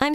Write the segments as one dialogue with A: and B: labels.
A: I'm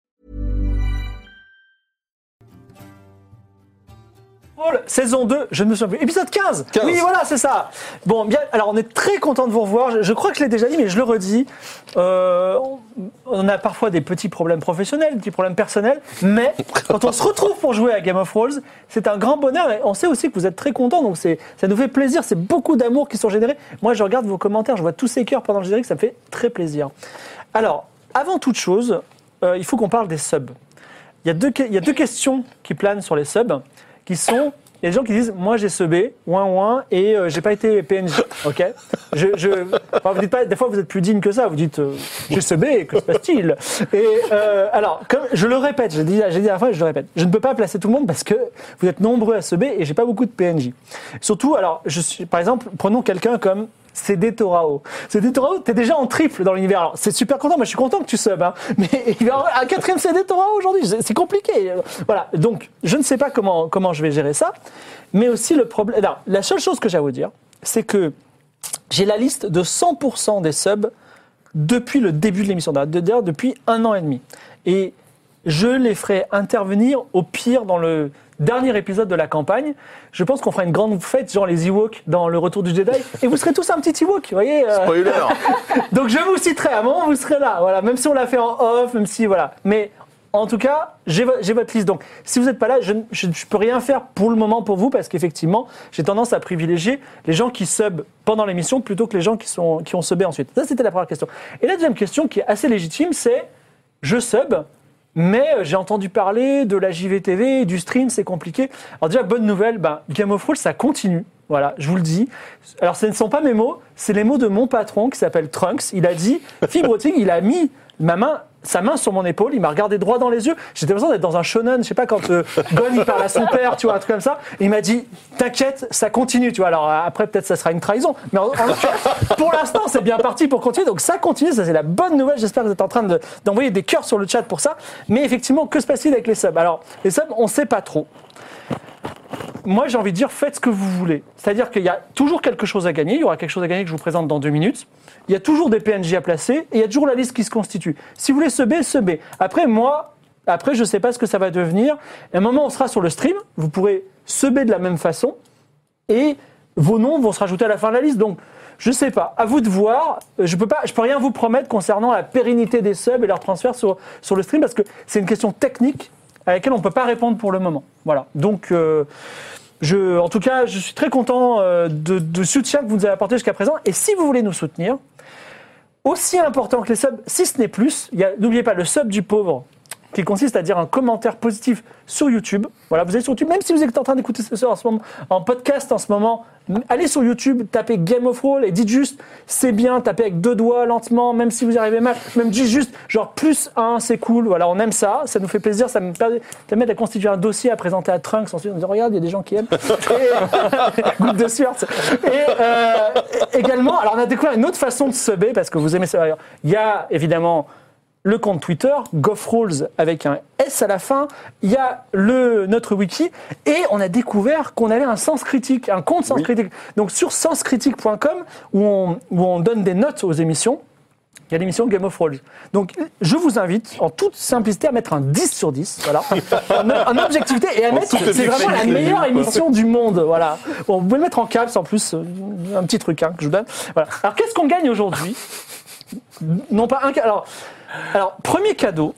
B: Paul, saison 2, je ne me souviens plus. Épisode 15.
C: 15.
B: Oui, voilà, c'est ça. Bon, bien, alors on est très content de vous revoir. Je, je crois que je l'ai déjà dit, mais je le redis. Euh, on, on a parfois des petits problèmes professionnels, des petits problèmes personnels, mais quand on se retrouve pour jouer à Game of Thrones, c'est un grand bonheur. Et on sait aussi que vous êtes très contents, donc c'est, ça nous fait plaisir. C'est beaucoup d'amour qui sont générés. Moi, je regarde vos commentaires, je vois tous ces cœurs pendant le générique, ça me fait très plaisir. Alors, avant toute chose, euh, il faut qu'on parle des subs. Il y, a deux, que- il y a deux questions qui planent sur les subs, qui sont il y a des gens qui disent moi j'ai subé, ouin ouin, et euh, j'ai pas été PNJ. Ok. Je, je, enfin, vous dites pas, des fois vous êtes plus digne que ça. Vous dites euh, j'ai subé, que se passe-t-il Et euh, alors, comme je le répète, j'ai dit, j'ai dit la fois, je le répète, je ne peux pas placer tout le monde parce que vous êtes nombreux à subé et j'ai pas beaucoup de PNJ. Surtout, alors, je suis, par exemple, prenons quelqu'un comme CD Torao. CD Torao, t'es déjà en triple dans l'univers. Alors, c'est super content. Moi, je suis content que tu subs, hein. Mais il va y avoir un quatrième CD Torao aujourd'hui. C'est c'est compliqué. Voilà. Donc, je ne sais pas comment, comment je vais gérer ça. Mais aussi, le problème. alors, la seule chose que j'ai à vous dire, c'est que j'ai la liste de 100% des subs depuis le début de l'émission. Bah, D'ailleurs, depuis un an et demi. Et je les ferai intervenir au pire dans le dernier épisode de la campagne. Je pense qu'on fera une grande fête, genre les Ewoks dans Le Retour du Jedi, et vous serez tous un petit Ewok, vous voyez. euh.
C: Spoiler
B: Donc je vous citerai, à un moment vous serez là, voilà, même si on l'a fait en off, même si, voilà. Mais en tout cas, j'ai vo- j'ai votre liste. Donc si vous n'êtes pas là, je ne je- je peux rien faire pour le moment pour vous, parce qu'effectivement, j'ai tendance à privilégier les gens qui sub pendant l'émission plutôt que les gens qui, sont, qui ont subé ensuite. Ça, c'était la première question. Et la deuxième question, qui est assez légitime, c'est je sub, mais j'ai entendu parler de la JVTV, du stream, c'est compliqué. Alors déjà, bonne nouvelle, ben, Game of Thrones, ça continue. Voilà, je vous le dis. Alors, ce ne sont pas mes mots, c'est les mots de mon patron qui s'appelle Trunks. Il a dit, fibroting, il a mis ma main, sa main sur mon épaule, il m'a regardé droit dans les yeux. J'étais l'impression d'être dans un shonen, je sais pas, quand euh, Gon, il parle à son père, tu vois, un truc comme ça. Et il m'a dit, t'inquiète, ça continue, tu vois. Alors, euh, après, peut-être ça sera une trahison. Mais en- en- pour l'instant, c'est bien parti pour continuer. Donc, ça continue, ça c'est la bonne nouvelle. J'espère que vous êtes en train de- d'envoyer des cœurs sur le chat pour ça. Mais effectivement, que se passe-t-il avec les subs Alors, les subs, on sait pas trop moi j'ai envie de dire faites ce que vous voulez. C'est-à-dire qu'il y a toujours quelque chose à gagner, il y aura quelque chose à gagner que je vous présente dans deux minutes. Il y a toujours des PNJ à placer et il y a toujours la liste qui se constitue. Si vous voulez se B, se B. Après moi, après je sais pas ce que ça va devenir. À un moment on sera sur le stream, vous pourrez se B de la même façon et vos noms vont se rajouter à la fin de la liste. Donc je sais pas, à vous de voir. Euh, Je peux pas, je peux rien vous promettre concernant la pérennité des subs et leur transfert sur, sur le stream parce que c'est une question technique à laquelle on peut pas répondre pour le moment. Voilà. Donc euh, je, en tout cas, je suis très content euh, de, de soutien que vous nous avez apporté jusqu'à présent. Et si vous voulez nous soutenir, aussi important que les subs, si ce n'est plus, il y a- n'oubliez pas le sub du pauvre, qui consiste à dire un commentaire positif sur YouTube. Voilà, vous allez sur YouTube, même si vous êtes en train d'écouter ce soir en, ce moment, en podcast en ce moment, m- allez sur YouTube, tapez Game of Roll et dites juste c'est bien, tapez avec deux doigts lentement, même si vous y arrivez mal, même dites juste genre plus un, c'est cool, voilà, on aime ça, ça nous fait plaisir, ça me permet, ça m'aide à constituer un dossier à présenter à Trunks ensuite en disant regarde, il y a des gens qui aiment. Et- Goutte de sueur. ça. Et euh, également, alors on a découvert une autre façon de subber parce que vous aimez ça. Alors, Il y a évidemment le compte Twitter, GoffRolls avec un S à la fin, il y a le, notre wiki, et on a découvert qu'on avait un sens critique, un compte sens critique. Donc sur senscritique.com, où on, où on donne des notes aux émissions, il y a l'émission Game of Thrones. Donc, je vous invite, en toute simplicité, à mettre un 10 sur 10, voilà, en, en objectivité, et à mettre,
C: toute
B: c'est vraiment la
C: objectivité,
B: meilleure
C: quoi.
B: émission du monde, voilà. Bon, vous pouvez le mettre en caps, en plus, euh, un petit truc hein, que je vous donne. Voilà. Alors, qu'est-ce qu'on gagne aujourd'hui Non pas un... ca- Alors, alors, premier cadeau,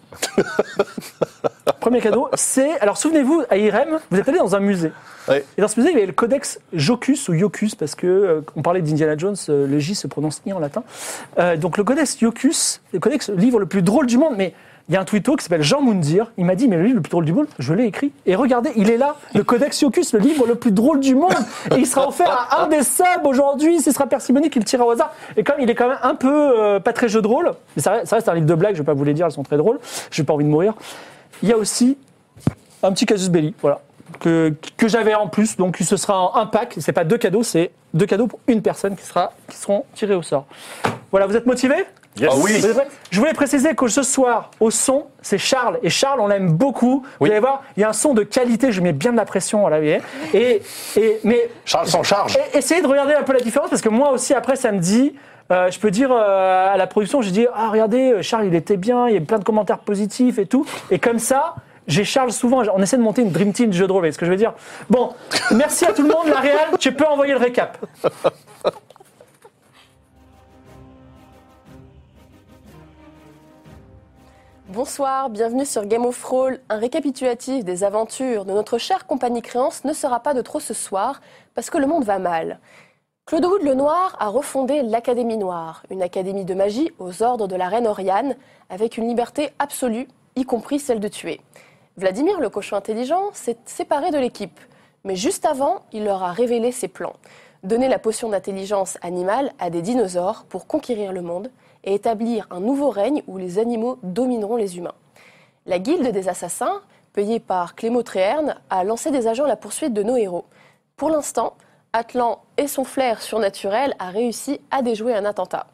B: premier cadeau, c'est... Alors, souvenez-vous, à IRM, vous êtes allé dans un musée.
C: Ouais.
B: Et dans ce musée, il y avait le codex Jocus ou Iocus, parce que euh, on parlait d'Indiana Jones, euh, le J se prononce I en latin. Euh, donc le codex Iocus, le codex, le livre le plus drôle du monde, mais Il y a un twitto qui s'appelle Jean Moundir. Il m'a dit, mais le livre le plus drôle du monde, je l'ai écrit. Et regardez, il est là, le Codex Iocus, le livre le plus drôle du monde. Et il sera offert à un des subs aujourd'hui. Ce sera Persimony qui le tire au hasard. Et comme il est quand même un peu euh, pas très jeu de rôle, mais ça reste, ça reste un livre de blagues, je vais pas vous les dire, elles sont très drôles. J'ai pas envie de mourir. Il y a aussi un petit casus belli, voilà. Que, que j'avais en plus, donc ce sera en un pack, c'est pas deux cadeaux, c'est deux cadeaux pour une personne qui, sera, qui seront tirés au sort. Voilà, vous êtes motivés
C: Yes.
D: Ah oui.
B: vous êtes prêts Je voulais préciser que ce soir, au son, c'est Charles. Et Charles, on l'aime beaucoup. Vous allez voir, il y a un son de qualité. Je mets bien de la pression, là, vous voyez. Et, et, mais
D: Charles s'en charge.
B: et- essayez de regarder un peu la différence, parce que moi aussi, après, ça me dit... euh, je peux dire euh, à la production, j'ai dit Ah, regardez, euh, Charles, il était bien, il y a plein de commentaires positifs et tout. Et comme ça, j'ai Charles souvent. On essaie de monter une Dream Team de jeu de rôle, vous voyez ce que je veux dire Bon, merci à tout le monde, la Réal, tu peux envoyer le récap.
E: Bonsoir, bienvenue sur Game of Roll. Un récapitulatif des aventures de notre chère compagnie créance ne sera pas de trop ce soir, parce que le monde va mal. Claude Wood le Noir a refondé l'Académie Noire, une académie de magie aux ordres de la reine Oriane, avec une liberté absolue, y compris celle de tuer. Vladimir le cochon intelligent s'est séparé de l'équipe, mais juste avant, il leur a révélé ses plans. Donner la potion d'intelligence animale à des dinosaures pour conquérir le monde et établir un nouveau règne où les animaux domineront les humains. La Guilde des Assassins, payée par Clément Tréherne, a lancé des agents à la poursuite de nos héros. Pour l'instant, Atlan et son flair surnaturel a réussi à déjouer un attentat.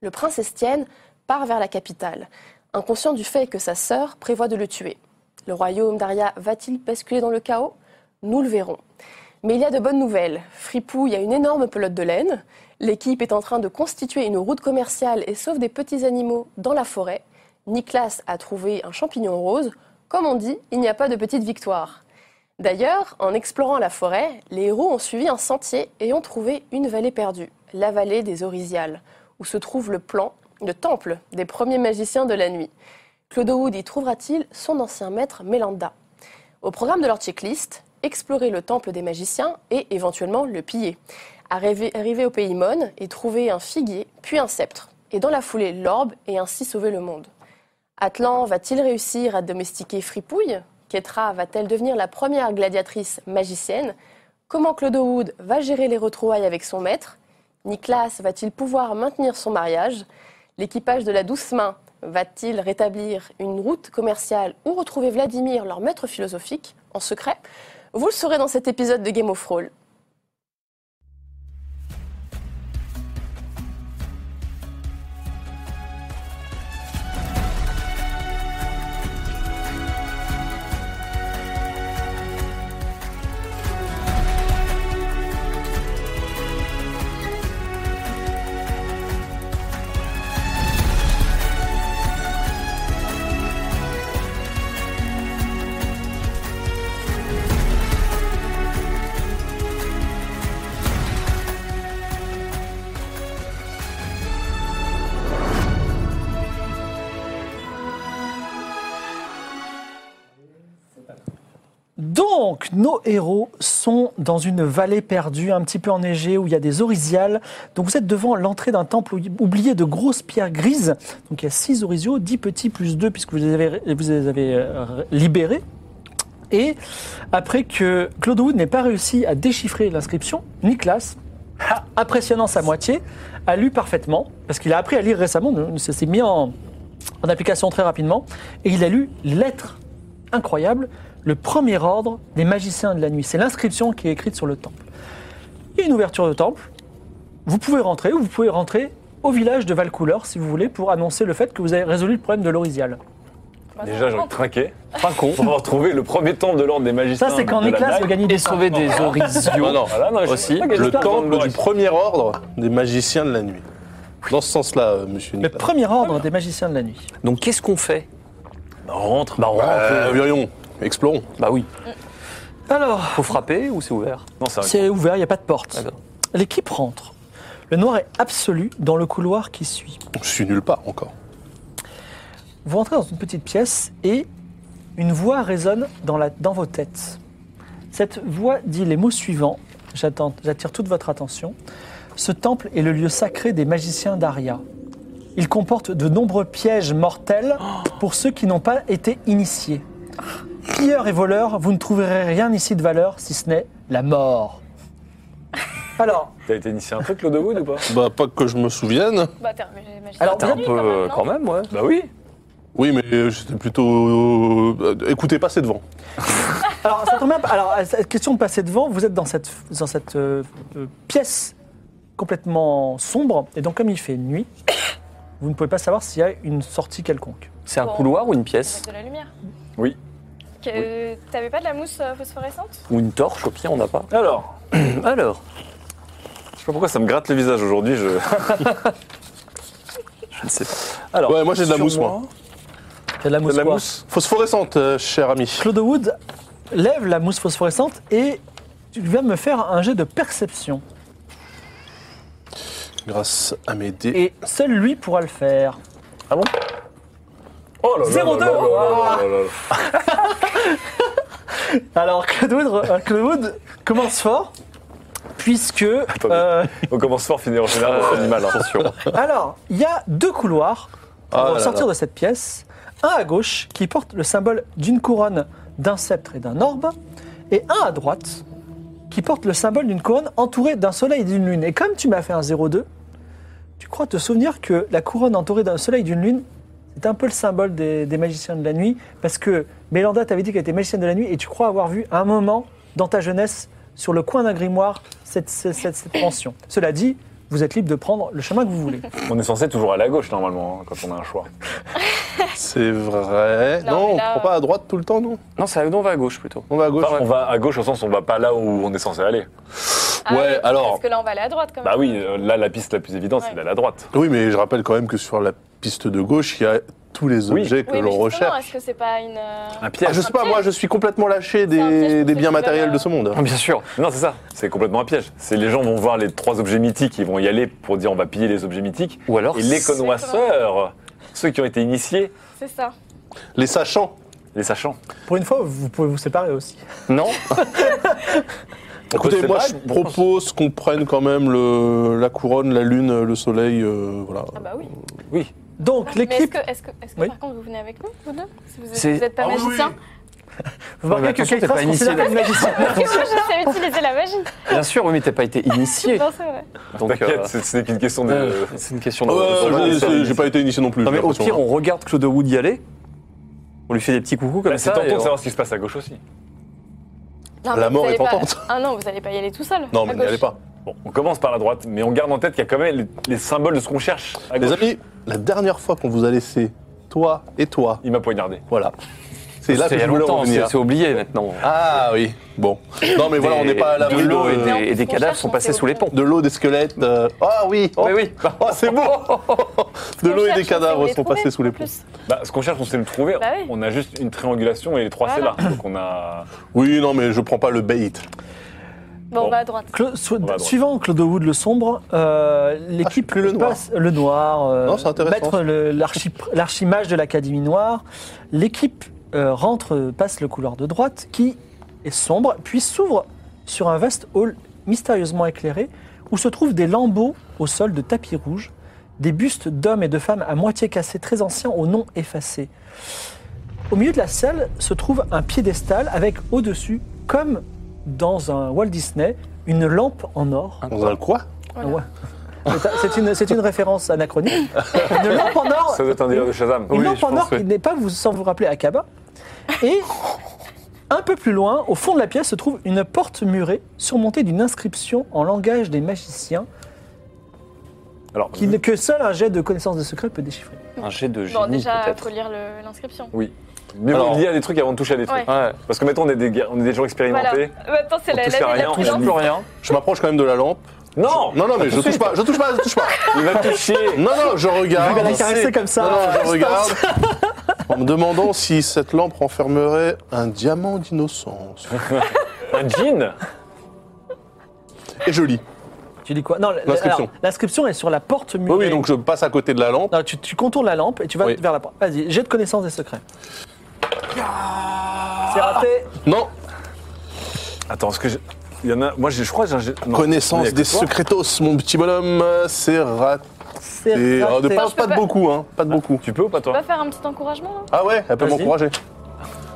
E: Le prince Estienne part vers la capitale, inconscient du fait que sa sœur prévoit de le tuer. Le royaume d'Aria va-t-il basculer dans le chaos Nous le verrons. Mais il y a de bonnes nouvelles. Fripouille a une énorme pelote de laine. L'équipe est en train de constituer une route commerciale et sauve des petits animaux dans la forêt. Niklas a trouvé un champignon rose. Comme on dit, il n'y a pas de petite victoire. D'ailleurs, en explorant la forêt, les héros ont suivi un sentier et ont trouvé une vallée perdue, la vallée des Orisiales, où se trouve le plan, le temple des premiers magiciens de la nuit. Clodowood y trouvera-t-il son ancien maître Mélanda au programme de leur checklist, explorer le temple des magiciens et éventuellement le piller. Arriver, arriver au pays Mon et trouver un figuier, puis un sceptre. Et dans la foulée, l'orbe et ainsi sauver le monde. Atlan va-t-il réussir à domestiquer Fripouille Ketra va-t-elle devenir la première gladiatrice magicienne Comment Claude Wood va gérer les retrouvailles avec son maître Niklas va-t-il pouvoir maintenir son mariage L'équipage de la douce main va-t-il rétablir une route commerciale ou retrouver Vladimir, leur maître philosophique, en secret Vous le saurez dans cet épisode de Game of Thrones.
B: Donc, nos héros sont dans une vallée perdue, un petit peu enneigée, où il y a des orisiales. Donc, vous êtes devant l'entrée d'un temple oubli- oublié de grosses pierres grises. Donc, il y a six orisiaux, 10 petits plus deux, puisque vous les avez, vous les avez euh, libérés. Et après que Claude Wood n'ait pas réussi à déchiffrer l'inscription, Niklas, ha, impressionnant sa moitié, a lu parfaitement, parce qu'il a appris à lire récemment, donc ça s'est mis en, en application très rapidement, et il a lu lettre incroyable, le premier ordre des magiciens de la nuit. C'est l'inscription qui est écrite sur le temple. Il y a une ouverture de temple, vous pouvez rentrer ou vous pouvez rentrer au village de Valcouleur si vous voulez pour annoncer le fait que vous avez résolu le problème de l'Orisial.
C: Bah, Déjà, j'aurais trinqué. Trinquons. Pour avoir trouvé le premier temple de l'ordre des magiciens.
B: Ça, c'est quand
C: de la
B: Niklas veut
C: blague.
B: gagner
F: Et
B: des points.
F: sauver des
C: Ah
F: orizios.
C: non, ah là, non, je-
F: Bah Aussi,
C: pas
D: Le
C: gagné.
D: temple
C: Ouais.
D: du premier ordre des magiciens de la nuit. Dans ce sens-là, euh, monsieur
B: Le
D: Nicolas.
B: premier ordre des magiciens de la nuit.
F: Donc qu'est-ce qu'on fait
C: Bah, on rentre.
F: Bah on rentre.
D: Euh, Virion, explorons.
F: Bah oui.
B: Alors,
F: Faut frapper ou c'est ouvert
C: Non, c'est
B: C'est ouvert, il n'y a pas de porte.
F: D'accord.
B: L'équipe rentre. Le noir est absolu dans le couloir qui suit.
D: Je suis nulle part encore.
B: Vous rentrez dans une petite pièce et une voix résonne dans, la- dans vos têtes. Cette voix dit les mots suivants. J'attends- J'attire toute votre attention. Ce temple est le lieu sacré des magiciens d'Aria. Il comporte de nombreux pièges mortels pour ceux qui n'ont pas été initiés. Pilleurs et voleurs, vous ne trouverez rien ici de valeur si ce n'est la mort. Alors,
C: T'as été initié un truc, Claude Wood, ou pas
D: Bah, pas que je me souvienne.
G: Bah, t'es un magicien
B: Alors,
G: de
B: t'es un
G: la nuit,
F: peu, euh,
G: Ah, non
F: quand même, ouais.
C: Bah oui.
D: Oui, mais euh, j'étais plutôt. euh, Écoutez, passez devant.
B: Alors, ça tombe bien. Alors, à cette question de passer devant, vous êtes dans cette, dans cette euh, euh, pièce complètement sombre. Et donc, comme il fait nuit, vous ne pouvez pas savoir s'il y a une sortie quelconque.
F: C'est un
G: Bon.
F: couloir ou une
G: Avec
F: pièce
G: de la lumière.
C: Oui.
G: Que- T'avais pas de la mousse euh, phosphorescente
F: Ou une torche, au pire, on n'a pas.
C: Alors,
F: Alors,
C: je sais pas pourquoi ça me gratte le visage aujourd'hui. Je...
F: je ne sais pas.
C: Alors,
D: Ouais, moi, j'ai de la
C: sur
D: mousse, moi.
B: Il y a de la
C: De
B: mousse.
C: la
B: quoi.
C: mousse.
D: Phosphorescente, euh, cher ami.
B: Claude Wood lève la mousse phosphorescente et tu viens de me faire un jet de perception.
D: Grâce à mes dés.
B: Et seul lui pourra le faire.
D: Ah bon
C: Oh là là là
B: 02.
C: là là là là là là.
B: Alors, Claude Wood, euh, Claude Wood commence fort, puisque. euh,
C: On commence fort, finir en général, c'est animal, hein. attention.
B: Alors, il y a deux couloirs pour
D: Ah là
B: sortir
D: là.
B: de cette pièce. Un à gauche qui porte le symbole d'une couronne, d'un sceptre et d'un orbe, et un à droite qui porte le symbole d'une couronne entourée d'un soleil et d'une lune. Et comme tu m'as fait un 0-2, tu crois te souvenir que la couronne entourée d'un soleil et d'une lune, c'est un peu le symbole des, des magiciens de la nuit, parce que Mélanda t'avait dit qu'elle était magicienne de la nuit, et tu crois avoir vu à un moment, dans ta jeunesse, sur le coin d'un grimoire, cette, cette, cette- cette pension. Cela dit, vous êtes libre de prendre le chemin que vous voulez.
C: On est censé toujours aller à gauche, normalement, hein, quand on a un choix.
D: C'est vrai.
G: Là,
D: non,
G: on est
D: on
G: là,
D: prend pas à droite tout le temps, non
F: Non, ça, non, on va à gauche plutôt.
D: On va à gauche.
C: Enfin, on va à gauche au sens où on va pas là où on est censé aller.
G: Ah
D: Ouais,
G: oui,
D: alors-
G: Parce que là, on va aller à droite quand même.
C: Bah oui, euh, là, la piste la plus évidente, c'est d'aller à droite.
D: Oui, mais je rappelle quand même que sur la piste de gauche, il y a tous les
C: Oui.
D: objets que
G: Oui, mais
D: l'on
G: justement,
D: recherche.
G: Est-ce que c'est pas une. euh,
C: Un piège.
D: Ah, je sais pas,
G: piège.
D: moi je suis complètement lâché
G: un
D: des,
G: piège pour
D: des
G: ceux
D: biens
G: qui
D: matériels
G: veulent,
D: de ce monde.
F: Ah, Bien sûr.
C: Non, c'est ça, c'est complètement un piège. C'est les gens vont voir les trois objets mythiques, ils vont y aller pour dire on va piller les objets mythiques.
F: Ou alors,
C: Et les
F: c'est-
C: connoisseurs, ceux qui ont été initiés,
G: C'est ça.
D: Les sachants.
C: les sachants.
B: Pour une fois, vous pouvez vous séparer aussi.
F: non
D: Écoutez,
C: c'est
D: moi
C: pas,
D: je
C: je
D: propose qu'on prenne quand même le, la couronne, la lune, le soleil. euh, voilà.
G: Ah bah oui.
B: Donc
G: Mais est-ce
B: l'équipe,
G: que, est-ce que, est-ce que
B: Oui.
G: par contre vous venez avec nous, vous deux Si vous
F: C'est-
G: êtes, vous êtes pas
D: Ah oui,
G: magicien
B: vous remarquez
F: Ouais, mais
B: que
F: attention, t'es
B: Keitra
F: pas
B: se
F: initié
B: considère comme une magicienne.
G: Parce que moi, je sais utiliser la magie.
F: Bien sûr, oui, mais t'as pas été initié.
G: Non, c'est vrai.
F: Donc, euh,
C: T'inquiète, c'est- ce n'est qu'une question de.
F: euh, c'est une question de.
D: Ouais,
F: de-
D: ouais,
F: de-
D: j'ai-
F: de-
D: j'ai pas été initié non plus.
F: Non, mais
D: j'ai
F: au
D: l'impression,
F: pire,
D: hein.
F: on regarde Claude Wood y aller. On lui fait des petits coucous comme
C: Bah, c'est
F: ça. et
C: tentant de
F: on-
C: savoir ce qui se passe à gauche aussi.
G: Non,
D: La
G: mais
D: mort
G: vous
D: est
G: allez pas-
D: tentante.
G: Ah non, vous allez pas y aller tout seul.
D: Non,
G: à
D: mais n'y
G: gauche.
D: allez pas.
C: Bon, on commence par la droite, mais on garde en tête qu'il y a quand même les, les symboles de ce qu'on cherche à
D: Les
C: gauche.
D: amis, la dernière fois qu'on vous a laissé, toi et toi,
C: Il m'a poignardé.
D: voilà. C'est là
F: C'était
D: que
F: il y
D: je
F: a
D: voulais en
F: longtemps,
D: venir.
F: c'est c'est oublié maintenant.
D: Ah oui, bon. Non, mais voilà, on
F: Des-
D: n'est pas à l'abri
F: de l'eau et
D: de-
F: des,
G: Non,
F: et des
G: on
F: cadavres
G: cherche,
F: sont
G: on
F: passés
G: sait
F: sous les ponts.
D: de l'eau, des squelettes. euh, Ah oui, oh,
F: Oui, oui.
D: oh, c'est beau De
G: On
D: l'eau et
G: cherche, on
D: des
G: sait
D: cadavres
G: où
D: sont
G: trouver,
D: passés sous les
G: en
D: ponts.
G: plus.
C: Bah, ce qu'on cherche, on sait le trouver.
G: Bah oui.
C: On a juste une triangulation et les trois,
G: Voilà.
C: c'est là. Donc on a.
D: Oui, non, mais je prends pas le bait.
G: Bon, on va à droite.
B: Cla- so-
C: droite.
B: suivant Claude Wood le sombre, euh, l'équipe
D: plus le noir.
B: passe le noir, euh,
D: Non, c'est intéressant.
B: maître le- l'archi- l'archimage de l'Académie noire. L'équipe euh, rentre, euh, passe le couloir de droite qui est sombre, puis s'ouvre sur un vaste hall mystérieusement éclairé où se trouvent des lambeaux au sol de tapis rouge, des bustes d'hommes et de femmes à moitié cassés, très anciens aux noms effacés. Au milieu de la salle se trouve un piédestal avec au-dessus, comme dans un Walt Disney, une lampe en or.
D: Dans un quoi
G: Voilà.
B: Ouais. C'est- C'est une, c'est une référence anachronique. Une lampe en or.
C: Ça doit être un délire de Shazam.
B: Une
F: Oui,
B: lampe
F: je
B: en
F: pense,
B: or qui
F: oui.
B: n'est pas, vous, sans vous rappeler, Akaba. Et un peu plus loin, au fond de la pièce, se trouve une porte murée surmontée d'une inscription en langage des magiciens
C: Alors,
B: qui ne- que seul un jet de connaissance de secret peut déchiffrer.
F: Un jet de
G: Bon,
F: génie
G: déjà,
F: peut-être.
G: faut lire le- l'inscription.
C: mieux vaut
F: Alors-
C: lier à des trucs avant de toucher à des trucs.
G: Ouais.
F: Ouais.
C: Parce que mettons, on est des, gars- on est des gens
G: Voilà.
C: expérimentés.
G: Ouais, Attends, c'est
C: On
G: la
C: touche à
G: la-
C: rien,
G: la-
C: on
F: Touche plus rien.
D: Je m'approche quand même de la lampe.
C: Non
D: Non, non, mais je touche pas, je touche pas, je touche pas.
C: Il va toucher
D: Non, non, je regarde.
B: Il va la caresser comme ça.
D: Non, non,
B: à
D: je regarde. En me demandant si cette lampe renfermerait un diamant d'innocence.
C: un jean
D: Et je lis.
B: distance. Tu dis quoi Non, la-
D: L'inscription.
B: alors, L'inscription est sur la porte murée.
D: Oui, oui, donc je passe à côté de la lampe.
B: Non, tu, tu contournes la lampe et tu vas
D: Oui.
B: vers la porte. Vas-y, jet de connaissance des secrets. C'est raté.
D: Non,
C: Attends, est-ce que j'ai- Il y en a. Moi, j'ai- je crois que j'ai un. jet- non.
D: connaissance
C: Il y a que
D: des
C: toi.
D: secretos, mon petit bonhomme, euh, c'est raté.
B: C'est
D: Et, alors, de
B: raté.
D: pas, pas de beaucoup, hein. Pas de beaucoup.
C: Tu peux ou pas
G: Tu
C: toi
G: vas faire un petit encouragement là
D: Ah ouais, elle peut
B: Vas-y.
D: m'encourager.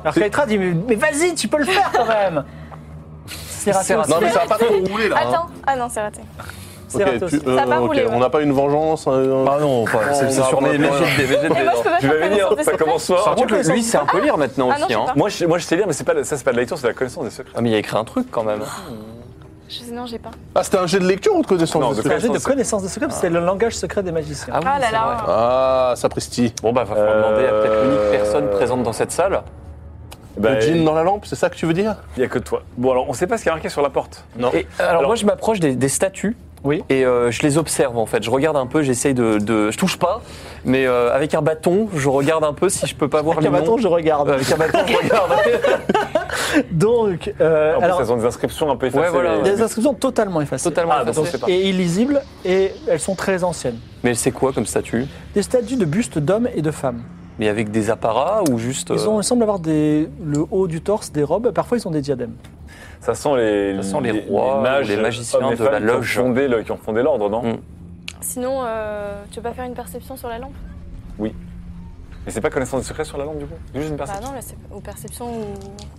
B: Alors Kaitra dit mais, mais vas-y, tu peux le faire quand même. C'est raté. aussi.
D: Non, mais ça va pas trop rouler là. hein.
G: Attends, ah non, c'est raté.
B: C'est
D: Ok,
B: raté
D: tu-
B: aussi.
D: euh,
G: Ça a pas
D: ok,
G: roulé, ouais.
D: On n'a pas une vengeance. euh,
F: Ah non, pas- c'est
D: On
F: c'est
D: va
F: sur
D: voir,
F: mes
D: voilà.
F: GT.
G: Mais moi, je peux pas
C: Je
G: faire
C: vais
G: la
C: venir,
G: leçon de
C: ça
G: secret.
C: commence soir.
F: Par contre,
B: peux les
F: le- lui, c'est un peu lire maintenant
G: Ah non,
F: aussi.
G: je sais
F: hein.
G: pas.
C: Moi je, moi je sais lire, mais c'est pas la- ça c'est pas de la lecture, c'est de la connaissance des secrets.
F: Ah, mais il a écrit un truc quand même.
G: Je sais, non, j'ai pas.
D: Ah, c'était un jet de lecture ou de connaissance
C: Non,
D: de
C: de
D: secret
B: C'est un jeu de
C: connaissance.
B: connaissance des secrets, c'est le langage secret des magiciens.
F: oui,
G: Ah là
F: c'est
G: là.
F: vrai.
D: Ah, sapristi.
F: Bon, bah, va falloir demander à peut-être l'unique personne présente dans cette salle.
D: Le jean dans la lampe, c'est ça que tu veux dire
C: Bah, Il y a que toi. Bon alors on sait pas ce qui est marqué sur la porte.
D: Non.
F: Et, alors,
C: Alors-
F: moi, je m'approche des, des statues.
B: Oui.
F: Et euh, je les observe en fait. Je regarde un peu, j'essaye de, de- Je touche pas, mais euh, avec un bâton, je regarde un peu si je peux pas voir
B: Avec
F: les
B: un bâton,
F: noms.
B: je regarde.
F: Euh, Avec un bâton, je regarde.
B: Donc, euh,
C: En plus,
B: alors,
C: elles ont des inscriptions un peu effacées.
F: Ouais, voilà,
C: mais-
B: il y a des inscriptions totalement effacées.
F: Totalement
C: Ah,
F: effacé.
C: donc c'est pas-
B: Et illisibles, et elles sont très anciennes.
F: Mais c'est quoi comme statue
B: Des statues de bustes d'hommes et de femmes.
F: Mais avec des apparats ou juste.
B: Ils,
F: euh,
B: ont, ils semblent avoir des, le haut du torse, des robes, parfois ils ont des diadèmes.
C: Ça sent les,
F: Ça sent les rois ou les magiciens
C: hommes et
F: de la
C: femmes qui ont
F: loge.
C: fondé le- Qui ont fondé l'ordre, non
F: Mm.
G: Sinon, euh, tu veux pas faire une perception sur la lampe
C: Mais c'est pas connaissance des secrets sur la lampe du coup Juste une
G: Bah
C: personne.
G: non, là, c'est ou perception ou.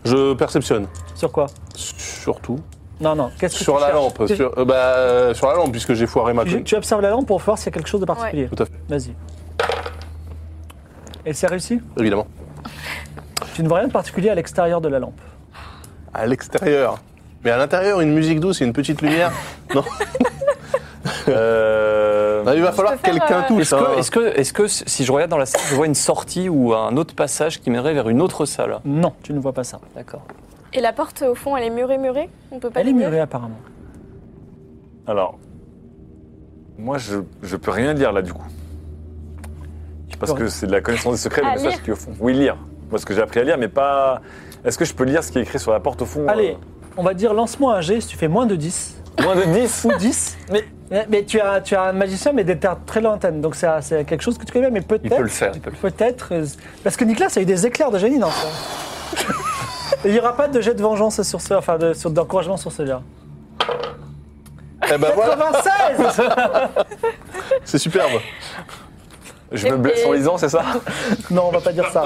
D: Je perceptionne.
B: Sur quoi
D: Surtout.
B: Non, non. Qu'est-ce que
D: Sur
B: tu
D: la
B: cherches
D: lampe.
B: Tu-
D: Sur, euh, bah, euh, sur la lampe, puisque j'ai foiré ma
B: Tu,
D: conne.
B: tu observes la lampe pour voir s'il y a quelque chose de particulier.
D: Tout à fait,
B: Vas-y. Et c'est réussi
D: évidemment.
B: Tu ne vois rien de particulier à l'extérieur de la lampe.
D: À l'extérieur. Mais à l'intérieur, une musique douce et une petite lumière. non.
C: Euh,
D: Ah, il va falloir que
G: peux faire,
D: quelqu'un
G: euh,
D: touche.
F: Est-ce
D: hein.
F: que, est-ce que, est-ce que si je regarde dans la salle, je vois une sortie ou un autre passage qui mènerait vers une autre salle
B: Non, tu ne vois pas ça.
F: D'accord.
G: Et la porte au fond, elle est murée, murée On peut pas
B: Elle est
G: l'ouvrir
B: murée apparemment.
C: Alors. Moi je, je peux rien lire là du coup. Parce que c'est de la connaissance des secrets,
G: Ah,
C: le message
G: lire.
C: qui est au fond. Oui, lire. Moi ce que j'ai appris à lire, mais pas. Est-ce que je peux lire ce qui est écrit sur la porte au
F: Euh.
C: fond
B: Allez, on va dire lance-moi un G si tu fais moins de 10.
C: euh, Moins de 10
B: Ou 10. Mais, mais- mais tu, as, tu as un magicien, mais des terres très lointaines. Donc c'est un- c'est quelque chose que tu connais, mais peut-être.
F: Il peut le faire. il peut le faire.
B: Peut-être. euh, Parce que Nicolas a eu des éclairs de génie dans ça. Il n'y aura pas de jet de vengeance sur ce, enfin de- sur- d'encouragement sur celui-là.
D: Eh ben voilà,
B: 96
D: c'est superbe.
C: Je me blesse en lisant, c'est ça
B: Non, on va pas dire ça.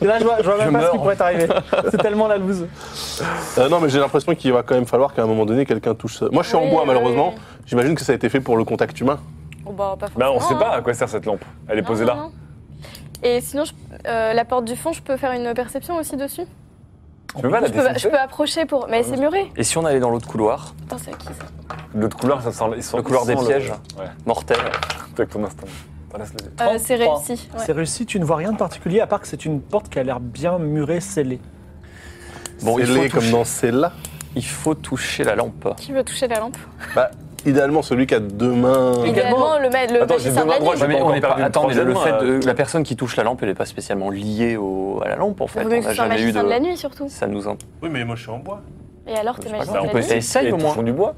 B: Et là, je vois, je vois même
F: Je
B: pas ce qui
F: meurs.
B: pourrait arriver. C'est tellement la loose.
D: Euh, non, mais j'ai l'impression qu'il va quand même falloir qu'à un moment donné, quelqu'un touche. ça. Moi, je suis en
G: Oui,
D: bois,
G: oui,
D: malheureusement.
G: oui.
D: J'imagine que ça a été fait pour le contact humain.
G: Oh, bah, pas forcément.
C: Bah on sait pas
G: hein.
C: à quoi sert cette lampe. Elle est
G: Non,
C: posée
G: non,
C: là.
G: non. Et sinon, je- euh, la porte du fond, je peux faire une perception aussi dessus
C: Je peux pas la
G: je, peux, je
C: défoncer.
G: peux approcher pour. Mais c'est muré
F: Et si on allait dans l'autre couloir,
G: Putain, c'est à qui ça Euh,
C: L'autre couloir, ça sent ils sont-
F: Le couloir
C: ils sont
F: des pièges.
C: Ouais,
F: mortel
C: avec ton instinct. T'en laisses le-
G: Euh, C'est
B: 33.
G: réussi. ouais.
B: C'est réussi, tu ne vois rien de particulier, à part que c'est une porte qui a l'air bien murée, scellée.
F: Bon, il
D: il
F: faut,
D: est
F: toucher,
D: comme dans celle-là.
F: il faut toucher la lampe.
G: Qui veut toucher la lampe
D: Bah, idéalement, celui qui a deux mains.
G: Idéalement, le, ma- le
C: Attends, j'ai
G: magicien
C: deux mains
G: de la
C: droites,
G: nuit.
C: j'ai pas encore perdu le
F: attends, mais le fait
C: troisième, euh,
F: de la personne qui touche la lampe, elle n'est pas spécialement liée au, à la lampe en fait.
G: Vaut mieux
F: On
G: que ce
F: n'a
G: soit un
F: jamais eu
G: magicien
F: de.
G: de... la nuit surtout.
F: Ça nous en...
D: Oui, mais moi, je suis en bois.
G: Et alors,
C: Je
G: t'es
C: sais pas,
G: magicien
C: bah,
G: de
C: on
G: la
C: peut
G: nuit
C: essayer.
F: Essaye,
C: Et
F: au moins.
C: touchons du bois.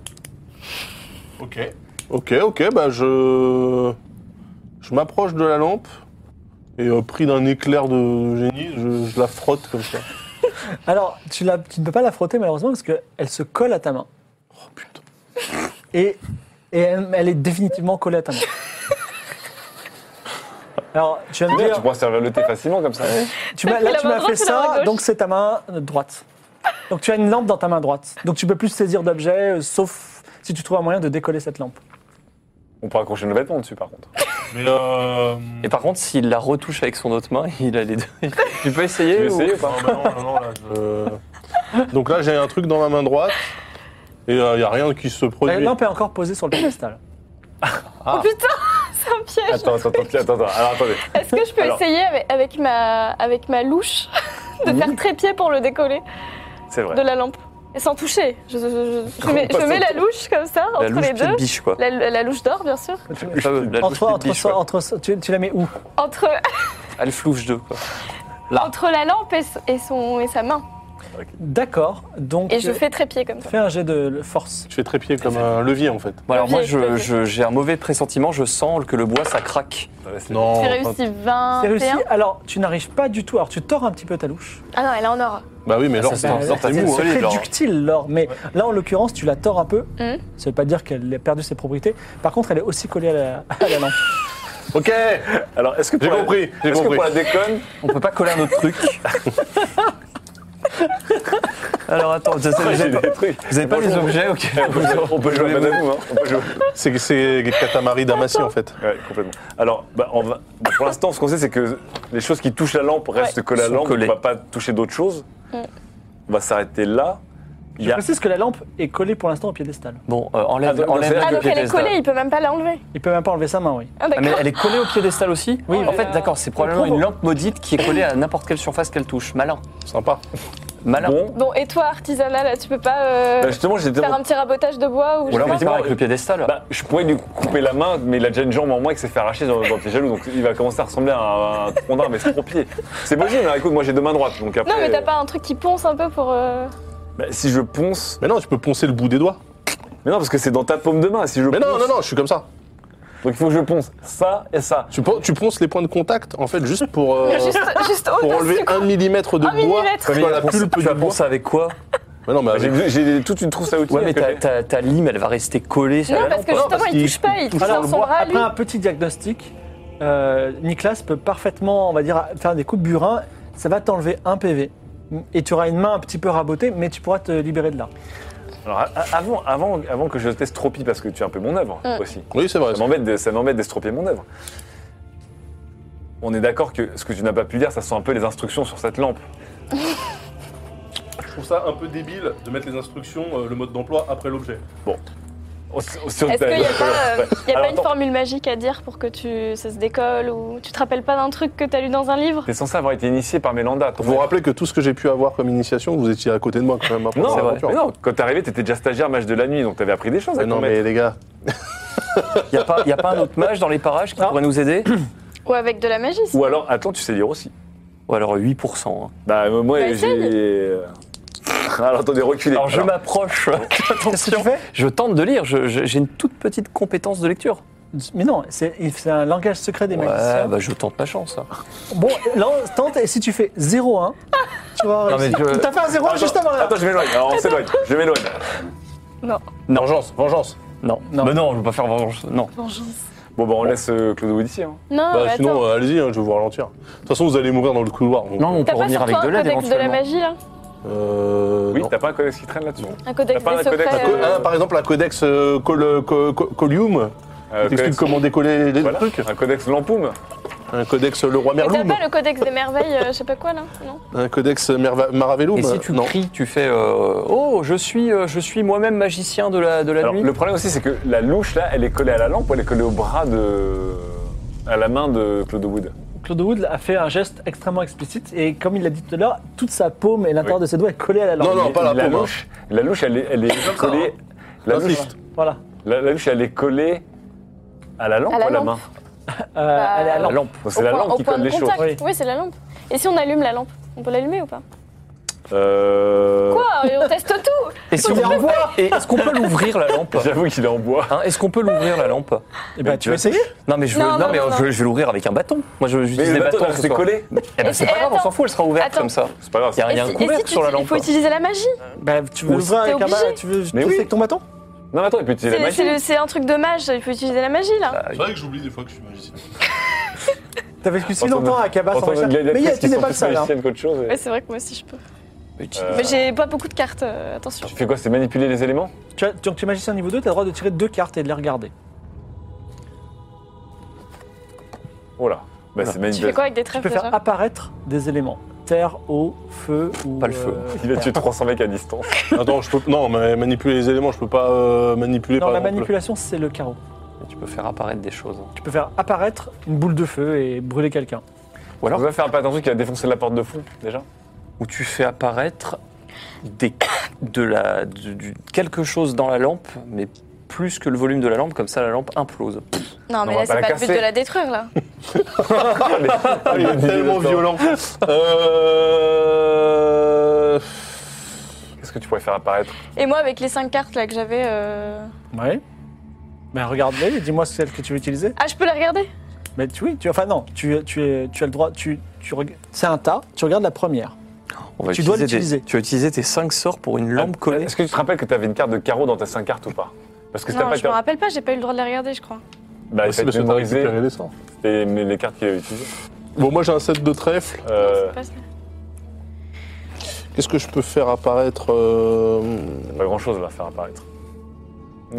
D: Ok. Ok, ok, bah je. Je m'approche de la lampe et euh, pris d'un éclair de génie, je, je la frotte comme ça.
B: Alors, tu, la- tu ne peux pas la frotter malheureusement parce qu'elle se colle à ta main.
D: Oh putain.
B: Et, et elle, elle est définitivement collée à ta main. Alors, tu vas me
C: Merde, Tu
B: dire,
C: pourras servir le thé facilement comme ça.
B: tu m'as-
G: T'as
B: là
G: pris
B: tu
G: la
B: m'as
G: main
B: fait
G: droite ou la main
B: ça,
G: gauche
B: donc c'est ta main droite. Donc tu as une lampe dans ta main droite. Donc tu peux plus saisir d'objets, euh, sauf si tu trouves un moyen de décoller cette lampe.
C: On pourra accrocher nos vêtements dessus par contre.
D: Mais euh.
F: Et par contre, s'il la retouche avec son autre main, il a les deux. Tu peux
C: Tu veux
F: essayer ou-
C: essayer ou pas
D: non, non, là, Donc là, j'ai un truc dans ma main droite et il n'y a rien qui se
B: La
D: produit.
B: lampe est encore posée sur le piédestal.
G: Oh putain, c'est un piège
C: Attends, attends, attends, attends, attends. Alors attendez.
G: Est-ce que je peux
C: Alors.
G: essayer avec, avec ma, avec ma louche de faire trépied pour le décoller
C: C'est vrai.
G: de la lampe Et sans toucher. Je, je- je- je
C: On
G: mets, je
C: passe
G: mets
C: au-
G: la louche comme ça,
F: La
G: entre
F: louche
G: les
F: pied de
G: deux.
F: biche, quoi.
G: La, la louche d'or, bien sûr.
F: Ah ouais, La louche
B: Entre,
F: pied de
B: entre,
F: biche,
B: ça-
F: quoi.
B: entre, ça- tu, tu la mets où
G: Entre,
F: Elle flouche deux, quoi.
G: entre la lampe et, s- et son, et sa main.
B: D'accord, donc
G: Et je
B: euh,
G: fais trépied comme ça.
B: fais un jet de force.
D: Je fais trépied comme un levier en fait.
F: Bon, alors moi,
G: Levier,
F: je-
G: levier.
F: je- j'ai un mauvais pressentiment. Je sens que le bois, ça craque.
D: Non.
G: J'ai réussi
B: C'est réussi.
G: 21.
B: Alors, tu n'arrives pas du tout. Alors, tu tords un petit peu ta louche.
G: Ah non, elle est en or.
D: Bah oui, mais genre,
F: Ah, Ça, c'est
D: c'est
F: un-
D: genre,
F: c'est
D: t'es mou. hein.
F: solide,
B: Très
F: genre.
B: ductile, l'or. Mais là, en l'occurrence, tu la tords un peu.
G: Mhm.
B: Ça veut pas dire qu'elle a perdu ses propriétés. Par contre, elle est aussi collée à la, à la lampe.
D: Ok
C: Alors, est-ce que pour
D: J'ai
C: la-
D: compris, j'ai
C: est-ce que
D: compris.
C: pour la déconne,
F: On peut pas coller un autre truc. Alors attends, vous
C: j'ai
F: avez,
C: des trucs.
F: vous avez pas les
C: Bonjour.
F: objets Ok.
C: On peut jouer- on peut jouer à Manamou, hein. On peut jouer.
D: C'est c'est Katamari Damacy en fait.
C: Ouais, complètement. Alors, bah, on va- bah, pour l'instant, ce qu'on sait, c'est que les choses qui touchent la lampe restent que la
F: Sont
C: lampe.
F: collées.
C: On va pas toucher d'autres choses.
G: Mm.
C: On va s'arrêter là. Il
B: Je
C: y a-
B: précise que la lampe est collée pour l'instant au piédestal.
F: Bon, euh,
C: Ah,
F: enlève,
C: donc,
F: enlève
C: c'est-
G: Ah,
F: le
G: donc elle est
F: piédestal.
G: collée, il peut même pas l'enlever.
B: Il peut même pas enlever sa main, oui.
G: Ah,
F: Ah, mais
G: d'accord.
F: elle est collée au piédestal aussi
B: Oui.
F: en fait, d'accord, c'est probablement
B: prouve.
F: une lampe maudite qui est collée à n'importe quelle surface qu'elle touche. Malin.
D: Sympa.
F: Malin.
C: Bon,
G: Bon, et toi, artisanat, là, tu peux pas euh,
C: bah, justement, j'étais.
G: faire un petit rabotage de bois ou
F: Ou
G: je sais
F: alors on
G: pas
F: part avec le piédestal.
C: Bah, je pourrais lui couper la main, mais il a déjà une jambe en moins qui s'est fait arracher dans, dans tes jaloux, donc il va commencer à ressembler à un trondin, mais estropié. C'est possible, hein. écoute, moi j'ai deux mains droites, donc après.
G: Non, mais t'as pas un truc qui ponce un peu pour. euh,
C: Bah, si je ponce.
D: Mais non, tu peux poncer le bout des doigts.
C: Mais non, parce que c'est dans ta paume de main, si je
D: Mais
C: ponce.
D: non, non, non, je suis comme ça.
C: Donc il faut que je ponce ça et ça.
D: Tu, pon- tu ponces les points de contact en fait juste pour, euh,
G: Juste, juste
D: pour
G: au-dessus,
D: enlever
G: quoi.
D: un millimètre de
G: Un
D: bois
G: millimètre.
D: sur
F: Ouais, mais
D: la
F: on pense-
D: pulpe
F: tu
D: du
F: vas
D: bois.
F: penser avec quoi
D: Mais non, mais avec-
C: Ah, J'ai j'ai toute une trousse à outils.
F: Ouais, mais
C: à côté.
F: ta, ta- ta lime, elle va rester collée sur
G: Non,
F: la
G: parce
F: lampe.
G: que
D: Non,
G: justement,
D: parce
G: il
D: qu'il
G: touche pas, il touche
B: Alors,
G: dans son bras, lui.
B: après un petit diagnostic, euh, Nicolas peut parfaitement, on va dire, faire des coups de burin. Ça va t'enlever un PV. Et tu auras une main un petit peu rabotée, mais tu pourras te libérer de là.
C: Alors, a- a- avant, avant, avant que je t'estropie, parce que tu es un peu mon œuvre aussi.
D: Oui, c'est vrai.
C: Ça m'embête de- ça m'embête d'estropier mon œuvre. On est d'accord que ce que tu n'as pas pu dire, ça sent un peu les instructions sur cette lampe.
D: Je trouve ça un peu débile de mettre les instructions, euh, le mode d'emploi après l'objet.
C: Est-ce
G: Est-ce qu'il n'y a pas, euh, y a pas
C: Ben, Alors,
G: une
C: attends.
G: formule magique à dire pour que tu, ça se décolle ou tu te rappelles pas d'un truc que t'as lu dans un livre
C: T'es censé avoir été initié par Mélanda. ton
D: Vous vous
C: maître.
D: rappelez que tout ce que j'ai pu avoir comme initiation, vous étiez à côté de moi quand même. après
C: Non,
D: cette
C: mais
D: aventure.
C: non, quand t'es arrivé, t'étais déjà stagiaire mage de la nuit, donc t'avais appris des choses.
D: Mais
C: avec
D: non,
C: ton
D: mais
C: maître.
D: les gars,
F: Il n'y a, pas- y a pas un autre mage dans les parages qui
B: Non.
F: pourrait nous aider
G: Ou avec de la magie si-
C: Ou alors, attends, tu sais lire aussi.
F: Ou alors 8%. hein.
C: Bah, euh, moi,
G: Bah,
C: j'ai.
G: essaye.
C: euh, Alors, attendez, reculez.
F: Alors je
C: Alors,
F: m'approche.
B: Qu'est-ce que tu
F: Attention.
B: fais
F: Je tente de lire. je- je- J'ai une toute petite compétence de lecture.
B: Mais non, c'est c'est un langage secret des
F: Ouais,
B: magiciens.
F: bah je tente ma chance. hein.
B: Bon, là, tente, et si tu fais 0-1, tu vas
F: Non, mais
B: réussir.
F: je-
B: T'as fait un 0-1
C: attends,
B: juste avant là.
C: Attends, je m'éloigne. Alors, on s'éloigne. Je m'éloigne.
D: vengeance, vengeance.
F: Non.
B: Non.
F: Mais non, je veux pas faire vengeance. Non.
C: Bon, bah, on laisse euh, Claude ici. Hein.
G: Non,
D: Bah,
G: Ah, mais
D: sinon,
G: attends.
D: euh, allez-y, hein, je vais vous ralentir. De toute façon, vous allez mourir dans le couloir. donc,
F: Non, on peut
G: T'as pas
F: revenir
G: sur
F: avec
G: toi
F: de
G: un
F: l'aide
G: codex de la
F: éventuellement.
G: magie là
D: euh,
C: Oui,
D: non.
C: t'as pas un collègue qui traîne là-dessus
G: Un codex
C: T'as pas
G: des
C: un codex,
G: secrets
C: un
D: Co-
G: euh,
D: hein, par exemple, la codex euh, col- co- co- Colium,
C: Euh,
D: qui t'explique
C: codex-
D: comment décoller les
C: voilà,
D: trucs.
C: Un codex lampoum.
D: Un codex euh, le roi
G: Mais t'as
D: Merloum,
G: pas le codex des merveilles, euh, je sais pas quoi là Non
D: un codex Merva- Maravelloum.
F: Et
C: Bah,
F: si tu
D: non.
F: cries, tu fais euh, Oh, je suis, euh, je suis moi-même magicien de la, de la
C: Alors,
F: nuit.
C: le problème aussi, c'est que la louche, là, elle est collée à la lampe ou elle est collée au bras de. à la main de Claude Wood
B: Claude Wood a fait un geste extrêmement explicite, et comme il l'a dit tout à l'heure, toute sa paume et l'intérieur
C: Oui.
B: de ses doigts est collé à la lampe.
D: Non, non, pas la paume, hein.
C: louche. La louche, elle est, elle est collée.
B: hein.
C: La
D: L'insiste.
C: louche,
B: Voilà.
C: la, la louche, elle est collée à la lampe
G: À la
C: ou à la
G: lampe.
C: main
B: Euh, elle est à la
G: la
F: la
B: lampe.
F: lampe.
C: Bon,
G: Au
C: C'est la
G: point-
C: lampe
G: au
C: qui
G: point
C: colle
G: de
C: les choses.
G: contact.
B: Oui.
G: Oui, c'est la lampe. Et si on allume la lampe On peut l'allumer ou pas
C: Euh,
G: Quoi Et On teste tout
F: Et si
B: On
F: on
B: dit au revoir.
F: Et est-ce qu'on peut l'ouvrir la lampe
C: J'avoue qu'il est en bois.
F: Hein, Est-ce qu'on peut l'ouvrir la lampe
B: Eh ben,
C: Mais
B: tu
C: tu
B: vas
C: vas-
B: essayer
F: Non mais je veux,
G: Non,
F: non,
G: non,
F: mais
G: non,
F: euh, je, je vais l'ouvrir avec un bâton. Moi je
C: Mais
F: j'utilise
C: le
F: des
C: bâton,
F: bâtons.
C: là,
F: ce
C: c'est
F: soir.
C: collé.
F: Eh ben, c'est
G: Et-
F: pas
G: et
F: grave, on s'en
G: attends.
F: fout. Elle sera ouverte
G: Attends.
F: comme ça.
C: C'est pas grave.
F: Ah, Il y a
G: Et
F: rien
G: si- et
F: couvert
G: si tu
F: sur la
G: dis- Il
F: lampe.
G: faut utiliser la magie
B: Bah, tu veux
F: Ou-
B: l'ouvrir avec
G: T'es
B: un
G: obligé.
B: bâton Tu veux
C: Mais
B: tu
C: oui.
B: fais avec ton bâton
C: Non, mais attends, il peut utiliser la
G: C'est-
C: magie.
G: C'est le- c'est un truc de mage, il faut utiliser la magie là
D: C'est vrai que j'oublie des fois que je suis magicien.
B: T'as vécu si
C: Entendre-
B: longtemps à Cabas en
C: Entendre
B: vrai.
C: une
B: Mais il y a-
C: gladiatrice
B: tu
C: qui
B: n'es
C: sont
B: pas le
C: plus
B: seul. hein.
C: magicienne qu'autre chose. et-
G: Ouais, c'est vrai que moi aussi je peux.
F: Utilise-
G: Mais j'ai pas beaucoup de cartes, euh, attention.
C: Tu fais quoi C'est manipuler les éléments
B: Tu as- Donc tu es magicien niveau 2, tu as le droit de tirer deux cartes et de les regarder.
C: Oh là. Bah, c'est
G: Tu fais
C: manipulation.
G: quoi avec des
B: Tu
G: trèfles
B: peux faire
G: déjà
B: apparaître des éléments. Terre, eau, feu ou...
F: Pas le feu.
B: euh,
C: Il a tué 300 mecs à distance.
D: Attends, je peux. Non, mais manipuler les éléments, je peux pas euh, manipuler
B: Non,
D: par
B: la
D: exemple.
B: manipulation, c'est le carreau.
F: Tu peux faire apparaître des choses.
B: Tu peux faire apparaître une boule de feu et brûler quelqu'un.
F: Ou
C: On
F: alors
C: va faire un patron qui a défoncé la porte de fond, déjà.
F: où tu fais apparaître des, de la, du, du- quelque chose dans la lampe, mais plus que le volume de la lampe, comme ça la lampe implose.
G: Non,
C: on va
G: mais là
C: pas
G: c'est
C: la
G: pas le but
C: casser.
G: de la détruire là.
D: Ah, il est tellement violent. Euh.
C: Qu'est-ce que tu pourrais faire apparaître
G: Et moi, avec les 5 cartes là que j'avais. euh,
B: Ouais. Ben regarde-les et dis-moi celle que tu veux utiliser.
G: Ah, je peux les regarder
B: Mais tu, oui, tu, enfin non, tu, tu, es- tu as le droit, tu, tu, reg- c'est un tas, tu regardes la première.
F: On va
B: Tu dois
F: utiliser des-
B: l'utiliser.
F: tu Ah, vas utiliser tes 5 sorts pour une lampe collée.
C: Est-ce que tu te rappelles que tu avais une carte de carreau dans tes 5 cartes ou pas Parce que si t'as
G: Non,
C: pas
G: je me
C: de
G: rappelle pas, j'ai pas eu le droit de les regarder, je crois.
C: Bah,
F: Ah,
D: Aussi,
C: ça
D: parce que t'as
C: mémorisé.
D: récupéré les sorts.
C: C'était les les cartes qu'il avait utilisées.
D: Bon, moi j'ai un set de trèfle.
C: Euh,
G: Pas ça.
D: Qu'est-ce que je peux faire apparaître euh,
C: pas grand chose à faire apparaître.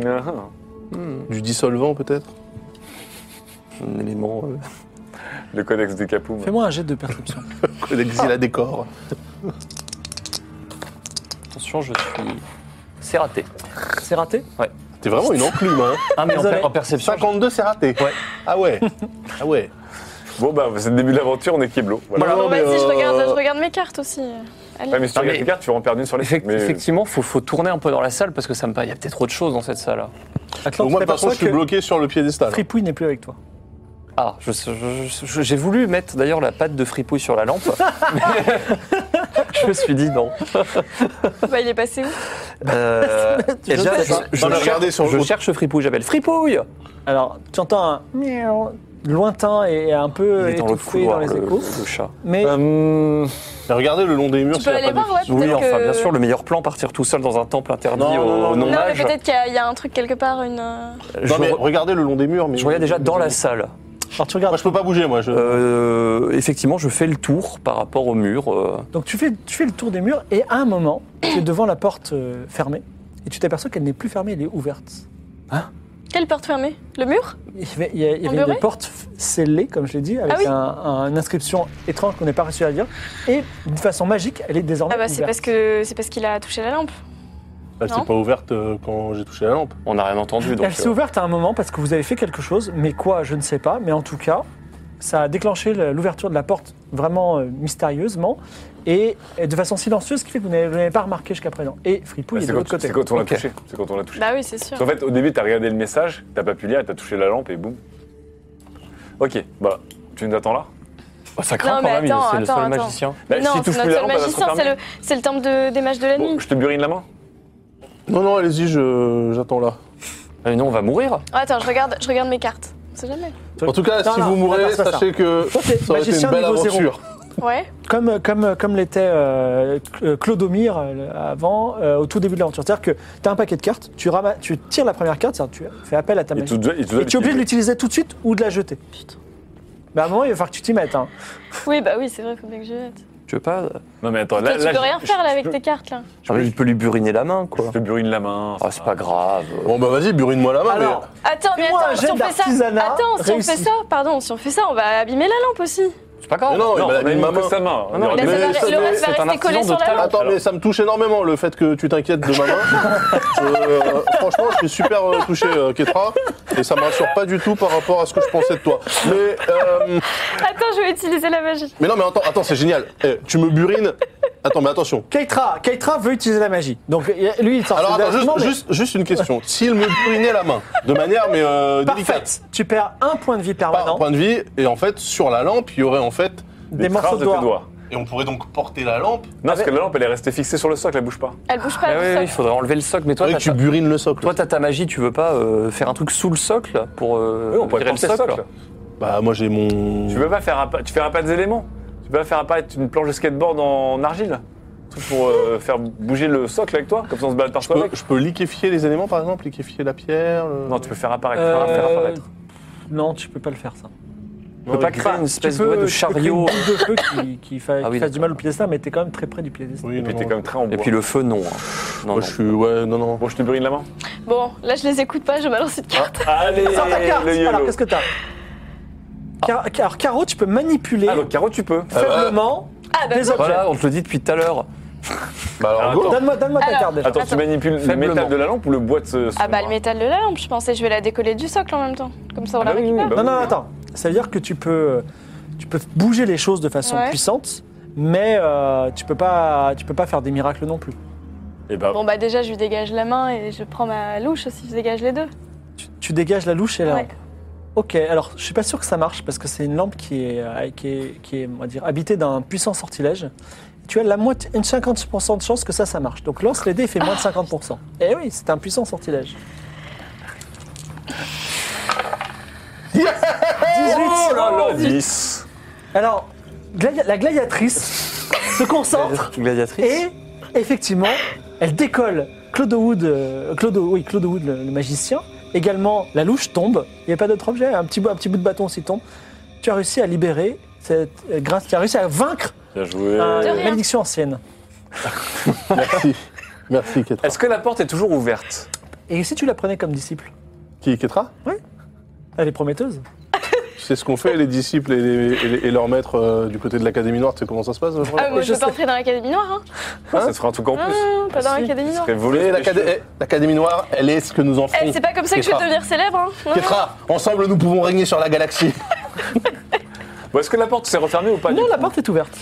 C: Ah,
D: Du dissolvant peut-être
F: Un élément. euh,
C: Le codex de Capoum.
B: Fais-moi un jet de perception.
D: L'exil à décor.
F: Attention, je suis. C'est raté.
B: C'est raté
D: T'es vraiment une enclume, hein
F: Ah, mais en,
B: Désolé.
F: per- en perception.
D: 52, c'est raté.
F: Ouais.
D: Ah ouais. Ah ouais.
C: Bon, bah, c'est le début de l'aventure, on est Keblo. Voilà.
D: Voilà,
G: Bon,
D: mais,
G: vas-y, je
D: euh,
G: regarde, je regarde mes cartes aussi. Allez.
C: Ouais, mais si tu
F: Non,
C: regardes
F: mais-
C: tes cartes, tu vas en perdre une sur les
F: Effect-
C: mais-
F: Effectivement, faut, faut tourner un peu dans la salle parce que ça me paraît. Il y a peut-être autre chose dans cette salle. là
B: Atlan,
D: Donc, moi,
B: tu
D: de toute façon,
B: t'aperçois
D: je suis
B: que
D: bloqué sur le piédestal.
B: Fripouille n'est plus avec toi.
F: Ah, je- je- je- je- j'ai voulu mettre d'ailleurs la patte de fripouille sur la lampe. mais je me suis dit non.
G: Bah, il est passé où
F: Euh, eh bien,
D: sais pas. Non, mais regardez sur le-
F: je cherche fripouille. J'appelle fripouille.
B: Alors, tu entends un miaou lointain et un peu
F: Il est dans le
B: étouffé
F: couloir,
B: dans les
F: le,
B: échos.
F: le chat.
B: Mais
F: Hum,
D: Mais Regardez le long des murs,
G: Tu
D: s'il
G: peux
D: y a
G: aller
D: pas
G: voir, ouais,
D: de-
G: peut-être
F: oui, enfin,
G: que-
F: bien sûr, le meilleur plan, partir tout seul dans un temple interdit
D: Non, non, non,
F: aux
D: non,
G: Non, mais
F: non-mages.
G: peut-être qu'il y, a- il y a un truc quelque part, une. euh,
F: Je,
D: Non, mais
F: re-
D: regardez le long des murs. Mais...
F: je regarde déjà dans la salle.
B: alors tu
D: Moi,
B: regardes.
D: je peux pas bouger, moi. Je...
F: Euh, effectivement, je fais le tour par rapport au mur. euh,
B: Donc tu fais, tu fais le tour des murs et à un moment, tu es devant la porte euh, fermée et tu t'aperçois qu'elle n'est plus fermée, elle est ouverte.
G: Quelle porte fermée Le mur
B: Il y avait, il y a- il y avait
G: Embeurré
B: des portes f- scellées, comme je l'ai dit, avec
G: Ah oui.
B: un- un- une inscription étrange qu'on n'est pas réussi à lire. Et d'une façon magique, elle est désormais
G: Ah bah c'est
B: ouverte.
G: parce que c'est parce qu'il a touché la lampe.
D: Elle s'est
G: non.
D: pas ouverte euh, quand j'ai touché la lampe.
F: on n'a rien entendu. Donc,
B: Elle s'est
F: euh,
B: ouverte à un moment parce que vous avez fait quelque chose, mais quoi, je ne sais pas. Mais en tout cas, ça a déclenché le- l'ouverture de la porte vraiment euh, mystérieusement et et de façon silencieuse, ce qui fait que vous n'avez vous n'avez pas remarqué jusqu'à présent. Et
D: Bah,
B: Fripouille est de
C: C'est
B: l'autre
C: quand,
B: côté.
C: c'est quand on l'a
F: Ok.
C: touché. C'est quand on l'a touché.
G: Bah oui, c'est sûr.
C: Parce qu'en fait, au début, t'as regardé le message, t'as pas pu lire, et t'as touché la lampe et boum. Ok, bah, tu nous attends là
F: oh, ça craint
G: Non,
F: quand
G: mais
F: même, il-
G: attends,
F: c'est le seul
G: attends, attends.
F: magicien.
G: Mais
C: Bah,
G: non,
C: s'il touche
G: c'est notre
C: plus la
G: seul
C: lampe, elle va se
G: magicien, c'est
C: refermer.
G: le, c'est le temple de- des mages de la nuit.
C: Bon, je te burine la main
D: Non, non, allez-y, je- j'attends là.
F: Ah, mais non, on va mourir.
G: Oh, attends, je regarde, je regarde mes cartes. On sait jamais.
D: En tout cas,
B: Non,
D: si
B: non,
D: vous mourrez,
B: non, c'est pas ça.
D: sachez que
B: Toi, t'es
D: ça aurait été
B: magicien
D: une belle
B: niveau zéro.
D: aventure.
G: Ouais.
B: Comme, comme, comme l'était euh, Cl- Clodomir euh, avant, euh, au tout début de l'aventure. C'est-à-dire que tu as un paquet de cartes, tu, ramas- tu tires la première carte, c'est-à-dire que tu fais appel à ta
C: Et
B: magie.
C: tu dois- et tu dois
B: Et tu es obligé de
C: l'utiliser.
B: l'utiliser tout de suite ou de la jeter. Mais à un moment, il va falloir que tu t'y mettes. hein.
G: Oui, bah oui, c'est vrai, faut bien que je jette.
F: Tu veux pas
C: Non, mais attends,
G: Toi,
C: là.
G: tu
C: là,
G: peux
C: je-
G: rien
C: je-
G: faire là
C: je
G: avec
C: peux-
G: tes cartes là.
F: Ah, mais Il peut lui buriner la main,
C: Je
F: quoi.
C: te burine la main.
F: Ah, c'est pas grave.
D: Bon, bah vas-y, burine-moi la main.
B: Alors,
G: Attends, mais
B: Fais-moi un
G: attends, si
B: jet
G: on fait ça.
B: d'artisanat
G: Attends, si on fait
B: réussi.
G: ça, pardon, si on fait ça, on va abîmer la lampe aussi.
F: C'est pas grave.
D: Mais non,
C: Non,
D: il m'a
C: on a
D: mis
C: mis
D: ma main.
C: que sa main.
F: Ah non,
C: On
G: Là,
C: dirait-
G: ça
D: mais
G: va-
D: ça,
G: le reste
F: c'est
G: va
F: un
G: rester collé sur
F: artisan
G: la
F: de
D: mais-
F: talent.
G: lampe.
D: Attends, mais ça me touche énormément le fait que tu t'inquiètes de ma main. Euh, franchement, je suis super euh, touché, euh, Ketra, et ça me rassure pas du tout par rapport à ce que je pensais de toi. Mais, euh,
G: Attends, je vais utiliser la magie.
D: mais non, mais attends, attends c'est génial. Eh, tu me burines. Attends, mais attention.
B: Keitra, Keitra veut utiliser la magie. Donc lui, il sort
D: Alors
B: ses
D: attends, juste,
B: instruments, mais-
D: juste, juste une question. S'il me burinait la main, de manière mais euh, délicate,
B: Parfaite. Ah Tu perds un point de vie
D: par
B: permanent,
D: point de vie, et en fait sur la lampe, il y aurait en fait,
B: des, morceaux
C: traces
B: de
C: de tes
B: doigts.
C: doigts.
D: et on pourrait donc porter la lampe.
C: Non, parce que la lampe, elle est restée fixée sur le socle, elle bouge pas.
G: Elle bouge
F: Ah
G: pas.
F: oui,
G: elle
F: oui, il
G: bouge
F: faudrait enlever le socle. Mais toi,
D: Faudrait
F: t'as
D: que tu
F: ta...
D: burines le socle.
F: toi, t'as ta magie, tu veux pas euh, faire un truc sous le socle pour euh,
C: Oui, on pourrait
F: virer
C: porter le socle.
D: Bah moi j'ai mon.
C: Tu peux pas faire appa- tu fais apparaître des éléments Tu peux pas faire apparaître une planche de skateboard en argile Un truc pour euh, faire bouger le socle avec toi, comme ça on se balade
D: Je
C: partout
D: peux,
C: avec
D: je peux liquéfier les éléments par exemple, liquéfier la pierre. le-
C: Non, tu peux faire apparaître.
B: Euh,
C: faire apparaître.
B: Non, tu peux pas le faire ça.
F: Tu peux pas créer une espèce de, ouais, de chariot.
B: Tu peux créer une boule de feu qui, qui fa-
F: Ah
B: qui
F: oui,
B: fasse du
F: d'accord.
B: mal au piédestal, mais t'es quand même très près du piédestal.
D: Oui,
C: Et puis
D: non,
C: t'es
D: non.
C: comme très en bois.
F: Et puis le feu, non. hein. Non,
D: Moi
F: non.
D: je suis ouais non non.
C: Bon, je te brille la main.
G: Bon, là, je les écoute pas, je balance une carte.
C: Allez,
B: Sors ta carte.
C: euh, le
B: Alors
C: yolo.
B: qu'est-ce que t'as Car- Alors Caro, tu peux manipuler
C: Ah, donc Caro, tu peux.
B: faiblement
G: Ah, bah,
B: des objets.
F: Voilà, on te le dit depuis tout à l'heure.
D: Bah alors
C: Alors,
D: go.
B: Donne-moi donne-moi ta
G: Alors,
B: carte déjà.
C: Ah, Attends, tu
G: Attends.
C: manipules le
F: Faiblement.
C: métal de la lampe ou le bois de ce.
G: Ah bah le métal de la lampe, je pensais, je vais la décoller du socle en même temps. Comme ça on
C: Ah, bah
G: la récupère.
B: Non, non, attends. Ça veut dire que tu peux, euh, tu peux bouger les choses de façon
G: Ouais.
B: puissante, mais euh, tu peux pas, tu peux pas faire des miracles non plus.
C: Et bah,
G: Bon bah déjà je lui dégage la main et je prends ma louche aussi, je dégage les deux.
B: Tu, tu dégages la louche et la
G: Ouais.
B: lampe. Ok, alors je suis pas sûr que ça marche parce que c'est une lampe qui est, euh, qui est, qui est, on va dire, habitée d'un puissant sortilège. Tu as la moitié, une 50% de chance que ça, ça marche. Donc lance les dés et fais moins
C: Ah.
B: de 50%. Eh oui, c'est un puissant sortilège.
F: Ah,
B: 18
C: Oh là là, 10
B: Alors, gladia- la gladiatrice se concentre
F: Gladiatrice.
B: et effectivement, elle décolle. Claude Wood, euh, Claude- oui, Claude Wood, le, le magicien. Également, la louche tombe. Il n'y a pas d'autre objet. Un petit, bout- un petit bout de bâton aussi tombe. tu as réussi à libérer cette euh, grâce, tu as réussi à vaincre
C: Bien joué.
B: euh,
G: De rien.
B: la malédiction ancienne.
D: Merci. Merci, Ketra.
F: Est-ce que la porte est toujours ouverte
B: Et si tu la prenais comme disciple
D: Qui, Ketra
B: Elle est prometteuse.
D: C'est ce qu'on fait, les disciples et, les- et les- et leurs maîtres euh, du côté de l'Académie Noire. Tu sais comment ça se passe
G: Ah, mais moi,
B: je
G: je peux
B: sais.
G: pas entrer dans l'académie noire. Hein.
C: Ça serait un truc en
G: Non,
C: plus.
G: non, non, Ah, pas dans
B: Si.
G: l'académie
C: Ça
G: noire.
C: serait volé.
D: L'Acadé- eh, L'Académie Noire, elle est ce que nous en
G: Eh,
D: ferons.
G: c'est pas comme ça que je vais
D: Ketra.
G: devenir célèbre. Hein. Non, non.
D: Ketra, ensemble, nous pouvons régner sur la galaxie.
G: Euh,
C: Bon, Est-ce que la porte s'est refermée ou pas du
B: non,
C: coup
B: la porte est ouverte.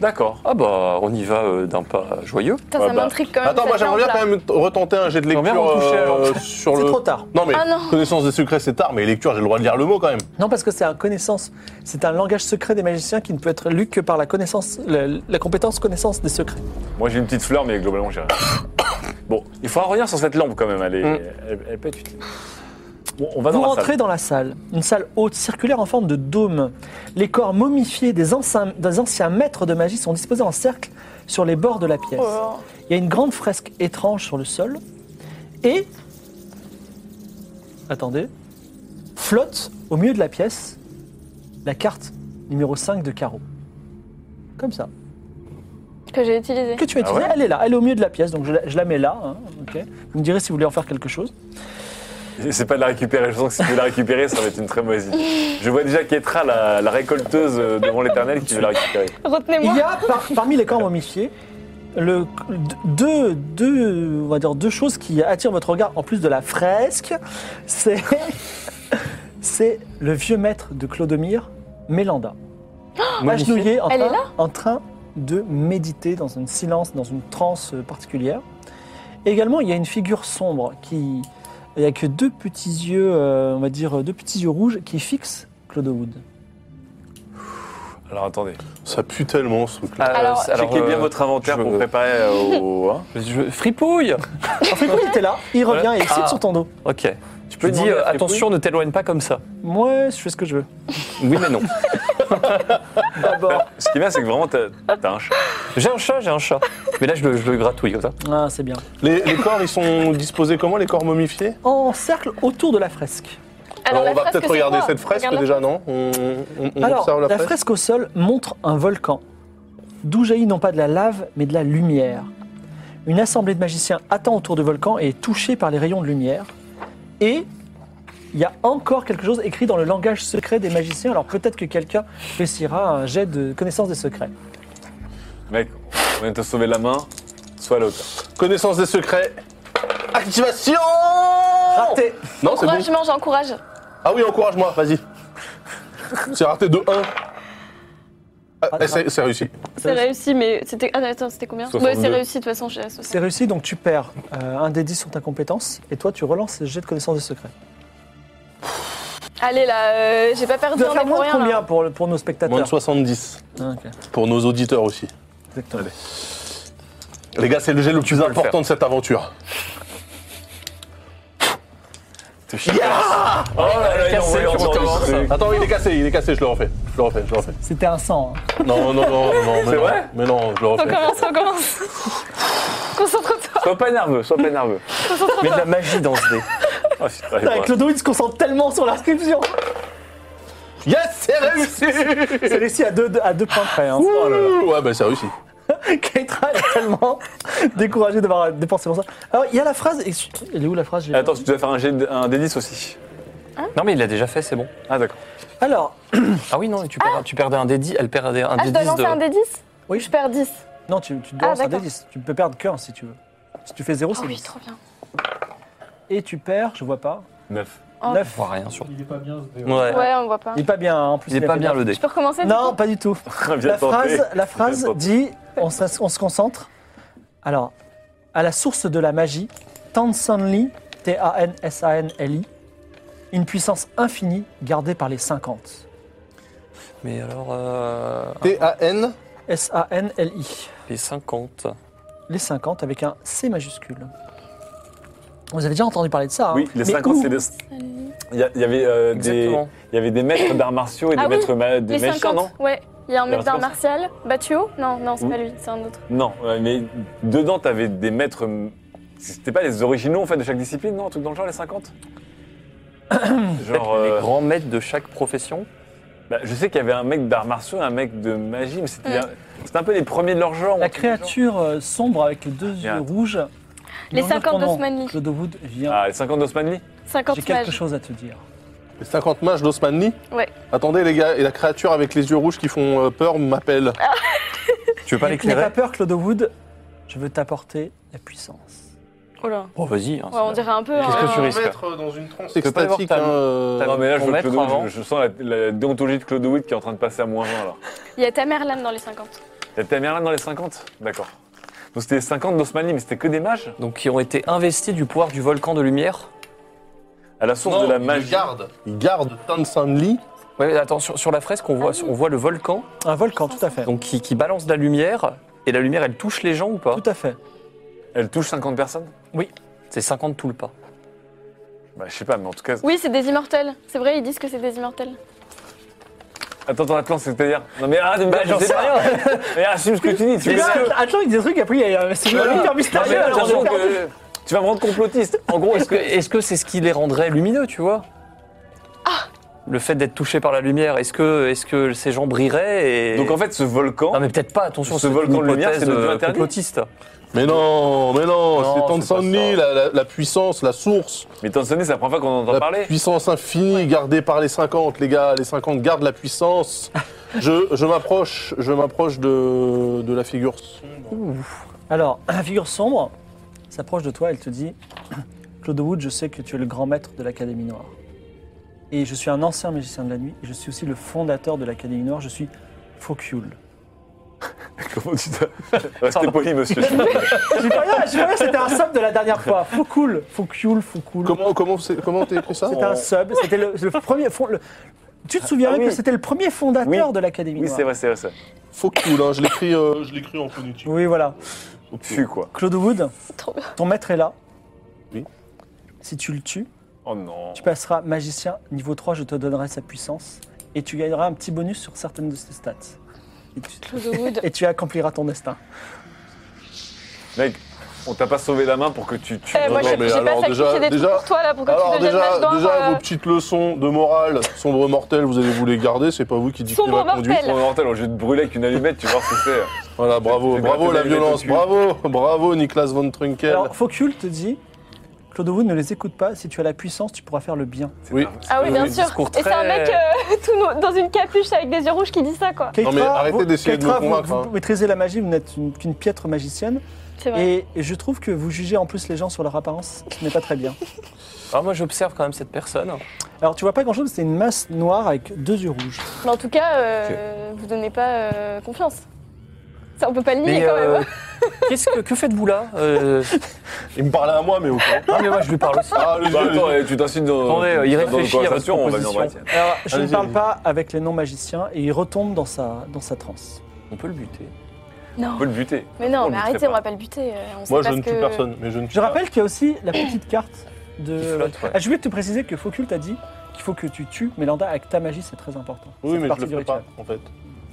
C: D'accord.
F: Ah bah, on y va euh, d'un pas joyeux.
G: Putain,
C: Ouais,
G: ça
C: bah.
G: m'intrigue quand même.
D: Attends, moi
G: cette
D: j'aimerais bien
G: lampe-là.
D: quand même retenter un jet de
F: On vient
D: lecture
F: retoucher,
D: euh,
F: alors.
D: sur
B: C'est
D: le.
B: trop tard.
D: Non mais
G: Ah, non.
D: connaissance des secrets c'est tard, mais lecture j'ai le droit de lire le mot quand même.
B: Non, parce que c'est un connaissance, c'est un langage secret des magiciens qui ne peut être lu que par la connaissance, la, la compétence connaissance des secrets.
C: Moi j'ai une petite fleur, mais globalement j'ai rien. Bon, il faudra revenir sur cette lampe quand même. Elle, est-
D: Mm.
C: elle, elle peut être utile. Bon, on va
B: Vous
C: dans la
B: rentrez
C: salle.
B: dans la salle, une salle haute, circulaire en forme de dôme. Les corps momifiés des anciens, des anciens maîtres de magie sont disposés en cercle sur les bords de la pièce.
G: Oh.
B: Il y a une grande fresque étrange sur le sol et attendez, flotte au milieu de la pièce la carte numéro 5 de carreau. Comme ça.
G: Que j'ai utilisé.
B: que tu as
C: Ah
B: utilisée,
C: ouais
B: elle est là, elle est au milieu de la pièce, donc je la, je la mets là. hein, ok. Vous me direz si vous voulez en faire quelque chose.
C: C'est pas de la récupérer. Je sens que si tu veux la récupérer, ça va être une très mauvaise idée. Je vois déjà Ketra, la, la récolteuse euh, devant l'éternel, qui veut la récupérer.
G: Retenez-moi.
B: Il y a par- parmi les corps momifiés le, deux, deux, on va dire deux choses qui attirent votre regard en plus de la fresque. C'est c'est le vieux maître de Clodomir, Mélanda, agenouillé en
G: Oh Elle
B: train,
G: est là
B: en train de méditer dans un silence, dans une transe particulière. Également, il y a une figure sombre qui il n'y a que deux petits yeux, euh, on va dire deux petits yeux rouges qui fixent Clodowood.
C: Alors attendez.
D: Ça pue tellement ce truc là.
F: Ah,
G: Alors,
F: c'est-
C: Checkez bien
F: euh,
C: votre inventaire
F: je-
C: pour préparer euh, au. hein.
F: je- Fripouille
B: Enfin, il était là, il
F: Voilà.
B: revient et il saute
F: Ah.
B: sur ton dos.
F: Ok. Tu
C: peux
F: peux
C: demander à Fripouille
F: dire, euh, attention, ne t'éloigne pas comme ça.
B: Moi, je fais ce que je veux.
F: Oui, mais non.
B: D'abord.
C: Ce qui est bien, c'est que vraiment, t'as t'as un chat.
F: J'ai un chat, j'ai un chat. Mais là, je le, je le gratouille comme ça.
B: Ah, c'est bien.
D: Les, les corps ils sont disposés comment les corps momifiés
B: En cercle autour de la fresque.
G: Alors, la
D: on va
G: fresque,
D: peut-être
G: c'est
D: regarder
G: quoi
D: cette fresque
G: Regarde la
D: déjà non On, on- on
B: Alors,
D: observe
B: la,
D: la, fresque.
B: fresque au sol montre un volcan, d'où jaillit non pas de la lave, mais de la lumière. Une assemblée de magiciens attend autour du volcan et est touchée par les rayons de lumière. Et il y a encore quelque chose écrit dans le langage secret des magiciens. Alors peut-être que quelqu'un réussira un jet de connaissance des secrets.
C: Mec, on vient de te sauver la main, soit à la hauteur.
D: Connaissance des secrets. Activation Oh,
B: Raté
D: Non c'est bon.
G: Encouragement, j'encourage.
D: Ah oui encourage-moi, vas-y. C'est raté de 1. Ah, eh, c'est c'est réussi.
G: C'est réussi, mais c'était. Ah, attends, c'était combien Ouais,
C: 62.
G: c'est réussi, de toute façon, j'ai associé.
B: C'est réussi, donc tu perds euh, un des 10 sur ta compétence et toi tu relances le jet de connaissance des secrets.
G: Allez, là, euh, j'ai pas
B: Tu
G: perdu,
B: vas
G: on est
B: faire
G: pour
B: moins de
G: rien.
B: combien
G: là.
B: pour, le- pour nos
D: Moins de
B: spectateurs
D: 70.
B: Ah, ok.
D: Pour nos auditeurs aussi.
B: Exactement.
D: Les gars, c'est le jet le plus
F: peux le
D: important
F: faire.
D: de cette aventure.
C: T'es chiant. Oh là là, il a envoyé encore du truc.
D: Attends, il est cassé, il est cassé, je le refais. Je le refais, je le refais.
B: C'était un 100. hein.
D: Non, non, non, non. mais
C: C'est
D: non.
C: vrai
D: Mais non, je le
G: On
D: refais.
G: commence, on commence. Concentre-toi.
C: Sois pas nerveux, sois pas nerveux.
F: Mais de la magie dans ce dé.
C: Oh, putain, il est
B: Putain, Avec
C: vrai.
B: le dos, il se concentre tellement sur l'inscription.
D: Yes, c'est réussi
B: C'est réussi à deux, à deux points près. Hein.
D: Oh là là. Ouais, bah c'est réussi.
B: Keitra elle est tellement découragée d'avoir euh, dépensé pour ça. Alors, il y a la phrase. et- Elle est où la phrase j'ai-
C: Eh, Attends, tu dois faire un, jet, de- un D10 aussi.
F: Non, mais il l'a déjà fait, c'est bon.
C: Ah d'accord.
B: Alors,
F: Ah oui, non, tu, perds, tu perdais un dé 10, elle perd un dé
G: Ah, je
F: 10.
G: dois lancer un D10
B: Oui.
G: Je perds 10.
B: non, tu, tu dois
G: Ah,
B: lancer un
G: d'accord.
B: D10. Tu peux perdre qu'un si tu veux. Si tu fais 0,
G: Oh
B: c'est
G: oui,
B: 10.
G: trop bien.
B: Et tu perds, je vois pas.
C: 9.
G: Oh.
B: 9.
F: voit rien sur
H: Il est pas bien ce dé.
F: Ouais.
G: Ouais, on voit pas.
B: Il est pas bien, hein, en plus.
F: Il est
B: a
F: pas
B: fait
F: bien
B: neuf.
F: le dé.
G: Je peux recommencer du
B: Non,
G: coup
B: pas du tout.
C: Bien
B: La
C: tenté.
B: phrase, euh, la phrase
C: tenté.
B: dit on se, on se concentre. Alors, à la source de la magie, Tansanli, T-A-N-S-A-N-L-I, une puissance infinie gardée par les 50.
F: Mais alors, euh,
D: T-A-N
B: S-A-N-L-I.
F: les 50.
B: Les 50 avec un C majuscule. Vous avez déjà entendu parler de ça. hein
C: Oui, les
B: Mais
C: 50,
B: où
C: c'est des... Il y, a- il y avait, euh, des,
F: Exactement.
C: il y avait des maîtres d'arts martiaux et des
G: Ah oui,
C: maîtres ma- des
G: Les
C: magiciens,
G: 50
C: non
G: Ouais. Il y a un mec
C: Alors,
G: d'art
C: c'est
G: martial. Batuo Non, non, c'est
C: Oui.
G: pas lui, c'est un autre.
C: Non, euh, mais dedans, t'avais des maîtres... C'était pas les originaux, en fait, de chaque discipline, non Un truc dans le genre, les 50 Genre...
F: Peut-être
C: euh,
F: les grands maîtres de chaque profession.
C: Bah, je sais qu'il y avait un mec d'arts martiaux et un mec de magie, mais c'était un, c'était un peu les premiers de leur genre.
B: La
C: entre les genres.
B: créature euh, sombre avec les deux
C: Bien.
B: yeux rouges.
G: Les
B: murmure
G: 50
B: pendant
G: d'Osmanli.
B: que Claude Wood vient.
C: Ah, les 50 d'Osman Lee
B: J'ai
G: 50
B: quelque
G: mages.
B: chose à te dire.
D: Les 50 mages d'Osmanli
G: Ouais.
D: Attendez les gars, et la créature avec les yeux rouges qui font euh, peur m'appelle.
F: Tu veux pas
B: N'aie pas
F: l'éclairer
B: peur, Claude Wood. Je veux t'apporter la puissance.
G: Oh là.
F: Oh, vas-y. hein,
G: Ouais, on dirait un peu. euh,
F: Qu'est-ce que
G: un-
F: tu risques
D: dans une transe
F: peux pas
D: extatique.
F: avoir ta-
D: hein, euh,
F: ta-
C: Non, mais là, je,
F: Ton
C: vois
F: maître
C: Claude Witt,
F: avant.
C: je, je sens la, la déontologie de Claude Witt qui est en train de passer à moins 1. Alors.
G: Il y a ta mère Lane dans les 50.
C: Il y a Tamerlan dans les 50 D'accord. Donc c'était les 50 d'Osman Lee, mais c'était que des mages
F: Donc qui ont été investis du pouvoir du volcan de lumière.
C: À la source
D: non,
C: de la
D: il
C: magie.
D: garde. Il garde Tansanli.
F: Ouais, mais attends, sur, sur la fresque, on voit, on voit le volcan
B: Un volcan, tout à fait.
F: donc qui, qui balance de la lumière. Et la lumière, elle touche les gens ou pas
B: Tout à fait.
C: Elle touche 50 personnes
F: C'est 50 tout le pas.
C: Bah, je sais pas, mais en tout cas.
G: Oui, c'est des immortels. C'est vrai, ils disent que c'est des immortels.
C: Attends, attends, attends, c'est-à-dire.
F: Bah,
C: Non, mais arrête de me dire, je sais rien Mais assume ce que tu dis,
B: Tu
C: tu veux
B: vois,
C: que.
B: Atlan, il dit des trucs, après, il y a- euh, c'est hyper
C: Non, mais
B: mystérieux.
C: là, j'ai
B: alors, euh,
C: l'impression
B: on est perdu.
C: que. Tu vas me rendre complotiste
F: En gros, est-ce que est-ce que c'est -ce, qui les rendrait lumineux, tu vois Le fait d'être touché par la lumière, est-ce que, est que ces gens brilleraient et...
C: Donc en fait, ce volcan.
F: Non, mais peut-être pas, attention,
C: Ce
F: c'est
C: volcan
F: une
C: de lumière, c'est
F: hypothèse,
C: devenu
F: euh,
C: interdit
F: complotiste.
D: Mais non, mais non,
F: Non,
D: c'est
F: c'est pas
D: Tansanli,
F: ça.
D: la, la- la puissance, la source.
C: Mais Tanzanie, c'est la première fois qu'on en entend
D: la
C: parler.
D: puissance infinie gardée par les 50, les gars. Les 50 gardent la puissance. je je m'approche je m'approche de, de la figure sombre.
B: Alors, la figure sombre s'approche de toi, elle te dit Claude Wood, je sais que tu es le grand maître de l'Académie Noire. Et je suis un ancien magicien de la nuit, et je suis aussi le fondateur de l'Académie Noire, je suis Focule.
C: Comment tu t'as. Restez poli, monsieur. Bah,
B: J'ai pas rien, j'ai pas rien, c'était un sub de la dernière fois. Focule, Focule, Focule.
D: Comment comment c'est- comment t'as écrit ça
B: C'était un sub, c'était le, le premier. fond- le- tu te souviens
C: Ah
B: que
C: oui.
B: c'était le premier fondateur
C: Oui.
B: de l'Académie
C: Oui,
B: Noire
C: c'est vrai, c'est vrai, ça.
D: Faut que tu là, je l'écris euh, je l'écris en phonétique.
B: Oui, voilà.
C: Tu quoi
B: Claude Wood,
G: Trop bien.
B: ton maître est là.
D: Oui.
B: Si tu le tues,
C: Oh non.
B: Tu passeras magicien niveau 3, je te donnerai sa puissance et tu gagneras un petit bonus sur certaines de ses stats. Et tu,
G: Claude Wood.
B: et tu accompliras ton destin.
C: Mec, on t'a pas sauvé la main pour que tu tues.
G: Eh, moi,
D: Non,
G: j'ai
D: mais
G: j'ai pas
D: alors,
G: sacrifié
D: déjà-
G: des trucs
D: déjà-
G: pour toi là pour que
D: Alors
G: tu deviennes
D: déjà,
G: mage noir.
D: déjà
G: euh,
D: vos petites leçons de morale, sombre mortel, vous allez vous les garder, c'est pas vous qui dictez
G: Sombre
D: la conduite.
G: mortel.
C: Mon mortel, alors, je vais te brûler avec une allumette, tu vois ce que c'est.
D: Voilà, bravo,
C: J'ai
D: bravo
C: gratté
D: la
C: des lunettes
D: violence,
C: au cul.
D: bravo, bravo Nicolas von Trunkel.
B: Alors, Focul te dit Claude Wood ne les écoute pas, si tu as la puissance, tu pourras faire le bien.
D: oui.
G: Ah oui, bien
F: Oui,
G: sûr.
F: discours
G: Et c'est un
F: très-
G: mec euh, tout no- dans une capuche avec des yeux rouges qui dit ça, quoi.
D: Non, mais
B: Keitra,
D: arrêtez
B: vous-
D: d'essayer de me
B: Keitra, vous-
D: convaincre,
B: Vous,
D: hein.
B: maîtrisez la magie, vous n'êtes une- qu'une piètre magicienne.
G: C'est vrai.
B: Et, et je trouve que vous jugez en plus les gens sur leur apparence, ce n'est pas très bien.
F: Alors moi, j'observe quand même cette personne.
B: Alors, tu vois pas grand chose, c'est une masse noire avec deux yeux rouges.
G: Mais en tout cas, euh, vous donnez pas euh, confiance. Ça, on peut pas le nier
F: Mais
G: quand
F: euh,
G: même. hein.
F: qu'est-ce que, que faites-vous là Euh,
D: Il me parlait à moi, mais au courant.
F: ah, mais moi, je lui parle aussi.
D: Ah, le
C: Bah,
D: jeu,
C: attends, eh, tu t'insultes dans,
F: Attendez, euh, il
C: dans une
F: réfléchit à votre
C: conversation, on va
F: proposition.
C: dire, ouais, tiens.
B: Alors, je ne
D: Allez-y,
B: parle
D: allez-y.
B: pas avec les non-magiciens et il retombe dans sa, dans sa transe.
F: On peut le buter.
C: on
G: Non.
C: peut le buter.
G: Mais
C: on
G: non,
C: le
G: mais
C: buterait
G: arrêtez,
C: pas.
G: on va pas le buter. euh, On sait
D: Moi,
G: pas
D: je ne
G: ce
D: tue
G: que-
D: personne, mais je ne tue
B: Je rappelle qu'il y a aussi la petite carte de.
F: Qui flotte, ouais.
B: Ah, je voulais te préciser que Focul t'a dit qu'il faut que tu tues Mélanda avec ta magie, c'est très important.
D: pas. Oui,
B: Ça fait
D: mais je
B: partie
D: le
B: du
D: fais
B: rituel,
D: pas, en fait.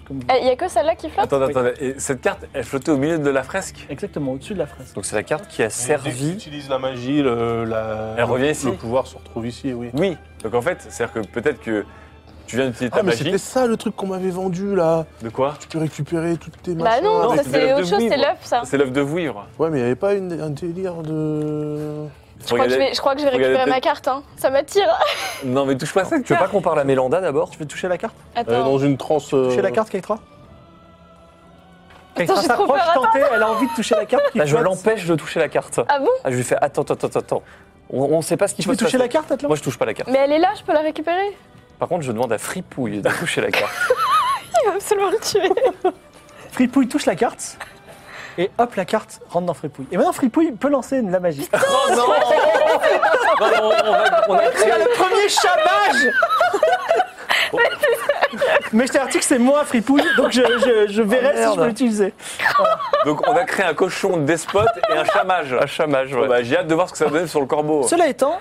B: comme vous.
G: Eh, Il y a que celle-là qui flotte.
C: Attends, attends, et cette carte, elle flottait au milieu de la fresque
B: Exactement, au-dessus de la fresque.
D: Euh.
F: Donc c'est la carte qui a
D: Dès que
F: servi.
D: t'utilises la magie, le, la-
C: Elle revient ici.
D: le pouvoir se retrouve ici, oui.
C: Oui. Donc en fait, c'est-à-dire que peut-être que tu viens d'utiliser ta
D: Ah, mais
C: magie.
D: c'était ça le truc qu'on m'avait vendu, là.
C: De quoi
D: Tu peux récupérer toutes tes
G: Bah
D: machines.
G: non,
C: Non,
G: ça
C: c'est
G: c'est
C: l'œuf de
G: autre chose,
C: Wivre.
G: c'est l'œuf ça.
C: C'est l'œuvre de Vouivre.
D: Ouais, mais il n'y avait pas une- un délire de...
G: Je crois, que je, vais, je crois que je vais
C: Regardez
G: récupérer ma
C: peut-être-
G: carte, hein. ça m'attire.
C: Non, mais touche pas à cette
F: Tu veux
C: carte.
F: pas qu'on parle à Mélanda d'abord
B: Tu veux toucher la carte
D: Elle est
G: Attends,
D: Euh, dans une transe...
B: Toucher
D: euh,
B: la carte, Keitra
G: Attends, j'ai trop peur, attends.
B: tentée, elle a envie de toucher la carte. qui
F: Là, Bah, je
B: flotte.
F: l'empêche de toucher la carte.
G: ah bon
F: Ah, je lui fais attends, attends, attends, attends. On, on sait pas ce qu'il
B: Tu
F: faut
B: veux toucher la carte, Atlan
F: Moi, je touche pas la carte.
G: Mais elle est là, je peux la récupérer
F: Par contre, je demande à Fripouille de toucher la carte.
G: Il va absolument le tuer.
B: Fripouille touche la carte. Et hop, la carte rentre dans Fripouille. Et maintenant, Fripouille peut lancer une- la magie.
F: Oh non Non, non, on, va- on a créé.
B: C'est le premier chabage Mais je t'ai dit que c'est moi, Fripouille, donc je, je- je verrai
F: Oh,
B: si je peux
F: merde.
B: l'utiliser.
C: Donc on a créé un cochon despote et un chamage.
F: Un chamage, ouais.
C: Bon, bah, J'ai hâte de voir ce que ça va donner sur le corbeau.
B: Cela étant,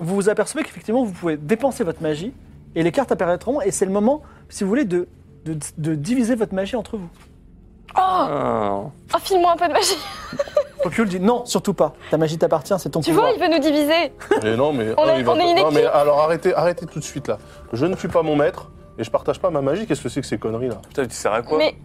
B: vous vous apercevez qu'effectivement, vous pouvez dépenser votre magie et les cartes apparaîtront. Et c'est le moment, si vous voulez, de, de, de diviser votre magie entre vous.
G: Oh,
F: Ah.
G: oh file-moi un peu de magie.
B: Focul dit non, surtout pas. Ta magie t'appartient, c'est ton
G: Tu
B: pouvoir.
G: vois, il veut nous diviser.
D: Mais non, mais.
G: On
D: ah,
G: est-
D: il va-
G: on est une
D: non, mais
G: équipe.
D: alors arrêtez, arrêtez tout de suite là. Je ne tue pas mon maître. Et je partage pas ma magie, qu'est-ce que c'est que ces conneries là
C: Putain, tu sers à quoi
G: Mais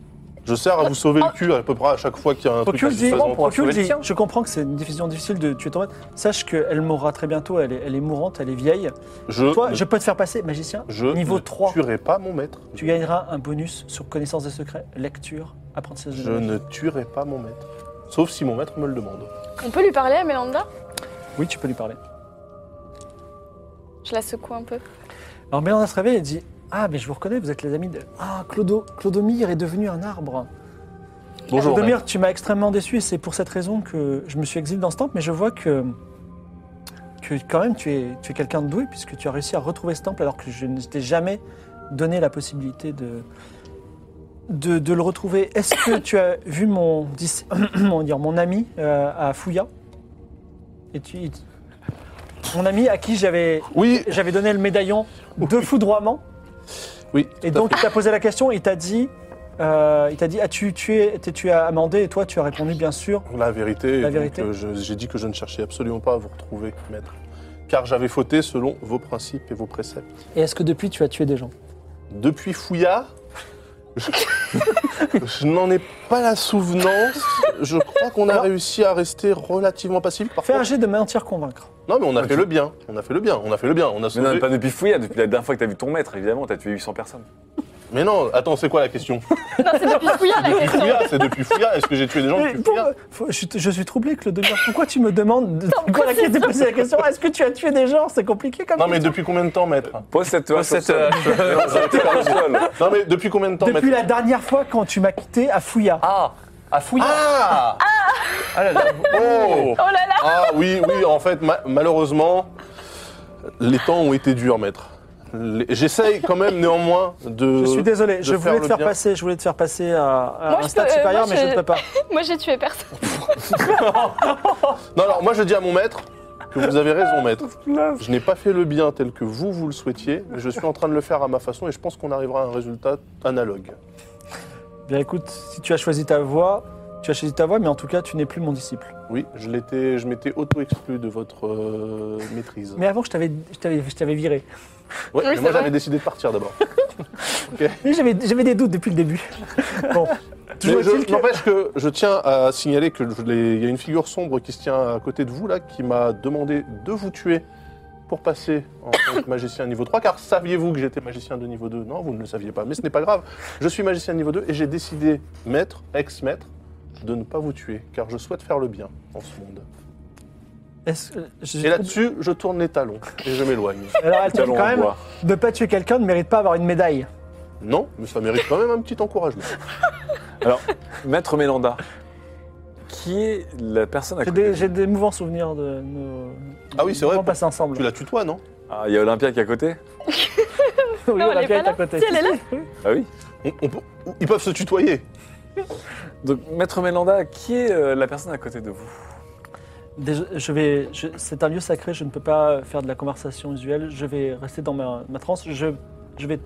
D: Je sers à vous sauver le cul à peu près à chaque fois qu'il y a un truc
B: Procule dit,
D: satisfaisant.
B: Procule
F: sauver le
B: dit, je comprends que c'est une décision difficile de tuer ton maître. Sache qu'elle mourra très bientôt, elle est, elle est mourante, elle est vieille.
D: Je,
B: Toi,
D: ne-
B: je peux te faire passer, magicien,
D: je
B: niveau
D: ne
B: 3.
D: tuerai pas mon maître.
B: Tu gagneras un bonus sur connaissance des secrets, lecture, apprentissage de
D: Je
B: la magie.
D: ne tuerai pas mon maître. Sauf si mon maître me le demande.
G: on peut lui parler à Mélanda
B: Oui, tu peux lui parler.
G: Je la secoue un peu.
B: Alors Mélanda se réveille et dit Ah, mais je vous reconnais, vous êtes les amis de. Ah, Clodo, Clodomir est devenu un arbre.
D: Bonjour. maître.
B: Clodomir, tu m'as extrêmement déçu et c'est pour cette raison que je me suis exilé dans ce temple, mais je vois que. que quand même, tu es, tu es quelqu'un de doué puisque tu as réussi à retrouver ce temple alors que je ne t'ai jamais donné la possibilité de. de, de le retrouver. Est-ce que tu as vu mon. dis- comment dire, mon ami euh, à Fouya Et tu. Mon ami à qui j'avais
D: Oui,
B: j'avais donné le médaillon de foudroiement.
D: oui.
B: Et donc, il t'a posé la question, il t'a dit, euh, il t'a dit, as-tu tué, t'es-tu amendé Et toi, tu as répondu, bien sûr.
D: La vérité,
B: La
D: donc,
B: vérité.
D: euh, je- j'ai dit que je ne cherchais absolument pas à vous retrouver, maître. Car j'avais fauté selon vos principes et vos préceptes.
B: Et est-ce que depuis, tu as tué des gens
D: Depuis Fouillard, je, je n'en ai pas la souvenance. Je crois qu'on a
B: Alors
D: réussi à rester relativement passif. Par
B: Fais un
D: contre-
B: jet de mentir convaincre.
D: non, mais on a
C: Ah,
D: fait
C: tu-
D: le bien. On a fait le bien. On a fait le bien. On a
C: Mais non,
D: sauvé.
C: mais pas depuis Fouillade, depuis la dernière fois que t'as vu ton maître, évidemment, t'as tué 800 personnes.
D: Mais non, attends, c'est quoi la question
G: Non, Ah, c'est depuis Fouillard la
D: Depuis
G: question.
D: Fouillard, c'est depuis Fouillard. Est-ce que j'ai tué des gens
B: Mais
D: depuis
B: pour-
D: Fouillard
B: faut- je, je suis troublé que le demi Pourquoi tu me demandes de, pourquoi la, de poser la question Est-ce que tu as tué des gens C'est compliqué comme
D: Non, mais
B: question.
D: depuis combien de temps, maître
C: Pose cette hache
F: Pose
C: au
F: cette
C: sol. Non, j'aurais pu faire le sol.
D: Non, mais depuis combien de temps,
B: Depuis
D: maître
B: la dernière fois quand tu m'as quitté à Fouya.
F: Ah À fouiller
D: Ah
F: Ah là là.
D: Oh
G: Oh là là
D: Ah oui, oui, en fait, ma- malheureusement, les temps ont été durs, maître. Les- J'essaye quand même néanmoins de.
B: je suis désolé,
D: de
B: je voulais te
D: le
B: faire
D: bien.
B: passer, je voulais te faire passer à, à
G: Moi,
B: un
G: je
B: stade
G: peux- euh,
B: supérieur,
G: moi,
B: mais je ne
G: je-
B: peux pas.
G: Moi j'ai tué personne.
D: Non, alors moi je dis à mon maître que vous avez raison, maître. Je n'ai pas fait le bien tel que vous, vous le souhaitiez, mais je suis en train de le faire à ma façon et je pense qu'on arrivera à un résultat analogue.
B: Eh Bien écoute, si tu as choisi ta voie, tu as choisi ta voie, mais en tout cas, tu n'es plus mon disciple.
D: Oui, je l'étais, je m'étais auto-exclu de votre euh, maîtrise.
B: Mais avant, je t'avais, je t'avais, je t'avais viré.
D: Ouais,
G: Oui,
D: mais
G: c'est
D: moi
G: vrai.
D: j'avais décidé de partir d'abord.
B: Mais J'avais, j'avais des doutes depuis le début. Bon, toujours
D: Mais je-
B: est-il que-
D: N'empêche que je tiens à signaler que je l'ai- il y a une figure sombre qui se tient à côté de vous là, qui m'a demandé de vous tuer pour passer en tant que magicien niveau 3, car saviez-vous que j'étais magicien de niveau 2 Non, vous ne le saviez pas, mais ce n'est pas grave. Je suis magicien de niveau 2 et j'ai décidé, maître, ex-maître, de ne pas vous tuer, car je souhaite faire le bien en ce monde.
B: est-ce que- je-
D: Et là-dessus, je tourne les talons et je m'éloigne.
B: Alors, elle te dit
C: Talon
B: quand
C: en
B: même,
C: bois.
B: de pas tuer quelqu'un ne mérite pas avoir une médaille.
D: Non, mais ça mérite quand même un petit encouragement.
C: Alors, maître Mélanda, qui est la personne à
B: J'ai
C: côté de
B: des,
C: vous
B: j'ai des mouvants souvenirs de nos.
D: Ah oui, c'est vrai,
B: On passe ensemble.
D: Tu la tutoies, non
C: Ah, il y a Olympia qui est à côté
B: Oui,
G: Non, elle
B: Olympia
G: est pas là.
B: à côté.
G: Si, elle est là.
C: Ah oui.
D: On- on peut- Ils peuvent se tutoyer.
C: Donc, maître Mélanda, qui est euh, la personne à côté de vous
B: Déjà, je vais, je- c'est un lieu sacré. Je ne peux pas faire de la conversation usuelle. Je vais rester dans ma, ma transe. Je, je vais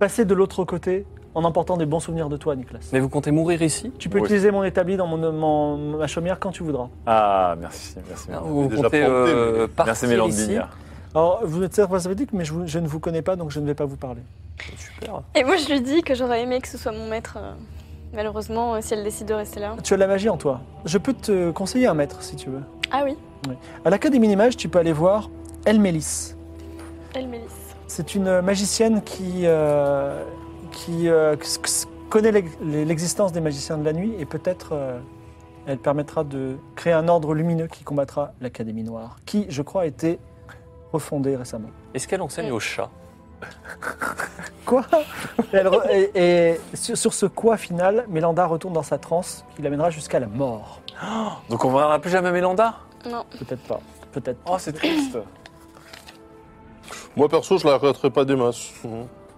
B: passer de l'autre côté en emportant des bons souvenirs de toi, Nicolas.
F: Mais vous comptez mourir ici
B: Tu peux
C: Oui.
B: utiliser mon établi dans mon, mon- ma chaumière quand tu voudras.
C: Ah, merci, merci. Mélanda.
F: Vous
D: déjà
F: comptez
D: planté,
F: euh,
C: Merci
F: partir ici
C: Mélandine.
B: Alors, vous êtes sympathique, mais je, vous- je ne vous connais pas, donc je ne vais pas vous parler.
F: Super.
G: Et moi je lui dis que j'aurais aimé que ce soit mon maître. euh, Malheureusement, euh, si elle décide de rester là.
B: Tu as de la magie en toi. Je peux te conseiller un maître, si tu veux.
G: Ah oui,
B: À l'Académie des Mages, tu peux aller voir Elmélis.
G: elle Mélisse.
B: C'est une magicienne qui, euh, qui euh, c- c- connaît l'ex- l'existence des magiciens de la nuit et peut-être euh, elle permettra de créer un ordre lumineux qui combattra l'Académie Noire, qui, je crois, a été refondée récemment.
F: Est-ce qu'elle enseigne au chat
B: Bah Quoi et, elle re- et- et sur, sur ce quoi final, Mélanda retourne dans sa transe qui l'amènera jusqu'à la mort.
C: Donc, on ne verra plus jamais Mélanda
G: Non.
B: Peut-être pas. Peut-être.
C: Oh, c'est triste.
D: Moi perso, je la regretterai pas des masses.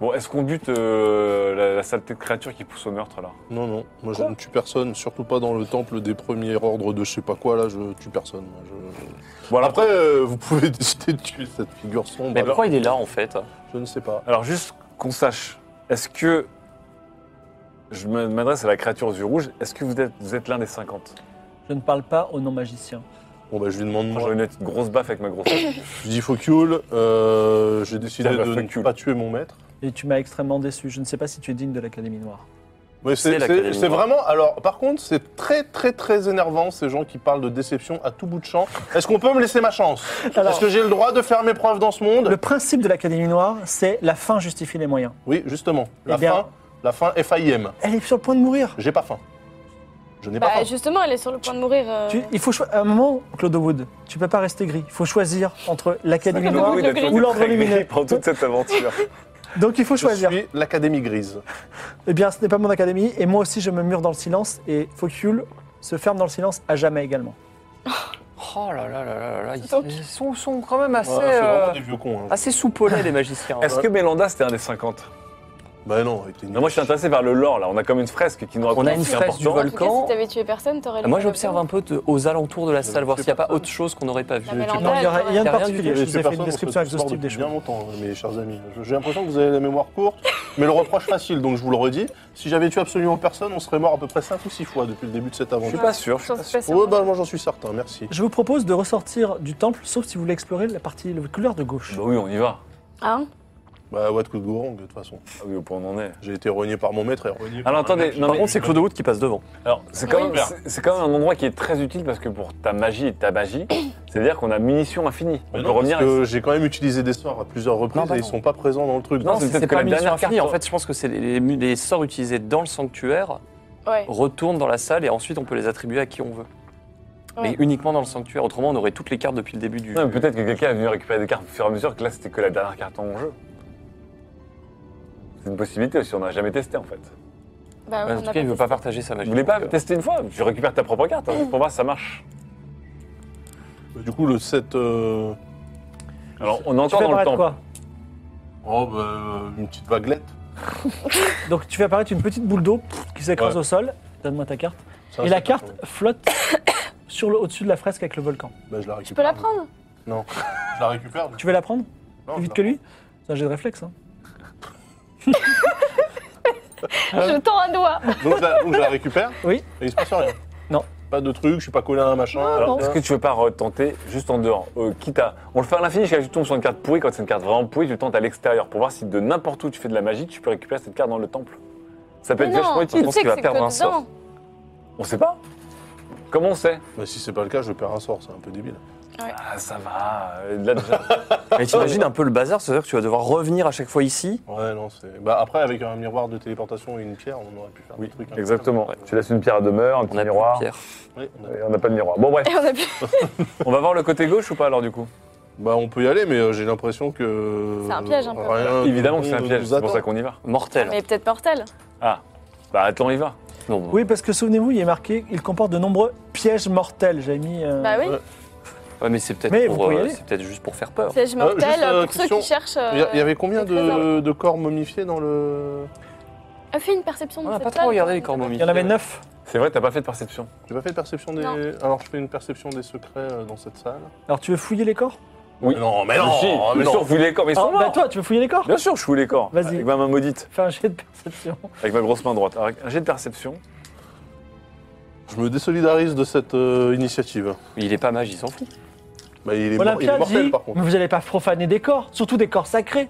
C: Bon, est-ce qu'on bute euh, la, la saleté de créature qui pousse au meurtre, là
D: Non, non, moi je
B: Quoi
D: ne tue personne, surtout pas dans le temple des premiers ordres de je sais pas quoi, là je tue personne. moi, je-
C: Bon, alors,
D: Après, euh, vous pouvez décider de tuer cette figure sombre,
F: Mais
D: alors,
F: pourquoi il est là en fait
D: je ne sais pas.
C: Alors juste qu'on sache, est-ce que je me- m'adresse à la créature aux yeux rouges, est-ce que vous êtes, vous êtes l'un des 50
B: Je ne parle pas aux non-magiciens.
D: Bon bah je lui demande
C: Moi
D: moi.
C: j'aurais une petite grosse baffe avec ma grosse.
D: Je lui dis fuck you, euh, j'ai décidé
C: Putain, bah,
D: de
C: fuck
D: ne
C: you.
D: pas tuer mon maître.
B: et tu m'as extrêmement déçu. Je ne sais pas si tu es digne de l'Académie Noire.
D: Mais
F: C'est
D: c'est-
F: l'Académie
D: c'est c'est
F: Noire.
D: vraiment. Alors, par contre, c'est très, très, très énervant ces gens qui parlent de déception à tout bout de champ. Est-ce qu'on peut me laisser ma chance
B: Alors-
D: Est-ce que j'ai le droit de faire mes preuves dans ce monde
B: Le principe de l'Académie Noire, c'est la fin justifie les moyens.
D: Oui, justement. La
B: Eh bien-
D: fin, la fin FIM.
B: Elle est sur le point de mourir.
D: J'ai pas faim. Je n'ai pas
G: Bah,
D: faim.
G: justement, elle est sur le point de mourir. euh.
B: Tu- il faut cho- à un moment, Claude Wood, tu peux pas rester gris. Il faut choisir entre l'Académie
G: C'est
B: Noire
G: Claude Wood, le gris.
B: ou l'Ordre Lumineux.
C: pendant toute cette aventure.
B: Donc il faut
D: Je
B: choisir.
D: suis l'Académie grise.
B: Eh bien, ce n'est pas mon académie, et moi aussi je me mure dans le silence, et Focule se ferme dans le silence à jamais également.
F: Oh là là là là là, ils
G: Donc-
F: ils sont, sont quand même assez,
D: Ouais, c'est
F: euh,
D: vraiment des vieux cons. hein.
F: assez soupolés, les magiciens. hein.
C: Est-ce que Mélanda, c'était un des 50
D: Bah non, t'es nul.
C: Non, moi je suis intéressé par le lore là, on a comme une fresque qui nous raconte
F: a une
C: ce qui est
F: fresque du
C: important.
G: En tout cas,
F: volcan. Ah,
G: si t'avais tué personne, t'aurais le
F: Moi,
G: coup
F: j'observe
G: de-
F: un peu de- aux alentours de la salle, voir
D: sais
F: s'il n'y a
D: pas.
F: pas autre chose qu'on n'aurait pas vu.
G: La mélangée.
B: Non, il y a, il y a une
F: Rien
D: Il y
B: particulier,
D: avait
B: je vous
D: ces
B: ai fait une
D: personnes, on se
B: description
D: fait ce sport
B: exhaustive des
D: depuis
B: choses.
D: Bien longtemps, mes chers amis. Je- J'ai l'impression que vous avez la mémoire courte, mais le reproche facile, donc je vous le redis. Si j'avais tué absolument personne, on serait mort à peu près 5 ou 6 fois depuis le début de cette
F: Je suis
D: aventure.
F: pas sûr. je suis
G: J'en
F: pas
G: suis pas
D: Ouais,
G: sûre.
D: bah moi j'en suis certain, merci.
B: Je vous propose de ressortir du temple, sauf si vous voulez explorer la partie, le couloir de gauche.
C: Bah oui, on y va.
G: Hein
D: Bah, what could go wrong, de toute façon.
C: Ah oui, au point où on en est.
D: J'ai été rogné par mon maître et rogné par
C: Alors
D: un
C: attendez,
D: mec.
C: non
F: Par
C: mais
F: contre, c'est Claude Wood qui passe devant.
C: alors, c'est quand, même- c'est- c'est quand même un endroit qui est très utile parce que pour ta magie et ta magie, c'est-à-dire qu'on a munitions infinies. On
D: Mais
C: peut
D: non,
C: revenir.
D: parce
C: avec-
D: que j'ai quand même utilisé des sorts à plusieurs reprises
F: Non, bah
D: et ils
F: non.
D: sont pas présents dans le truc.
C: Non,
F: Non,
C: c'est
F: c'est
C: peut-être que
F: pas
C: la
F: munitions
C: dernière
F: infinies. En
C: carte-
F: fait, je pense que c'est les, les- les sorts utilisés dans le sanctuaire
G: Ouais.
F: retournent dans la salle et ensuite on peut les attribuer à qui on veut. Mais
G: Ouais.
F: uniquement dans le sanctuaire. Autrement, on aurait toutes les cartes depuis le début du.
C: Non, mais peut-être que quelqu'un est venu récupérer des cartes au fur et à mesure que là c'était que la dernière carte en jeu. C'est une possibilité aussi, on n'a jamais testé en fait.
G: Bah,
F: Ouais,
G: on
F: en tout
G: a
F: cas, il
G: pas
F: veut pas partager sa magie.
C: Vous voulez pas
F: Donc, euh,
C: tester une fois Tu récupères ta propre carte hein, pour voir si ça marche.
D: Bah, Du coup, le 7. euh,
C: Alors on est
B: Tu
C: encore
B: fais
C: dans le
B: apparaître
C: temps.
B: quoi
D: Oh, bah, euh, une petite vaguelette.
B: Donc tu fais apparaître une petite boule d'eau pff, qui s'écrase
D: Ouais.
B: au sol. Donne-moi ta carte.
D: Ça,
B: Et
D: c'est
B: la
D: pas
B: carte
D: grave.
B: flotte sur le, au-dessus de la fresque avec le volcan.
D: Bah, je la
G: Je
D: récupère.
G: peux la prendre
D: Non. Je la récupère.
B: Tu veux la prendre
D: Non,
B: Plus vite
D: je
B: que
D: la-
B: lui C'est un jet de réflexe. hein.
F: Ah.
G: Je tends un doigt.
D: Donc, je la, donc, je la récupère
B: Oui.
D: Et il se passe rien.
B: Non.
D: Pas de truc, je suis pas collé à un machin. alors,
G: Hein
C: Alors, est-ce que tu veux pas retenter juste en dehors Euh, Quitte à. On le fait à l'infini jusqu'à ce que tu tombes sur une carte pourrie. Quand c'est une carte vraiment pourrie, tu le tentes à l'extérieur pour voir si de n'importe où tu fais de la magie, tu peux récupérer cette carte dans le temple. Ça peut
F: Bah,
G: Mais
C: être vachement
G: non,
C: utile.
G: tu sais que c'est que
C: sort.
G: dedans.
C: On sait pas. Comment on sait
D: Bah, si c'est pas le cas, je perds un sort, c'est un peu débile.
C: Ah, ça va. euh, Là déjà.
F: Mais t'imagines un peu le bazar, c'est-à-dire que tu vas devoir revenir à chaque fois ici.
D: Ouais, non, c'est. Bah, après, avec un miroir de téléportation et une pierre, on aurait pu faire
C: oui,
D: des trucs.
C: exactement. Tu laisses une pierre à demeure, un
F: On
C: petit
F: a plus de
C: miroir.
F: pierre.
D: Oui, on a-
C: Et on n'a pas de miroir. Bon, bref.
G: Et on a pu-
C: on va voir le côté gauche ou pas alors du coup
D: Bah, on peut y aller, mais euh, j'ai l'impression que.
G: C'est un piège, un peu.
D: Rien
C: Évidemment
D: de
C: que c'est un
D: bon
C: piège.
D: nous
C: C'est pour
D: attend.
C: ça qu'on y va.
F: Mortel.
G: Mais peut-être mortel.
C: Bah, attends, on y va.
F: Non, non.
B: Oui, parce que souvenez-vous, il est marqué il comporte de nombreux pièges mortels. J'avais mis. euh,
G: Bah oui,
D: ouais.
F: Ouais, mais c'est peut-être
B: Mais vous
F: pour,
B: pouvez y
F: euh,
B: aller.
F: c'est peut-être juste pour faire peur.
G: piège mortel
D: juste, euh,
G: pour ceux
D: question.
G: qui cherchent.
D: Il y a- il y avait
G: euh,
D: combien
G: des trésors.
D: de, de corps momifiés dans le.
G: Ah, Fais une perception de
F: On n'a
G: cette
F: pas
G: salle,
F: trop regardé
G: quand
F: les corps
G: même.
F: momifiés.
B: Il y en avait neuf.
C: C'est vrai, t'as pas fait de perception.
D: J'ai pas fait de perception des.
G: Non.
D: Alors, je fais une perception des secrets euh, dans cette salle.
B: Alors tu veux fouiller les corps
C: Oui. Ah,
D: Non, mais
C: Mais si,
D: non, mais
C: bien sûr,
D: non.
C: je fouille les corps, mais ils sont
B: Ah, bah
C: morts.
B: toi, tu veux fouiller les corps
C: Bien sûr, je fouille les corps.
B: Vas-y.
C: Avec ma main maudite.
B: Fais un jet de perception.
C: Avec ma grosse main droite. Alors, Un jet de perception.
D: Je me désolidarise de cette euh, initiative.
F: Mais Il est pas mage, il s'en fout.
D: Bah, il est, mor- il est
B: Olympia
D: mortel,
B: dit
D: par contre.
B: Mais vous n'allez pas profaner des corps, surtout des corps sacrés.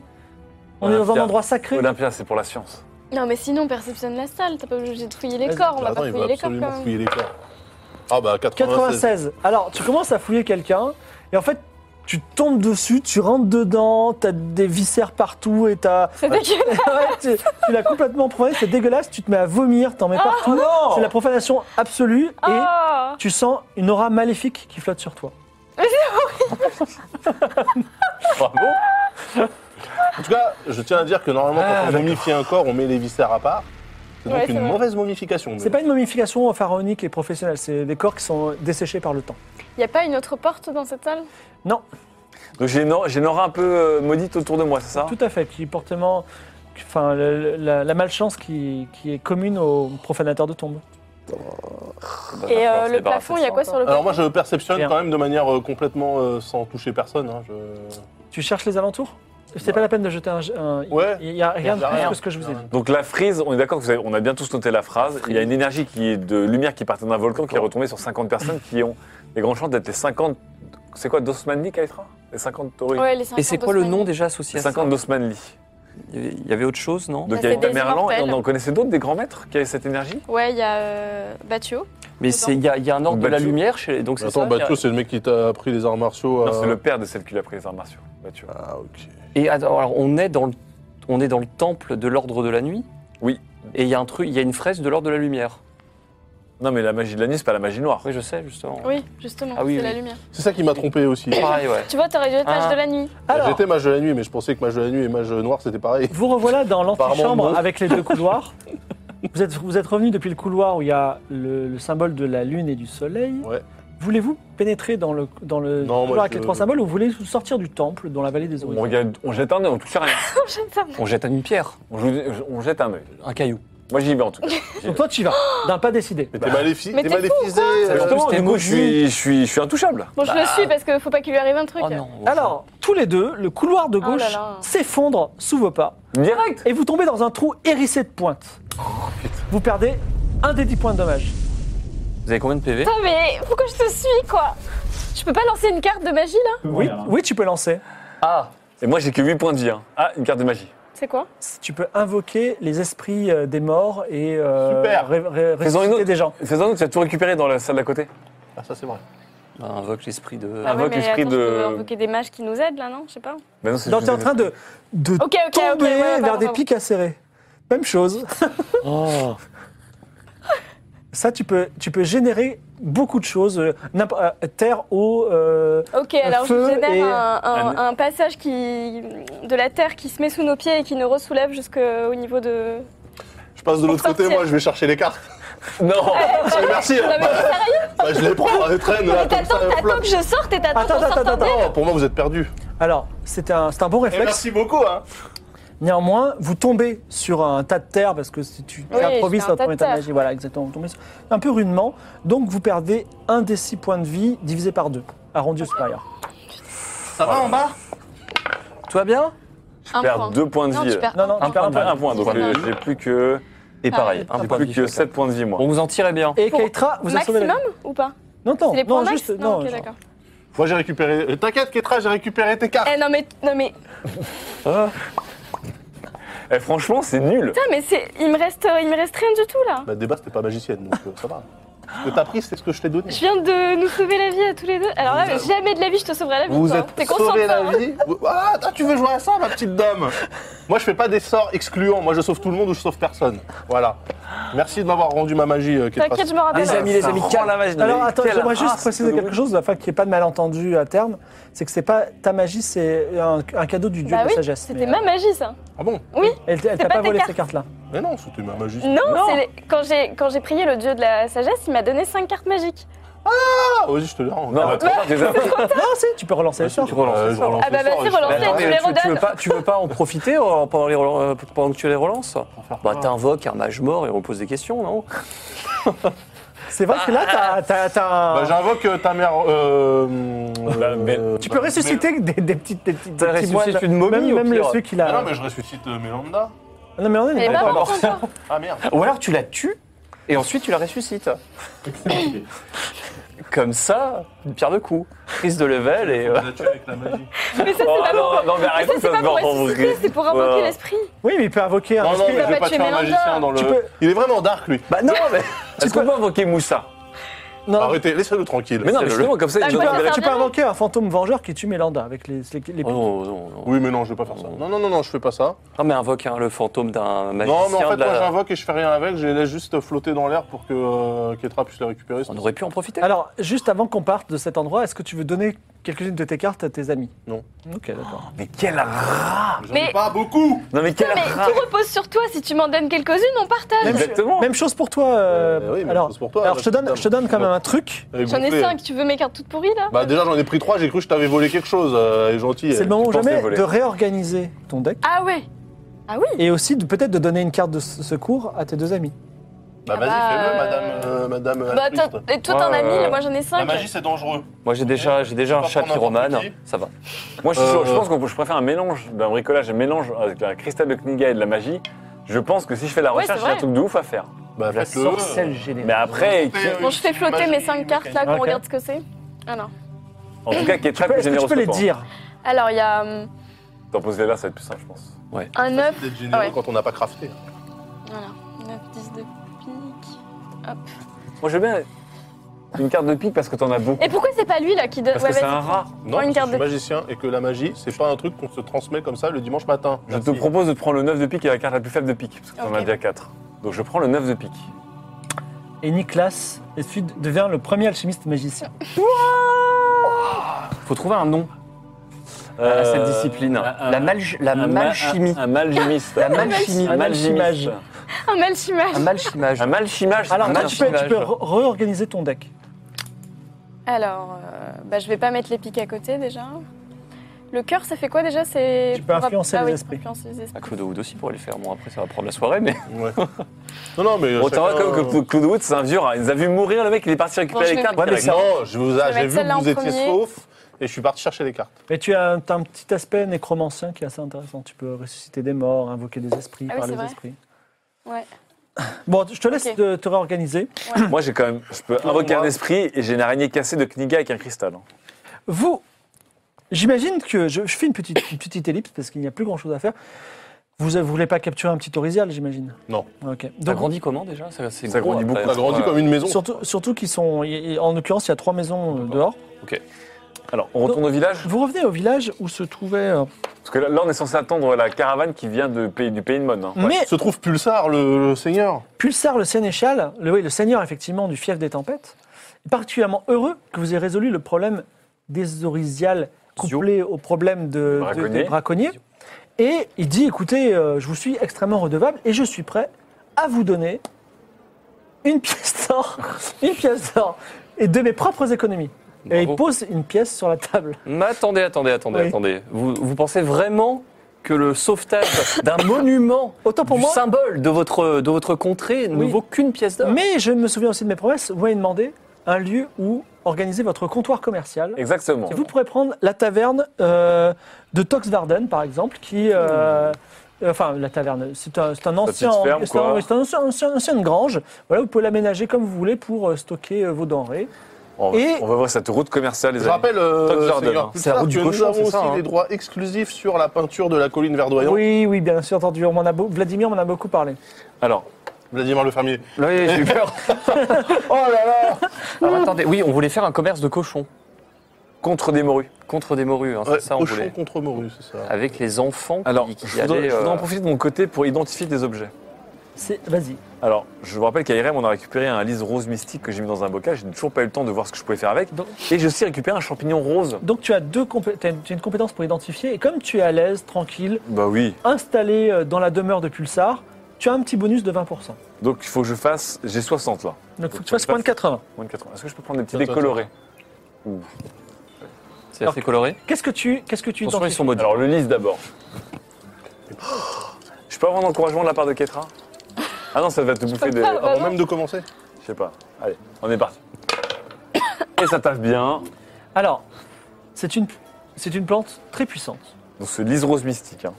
B: On est dans un
C: Olympia.
B: endroit sacré.
C: Olympia, c'est pour la science.
G: Non, mais sinon, perceptionne la salle. T'as pas obligé de fouiller les
B: Vas-y.
G: corps. On va
D: Attends,
G: pas
D: Ah il va
G: fouiller les corps
D: absolument
G: quand même.
D: fouiller les corps. Ah bah 96.
B: 96. Alors, tu commences à fouiller quelqu'un, et en fait, tu tombes dessus, tu rentres dedans, t'as des viscères partout, et t'as.
G: C'est dégueulasse.
B: Ouais, tu tu l'as complètement profané, c'est dégueulasse, tu te mets à vomir, t'en mets partout. c'est la profanation absolue, et
G: Oh
B: tu sens une aura maléfique qui flotte sur toi.
C: Bravo.
D: En tout cas, je tiens à dire que normalement,
C: Ah,
D: quand on momifie un corps, on met les viscères à part. C'est donc
G: Ouais,
D: une
G: c'est vrai.
D: mauvaise momification. mais-
B: C'est pas une momification pharaonique et professionnelle, c'est des corps qui sont desséchés par le temps.
G: Y a pas une autre porte dans cette salle
B: Non,
C: Donc j'ai une aura- j'ai une aura un peu euh, maudite autour de moi, c'est ça
B: Tout à fait, qui porte tellement- Enfin, le- le- la, la malchance qui, qui est commune aux profanateurs de tombes.
G: Et euh, le plafond, y a quoi sur le
D: Alors
G: plafond
D: moi, je perceptionne
B: Bien.
D: quand même de manière euh, complètement euh, sans toucher personne. hein, je-
B: Tu cherches les alentours C'est pas la peine de jeter un. un-
D: Ouais.
B: Il n'y a rien de
D: Y a
B: plus
D: rien.
B: que ce que je vous ai dit.
C: Donc la frise, on est d'accord que vous avez- on a bien tous noté la phrase. Il y a une énergie qui est de lumière qui partait d'un volcan qui est retombée sur 50 personnes qui ont les grandes chances d'être les 50. C'est quoi d'Osmanli, Kaitra Les 50 tauris
G: Ouais, les
F: Et c'est quoi le nom
G: des
F: déjà associé
C: Les
F: à ça
C: 50 d'Osmanli.
F: Il y avait autre chose, non
C: Donc
G: Bah,
C: il y a
G: c'est
C: eu Tamerlan, et
G: des
C: on en connaissait d'autres, des grands maîtres qui avaient cette énergie
G: Ouais, il y a euh, Batio.
F: Mais c'est- il y, a- il y a un ordre de la
C: Battio.
F: lumière, chez, donc c'est
D: Attends,
F: ça. il y a-
D: Bathio, c'est le mec qui t'a appris les arts martiaux.
C: Non,
D: euh,
C: c'est le père de celle qui lui a pris les arts martiaux. Bah, tu vois.
D: Ah, ok.
F: Et alors, alors, on est dans le, on est dans le temple de l'ordre de la nuit.
C: Oui.
F: Et il y a un truc, il y a une fraise de l'ordre de la lumière.
C: Non, mais la magie de la nuit, c'est pas la magie noire.
F: Oui, je sais justement.
G: Oui, justement,
F: Ah oui,
G: c'est
F: oui.
G: la lumière.
D: C'est ça qui m'a trompé aussi. Bah,
F: Pareil, ouais.
G: Tu vois, t'aurais dû être mage
F: Ah.
G: de la nuit.
B: Alors, Bah.
D: J'étais mage de la nuit, mais je pensais que mage de la nuit et mage noir, c'était pareil.
B: vous revoilà dans
D: Apparemment,
B: l'antichambre
D: non.
B: avec les deux couloirs. vous êtes, vous êtes revenu depuis le couloir où il y a le, le symbole de la lune et du soleil.
D: Ouais.
B: Voulez-vous pénétrer dans le, dans le
D: Non, moi,
B: couloir avec
D: je-
B: les trois symboles ou voulez-vous sortir du temple dans la vallée des
C: On,
B: horizons
C: regarde, on jette un œil, on touche à rien.
G: Je ne sais pas.
F: On jette une pierre,
C: On, joue- on jette un œil.
F: un caillou.
C: Moi, j'y vais en tout cas. J'y
B: Donc
C: vais.
B: toi, tu y vas,
D: Ah
B: d'un pas décidé.
D: Mais
C: Bah.
D: t'es maléfi-
G: Mais
D: t'es
G: t'es
D: maléfisé. euh,
C: Justement,
F: C'était
C: du coup,
F: maudit.
C: je suis, je, suis, je suis intouchable.
G: Bon, je le suis parce qu'il faut pas qu'il lui arrive un truc.
F: Oh non.
B: Alors, tous les deux, le couloir de
G: Oh là
B: gauche
G: là.
B: s'effondre sous vos pas
C: Direct
B: et vous tombez dans un trou hérissé de pointes. vous perdez un des 10 points de dommage.
F: vous avez combien de
B: Ah.
F: PV
G: Putain, mais pourquoi je te suis, quoi Je peux pas lancer une carte de magie, là
B: Oui, oui, tu peux lancer.
F: Ah,
C: Et moi, j'ai que 8 points de vie. hein. Ah, une carte de magie.
G: C'est quoi
B: Tu peux invoquer les esprits euh, des morts et euh,
D: Super.
B: ré- ré-
C: Faisons une
B: ressusciter
C: autre.
B: des gens.
C: Fais un autre, tu as tout récupéré dans la salle d'à côté.
D: Ah, ça, c'est vrai.
F: bah, invoque l'esprit de.
C: Ah, Invoque
G: mais
C: l'esprit
G: attends, je
C: de-
G: peux invoquer des mages qui nous aident, là, non Je sais pas.
C: Bah non, c'est
B: Donc tu
C: juste
B: es en
C: des
B: train de,
C: esprits.
B: de
G: Ok, ok, ok,
B: tomber
G: ouais, ouais, pardon,
B: vers des
G: pardon.
B: pics acérés. Même chose.
F: Oh.
B: Ça, tu peux, tu peux générer beaucoup de choses. euh, n'imp- euh, terre, eau, euh,
G: Ok, alors je
B: feu
G: génère
B: et
G: un, un-
C: un-
G: un passage qui de la terre qui se met sous nos pieds et qui nous ressoulève jusqu'au niveau de.
D: Je passe de l'autre
G: Pour
D: côté,
G: sortir.
D: moi, je vais chercher les cartes.
C: Non
D: Ah, merci.
G: Non,
D: hein.
G: mais sérieux,
D: Bah, je les prends, les traîne. là,
G: mais
D: comme ça,
G: t'attends,
D: flop.
G: t'attends que je sorte et t'attends
B: Attends,
G: qu'on
B: attends,
G: sorte
B: attends,
G: en
D: Non, pour moi, vous êtes perdu.
B: Alors, c'est un, c'est un bon réflexe.
D: beaucoup. Hein.
B: Néanmoins, vous tombez sur un tas de terre parce que si tu
G: Oui,
B: improvises
G: c'est un
B: votre
G: tas de
B: premier tas de
G: terre.
B: magie. Voilà, exactement. Vous tombez sur- un peu rudement. Donc, vous perdez un des six points de vie divisé par deux, arrondi au supérieur.
D: Ça va en bas
F: Toi bien
C: Je perds 2 points de
G: Non,
C: vie.
G: tu perds
B: Non, non,
G: un
B: tu
G: point.
B: perds un
C: Ah,
B: point.
C: un point, donc
G: Point de
C: euh,
G: vie.
C: j'ai plus que.
F: Et pareil.
C: J'ai
F: point de
C: plus
F: vie
C: que
F: chacun.
C: 7 points de vie, moi.
F: On vous en tirait bien.
B: Et
G: Pour-
B: Keitra, vous a sauvé la vie.
G: Maximum ou pas
B: Non, non,
G: C'est les
B: non,
G: points max
B: juste.
G: Non,
B: non,
G: ok,
B: genre-
G: d'accord.
D: Moi, j'ai récupéré. euh, T'inquiète, Ketra, j'ai récupéré tes cartes.
G: Eh non, mais. Non, mais.
C: Eh, franchement, c'est nul.
G: Putain, mais c'est. Il me reste, euh, il me reste rien du tout, là.
D: Bah, débat, t'es pas magicienne, donc euh, ça va. Ce que t'as pris, c'est ce que je t'ai donné.
G: Je viens de nous sauver la vie à tous les deux. Alors là, mais jamais de la vie, je te sauverai la vie.
D: Vous vous
G: toi. T'es
D: êtes
G: conscient de
D: sauvé
G: ça,
D: la
G: hein
D: vie. Vous- Ah, attends, tu veux jouer à ça, ma petite dame Moi, je fais pas des sorts excluants. Moi, je sauve tout le monde ou je sauve personne. Voilà. Merci de m'avoir rendu ma magie, euh, Ketra.
G: T'inquiète, je me rappelle.
F: Les amis, les
C: ça
F: amis,
C: rend
F: calme.
B: Alors attends, j'aimerais juste
F: Ah,
B: préciser quelque chose, afin qu'il n'y ait pas de malentendu à terme. C'est que c'est pas ta magie, c'est un, un cadeau du dieu
G: Bah
B: de la
G: oui,
B: sagesse.
G: C'était
B: mais,
G: ma magie, ça.
D: Ah bon
B: euh, Elle, elle t'a
G: pas
B: pas
G: tes
B: volé
G: cartes.
B: ces cartes-là.
D: Mais non, c'était ma magie.
G: Non, c'est les- quand j'ai quand j'ai prié le dieu de la sagesse, il m'a donné 5 cartes magiques.
D: Ah, vas-y, je te le rends.
C: Non, bah, trop tard, tu les as-
B: Non, si, tu peux
D: Bah,
B: relancer le sort.
D: relance.
C: Euh,
D: je relance
G: Ah bah,
D: le sort,
G: vas-y,
D: et je te
G: relance-les.
D: rends.
G: tu
F: mais
G: les
F: tu, tu veux
G: redonnes.
F: pas, tu veux pas en profiter euh, pendant, les relan- euh, pendant que tu les relances Bah t'invoques un mage mort et on pose des questions, non
B: C'est vrai que là, t'as- t'as- t'as
D: Bah,
B: un-
D: j'invoque euh, ta mère. euh,
C: La belle-
B: Tu
D: Bah,
B: peux ressusciter des, des petites, des petites, des
F: T'as
B: petits
F: ressuscité
B: moines.
F: une momie,
B: même,
F: au
B: même le
F: pire.
B: ceux qu'il
D: Ah
B: a.
D: non, mais je ressuscite euh, Mélanda.
B: Non, mais on est.
G: Mais
D: pas
G: pas
D: mort.
G: pour encore.
D: Ah merde.
F: Ou alors tu la tues et ensuite tu la ressuscites. Comme ça, une pierre de coups. Prise de level et. euh, Ah,
D: On l'a tué avec la magie.
G: Mais ça, c'est
C: Oh,
G: pas
C: non,
G: pour.
C: non, mais
G: Mais ça,
C: arrêtez,
G: c'est
C: ça
G: pas
C: se
G: pour
C: vend en
G: ressusciter,
C: vrai.
G: c'est pour invoquer
C: Voilà.
G: l'esprit.
B: Oui, mais il peut invoquer un.
D: Non, non,
B: esprit.
D: mais je vais
G: pas
D: pas
G: tuer
D: tuer un
G: Mélanda.
D: magicien dans le.
B: Tu peux-
D: Il est vraiment dark, lui.
F: Bah non, mais.
C: Est-ce qu'on peut invoquer Moussa
B: Non,
D: Arrêtez, laissez-le tranquille.
C: Mais non, mais justement, comme ça,
G: Ah,
C: il
B: tu
G: je
C: nous
B: peux,
G: vois,
C: enverra-
B: tu peux
G: bien.
B: invoquer un fantôme vengeur qui tue Mélanda avec les. les, les-
F: Oh non, non, non.
D: Oui, mais non, je vais pas faire ça. Non, non, non, non, je fais pas ça.
F: Non, mais invoque hein, le fantôme d'un magicien.
D: non, mais en fait,
F: de la-
D: moi, j'invoque et je fais rien avec. Je les laisse juste flotter dans l'air pour que euh, Ketra puisse les récupérer.
F: On aurait pu en profiter.
B: Alors, juste avant qu'on parte de cet endroit, est-ce que tu veux donner quelques-unes de tes cartes à tes amis
D: Non.
B: Ok, d'accord.
C: Ah, Mais quel rat
D: J'en
G: Ah, Mais-
D: ai pas beaucoup.
C: Non, mais quel
G: Mais
C: rat
G: tout repose sur toi. Si tu m'en donnes quelques-unes, on partage.
B: Même,
C: Exactement.
B: même chose pour toi. euh,
D: Oh. Euh, oui, même
B: alors,
D: chose pour toi,
B: alors
D: la
B: je, te donne,
D: petite
B: je te donne quand
D: dame.
B: même un truc.
G: J'en ai 5. Tu veux mes cartes toutes pourries là
D: Bah déjà, j'en ai pris trois. J'ai cru que je t'avais volé quelque chose. Euh, elle est gentil.
B: C'est le moment ou
C: penses les
B: jamais
C: voler.
B: de réorganiser ton deck
G: Ah ouais. Ah oui.
B: et aussi de- peut-être de donner une carte de s- secours à tes deux amis.
D: Bah vas-y,
G: Ah bah,
D: fais-le,
G: euh,
D: madame. euh, madame
G: Bah
D: altruiste.
G: attends, et toi t'as un
C: Ouais,
G: ami,
C: ouais,
G: et moi j'en ai 5.
D: la magie, c'est dangereux.
F: Moi, j'ai déjà, j'ai déjà
D: On
F: un
D: va
F: chat
D: prendre un
F: pyromane.
D: petit.
F: Ça va.
C: Moi, je, suis
D: Euh,
C: sûr- je pense que je préfère un mélange, d'un bricolage, un mélange avec un cristal de Kniga et de la magie. Je pense que si je fais la
G: Ouais,
C: recherche,
G: c'est
C: il y a un
G: vrai.
C: truc de ouf à faire.
D: Bah
F: La
D: faites-le.
F: sorcelle générale.
C: Mais après, qui-
G: Bon, je fais flotter mes 5 cartes là, qu'on
B: Ok.
G: regarde ce que c'est. Alors,
C: en tout cas, qui est très
B: Est-ce
C: plus
B: que Eh, tu
C: généreux
B: peux les
C: que toi.
B: dire
G: alors il y a. hum,
C: T'en poses les là, ça va être plus simple, je pense.
G: Un 9.
D: D'être généreux
G: Ah Ouais.
D: quand on n'a pas crafté.
G: Voilà. 9, 10 de pique.
C: Moi, je veux bien une carte de pique parce que t'en as beaucoup.
G: Et pourquoi c'est pas lui là qui donne.
C: Parce que c'est
G: vas-y.
C: un rat.
D: Non,
G: Prends
D: parce que
G: une
D: je
G: carte
D: suis
G: de-
D: magicien et que la magie, c'est pas un truc qu'on se transmet comme ça le dimanche matin.
C: Je te
D: Merci.
C: propose de prendre le 9 de pique et la carte la plus faible de pique, parce que t'en
G: Ok.
C: as déjà 4. Donc je prends le 9 de pique.
B: Et Nicolas Sud devient le premier alchimiste magicien.
F: Faut trouver un nom à cette discipline. la malch- la
C: un ma-
F: malchimie.
C: Un, un malchimiste.
F: La malchimie.
C: Un malchimiste.
G: Un alchimage.
F: Un malchimage.
C: Un malchimage.
B: Alors,
C: c'est
B: toi,
C: un
B: tu peux, tu
C: malchimage.
B: peux re- réorganiser ton deck.
G: Alors, euh, bah, je vais pas mettre les piques à côté déjà. Le cœur, ça fait quoi déjà C'est
B: Tu peux influencer
G: Ah
B: les
G: oui,
B: esprits.
G: influencer les esprits.
F: À Claude Wood aussi pour aller faire. Bon, après, ça va prendre la soirée, mais.
D: Ouais. Non, non, mais. euh,
C: Bon, t'en vois
D: chacun-
C: comme que Cla- Claude Wood, c'est un vieux rat. Il nous a vu mourir, le mec, il est parti récupérer
G: Bon, je
C: les
G: vais
C: cartes.
G: mettre-
C: direct.
D: Non, je vous
G: Je
D: ai-
G: vais
D: j'ai
G: mettre
D: vu que
G: celle-là
D: vous
G: en
D: étiez
G: premier.
D: sauf et je suis parti chercher les cartes.
B: Et tu as un, t'as un petit aspect nécromancien qui est assez intéressant. Tu peux ressusciter des morts, invoquer des esprits
G: Ah oui,
B: par
G: c'est
B: les
G: vrai.
B: esprits.
G: Ouais.
B: Bon, je te laisse
G: Ok.
B: de- te réorganiser.
C: Moi, j'ai quand même. Je peux invoquer un esprit et j'ai une araignée cassée de Kniga avec un cristal.
B: Vous, j'imagine que je, je fais une petite, une petite ellipse parce qu'il n'y a plus grand chose à faire. Vous ne voulez pas capturer un petit orisial, j'imagine
D: Non.
B: Ok.
F: Ça
B: Donc,
F: grandit comment déjà Ça, c'est
C: Ça
F: gros,
C: grandit
F: après.
C: beaucoup.
D: Ça grandit comme une maison.
B: surtout, surtout qu'ils sont. y- y- En l'occurrence, il y a trois maisons euh, dehors.
C: Alors, on retourne au village
B: Vous revenez au village où se trouvait. euh,
C: Parce que là, là, on est censé attendre la caravane qui vient de pays, du pays de Mon. hein.
B: Mais
D: Se trouve Pulsar, le, le seigneur.
B: Pulsar le sénéchal, le, oui, le seigneur effectivement du fief des tempêtes, est particulièrement heureux que vous ayez résolu le problème des orisiales couplé au problème de, de-
C: Braconnier.
B: des braconniers. Et il dit, écoutez, euh, je vous suis extrêmement redevable et je suis prêt à vous donner une pièce d'or, une pièce d'or, et de mes propres économies. Et il
F: Bravo.
B: pose une pièce sur la table.
F: Mais attendez, attendez, attendez,
B: Oui.
F: attendez. Vous, vous pensez vraiment que le sauvetage d'un monument,
B: Autant pour
F: du
B: moi.
F: symbole de votre, de votre contrée, ne
B: Oui.
F: vaut qu'une pièce d'or
B: Mais je me souviens aussi de mes promesses. Vous m'avez demandé un lieu où organiser votre comptoir commercial.
C: Exactement.
B: Et vous pourrez prendre la taverne euh, de Toxvarden, par exemple, qui. euh, euh, Enfin, la taverne, c'est un, c'est un ancien,
C: petite ferme,
B: c'est un-
C: quoi.
B: c'est un ancien- ancien- ancienne grange. Voilà, vous pouvez l'aménager comme vous voulez pour euh, stocker euh, vos denrées.
C: On, va-
B: Et-
C: on va voir cette route commerciale, les
D: Je
C: amis.
D: rappelle, euh,
C: Todd Jordan, hein.
D: seigneur
F: C'est la
D: Pulsar,
F: route
D: que
F: du
D: nous
F: cochon,
D: avons
F: c'est
D: aussi
F: ça, hein.
D: des droits exclusifs sur la peinture de la colline verdoyante.
B: Oui, oui, bien sûr, entendu. On m'en a beau- Vladimir m'en a beaucoup parlé.
C: Alors,
D: Vladimir le fermier.
F: Là, j'ai eu peur.
D: Oh là là
F: Alors attendez, oui, on voulait faire un commerce de cochons
C: contre des morues.
F: contre des morues, hein, c'est
D: Ouais,
F: ça on
D: Cochon
F: voulait.
D: contre morue, c'est ça.
F: Avec les enfants qui,
C: Alors,
F: qui
C: je voudrais,
F: allaient,
C: je voudrais
F: euh,
C: en profiter de mon côté pour identifier des objets.
B: C'est- Vas-y.
C: Alors, je vous rappelle qu'à IRM, on a récupéré un lys rose mystique que j'ai mis dans un bocal. J'ai toujours pas eu le temps de voir ce que je pouvais faire avec.
B: Donc-
C: Et j'ai aussi récupéré un champignon rose.
B: Donc, tu as, deux compé- t'as une, tu as une compétence pour identifier. Et comme tu es à l'aise, tranquille,
C: Bah oui.
B: installé euh, dans la demeure de Pulsar, tu as un petit bonus de 20%.
C: Donc, il faut que je fasse. J'ai 60 là.
B: Donc, il faut que tu fasses moins de 80.
C: Moins de 80. Est-ce que je peux prendre des petits
D: Attends, attends.
C: décolorés
F: C'est assez coloré.
B: Qu'est-ce que tu, qu'est-ce que tu
F: Attention, ils
B: identifies
F: sont maudits.
C: Alors, le lys d'abord. Je peux avoir un encouragement de la part de Ketra Ah non, ça va te bouffer des.
G: pas.
D: Avant même de commencer.
C: Je sais pas. Allez, on est parti. Et ça tape bien.
B: Alors, c'est une, c'est une plante très puissante.
C: Donc, ce lys rose mystique. hein.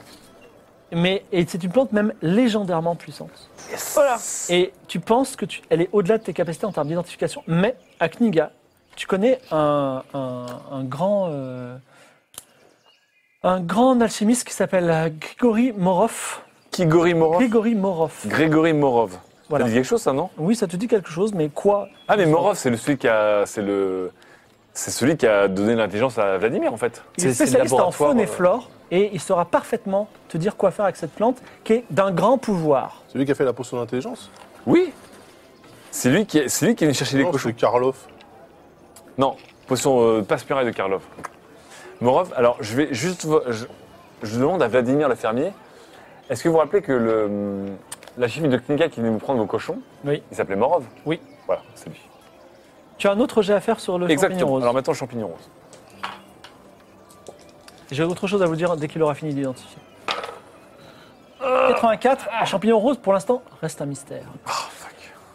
B: Mais et c'est une plante même légendairement puissante.
G: Voilà.
B: Et tu penses que tu, elle est au-delà de tes capacités en termes d'identification. Mais à Kniga, tu connais un, un- un grand euh, un grand alchimiste qui s'appelle euh, Grigory Morov.
C: Kigori Morov.
B: Grigory Morov.
C: Grégory Morov.
B: Voilà.
C: Ça dit quelque chose, ça, non
B: Oui, ça te dit quelque chose, mais quoi
C: Ah mais Morov, c'est le celui qui a, c'est le, c'est celui qui a donné l'intelligence à Vladimir en fait.
B: Il est
F: C'est- c'est le
B: spécialiste en
F: laboratoire,
B: faune et
F: euh.
B: flore et il saura parfaitement te dire quoi faire avec cette plante qui est d'un grand pouvoir.
D: C'est lui qui a fait la potion d'intelligence.
C: Oui. C'est lui qui, c'est lui qui est venu chercher les
B: Oh,
D: Non,
C: cochons.
D: c'est Karloff.
C: Non, potion euh, passe-muraille de Karlov. Morov, alors je vais juste, vo- je, je demande à Vladimir le fermier, est-ce que vous vous rappelez que le, hum, la chimie de Klinga qui venait vous prendre vos cochons,
B: Oui.
C: il s'appelait Morov.
B: Oui.
C: Voilà, c'est lui.
B: Tu as un autre jet à faire sur le champignon
C: Exactement.
B: rose.
C: Alors maintenant champignon rose.
B: J'ai autre chose à vous dire dès qu'il aura fini d'identifier. 84,
D: Ah.
B: un champignon rose pour l'instant reste un mystère.
D: Oh,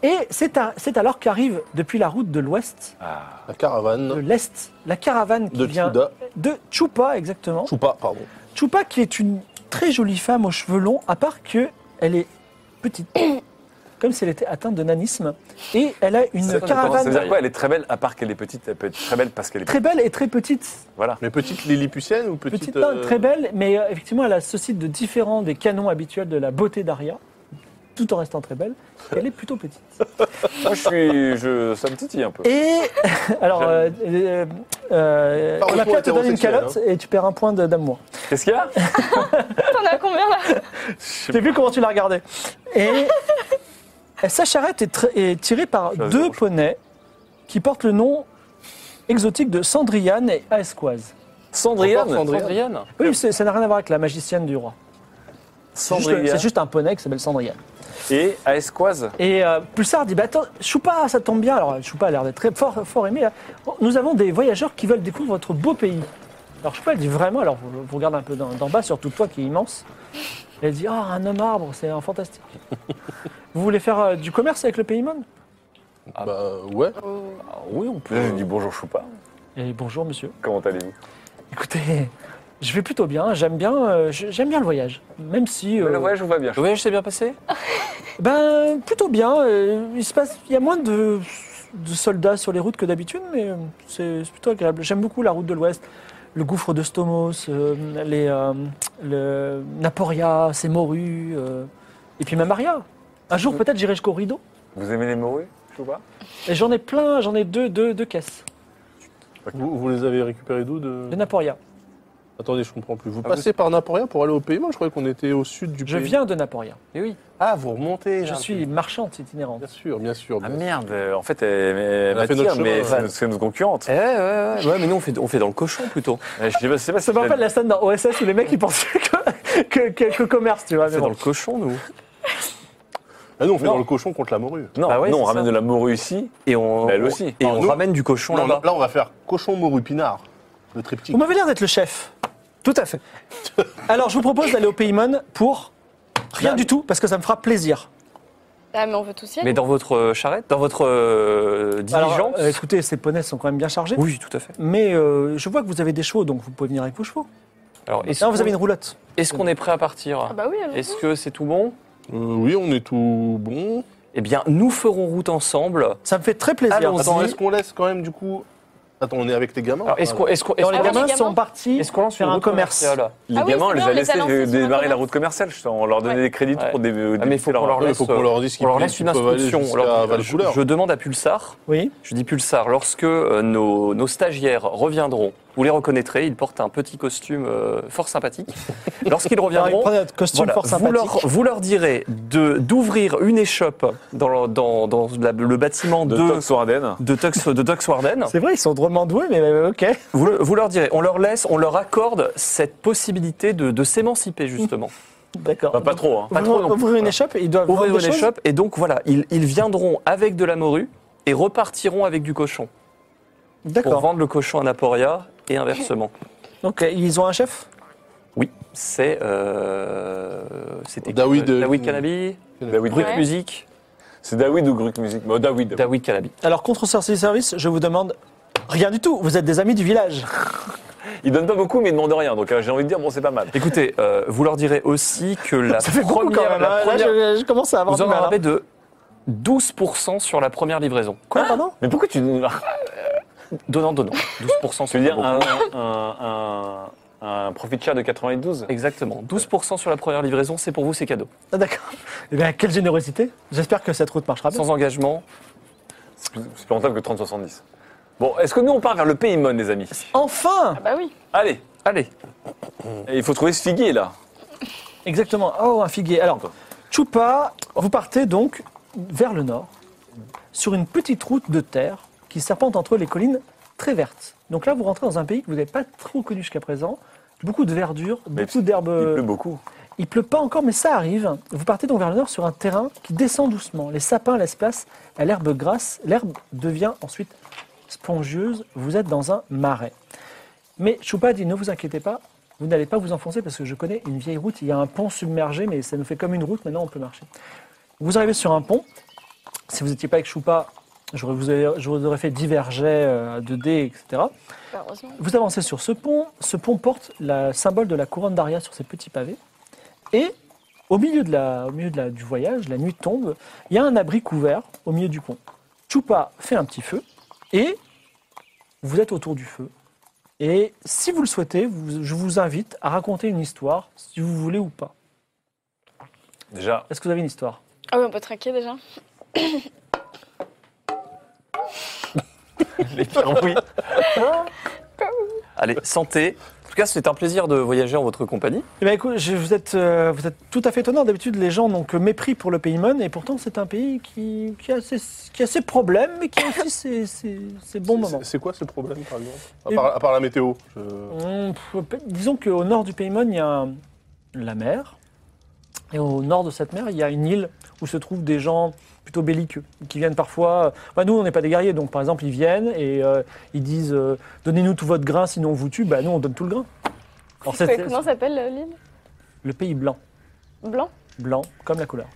B: Et c'est à- c'est alors qu'arrive depuis la route de l'ouest,
D: La
B: de
D: caravane
B: l'est, la caravane qui
D: Ah de
B: vient
D: Tsuda.
B: de Chupa exactement.
D: Choupa, pardon.
B: Chupa qui est une très jolie femme aux cheveux longs, à part que elle est petite. comme si elle était atteinte de nanisme. Et elle a une
C: Ça veut
B: caravane
C: dire quoi Elle est très belle, à part qu'elle est petite, elle peut être très belle parce qu'elle est
B: très belle et très petite.
C: Voilà.
D: Mais petite Lilliputienne ou petite.
B: Petite, non,
D: euh,
B: très belle, mais euh, effectivement, elle associe de différents des canons habituels de la beauté d'Aria, tout en restant très belle. Elle est plutôt petite.
C: Moi, je suis. Je, ça me titille un peu.
B: Et alors, euh, euh, euh,
D: Parle-moi
B: Olafia te donne une
D: hétérosexuel,
B: calotte et tu perds un point de- d'amour.
C: Qu'est-ce qu'il y a
G: T'en as combien là
B: J'ai vu comment tu l'as regardé. Et sa charrette est, tr- est tirée par
C: Ça,
B: deux
C: zéro.
B: poneys qui portent le nom exotique de Sandriane et Aesquoise.
C: Sandriane.
D: Encore Sandriane.
C: Sandriane.
B: Oui, c'est- ça n'a rien à voir avec la magicienne du roi. C'est juste-
C: Sandriane.
B: C'est juste un poney qui s'appelle Sandriane.
C: Et Aesquoise.
B: Et euh, Pulsar dit bah attends, Choupa, ça tombe bien. Alors Choupa a l'air d'être très fort, fort aimé. là. Nous avons des voyageurs qui veulent découvrir votre beau pays. Alors Choupa elle dit vraiment. Alors vous, vous regardez un peu d'en d'en bas, surtout toi qui est immense. Elle dit ah un homme arbre, c'est un fantastique. vous voulez faire euh, du commerce avec le pays monde
D: Bah ouais.
C: Ah oui, on peut. Là, je dis bonjour Choupa.
B: Et Eh, bonjour monsieur.
C: Comment allez-vous
B: Écoutez, je vais plutôt bien. J'aime bien, euh, je- j'aime bien le voyage, même si euh,
C: Le voyage vous va bien.
F: Le voyage s'est bien passé
B: ben plutôt bien. euh, il se passe, il y a moins de, de soldats sur les routes que d'habitude, mais euh, c'est c'est plutôt agréable. J'aime beaucoup la route de l'Ouest, le gouffre de Stomos, euh, les euh, le Naporia, ses morues, euh, et puis même Aria. Un jour peut-être j'irai jusqu'au rideau.
C: Vous aimez les morues, Choupa
B: Et j'en ai plein, j'en ai deux, deux, deux caisses
D: Vous, vous les avez récupérés d'où de...
B: de Naporia.
D: Attendez, je comprends plus. Vous passez par Naporia pour aller au Pays Mâle Je croyais qu'on était au sud du
B: Je
D: pays.
B: viens de Naporia.
F: Eh oui.
D: Ah, vous remontez.
B: Je
D: là.
B: suis marchande itinérante.
D: Bien sûr, bien sûr.
C: Ah
D: bien sûr.
C: merde, euh, en fait, elle, elle
D: a fait
C: m'attire,
D: notre
C: mais
D: chemin,
C: c'est
D: ouais.
C: notre- c'est notre concurrente.
F: Eh ouais, ouais, ouais. ouais, mais nous, on fait, on fait dans le cochon plutôt.
C: Euh, Je sais pas, je sais pas si
B: Ça me
C: je
B: rappelle
C: l'ai-
B: la scène dans OSS où les mecs ils pensaient que, que, que- que commerce, tu vois.
F: On
B: mais
F: fait dans
B: bon.
F: le cochon, nous.
D: Ah non, on fait
C: Non.
D: dans le cochon contre la morue.
C: Non,
F: Bah ouais,
C: non, on
F: c'est
C: ramène
F: ça.
C: de la morue ici.
F: Et on,
C: Mais elle aussi.
F: Et
D: Non,
F: on
D: nous-
F: ramène du cochon
D: Non,
F: là-bas.
D: là, on va faire cochon morue pinard. Le triptyque.
B: Vous m'avez l'air d'être le chef. Tout à fait. Alors, je vous propose d'aller au Paymon pour rien du tout, parce que ça me fera plaisir.
G: Ah, mais on veut tous y aller.
F: Mais dans votre euh, charrette Dans votre euh,
B: Alors,
F: diligence
B: euh, écoutez, ces poneys sont quand même bien chargés.
F: Oui, tout à fait.
B: Mais euh, je vois que vous avez des chevaux, donc vous pouvez venir avec vos chevaux.
F: Alors, est-ce
B: Non, vous
F: qu'on-
B: avez une roulotte.
F: est-ce qu'on est prêt à partir
G: Ah, bah oui, alors.
F: Est-ce que c'est tout bon
D: Euh, oui, on est tout bon.
F: Eh bien, nous ferons route ensemble.
B: Ça me fait très plaisir.
F: Allons-y.
D: Attends, est-ce qu'on laisse quand même du coup. Attends, on est avec les gamins.
F: Alors, est-ce qu'on est-ce qu'on-
B: Alors, les
F: est-ce qu'on-
G: Ah,
B: gamins
G: les
B: sont
G: gamins
B: partis
F: est-ce qu'on lance
B: faire
F: une
B: un
F: route
B: commerce.
F: commerciale
C: Les
G: Ah oui,
C: gamins, on
G: c'est
C: les
G: bien, on
C: a
G: les a
C: laissés
G: lancés sur la
C: démarrer la
G: commerce.
C: route commerciale. je sais, On leur donnait
G: Ouais.
C: des crédits
F: Ouais.
C: pour des.
F: Ah, mais il faut qu'on leur
D: Il
F: laisse,
D: faut qu'on leur dise
F: on
D: qu'ils
F: leur laisse
D: qu'ils
F: une
D: peuvent aller
F: instruction.
D: jusqu'à
F: On leur dit-
D: Valcouleur.
F: je demande à Pulsar,
B: Oui.
F: je dis Pulsar, lorsque euh, nos, nos stagiaires reviendront, vous les reconnaîtrez, ils portent un petit costume euh, fort sympathique. Lorsqu'ils
B: Alors, ils
F: reviendront,
B: prennent notre costume
F: Voilà,
B: fort
F: vous,
B: sympathique.
F: leur, vous leur direz de- d'ouvrir une échoppe dans, le- dans- dans la- le bâtiment de,
C: De Tox sur Aden.
F: de Tux- de Tux Warden.
B: C'est vrai, ils sont drôlement doués, mais euh, ok.
F: Vous, le- vous leur direz, on leur laisse, on leur accorde cette possibilité de, de s'émanciper justement.
B: D'accord.
C: Bah, Pas trop, hein.
F: pas trop non plus.
B: Ouvrir une
F: Voilà.
B: échoppe, ils doivent
F: Ouvrir
B: vendre
F: une
B: des choses.
F: échoppe et donc voilà, ils, ils viendront avec de la morue et repartiront avec du cochon pour
B: D'accord.
F: vendre le cochon à Naporia et inversement.
B: Donc, euh, ils ont un chef
F: Oui, c'est euh, c'était
D: Daoud, euh,
F: Daoud Canabi,
C: David.
F: Brut
G: Ouais.
F: Music,
C: C'est David ou Gruc Music Bah, David.
F: Daoud Canabi.
B: Alors, contre Sorcery Service, je vous demande rien du tout. Vous êtes des amis du village.
C: Il donne pas beaucoup, mais il demande rien. Donc euh, j'ai envie de dire, bon, c'est pas mal.
F: Écoutez, euh, vous leur direz aussi que la
B: Ça fait
F: première,
B: beaucoup quand même.
F: la
B: hein. Là,
F: première-
B: je, je commence à avoir
F: vous
B: du
F: aurez un
B: mal.
F: rabais
B: hein.
F: de 12% sur la première livraison.
B: Quoi, pardon
C: Mais pourquoi tu.
F: Donnant, donnant. 12%
C: Tu
F: sur
C: veux
F: la
C: dire un, un, un, un profit share de 92
F: Exactement. 12% sur la première livraison, c'est pour vous, c'est cadeau.
B: Ah, D'accord. Eh bien, quelle générosité. J'espère que cette route marchera bien.
F: Sans engagement.
C: C'est plus c'est plus rentable que 30-70. Bon, est-ce que nous on part vers le Paymon, les amis
B: Enfin
G: Ah, bah oui.
C: Allez,
F: Allez,
C: et il faut trouver ce figuier là.
B: Exactement. Oh, un figuier. Alors, Choupa, vous partez donc vers le nord, sur une petite route de terre qui serpente entre les collines très vertes. Donc là, vous rentrez dans un pays que vous n'avez pas trop connu jusqu'à présent. Beaucoup de verdure, beaucoup d'herbes.
F: Euh.
C: Il pleut beaucoup.
B: Il pleut pas encore, mais ça arrive. Vous partez donc vers le nord sur un terrain qui descend doucement. Les sapins laissent place à l'herbe grasse. L'herbe devient ensuite spongieuse. Vous êtes dans un marais. Mais Choupa dit ne vous inquiétez pas, vous n'allez pas vous enfoncer parce que je connais une vieille route. Il y a un pont submergé, mais ça nous fait comme une route. Maintenant, on peut marcher. Vous arrivez sur un pont. Si vous n'étiez pas avec Choupa, j'aurais- vous aurais- je vous aurais fait divers jets euh, de dés, etc.
G: Bah, heureusement.
B: Vous avancez sur ce pont. Ce pont porte le symbole de la couronne d'Aria sur ses petits pavés. Et Au milieu, de la, au milieu de la, du voyage, la nuit tombe, il y a un abri couvert au milieu du pont. Chupa fait un petit feu et vous êtes autour du feu. Et si vous le souhaitez, vous- je vous invite à raconter une histoire, si vous voulez ou pas.
C: Déjà,
B: Est-ce que vous avez une histoire
G: Ah oui, on peut traquer déjà.
C: oui.
F: Allez, santé. En tout cas, c'est un plaisir de voyager en votre compagnie.
B: Eh bien, écoute, je- vous, êtes, euh, vous êtes tout à fait étonnant. D'habitude, les gens n'ont que mépris pour le pays Mon, et pourtant, c'est un pays qui, qui a ses, qui a ses problèmes, mais qui a aussi ses, ses- ses bons
D: C'est-
B: moments.
D: c'est- C'est quoi ce problème, par exemple à
B: Et-
D: part, à part la météo. je-
B: On peut- disons qu'au nord du Paymon, il y a un- la mer. Et au nord de cette mer, il y a une île où se trouvent des gens plutôt belliqueux, qui viennent parfois... Bah, nous, on n'est pas des guerriers, donc par exemple, ils viennent et euh, ils disent euh, Donnez-nous tout votre grain, sinon on vous tue. Bah, nous, on donne tout le grain. » Alors,
G: C'est-
B: c'est
G: Comment s'appelle euh, l'île
B: le pays blanc.
G: Blanc
B: Blanc, comme la couleur.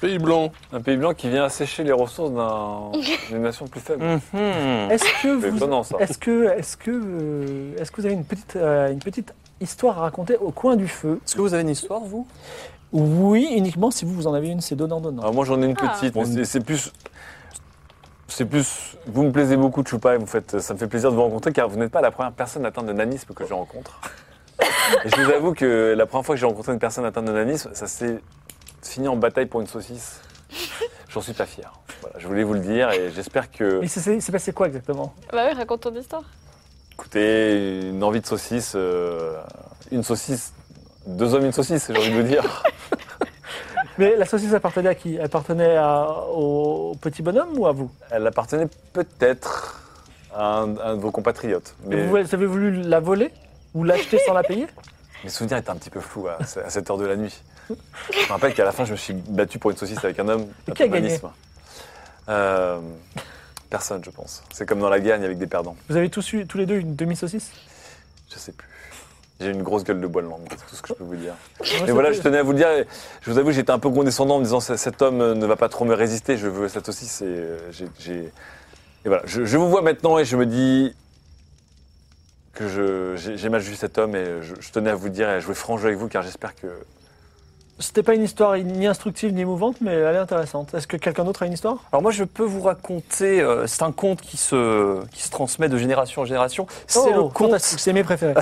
D: Pays blanc.
C: Un pays blanc qui vient assécher les ressources d'un- d'une nation plus faible.
F: Mm.
C: Mm-hmm.
B: Est-ce que
C: C'est
B: vous...
C: étonnant ça.
B: Est-ce que, est que, euh, est-ce que vous avez une petite, euh, une petite histoire à raconter au coin du feu
F: Est-ce que vous avez une histoire, vous
B: Oui, uniquement si vous, vous en avez une, c'est donnant donnant.
F: Ah
C: Alors Ah, moi j'en ai une petite, mais c'est- c'est plus. C'est plus. Vous me plaisez beaucoup, Choupa, et vous faites, ça me fait plaisir de vous rencontrer car vous n'êtes pas la première personne atteinte de nanisme que je rencontre. et je vous avoue que la première fois que j'ai rencontré une personne atteinte de nanisme, ça s'est fini en bataille pour une saucisse. J'en suis pas fier. Voilà, je voulais vous le dire et j'espère que.
B: Mais c'est- c'est c'est passé quoi exactement
G: Bah oui, raconte ton histoire.
C: Écoutez, une envie de saucisse, euh, une saucisse, deux hommes, une saucisse, j'ai envie de vous dire.
B: Mais la saucisse appartenait à qui Elle appartenait à- au petit bonhomme ou à vous
C: Elle appartenait peut-être à un, un de vos compatriotes. Mais
B: vous, vous avez voulu la voler Ou l'acheter sans la payer
C: mes souvenirs étaient un petit peu flous à, à cette heure de la nuit. Je me rappelle qu'à la fin, je me suis battu pour une saucisse avec un homme.
B: Et qui a gagné
C: nanisme. Euh, Personne, je pense. C'est comme dans la gagne avec des perdants.
B: Vous avez tous eu, tous les deux une demi-saucisse
C: Je sais plus. J'ai une grosse gueule de bois langue, c'est tout ce que je peux vous dire.
B: Moi,
C: Mais voilà, je
B: c'était-
C: tenais à vous le dire. et Je vous avoue, j'étais un peu condescendant en me disant cet- cet homme euh, ne va pas trop me résister. Je veux cette aussi. C'est euh, j'ai- j'ai et voilà. Je, je vous vois maintenant et je me dis que je j'ai j'ai mal vu cet homme et je, je tenais à vous le dire et à jouer franc jeu avec vous car j'espère que
B: C'était pas une histoire ni instructive ni émouvante, mais elle est intéressante. Est-ce que quelqu'un d'autre a une histoire
F: Alors moi, je peux vous raconter, euh, c'est un conte qui se, qui se transmet de génération en génération. C'est
B: Oh,
F: le conte
B: fantastique, C'est mes préférés.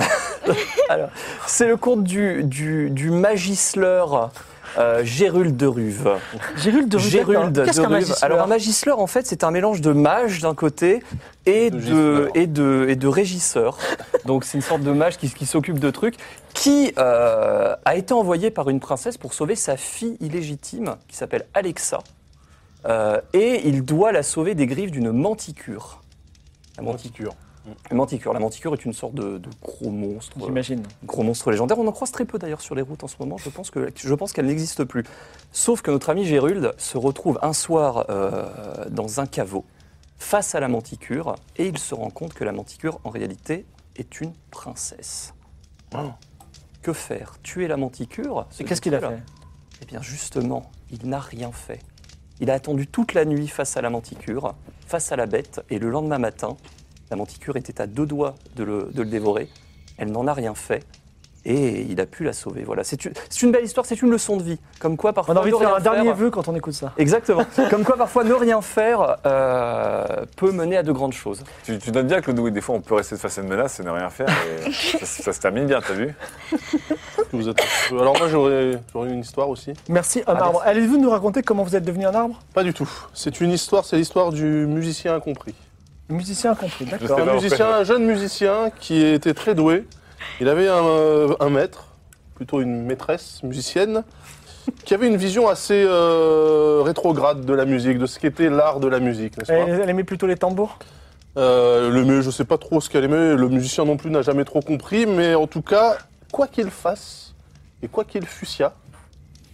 F: C'est le conte du, du, du magisleur euh, Gérulde de Ruve.
B: Gérulde de Rudeck,
F: Gérulde
B: alors, Qu'est-ce
F: de
B: qu'un
F: Ruve.
B: magicien
F: Alors un magisleur, en fait, c'est un mélange de mage d'un côté et
D: De
F: de,
D: gisleur.
F: et, de, et de régisseur. Donc c'est une sorte de mage qui, qui s'occupe de trucs, qui euh, a été envoyé par une princesse pour sauver sa fille illégitime, qui s'appelle Alexa. Euh, et il doit la sauver des griffes d'une manticure. La manti-
D: Montiture.
F: une manticure. La manticure est une sorte de, de gros monstre.
B: J'imagine.
F: Gros monstre légendaire, on en croise très peu d'ailleurs sur les routes en ce moment, je pense que- je pense qu'elle n'existe plus. Sauf que notre ami Gérulde se retrouve un soir euh, dans un caveau, face à la manticure, et il se rend compte que la manticure, en réalité, est une princesse. Que faire Tuer la manticure
B: Oh. Et qu'est-ce qu'il a fait
F: Eh bien justement, il n'a rien fait. Il a attendu toute la nuit face à la manticure, face à la bête, et le lendemain matin, la manticure était à deux doigts de le, de le dévorer. Elle n'en a rien fait. Et il a pu la sauver. Voilà, c'est une, c'est une belle histoire, c'est une leçon de vie. Comme quoi parfois.
B: On a envie de
F: ne
B: faire un
F: rien
B: dernier vœu quand on écoute ça.
F: Exactement. Comme quoi parfois ne rien faire euh, peut mener à de grandes choses.
C: tu, tu notes bien que le des fois on peut rester face à une menace et ne rien faire. et ça, se- ça se termine bien, t'as vu
D: Que vous êtes- Alors moi j'aurais j'aurais une histoire aussi.
B: Merci, homme arbre. Allez-vous nous raconter comment vous êtes devenu un arbre
D: Pas du tout. C'est une histoire, c'est l'histoire du musicien incompris.
B: Musicien compris, d'accord.
C: sais
D: Un
C: pas
D: musicien,
C: pourquoi.
D: un jeune musicien qui était très doué. Il avait un, euh, un maître, plutôt une maîtresse musicienne, qui avait une vision assez euh, rétrograde de la musique, de ce qu'était l'art de la musique, n'est-ce pas
B: Elle, elle aimait plutôt les tambours
D: Euh, le, mais je sais pas trop ce qu'elle aimait, le musicien non plus n'a jamais trop compris, mais en tout cas, quoi qu'il fasse, et quoi qu'il fussiat,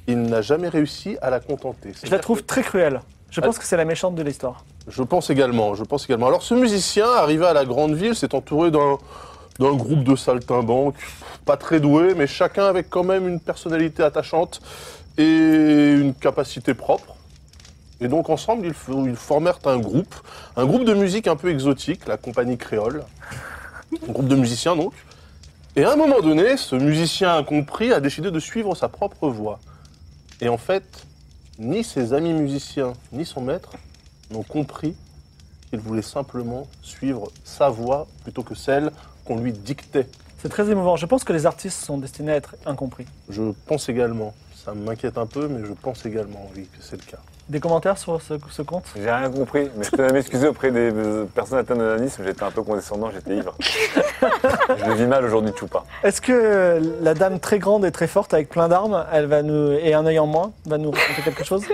D: il n'a jamais réussi à la contenter.
B: Je la trouve très cruelle. Je pense que c'est la méchante de l'histoire.
D: Je pense également, je pense également. Alors ce musicien, arrivé à la grande ville, s'est entouré d'un d'un groupe de saltimbanques, pas très doués, mais chacun avec quand même une personnalité attachante et une capacité propre. Et donc ensemble, ils, f- ils formèrent un groupe, un groupe de musique un peu exotique, la compagnie créole, un groupe de musiciens donc, Et à un moment donné, ce musicien incompris a décidé de suivre sa propre voie. Et en fait, ni ses amis musiciens, ni son maître n'ont compris qu'il voulait simplement suivre sa voie plutôt que celle qu'on lui dictait.
B: C'est très émouvant. Je pense que les artistes sont destinés à être incompris.
D: Je pense également. Ça m'inquiète un peu, mais je pense également, oui, que c'est le cas.
B: Des commentaires sur ce, ce compte
C: J'ai rien compris, mais je tenais à m'excuser auprès des euh, personnes atteintes d'ananisme, j'étais un peu condescendant, j'étais ivre. je le vis mal aujourd'hui, Choupa.
B: Est-ce que la dame très grande et très forte avec plein d'armes, elle va nous et un œil en moins, va nous raconter quelque chose
D: Je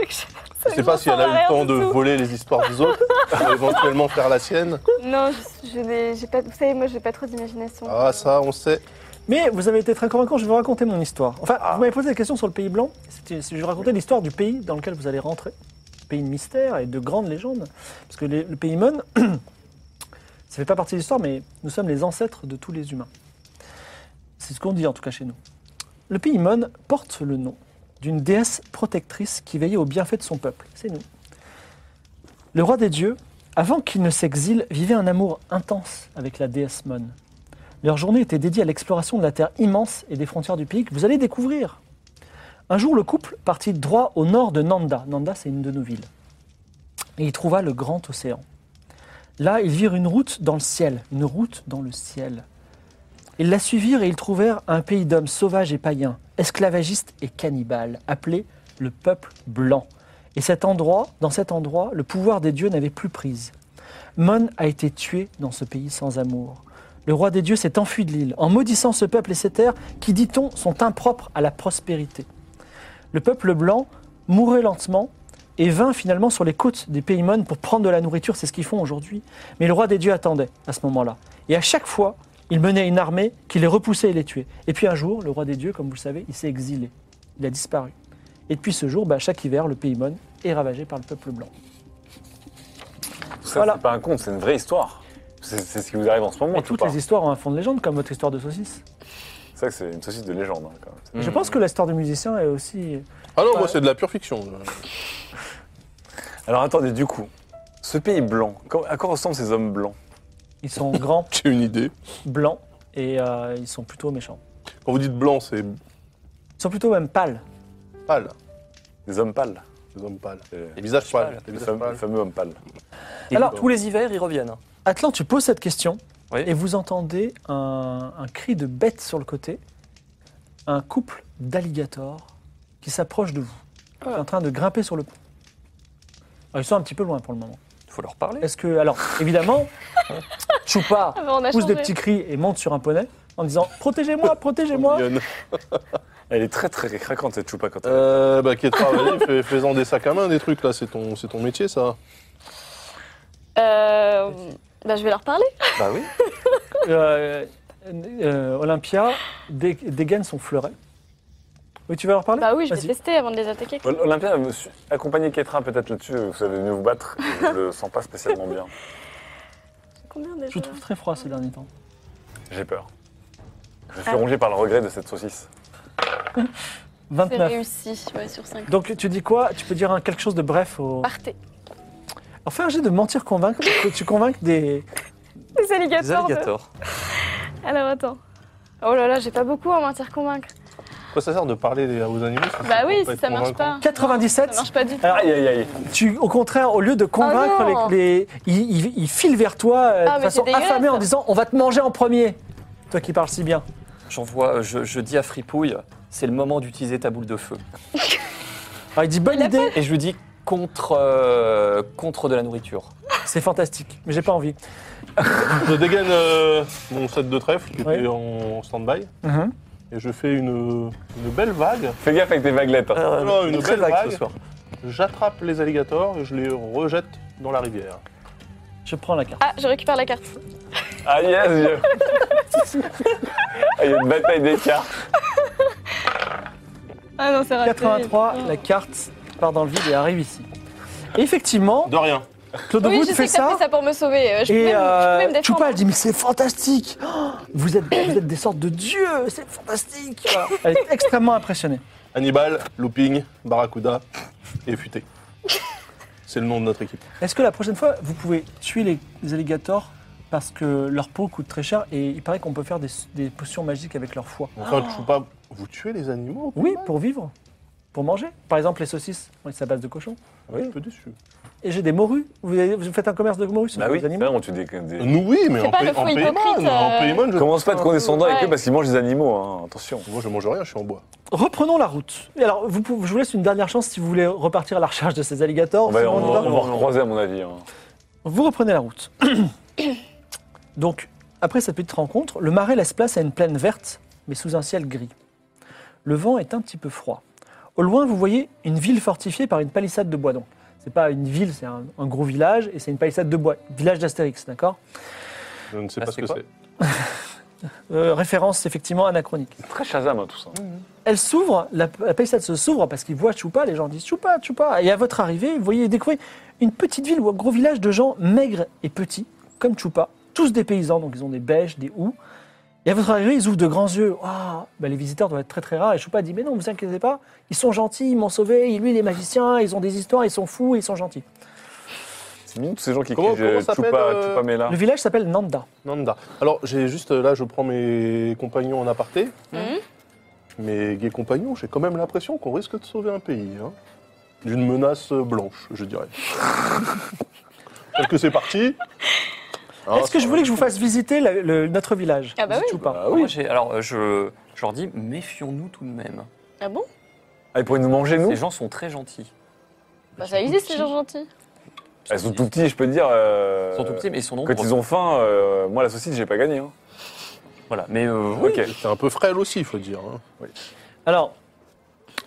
D: ne sais pas si elle a eu le temps de voler les histoires des autres, pour éventuellement faire la sienne.
G: Non, je- je n'ai- j'ai pas. Vous savez, moi, j'ai pas trop d'imagination.
D: Ah, ça, on sait.
B: Mais vous avez été très convaincant, je vais vous raconter mon histoire. Enfin, vous m'avez posé des questions sur le Pays Blanc. C'était- Je vais vous raconter l'histoire du pays dans lequel vous allez rentrer. Pays de mystère et de grandes légendes. Parce que les- le Pays Mon, ça fait pas partie de l'histoire, mais nous sommes les ancêtres de tous les humains. C'est ce qu'on dit en tout cas chez nous. Le Pays Mon porte le nom d'une déesse protectrice qui veillait aux bienfaits de son peuple. C'est nous. Le roi des dieux, avant qu'il ne s'exile, vivait un amour intense avec la déesse Mon. Leur journée était dédiée à l'exploration de la terre immense et des frontières du pays que vous allez découvrir. Un jour, le couple partit droit au nord de Nanda. Nanda, c'est une de nos villes. Et il trouva le grand océan. Là, ils virent une route dans le ciel, une route dans le ciel. Ils la suivirent et ils trouvèrent un pays d'hommes sauvages et païens, esclavagistes et cannibales, appelé le peuple blanc. Et cet endroit, dans cet endroit, le pouvoir des dieux n'avait plus prise. Mon a été tué dans ce pays sans amour. Le roi des dieux s'est enfui de l'île en maudissant ce peuple et ces terres qui, dit-on, sont impropres à la prospérité. Le peuple blanc mourait lentement et vint finalement sur les côtes des Paymon pour prendre de la nourriture, c'est ce qu'ils font aujourd'hui. Mais le roi des dieux attendait à ce moment-là. Et à chaque fois, il menait une armée qui les repoussait et les tuait. Et puis un jour, le roi des dieux, comme vous le savez, il s'est exilé. Il a disparu. Et depuis ce jour, bah, chaque hiver, le Paymon est ravagé par le peuple blanc.
C: Tout ça,
B: Voilà.
C: c'est pas un conte, c'est une vraie histoire. C'est c'est ce qui vous arrive en ce moment,
B: Mais toutes
C: Choupa.
B: les histoires ont un fond de légende, comme votre histoire de saucisse.
C: C'est vrai que c'est une saucisse de légende, hein, quand même.
B: Et Je pense que l'histoire de musicien est aussi
D: Ah non,
B: Ouais.
D: moi, c'est de la pure fiction.
C: Alors attendez, du coup, ce pays blanc, quand- à quoi ressemblent ces hommes blancs
B: Ils sont grands,
D: J'ai une idée.
B: blancs et euh, ils sont plutôt méchants.
D: Quand vous dites blanc, c'est
B: Ils sont plutôt même pâles.
D: pâle,
C: Des hommes pâles
D: les hommes pâles.
C: euh,
D: Les visages pâles. Les
C: le,
D: visages
C: fameux, le
D: pâles.
C: fameux homme pâle.
F: Et
B: Alors-
F: tous les hivers, ils reviennent.
B: Atlan, tu poses cette question
F: Oui.
B: et vous entendez un, un cri de bête sur le côté. Un couple d'alligators qui s'approche de vous, qui est en train de grimper sur le pont. Alors, ils sont un petit peu loin pour le moment.
F: Il faut leur parler.
B: Est-ce que. Alors, évidemment, Choupa
G: Ah bah, on a
B: pousse
G: changé.
B: des petits cris et monte sur un poney en disant Protégez-moi, protégez-moi
D: Mignonne.
C: Elle est très très craquante, cette Choupa, quand elle...
D: Euh, bah, qui est travaillé, fais, faisant des sacs à main, des trucs là, c'est ton, c'est ton métier ça.
G: Euh, bah, je vais leur parler.
C: Bah oui.
B: Euh, euh, Olympia dé- dégaine son fleuret. Oui, tu vas leur parler
G: Bah oui, je vais
B: Vas-y.
G: tester avant de les attaquer.
C: Ol- Olympia, me su- accompagnez Ketra peut-être là-dessus, vous savez mieux vous battre, je le sens pas spécialement bien.
G: Combien
B: Je
G: déjà
B: vous trouve très froid ces derniers temps.
C: J'ai peur. Je suis rongé par le regret de cette saucisse.
G: C'est
B: 29.
G: réussi, ouais, sur 5.
B: Donc tu dis quoi Tu peux dire un- quelque chose de bref au...
G: Partez.
B: Alors fais un jet de mentir convaincre. que tu convainques des...
G: Les alligators.
F: Les
G: de-
F: alligators.
G: Alors attends. Oh là là, j'ai pas beaucoup en mentir convaincre.
D: Quoi ça sert de parler aux animaux si
G: Bah
D: peut
G: oui,
D: Ah, pas
G: si
D: être
G: ça marche
D: convaincant
G: pas. Ça
B: 97
G: marche pas du tout.
B: Alors,
C: Aïe aïe aïe
B: tu, Au contraire, au lieu de convaincre
G: Oh non.
B: les... les- ils, ils- ils filent vers toi euh,
G: Ah,
B: de
G: mais
B: façon
G: c'est dégueulasse.
B: affamée en disant on va te manger en premier. Toi qui parles si bien.
F: J'envoie, je, je dis à Fripouille, c'est le moment d'utiliser ta boule de feu.
B: Alors il dit bonne idée,
F: Et je lui dis contre, euh, contre de la nourriture.
B: c'est fantastique, mais j'ai pas envie.
D: Je dégaine euh, mon set de trèfle qui
B: Ouais.
D: était en stand-by
B: Mhm.
D: et je fais une, une belle vague.
C: Fais gaffe avec tes vaguelettes. hein.
D: non, une
F: Ah, très
D: belle
F: vague
D: vague.
F: ce soir.
D: J'attrape les alligators et je les rejette dans la rivière.
B: Je prends la carte.
G: Ah, je récupère la carte.
C: Ah yes je- Ah, Il y a une bataille d'écart.
G: Ah non, c'est raté.
B: 83,
G: Oh.
B: la carte part dans le vide et arrive ici. Et effectivement,
D: De
C: Bah
D: rien.
B: Claude
G: Oui,
B: Wood
G: je
B: fait
G: sais que t'as
B: ça.
G: fait ça pour me sauver. euh, Je peux
B: Et
G: même, je peux même
B: euh,
G: défendre.
B: Choupa, elle dit Mais c'est fantastique Oh, vous, êtes, vous êtes des sortes de dieux C'est fantastique Elle est extrêmement impressionnée.
D: Hannibal, Looping, Barracuda et Futé. C'est le nom de notre équipe.
B: Est-ce que la prochaine fois, vous pouvez tuer les, les alligators parce que leur peau coûte très cher et il paraît qu'on peut faire des, des potions magiques avec leur foie.
G: Oh.
D: Enfin, je ne pas. Vous tuez les animaux
B: Oui, pour vivre, pour manger. Par exemple, les saucisses, oui, c'est à base de cochon.
D: Ouais, Je suis un peu déçu.
B: Et j'ai des morues. Vous, avez- vous faites un commerce de morues sur
C: Bah
B: les
C: oui, c'est
B: animaux
C: vrai, on tue des. des-
D: Euh, Nous, oui, mais
G: C'est
D: en,
G: pas
D: Pay-
G: le faux
D: en Paymon,
G: hypocrite,
D: en
G: euh,
D: Paymon, je.
C: Commence pas à te condescendre avec
G: Ouais.
C: eux parce qu'ils mangent des animaux, hein, attention.
D: Moi, je mange rien, je suis en bois.
B: Reprenons la route. Et alors, vous pouvez- je vous laisse une dernière chance si vous voulez repartir à la recherche de ces alligators.
C: On va,
B: Sinon,
C: on,
B: on y va.
C: va- on va recroiser à mon avis. hein.
B: Vous reprenez la route. Donc, après cette petite rencontre, le marais laisse place à une plaine verte, mais sous un ciel gris. Le vent est un petit peu froid. Au loin, vous voyez une ville fortifiée par une palissade de bois. Donc, c'est pas une ville, c'est un, un gros village, et c'est une palissade de bois. Village d'Astérix, d'accord
D: Je ne sais
B: Ah,
F: Bah,
D: pas ce
F: c'est
D: que
F: quoi
D: c'est.
B: Euh, Référence effectivement anachronique.
C: Très Shazam, hein, tout ça.
B: Elle s'ouvre, la, la palissade se s'ouvre parce qu'ils voient Choupa, les gens disent Choupa, Choupa. Et à votre arrivée, vous voyez découvrir une petite ville ou un gros village de gens maigres et petits, comme Choupa, tous des paysans, donc ils ont des bêches, des houes. Et à votre arrivée, ils ouvrent de grands yeux. Waouh Ben, les visiteurs doivent être très très rares. Et Choupa dit Mais non, vous inquiétez pas, ils sont gentils, ils m'ont sauvé, et lui, il est magicien, ils ont des histoires, ils sont fous, ils sont gentils.
C: C'est mignon tous ces gens qui
D: Comment-
C: crient euh,
D: comment s'appelle,
C: Choupa,
D: euh,
C: Choupa Mela.
B: Le village s'appelle Nanda.
D: Nanda. Alors, j'ai juste euh, là, je prends mes compagnons en aparté.
G: Mmh.
D: Mes gays compagnons, j'ai quand même l'impression qu'on risque de sauver un pays. hein. D'une menace euh, blanche, je dirais. Tel que c'est parti. Hein,
B: Est-ce que je
D: ça-
B: voulais que je vous fasse visiter la- le- notre village
G: Ah bah
B: Dit
G: oui.
B: Choupa.
F: Ah oui. alors, euh, je, je leur dis, méfions-nous tout de même.
G: Ah bon
C: Ah, ils pourraient nous manger, nous
F: Ces gens sont très gentils.
G: Bah ça existe les gens gentils.
C: Elles sont tout petits, je peux te dire. euh,
F: Ils sont tout petits, mais ils sont hein. nombreux.
C: Quand ils ont faim, euh, moi, la saucisse, j'ai pas gagné. hein.
F: Voilà, mais euh,
C: Ok.
D: C'est un peu frêle aussi, il faut dire. hein.
B: Alors,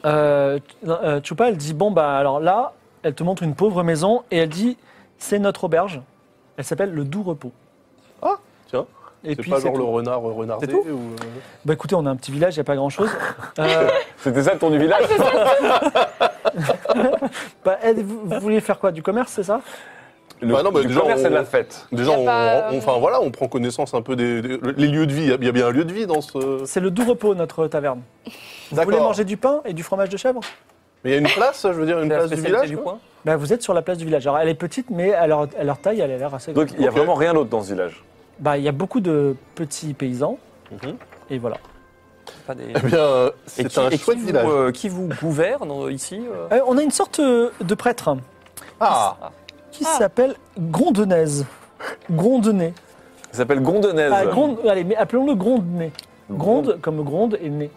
B: euh, euh, Chupa, elle dit Bon, bah alors là, elle te montre une pauvre maison et elle dit C'est notre auberge. Elle s'appelle le Doux Repos.
D: Ah, tiens.
B: Et
D: C'est
B: puis,
D: pas
B: c'est
D: genre le
B: tout.
D: renard euh, renardé
B: C'est tout
D: ou, euh,
B: Bah écoutez, on a un petit village, il n'y a pas grand chose. euh,
C: C'était ça le tour du
B: Ah,
C: village
B: bah, elle, vous, vous voulez faire quoi Du commerce, c'est ça
C: Le
D: Bah non, bah,
C: du
D: déjà,
C: commerce, c'est de
D: on-
C: la fête.
D: Déjà,
G: Y a
D: on,
G: pas,
D: on-
G: euh,
D: enfin, voilà, on prend connaissance un peu des, des- les lieux de vie. Il y a- il y a bien un lieu de vie dans ce.
B: C'est le Doux Repos, notre taverne. Vous voulez manger du pain et du fromage de chèvre
D: Mais il y a une place, je veux dire, une
F: c'est la
D: place du
F: spécialité
D: village.
F: du
D: quoi
F: coin.
B: bah, Vous êtes sur la place du village. Alors, elle est petite, mais à leur, à leur taille, elle a l'air assez grande.
C: Donc, il n'y a
D: Ok.
C: vraiment rien d'autre dans ce village.
B: Bah, il y a beaucoup de petits paysans.
D: Mhm.
B: Et voilà.
F: Pas des...
D: Eh bien, euh,
F: Et
D: c'est
F: qui-
D: un
F: et qui
D: chouette
F: vous,
D: village.
F: euh, qui vous gouverne euh, ici euh
B: Euh, on a une sorte euh, de prêtre. hein,
D: Ah,
B: qui
G: Ah.
B: s'appelle Grondenaise. Gondenet.
C: Il s'appelle Gondonaise.
B: Ah, Gronde- allez, mais appelons-le Grondenet. Gronde comme Gronde et Nez.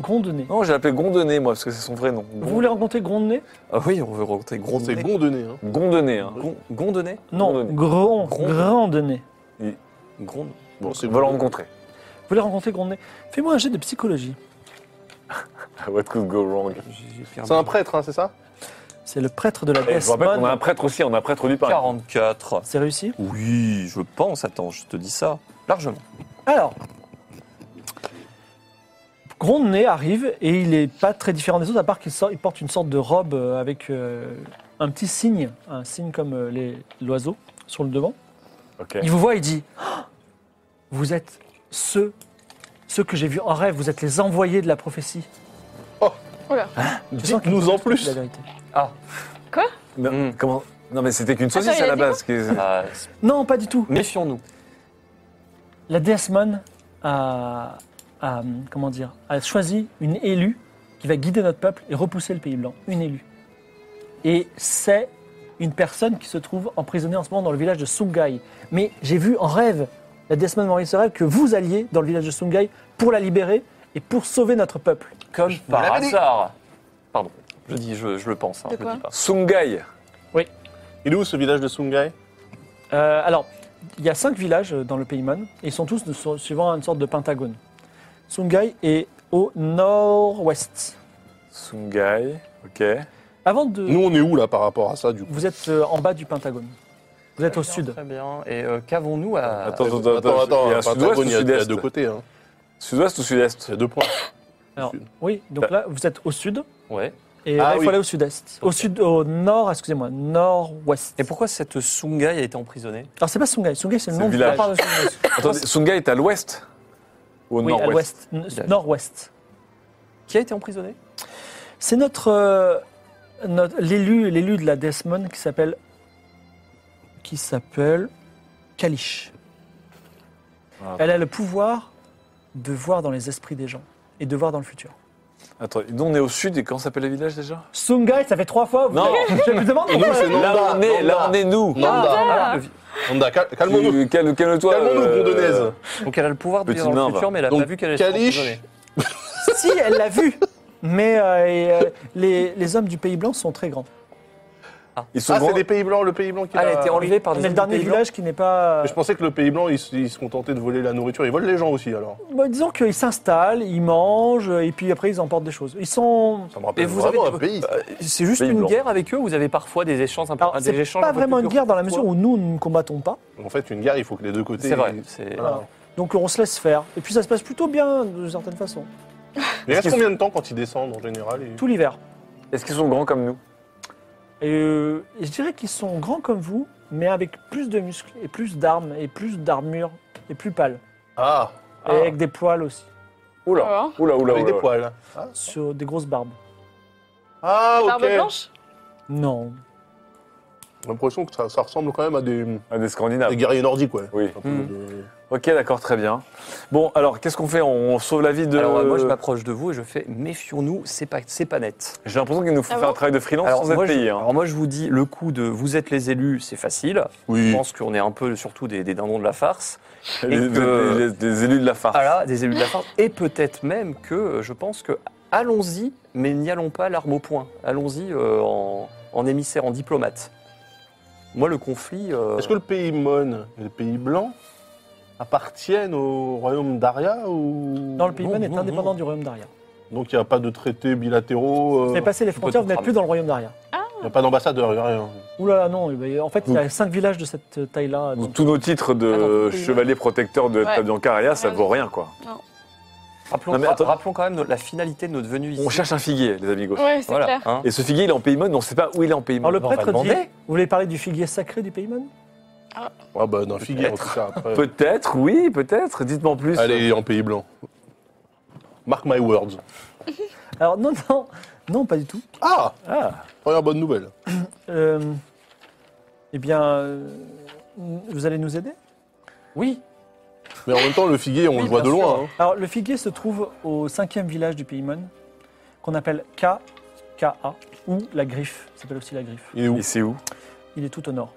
B: Grondenet.
C: Non, j'ai appelé Gondonné, moi, parce que c'est son vrai nom. Gon-
B: Vous voulez rencontrer Grondenet
F: Ah oui, on veut rencontrer
D: gros, c'est gondonné.
F: Grondonnet.
D: Hein.
C: Gondonné, hein.
F: Gon- Gondonnet
B: Non,
C: Grondenet.
B: Grand,
F: Gronde-
B: Grandenet.
F: Grond-
D: Bon, c'est
C: On va le
D: bon.
C: rencontrer.
B: Vous voulez rencontrer Grondenet Fais-moi un jet de psychologie.
C: Ah, What could go wrong
F: j'ai perdu.
D: C'est un prêtre, hein, c'est ça
B: C'est le prêtre de la
C: Et Eh, Je
B: déesse
C: vous rappelle qu'on a un
B: Mon.
C: prêtre aussi, on a un prêtre du pain.
F: 44.
B: C'est réussi
F: Oui, je pense. Attends, je te dis ça. Largement.
B: Alors, Grondenet arrive et il n'est pas très différent des autres, à part qu'il sort- il porte une sorte de robe euh, avec euh, un petit signe, un signe comme euh, les- l'oiseau sur le devant.
C: Ok.
B: Il vous voit, il dit Ah Vous êtes ceux, ceux que j'ai vus en rêve, vous êtes les envoyés de la prophétie. sens qu'il-
D: Dites-nous en
B: C'est
D: plus.
B: La vérité.
C: Non,
F: Mm.
C: comment... non, mais c'était qu'une saucisse
G: Attends, il
C: à
G: a
C: la
G: dit
C: base. qui est-
F: Ah,
B: Non, pas du tout.
F: Méfions-nous.
B: La déesse Mon a, a, comment dire, a choisi une élue qui va guider notre peuple et repousser le pays blanc. Une élue. Et c'est une personne qui se trouve emprisonnée en ce moment dans le village de Sungai. Mais j'ai vu en rêve, la déesse Mon m'a envoyé ce rêve, que vous alliez dans le village de Sungai pour la libérer et pour sauver notre peuple.
F: Comme par
D: l'avais dit.
F: hasard. Pardon. Je dis, je, je le pense. hein,
G: De
F: je
G: quoi
F: le dis pas.
C: Sungai.
D: Il est où ce village de Sungai
B: Euh, alors, il y a cinq villages euh, dans le Paymon, et ils sont tous de- sur- suivant une sorte de pentagone. Sungai est au nord-ouest.
C: Sungai, ok.
B: Avant de...
D: Nous, on est où là par rapport à ça du coup
B: Vous êtes euh, en bas du pentagone. Vous êtes au
F: Bien,
B: sud.
F: Très bien. Et euh, qu'avons-nous à.
C: Attends, attends, attends.
D: attends,
C: il y a
D: attends,
C: sud-ouest ou
D: Patagone, il y a- il y a
C: sud-est
D: deux côtés. hein.
C: Sud-ouest ou
D: Il y
C: sud-est
D: a deux points.
B: Alors,
D: sud.
B: oui,
C: Bah.
B: donc là, vous êtes au sud,
F: Ouais.
B: et
D: Ah
B: là, il faut
D: oui.
B: aller au sud-est. Au sud, au nord, excusez-moi, nord-ouest.
F: Et pourquoi cette Sungai a été emprisonnée
B: Alors, c'est pas Sungai. Sungai, c'est le
C: C'est
B: nom
C: le
B: du
C: village.
B: Pardon, excusez-moi.
C: Attendez, Sungai est à l'ouest Ou au
B: Oui, à
C: nord-ouest
B: l'ouest. N- Nord-ouest.
F: Qui a été emprisonnée
B: C'est notre, euh, notre- l'élu, l'élu de la Desmond qui s'appelle, qui s'appelle Kalish.
C: Ah.
B: Elle a le pouvoir de voir dans les esprits des gens et de voir dans le futur.
C: Attends, nous on est au sud et comment s'appelle le village déjà
B: Sungai, ça fait trois fois. vous-
C: Non.
B: Je me demande
D: Nous,
B: pourquoi.
D: c'est
C: Là
D: Nanda.
C: on est, là
D: Nanda.
C: on est nous
D: Nanda. Nanda, cal- calmons-nous.
C: Tu- calme- Calme-toi
D: Calmons-nous,
C: euh,
D: Grondonaise.
F: Donc elle a le pouvoir de
C: Petit
F: dire dans
C: nain,
F: le futur,
C: va.
F: mais elle a
D: Donc,
F: pas vu qu'elle est
D: Kalish,
B: si, elle l'a vu. Mais euh, et, euh, les, les hommes du Pays Blanc sont très grands.
C: Ils sont
D: ah, c'est
C: grands.
D: des Pays Blancs, le Pays Blanc qui
F: Ah, elle a
D: l'a-
F: été enlevée par
B: On
F: des
B: est le
F: hommes
B: dernier
F: du Pays Blanc.
B: village qui n'est pas.
D: Mais Je pensais que le Pays Blanc, ils, se- ils se contentaient de voler la nourriture. Ils volent les gens aussi, alors.
B: Bah, disons qu'ils s'installent, ils mangent, et puis après ils emportent des choses. Ils sont.
D: Ça me rappelle
F: Et vous
D: vraiment
F: avez-
D: un pays.
F: Euh, C'est juste
C: Pays
F: une
C: Blanc.
F: guerre avec eux. Vous avez parfois des échanges un peu.
B: Alors,
F: des
B: c'est
F: échanges un
B: pas
F: peu
B: vraiment
F: plus
B: une guerre dans la mesure
F: courts.
B: où nous, nous ne combattons pas.
D: En fait, une guerre, il faut que les deux côtés...
F: C'est vrai. c'est-
D: Voilà.
B: Donc on se laisse faire. Et puis ça se passe plutôt bien, d'une certaine façon.
D: Il reste combien de temps quand ils descendent, en général et-
B: Tout l'hiver.
C: Est-ce qu'ils sont grands comme nous
B: Et euh, et je dirais qu'ils sont grands comme vous, mais avec plus de muscles, et plus d'armes, et plus d'armure, et plus pâles.
D: Ah,
B: Et avec des poils aussi,
C: Oula,
G: Ah.
C: oula, oula,
D: avec
C: oula,
D: des
C: oula.
D: poils. Ah,
B: sur des grosses barbes.
D: Ah, ok.
G: Barbe blanche
B: Non.
D: J'ai l'impression que ça, ça ressemble quand même à des, des
C: Ah, des Scandinaves.
D: guerriers nordiques, ouais.
C: Oui.
D: Un peu
F: Hmm.
D: de-
C: Mm. Ok, d'accord, très bien. Bon, alors qu'est-ce qu'on fait On sauve la vie de.
F: Alors euh, moi, je m'approche de vous et je fais méfions-nous. C'est pas, c'est pas net.
C: J'ai l'impression qu'ils nous font
G: Ah
C: faire
G: bon
C: un travail de freelance sans
F: moi,
C: être
F: je,
C: payés. hein.
F: alors moi, je vous dis le coup de vous êtes les élus, c'est facile. Je
D: Oui.
F: pense qu'on est un peu surtout des, des dindons de la farce. Et
C: Des-
F: que-
C: des- Des élus de la farce.
F: Voilà, Ah des élus de la farce. Et peut-être même que euh, je pense que allons-y, mais n'y allons pas l'arme au poing. Allons-y euh, en, en émissaire, en diplomate. Moi, le conflit. euh,
D: Est-ce que le pays Mon et le pays Blanc appartiennent au royaume d'Aria ou...
B: Non, le pays
F: Non,
B: Man est
F: non,
B: indépendant
F: non. Oh,
B: du royaume d'Aria.
D: Donc il n'y a pas de traités bilatéraux,
B: Vous
D: euh,
B: avez passé les frontières, vous n'êtes
F: tram.
B: plus dans le royaume d'Aria.
D: il n'y a pas d'ambassadeur, il n'y a rien.
B: Ouh là là, non. eh ben, En fait, il y
F: Oh.
B: a cinq villages de cette taille-là.
C: Ou
B: donc-
C: Tous nos titres de
F: Ah non,
C: chevalier protecteur de
G: Ouais.
C: Tabiancaria, ça
G: Ouais.
C: vaut rien, quoi.
F: rappelons,
C: Non, mais attends.
F: rappelons quand même notre- la finalité de notre venue ici.
C: On cherche un figuier, les amigos.
G: Ouais, c'est
F: Voilà,
G: clair.
F: hein.
C: Et ce figuier, il est en pays mode, mais on ne sait pas où il est en pays
B: Alors
C: mode.
B: le
F: Non, on va
B: prêtre dit,
F: demander.
B: vous voulez parler du figuier sacré du Pays Man
D: Ah bah d'un figuier, en tout cas, après.
C: Peut-être, oui, peut-être. Dites-moi en plus.
D: Allez, en pays Blanc. Mark my words.
B: Alors non, non, non, pas du tout.
D: Ah
C: Ah.
D: Première bonne nouvelle.
B: Euh, eh bien, euh, vous allez nous aider
F: Oui,
D: Mais en même temps, le figuier, on
F: Oui,
D: le voit de
F: bien sûr.
D: loin. hein.
B: Alors, le figuier se trouve au cinquième village du Pays Mon, qu'on appelle K- K.A. ou la Griffe. Ça s'appelle aussi la Griffe.
D: Il est où
C: Et c'est où
B: Il est tout au nord.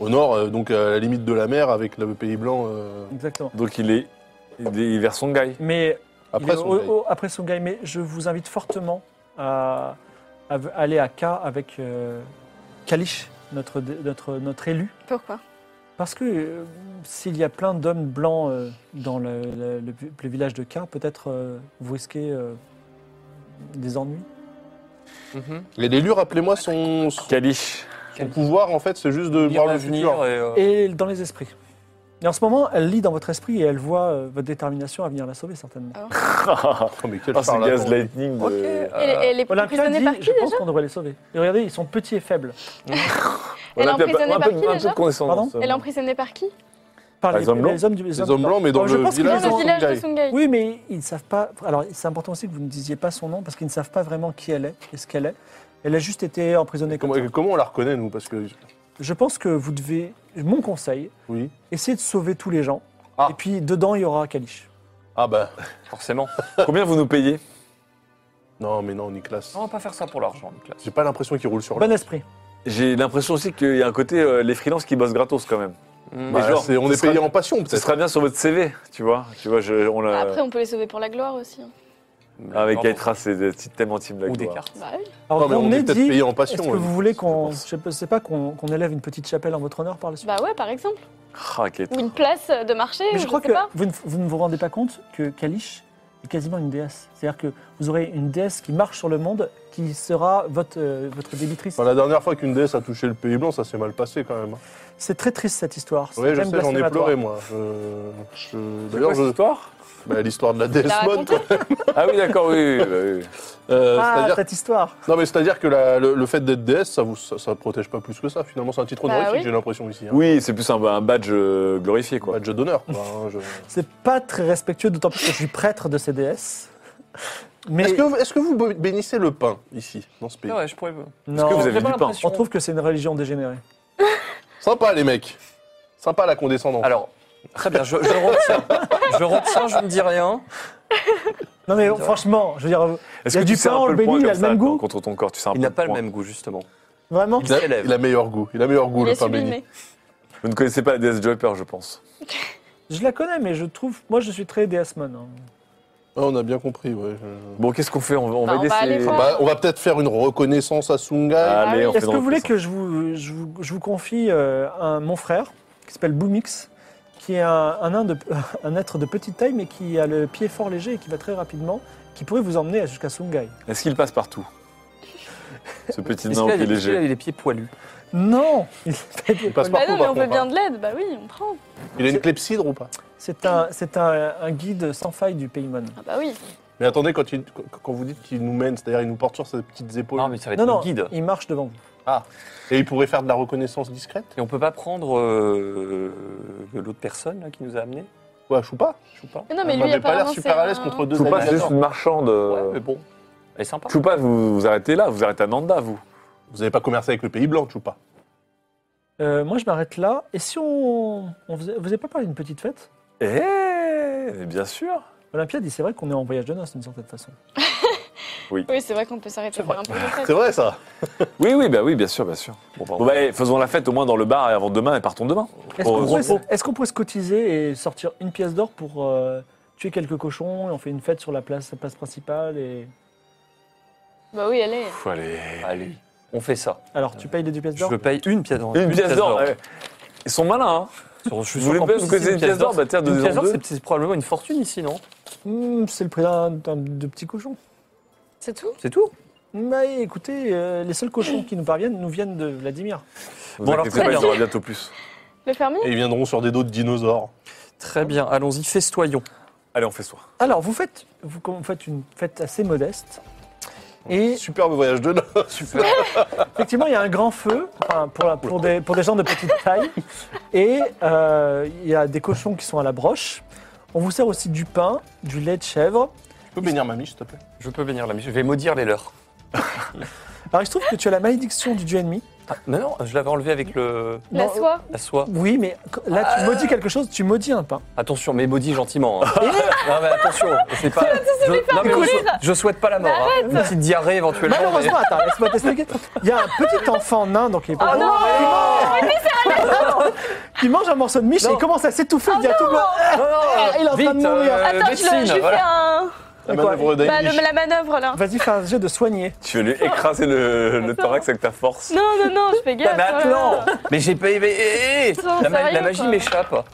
D: Au nord, euh, donc à la limite de la mer, avec le pays Blanc. euh,
B: Exactement.
C: Donc il est, il est vers Songhai.
B: Mais il
D: Après,
B: est
D: son
B: au-
D: pays.
B: au- après Songhai, mais je vous invite fortement à, à v- aller à K avec euh, Kalish, notre, dé- notre, notre élu.
G: Pourquoi
B: Parce que euh, s'il y a plein d'hommes blancs euh, dans le, le- le- le village de K, peut-être euh, vous risquez euh, des ennuis.
D: Et l'élu, rappelez-moi son, son
C: Kalish.
D: pouvoir, en fait, c'est juste de
F: Lire
D: voir le
F: l'avenir
D: futur.
F: et, euh,
B: Et dans les esprits. Et en ce moment, elle lit dans votre esprit et elle voit euh, votre détermination à venir la sauver, certainement.
C: Ah,
D: Oh, mais quel
C: c'est
D: charlatan.
C: gaz lightning. de-
F: Ok, euh,
G: Elle, elle est
B: Olympia
G: emprisonnée
B: dit,
G: par qui
B: je
G: déjà
B: pense qu'on devrait les sauver. Et regardez, ils sont petits et faibles.
G: Elle est
C: Olympia,
G: emprisonnée
C: un
G: par
C: peu-
G: qui,
C: un peu de
G: déjà
C: condescendance.
G: Elle est emprisonnée par qui
B: Par
C: Par
B: les,
C: les hommes blancs
B: les hommes du- les
D: Les
B: hommes
D: hommes blancs, mais dans
B: Alors, je
D: le
B: pense qu'ils
G: Dans
D: village.
B: ont-
G: le village de
D: Songhai.
G: Sungai.
B: Oui, mais ils ne savent pas. Alors, c'est important aussi que vous ne disiez pas son nom parce qu'ils ne savent pas vraiment qui elle est et ce qu'elle est. Elle a juste été emprisonnée comme
D: Comment,
B: ça.
D: comment on la reconnaît, nous Parce que.
B: Je pense que vous devez. Mon conseil,
D: Oui.
B: essayez de sauver tous les gens.
D: Ah.
B: Et puis, dedans, il y aura Kalish.
D: Ah bah.
F: forcément.
C: Combien vous nous payez
D: Non, mais non, Nicolas.
F: On va pas faire ça pour l'argent, Nicolas.
D: J'ai pas l'impression qu'il roule sur
B: Bon
D: l'or.
B: esprit.
C: J'ai l'impression aussi qu'il y a un côté euh, les freelances qui bossent gratos quand même.
F: Mm.
D: Bah,
C: Mais genre,
D: c'est- on
C: ce
D: est payé
C: sera-
D: en passion,
C: Ce
D: peut-être.
C: serait bien sur votre CV, tu vois. Tu vois, je- on l'a-
G: Après, on peut les sauver pour la gloire aussi. hein.
C: Avec Aitra, c'est des petites thèmes intimes de la
F: ou des
C: gloire.
F: cartes.
G: Bah oui.
D: Non,
B: Alors,
D: mais on
B: Gronet
D: est peut-être
B: dit,
D: payé en hein.
B: Est-ce
D: passion.
B: que
D: ouais.
B: vous voulez qu'on.
D: Je pense.
B: Je ne sais pas, qu'on qu'on élève une petite chapelle en votre honneur par la suite
G: Bah ouais, par exemple.
C: Ah, Keitra.
G: Ou une place de marché,
B: Mais
G: ou
B: je crois
G: sais
B: que
G: pas.
B: vous ne, vous ne vous rendez pas compte que Kalish est quasiment une déesse. C'est-à-dire que vous aurez une déesse qui marche sur le monde, qui sera votre, euh, votre débitrice.
D: Enfin, la dernière fois qu'une déesse a touché le pays blanc, ça s'est mal passé quand même.
B: C'est très triste cette histoire. C'est
D: Oui, je
B: même
D: sais, j'en ai
B: blasphématoire.
D: pleuré moi. Euh, je-
C: C'est quoi
D: D'ailleurs,
C: cette
D: je...
C: histoire
D: bah, l'histoire de la déesse
G: La
D: mode.
G: raconter
C: Ah oui, d'accord, oui, oui, oui, oui.
D: Euh,
B: Ah,
D: c'est-à-dire-
B: cette histoire.
D: Non, mais c'est-à-dire que la- le, le fait d'être déesse, ça vous ça, ça protège pas plus que ça. Finalement, c'est un titre
G: Bah
D: honorifique,
G: oui.
D: j'ai l'impression ici. hein.
C: Oui, c'est plus un, un badge euh, glorifié, quoi.
D: Badge d'honneur. quoi, hein, je-
B: C'est pas très respectueux, d'autant plus que je suis prêtre de ces déesses. Mais
D: Est-ce que, est-ce que vous bénissez le pain ici, dans ce pays
F: Ah ouais, je pourrais.
B: non,
C: que vous avez
F: J'ai pas
C: du pain
F: l'impression.
B: on trouve que c'est une religion dégénérée.
D: Sympa les mecs. Sympa la condescendance.
F: Alors, Très bien, je, je retiens. je retiens, je ne dis rien.
C: Ah,
B: Non mais franchement, je veux dire,
C: Est-ce
B: Il y a
C: que
B: du
C: tu sers
B: pain,
C: un peu
B: le béni,
C: point
B: il a
C: comme
B: le
C: ça,
B: même
C: quand-
B: goût
C: Contre ton corps, tu sers un
F: Il
C: peu
F: n'a pas le
C: point.
F: même goût, justement.
B: vraiment.
D: Il a,
F: s'élève.
D: il a meilleur goût. Il a meilleur goût,
G: Il
D: le
G: est
D: pain béni.
G: sublimé.
C: Vous ne connaissez pas la déesse Joyper, je pense.
B: Je la connais, mais je trouve, moi je suis très Deasmon. hein.
D: Ah, on a bien compris. ouais. Je-
C: Bon, qu'est-ce qu'on fait On va, on
G: Bah,
C: va
G: on va
C: laisser-
G: aller voir.
D: Bah, on va peut-être faire une reconnaissance à Sungai.
C: Allez, on fait
B: Est-ce que
C: dans
B: vous voulez
C: le
B: que je vous, je vous, je vous confie euh, un, mon frère, qui s'appelle Boomix, qui est un, un, nain de- un être de petite taille, mais qui a le pied fort léger et qui va très rapidement, qui pourrait vous emmener jusqu'à Sungai
C: Est-ce qu'il passe partout Ce petit
F: Est-ce
C: nain au
F: qu'il a
C: pied
F: les- est-ce qu'il a
C: léger.
F: les pieds poilus
B: Non Il-
D: Il passe
G: Bah
D: partout,
G: non, mais
D: par
G: on veut
D: contre,
G: bien
D: hein.
G: de l'aide, bah oui, on prend.
D: Il a une clepsydre ou pas
B: C'est un, c'est un, un guide sans faille du Paymon.
G: Ah bah oui.
D: Mais attendez, quand, il- quand vous dites qu'il nous mène, c'est-à-dire il nous porte sur ses petites épaules,
F: Non, mais ça va être
B: Non,
F: le
B: non,
F: guide.
B: il marche devant vous.
D: et il pourrait faire de la reconnaissance discrète
F: Et on peut pas prendre euh, l'autre personne là, qui nous a amenés
D: Ouais, je pas.
F: Je sais pas.
G: Mais non, mais
D: On
G: lui,
D: avait pas l'air
G: apparemment,
D: super à l'aise
G: c'est un-
D: contre deux
C: Choupa, c'est juste
D: alligators.
C: une marchande.
F: Ouais,
C: euh,
F: mais bon. Elle est sympa.
C: Choupa, vous vous arrêtez là, vous arrêtez à Nanda, vous.
D: Vous n'avez pas commercé avec le pays blanc, Choupa
B: Euh, moi je m'arrête là. Et si on. on faisait- vous n'avez pas parlé d'une petite fête
C: Eh, bien sûr.
B: Olympia dit c'est vrai qu'on est en voyage de noces d'une certaine façon.
G: Oui, c'est vrai qu'on peut s'arrêter faire un peu de fête.
D: C'est vrai ça
C: Oui, oui, bah oui, bien sûr, bien sûr.
F: Bon, bah, on-
C: Bon, bah, eh, faisons la fête au moins dans le bar avant demain et partons demain.
B: Est-ce
C: Au
B: qu'on pourrait,
C: repos.
B: est-ce qu'on pourrait se cotiser et sortir une pièce d'or pour euh, tuer quelques cochons et on fait une fête sur la place, la place principale et...
G: Bah oui, allez.
C: Pff, allez.
F: Allez, on fait ça.
B: Alors tu payes les deux pièces
F: Euh, Je
B: d'or
F: veux payer une pièce d'or.
C: Une pièce d'or. ouais. Ils sont malins, hein.
F: Sur- Je suis
C: Vous
F: sûr
C: voulez
F: qu'en
C: pas
F: plus,
C: vous
F: ici,
C: causer une pièce d'or Bah, tiens,
F: Une
C: deux
F: pièce
C: en
F: d'or,
C: deux.
F: c'est c'est probablement une fortune ici, non
B: Hmm, C'est le prix d'un, d'un- de petits cochons.
G: C'est tout
F: C'est tout
B: Mais écoutez, euh, les seuls cochons qui nous parviennent nous viennent de Vladimir.
C: Vous
F: Bon, alors,
C: inquiétez
F: très
C: pas, il y
F: bien.
C: aura bientôt plus.
G: Le fermier
D: Et ils viendront sur des dos de dinosaures.
F: Très bien, allons-y, festoyons.
C: Allez, on fait soin.
B: Alors vous faites, vous com- faites une fête assez modeste. Et
D: Superbe voyage de noces. Super.
B: Effectivement, il y a un grand feu enfin, pour, la- pour des, pour des gens de petite taille. Et euh, il y a des cochons qui sont à la broche. On vous sert aussi du pain, du lait de chèvre.
D: Tu peux bénir mamie, s'il te plaît
F: Je peux venir là, mais je vais maudire les leurs.
B: Alors il se trouve que tu as la malédiction du dieu ennemi.
F: Ah, non, non, je l'avais enlevé avec le...
G: La
B: Non,
G: soie
F: la soie.
B: Oui, mais qu- là tu maudis quelque chose, tu maudis un pain.
F: Attention, mais maudit gentiment. hein. non, mais attention, c'est pas. Je, non, mais on sou- je souhaite pas la mort. hein. Une petite diarrhée éventuellement. mais-
B: Malheureusement, attends, laisse-moi t'expliquer. Il y a un petit enfant nain, donc il est pas grand, qui mange un morceau de miche et
F: Non.
B: il commence à s'étouffer, il devient tout blanc.
F: Non, non,
B: Il est en train de
F: vite,
B: mourir.
F: euh,
G: Attends, je, le-
F: médecine,
G: je lui fais
F: voilà.
G: un.
D: La
B: quoi
D: manœuvre
G: Bah, le-
D: d'Aïlich.
G: la manœuvre là.
B: Vas-y, fais un jeu de soigner.
C: Tu veux lui écraser le, le thorax avec ta force.
G: Non, non, non, je fais gaffe.
F: Putain, Bah,
G: hein.
F: mais
G: voilà.
F: attends Mais j'ai pas aimé. eh, eh, eh,
G: Non,
F: la, ma-
G: sérieux,
F: la magie
G: quoi.
F: m'échappe.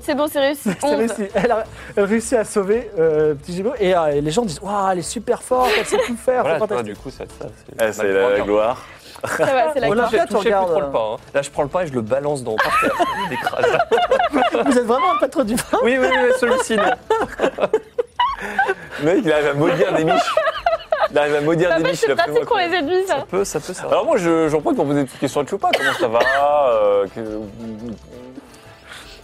G: C'est bon, c'est réussi.
B: C'est
G: 11.
B: réussi. Elle a elle a réussi à sauver euh, Petit Gigot et euh, les gens disent Waouh, elle est super forte, elle sait tout faire, c'est
F: Voilà, tu vois,
B: fantastique.
F: du coup, ça. ça, c'est
C: Eh, c'est la, gloire.
G: Ça va, c'est
B: Voilà.
G: la guerre.
B: Olympia,
F: Là,
B: tu
F: tu
B: regardes,
F: regardes.
B: euh.
F: Le pain, hein. Là, je prends le pain et je le balance dans par terre. Je l'écrase.
B: Vous êtes vraiment un pâtre du vin.
F: Oui, oui, oui, celui-ci, non.
C: Le mec, il arrive à maudire des miches. Il arrive à maudire
G: Ça
C: des
G: va,
C: miches. il
G: c'est
C: a
G: pratique
C: absolument
G: pour
C: incroyable.
G: les ennemis, ça.
F: Ça peut, ça peut, ça.
C: Alors moi, je- j'en profite pour poser des petites questions à Choupa. Comment ça va Euh, que-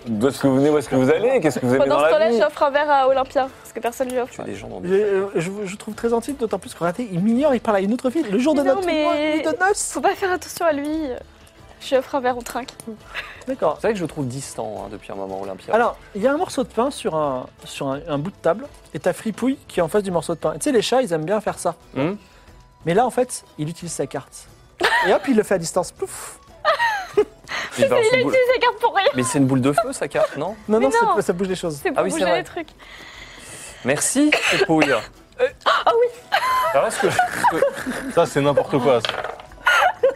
C: D'où est-ce que vous venez Où est-ce que vous allez Qu'est-ce que vous aimez
G: Pendant
C: dans
G: ce
C: la
G: temps-là,
C: vie
G: j'offre un verre à Olympia, parce que personne lui offre.
F: tu es des gens dans
B: Je, euh, je vous- je vous trouve très gentil, d'autant plus que regardez, il m'ignore, il parle à une autre fille. Le jour de
G: Mais non,
B: notre
G: mais-
B: moi, nuit de noces.
G: Faut pas faire attention à lui. Je lui offre un verre, on trinque.
B: D'accord.
F: C'est vrai que je le trouve distant hein, depuis un moment Olympia.
B: Alors, il y a un morceau de pain sur un, sur un, un bout de table et ta fripouille qui est en face du morceau de pain. Et tu sais, les chats, ils aiment bien faire ça.
F: Hmm.
B: Mais là, en fait, il utilise sa carte. Et hop, il le fait à distance. Pouf
F: il balance une boule.
G: C'est garde pour rien.
F: Mais c'est une boule de feu, sa carte, non
B: Non,
G: Mais
B: non, ça-
G: non.
B: Ça, bouge les choses.
G: C'est pour
F: Ah oui, c'est
G: bouger
F: vrai.
G: les trucs.
F: Merci, c'est pour Ah oui Alors est-ce que je,
D: Ça, c'est n'importe quoi. ça.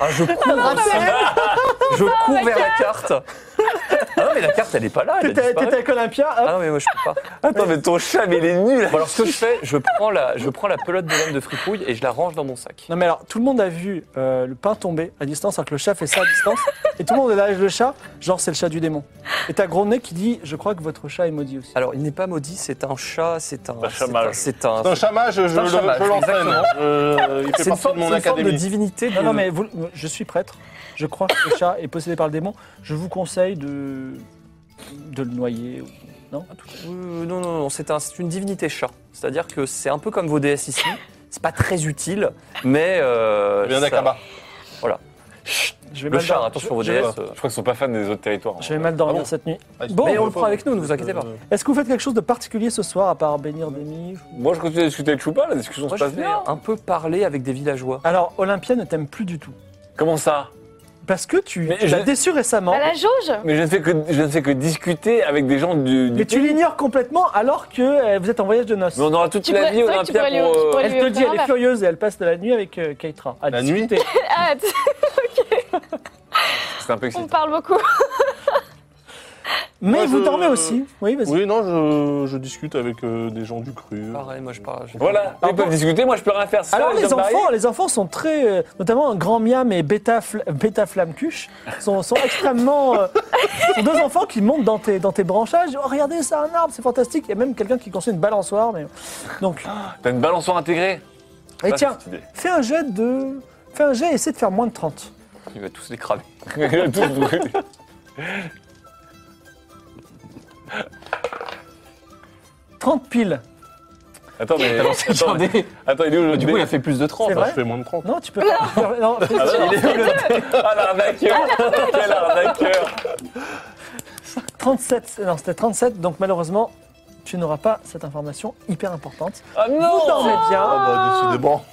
F: ah, je cours, je cours vers la carte Ah non, mais la carte, elle est pas là, elle a
B: T'étais
F: disparu.
B: t'étais avec Olympia, hop,
F: Ah non, mais moi, je peux pas.
C: Attends, mais ton chat, mais il est nul.
F: Bon, alors, ce que je fais, je prends la, je prends la pelote de l'homme de fripouille et je la range dans mon sac.
B: Non mais alors, tout le monde a vu euh, le pain tomber à distance, alors que le chat fait ça à distance, et tout le monde est derrière le chat, genre c'est le chat du démon. Et t'as Gros Nez qui dit, je crois que votre chat est maudit aussi.
F: Alors, il n'est pas maudit, c'est un chat, c'est un...
C: Un
F: c'est
C: chamage.
F: un- C'est un...
D: C'est un chamage, je,
F: C'est un
D: le-
F: chamage,
D: je l'entraîne.
F: exactement.
D: Je- Il fait
F: C'est une
D: partie
F: forme,
D: de mon
F: c'est une forme de
D: académie.
F: divinité. de-
B: Non, non mais vous- je suis prêtre, je crois que le chat est possédé par le démon, je vous conseille de, de le noyer. ou- Non
F: Euh, non, non, non, c'est un- c'est une divinité chat. C'est-à-dire que c'est un peu comme vos déesses ici. C'est pas très utile, mais... Euh,
D: Il vient
F: ça-
D: d'Akaba.
B: Je vais
F: Le
B: mal
F: char,
B: dormir.
F: attention vos
B: Je- je vais-
F: DS. euh,
C: Je crois qu'ils sont pas fans des autres territoires.
B: Je vais mal dormir
D: Ah bon
B: cette nuit.
D: Ah,
B: Bon,
D: c'est-
B: on le
F: fera avec nous, ne vous inquiétez pas.
D: Euh,
B: Est-ce que vous faites quelque chose de particulier ce soir à part bénir Denis
C: Moi, je continue à discuter avec Choupa, la discussion
F: Moi,
C: se
F: je
C: passe
F: vais
C: bien.
F: un peu parler avec des villageois.
B: Alors, Olympia ne t'aime plus du tout.
C: Comment ça
B: Parce que tu,
C: Mais
B: tu l'as
C: je-
B: déçu récemment.
G: À la jauge
C: Mais je ne, fais que, je ne fais que discuter avec des gens du. du
B: Mais tu
C: pays.
B: l'ignores complètement alors que euh, vous êtes en voyage de noces.
C: Mais on aura toute
G: Tu
C: la
G: pourrais-
C: vie
G: c'est vrai que tu
C: Olympia
G: pourrais lui-
C: pour.
G: tu pourrais
C: euh,
B: elle te
G: lui
B: dit, elle
G: offrir
B: est
G: un
B: furieuse et elle passe de la nuit avec euh, Keitra. à
D: La nuit
B: discuter.
G: Ah, t-
C: euh, C'est un peu
G: on
C: excitant.
G: parle beaucoup.
B: Mais
D: Moi,
B: vous
D: je-
B: dormez aussi. Oui, vas-y.
D: Oui, non, je, je discute avec euh, des gens du cru.
F: Pareil, moi, je parle. je-
C: Voilà, ils peuvent discuter, moi je peux rien faire. c'est
B: Alors
C: ça,
B: les
C: Ah hommes mariés
B: enfants, les enfants sont très, euh, notamment un grand miam et bêta, fl- bêta flamme cuche, sont, sont extrêmement, euh, sont deux enfants qui montent dans tes, dans tes branchages. Oh regardez, c'est un arbre, c'est fantastique. Il y a même quelqu'un qui construit une balançoire. Mais donc,
C: T'as une balançoire intégrée
B: et
C: Ça,
B: tiens,
C: c'est cette idée.
B: fais un jet de, fais un jet, et essaie de faire moins de 30.
F: Il va tous les cramer.
C: Tout brûlé.
B: « 30 piles.
C: Attends, mais. Attends,
H: Attendez.
C: attends, il est où le
H: Du
C: dé
H: coup, il a fait plus de 30.
B: C'est
D: Enfin,
B: vrai
D: je fais moins de 30.
B: Non, tu peux pas. Non, fais-
C: Ah, bah, non. Ah, l'arnaqueur Quel arnaqueur
B: 37, non, c'était 37, donc malheureusement, tu n'auras pas cette information hyper importante.
C: Ah
B: Vous
C: non
B: dormez bien.
D: Ah bah, décidément.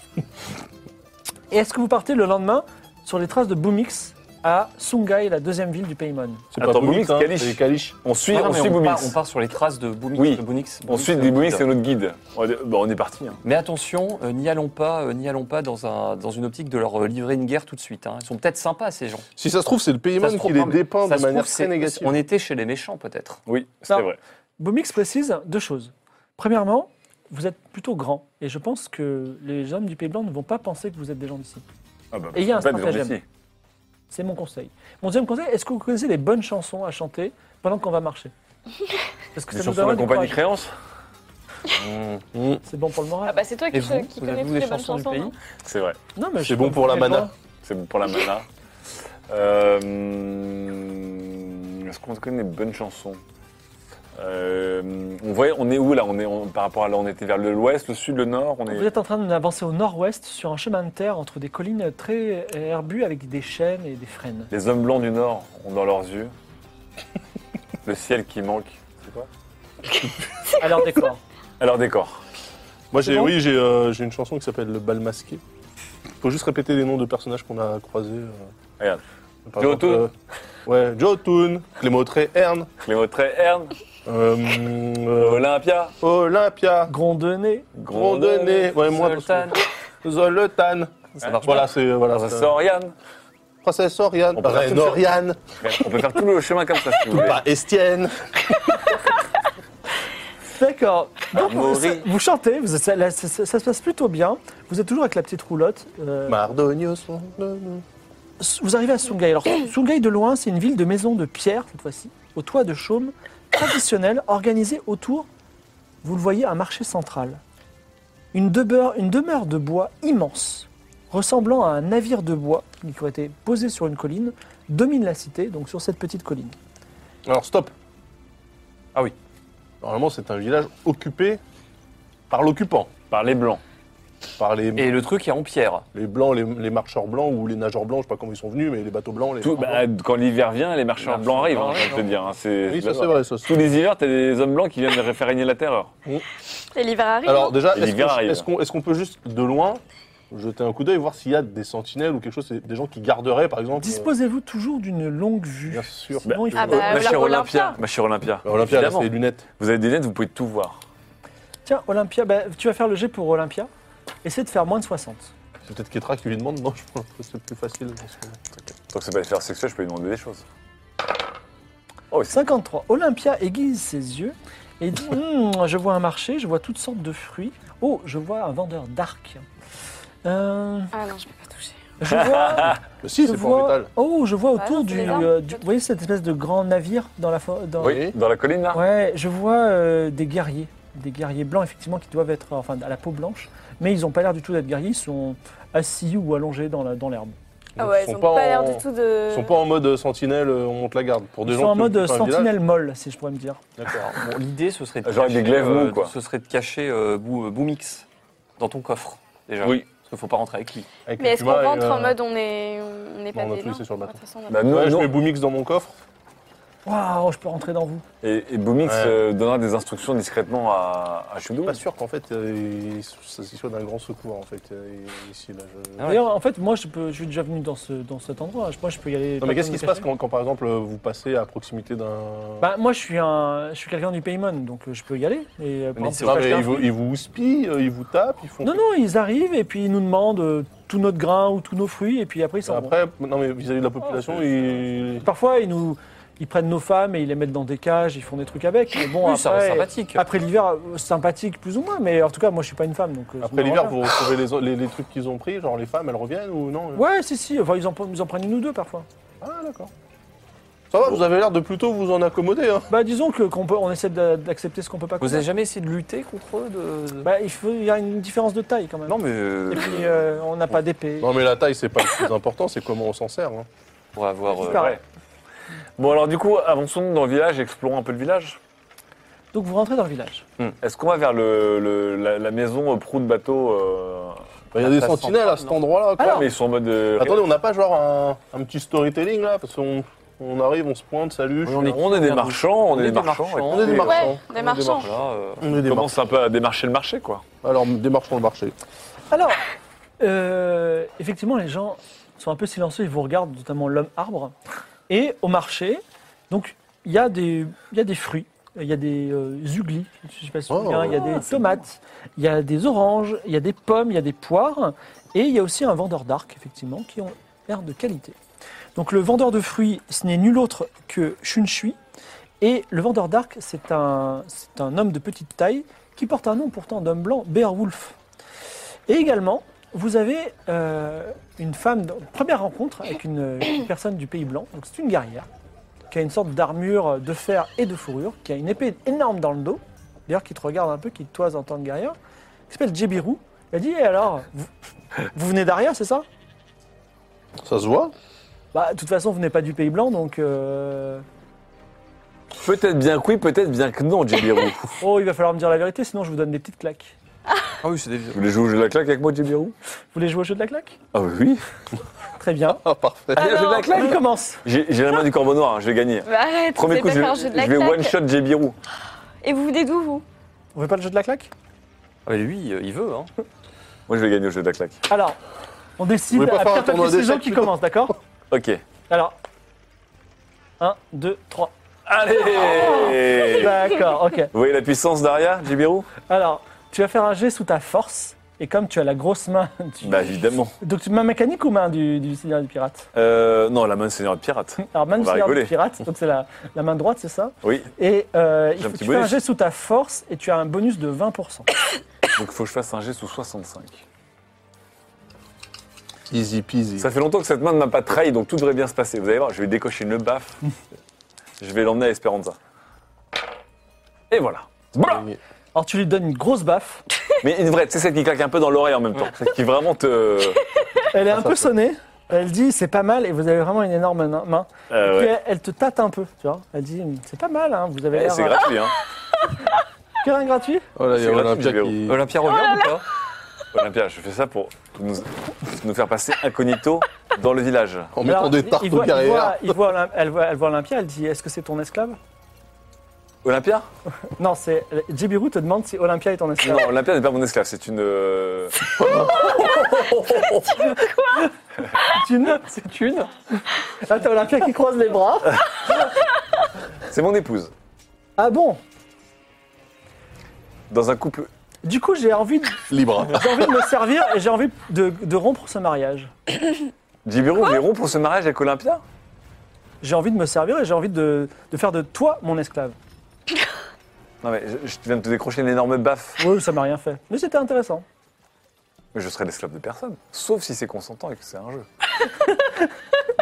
B: Et est-ce que vous partez le lendemain sur les traces de Boomix à Sungai, la deuxième ville du Paymon
D: C'est
C: Attends,
D: pas Boumix,
C: Boumix,
D: hein,
C: Kalish.
D: c'est Kalish.
C: On suit,
F: Ah non,
C: on
F: mais
C: suit
F: on, part,
C: Boumix.
F: on part sur les traces de Boomix.
C: Oui.
F: de Boomix.
C: On
F: Boomix,
C: suit
F: c'est
C: des
F: notre
C: Boumix,
F: leader.
C: c'est notre guide. On est- bah, on est parti. hein.
F: Mais attention, euh, n'y allons pas, euh, n'y allons pas dans, un, dans une optique de leur euh, livrer une guerre tout de suite. hein. Ils sont peut-être sympas ces gens.
D: Si ça se trouve, c'est le
F: Ça se
D: Paymon qui
F: trouve-
D: les
F: non, mais
D: dépeint
F: ça
D: de
F: se
D: manière
F: trouve,
D: très
F: c'est-
D: négative.
F: On était chez les méchants peut-être.
C: Oui, c'est
B: Non.
C: vrai.
B: Boomix précise deux choses. Premièrement, vous êtes plutôt grand, et je pense que les hommes du Pays Blanc ne vont pas penser que vous êtes des gens d'ici.
C: Ah bah,
B: Et il y a un
C: en fait, des gens
B: stratagème.
C: d'ici.
B: C'est mon conseil. Mon deuxième conseil, est-ce que vous connaissez les bonnes chansons à chanter pendant qu'on va marcher Parce que
C: Des
B: ça nous
C: chansons de la
B: donne
C: compagnie créance
B: C'est bon pour le
G: Ah
B: moral.
G: bah c'est toi
F: Et
G: qui,
F: vous,
G: qui
F: vous
G: connais
F: avez
G: toutes
F: vous les
G: les bonnes
F: chansons du
G: chansons.
F: pays
G: non
C: C'est vrai.
B: Non, mais
D: C'est
B: je
D: bon
B: pense
D: pour la
B: que les
D: mana.
B: gens-
C: C'est bon pour la mana. Euh, hum, Est-ce qu'on connaît les bonnes chansons Euh, on, voyait, on est où là on est, on- Par rapport à là, on était vers le- l'ouest, le sud, le nord on
B: Vous
C: est...
B: êtes en train d'avancer au nord-ouest sur un chemin de terre entre des collines très herbues avec des chênes et des frênes.
C: Les hommes blancs du nord ont dans leurs yeux le ciel qui manque. C'est quoi
B: À leur décor.
C: À leur décor.
D: Moi, j'ai,
B: bon
D: oui, j'ai, euh, j'ai une chanson qui s'appelle Le bal masqué. Faut juste répéter les noms de personnages qu'on a croisés. euh.
C: Regarde.
D: Par
C: Joe
D: exemple, euh, ouais, Jotun, Clémotré, Erne,
C: Clémotré, Herne,
D: euh, euh,
C: Olympia,
D: Olympia,
B: Grondonné.
D: Grondonné, ouais, moi,
F: Zoltan.
D: parce que- Zoltan.
F: Ça marche
D: Voilà, c'est. euh, Voilà,
C: Princesse
D: c'est-
C: Oriane.
D: Princesse Oriane,
C: On peut faire
D: Reine
C: tout le-
D: Oriane,
C: On peut faire tout le chemin comme ça si vous voulez.
D: pas Estienne.
B: D'accord. Donc,
C: Amaury.
B: ça- vous chantez, vous- ça, là, ça- ça- ça se passe plutôt bien. Vous êtes toujours avec la petite roulotte. euh,
D: Bah. Mardonios. Mardonios.
B: Vous arrivez à Sungai. Alors, Sungai de loin, c'est une ville de maisons de pierre, cette fois-ci, au toit de chaume, traditionnelle, organisée autour, vous le voyez, un marché central. Une demeure, une demeure de bois immense, ressemblant à un navire de bois qui aurait été posé sur une colline, domine la cité, donc sur cette petite colline.
D: Alors, stop.
F: Ah oui.
D: Normalement, c'est un village occupé par l'occupant,
C: Par les blancs.
D: par les,
F: Et le truc est en pierre.
D: les blancs, les, les marcheurs blancs ou les nageurs blancs, je sais pas comment ils sont venus, mais les bateaux blancs, les.
C: Tout- bah, quand l'hiver vient, les marchands
F: Les
C: blancs arrivent,
F: marchands
C: hein, je
F: blancs
C: vais te dire. hein, c'est-
D: oui, ça
C: c'est
D: c'est vrai, ça.
C: Tous les hivers, t'as des hommes blancs qui viennent de faire régner la terreur.
G: Et l'hiver arrive.
D: Alors déjà,
C: Et
D: est-ce
C: l'hiver
D: qu'on
C: arrive.
D: est-ce qu'on- est-ce qu'on peut juste de loin jeter un coup d'œil, voir s'il y a des sentinelles ou quelque chose, des gens qui garderaient par exemple euh,
B: Disposez-vous toujours d'une longue vue.
D: Bien sûr. euh,
B: Sinon, il
G: Ah
B: faut-
G: bah,
C: ma
G: voilà
C: chère
G: pour
C: Euh, Olympia,
G: l'Olympia.
C: ma chère Olympia.
D: Bah, Olympia, là,
C: Évidemment.
D: c'est les lunettes.
C: Vous avez des lunettes, vous pouvez tout voir.
B: Tiens, Olympia, bah, tu vas faire le jet pour Olympia. Essaie de faire moins de 60.
D: C'est peut-être Ketra qui lui demande. Non, je pense que c'est plus facile. en ce moment.
C: Tant que c'est pas des affaires sexuelles, je peux lui demander des choses. Oh, c'est
B: 53. Olympia aiguise ses yeux et dit Hmm, Je vois un marché, je vois toutes sortes de fruits. Oh, je vois un vendeur d'arc. Euh,
G: Ah non, je peux pas toucher.
B: je vois.
D: Mais si,
B: je
D: c'est
B: vois-
D: pour métal.
B: Oh, je vois
G: Ah
B: autour
G: non, c'est
B: du,
G: les arbres,
B: euh, du-
G: peut-être.
B: Vous voyez cette espèce de grand navire dans la. fo- Dans...
C: Oui, dans la colline là
B: Ouais, je vois euh, des guerriers. Des guerriers blancs, effectivement, qui doivent être. Enfin, à la peau blanche. Mais ils n'ont pas l'air du tout d'être guerriers, ils sont assis ou allongés dans la- dans l'herbe.
G: Ah
D: ils
G: ouais, ils
D: sont
G: ont
D: pas
G: pas l'air
D: en-
G: du tout euh, de.
D: Ils sont pas en mode sentinelle, euh, on monte la garde. Pour des
B: ils
D: gens
B: sont en
D: qui
B: mode
D: occupent un village.
B: sentinelle molle, si je pourrais me dire.
D: D'accord.
F: Bon, L'idée, ce serait de
C: Genre avec des glaives mous,
F: euh,
C: quoi.
F: Ce serait de cacher euh, Bou- euh, Boomix dans ton coffre déjà.
C: Oui.
F: Il ne faut pas rentrer avec lui.
D: Avec
G: Mais
D: le
G: est-ce qu'on
D: Puma et,
G: rentre
D: euh,
G: en mode on est, on n'est pas
D: on va
G: des
D: tout laisser
G: nains
D: sur le bateau.
G: De toute façon, on a-
C: Bah, nous,
D: ouais, je
C: nous-
D: mets Boomix dans mon coffre.
B: Waouh, je peux rentrer dans vous.
C: Et, et Boomix
D: Ouais.
C: euh, donnera des instructions discrètement à, à Shudo.
D: Pas sûr qu'en fait, euh, il- ça soit d'un grand secours en fait euh, ici là. je-
F: Ah ouais.
B: D'ailleurs, en fait, moi, je, peux, je suis déjà venu dans, ce, dans cet endroit. Je, moi, je peux y aller.
D: Non
B: pas
D: mais qu'est-ce
B: pour
D: qui
B: me
D: se passe
B: cacher.
D: quand, quand, par exemple euh, vous passez à proximité d'un.
B: Bah, moi, je suis, un, je suis quelqu'un du Paymon, donc euh, je peux y aller. Et, euh, par
F: Mais
B: exemple,
F: c'est
B: je
D: Non,
B: peux
D: mais
B: acheter un
D: ils, vous,
B: fruit.
D: ils vous houspillent, euh, ils vous tapent, ils font.
B: Non, non, ils arrivent et puis ils nous demandent euh, tout notre grain ou tous nos fruits et puis après ils Oh, s'en vont.
D: Après, non mais vis-à-vis de la population, ils.
B: Parfois, ils nous, ils prennent nos femmes et ils les mettent dans des cages, ils font des trucs avec. Mais bon,
F: Oui, ça reste
B: après,
F: sympathique.
B: après l'hiver, euh, sympathique plus ou moins, mais en tout cas, moi, je suis pas une femme, donc. euh, ça
D: Après
B: me
D: l'hiver,
B: dérange
D: vous retrouvez les, les- les trucs qu'ils ont pris, genre les femmes, elles reviennent ou non
B: pas. Ouais, si, si. Enfin, ils en, ils en prennent une ou deux parfois.
D: Ah d'accord. Ça va, vous avez l'air de plutôt vous en accommoder. Hein.
B: Bah, disons que qu'on peut, on essaie d'a- d'accepter ce qu'on peut pas.
F: Vous
B: couper.
F: n'avez jamais essayé de lutter contre eux de...
B: Bah, il faut, il y a une différence de taille quand même.
F: Non, mais euh,
B: Et puis, euh, on n'a pas d'épée.
D: Non mais la taille, c'est pas le plus important, c'est comment on s'en sert. hein.
F: pour avoir... euh,
B: Super.
C: ouais. Bon, alors du coup, avançons dans le village, explorons un peu le village.
B: Donc, vous rentrez dans le village.
C: Est-ce qu'on va vers le, le- la, la maison euh, proue de bateau euh,
D: Il y a
F: La
D: des
F: place
D: sentinelles à
F: centrale,
D: cet
F: non
D: endroit-là. quoi.
C: ah, mais ils sont en mode. euh,
D: Attendez, on n'a pas genre un, un petit storytelling là Parce qu'on on arrive, on se pointe, salut. je
F: on
D: suis
F: est-
D: là.
C: on est des marchands, on, est des marchands.
D: On est des
C: écoutez,
D: marchands.
G: Ouais, des marchands.
F: Voilà, euh,
D: On est des marchands.
C: On commence un peu à démarcher le marché, quoi.
D: Alors, démarchons le marché.
B: Alors, euh, effectivement, les gens sont un peu silencieux, ils vous regardent, notamment l'homme arbre. Et au marché, donc, il y, a des- il y a des fruits, il y a des euh, uglis, je sais pas si vous
D: Oh.
B: vous souvenez, il y a des tomates, il y a des oranges, il y a des pommes, il y a des poires, et il y a aussi un vendeur d'arc, effectivement, qui ont l'air de qualité. Donc, le vendeur de fruits, ce n'est nul autre que Shunshui, et le vendeur d'arc, c'est un, c'est un homme de petite taille qui porte un nom pourtant d'homme blanc, Beowulf. Et également, vous avez euh, une femme, première rencontre avec une, euh, une personne du Pays Blanc, donc c'est une guerrière, qui a une sorte d'armure euh, de fer et de fourrure, qui a une épée énorme dans le dos, d'ailleurs qui te regarde un peu, qui te toise en tant que guerrière, qui s'appelle Jebiru. Elle dit, Eh alors, vous, vous venez d'Aria, c'est ça
D: Ça se voit
B: Bah, de toute façon, vous venez pas du Pays Blanc, donc... euh,
C: Peut-être bien que oui, peut-être bien que non, Jibiru.
B: Oh, il va falloir me dire la vérité, sinon je vous donne des petites claques.
F: Ah oui, c'est des...
C: Vous voulez jouer au jeu de la claque avec moi, Jibiru
B: Vous voulez jouer au jeu de la claque
C: Ah oui.
B: Très bien.
D: Ah, parfait.
C: Allez, jeu de la claque
B: il commence
C: J'ai j'ai la main du corbeau noir, hein, je vais gagner.
G: Bah, arrête,
C: Premier
G: vous
C: coup,
G: savez
C: je,
G: pas faire jeu de la
C: je vais
G: claque.
C: one-shot Jibiru.
G: Et vous venez d'où, vous
B: On veut pas le jeu de la claque
F: Ah, mais lui, euh, il veut. Hein.
C: Moi, je vais gagner au jeu de la claque.
B: Alors, on décide
D: Vous voulez pas
B: à
D: faire un
B: pierre papier
D: tournoi
B: ciseaux
D: d'échecs
B: qui
D: plutôt
B: commence, d'accord
C: Ok.
B: Alors, 1, 2, 3.
G: Oh,
C: Allez
B: D'accord, ok.
C: Vous voyez la puissance d'Aria, Jibiru
B: Alors, tu vas faire un jet sous ta force, et comme tu as la grosse main... du-
C: Bah évidemment.
B: Donc, tu- main mécanique ou main du, du seigneur du pirate
C: Euh, non, la main de Seigneur de Pirate.
D: Hmm.
B: Alors, main
C: On
B: du
C: va
B: seigneur du
C: rigoler.
B: pirate, donc c'est la, la main droite, c'est ça
C: Oui,
B: Et euh, il
C: J'ai un
B: faut-
C: petit
B: tu fais un
C: bonus.
B: jet sous ta force, et tu as un bonus de 20%.
C: donc il faut que je fasse un jet sous 65.
D: Easy peasy.
C: Ça fait longtemps que cette main ne m'a pas trahi, donc tout devrait bien se passer. Vous allez voir, je vais décocher une baffe. je vais l'emmener à Esperanza. Et voilà. Voilà
B: Alors, tu lui donnes une grosse baffe,
C: Mais une vraie, tu sais, celle qui claque un peu dans l'oreille en même temps. Celle qui vraiment te.
D: Euh,
B: elle est un peu sonnée, elle dit « c'est pas mal », et vous avez vraiment une énorme main. main.
C: Euh,
B: Et puis
C: ouais.
B: elle, elle te tâte un peu, tu vois. Elle dit c'est pas mal, hein, vous avez
C: Eh,
B: l'air euh,
C: c'est gratuit, hein.
B: que rien gratuit.
D: Oh là, il y a
C: C'est
D: Olympia
C: gratuit,
D: qui.
F: Olympia
G: Oh
F: revient ou pas
C: Olympia, je fais ça pour nous, nous faire passer incognito dans le village.
D: En mettant
B: Alors,
D: des
B: il-
D: tartes
B: il voit-
D: au
B: il voit-
D: derrière.
B: il voit Olym- elle, voit, elle voit Olympia, elle dit est-ce que c'est ton esclave
C: Olympia
B: Non, c'est Jibiru te demande si Olympia est ton esclave.
C: Non, Olympia n'est pas mon esclave, c'est une. euh,
B: C'est une, c'est une. Là t'as Olympia qui croise les bras.
C: C'est mon épouse.
B: Ah bon
C: Dans un couple.
B: Du coup j'ai envie, de-
D: Libre.
B: j'ai envie de me servir et j'ai envie de, de rompre ce mariage.
C: Jibiru, mais rompre ce mariage avec Olympia
B: J'ai envie de me servir et j'ai envie de, de faire de toi mon esclave.
C: Non, mais je, je viens de te décrocher une énorme baffe.
B: Oui, ça m'a rien fait, mais c'était intéressant.
C: Mais je serai l'esclave de personne. Sauf si c'est consentant et que c'est un jeu.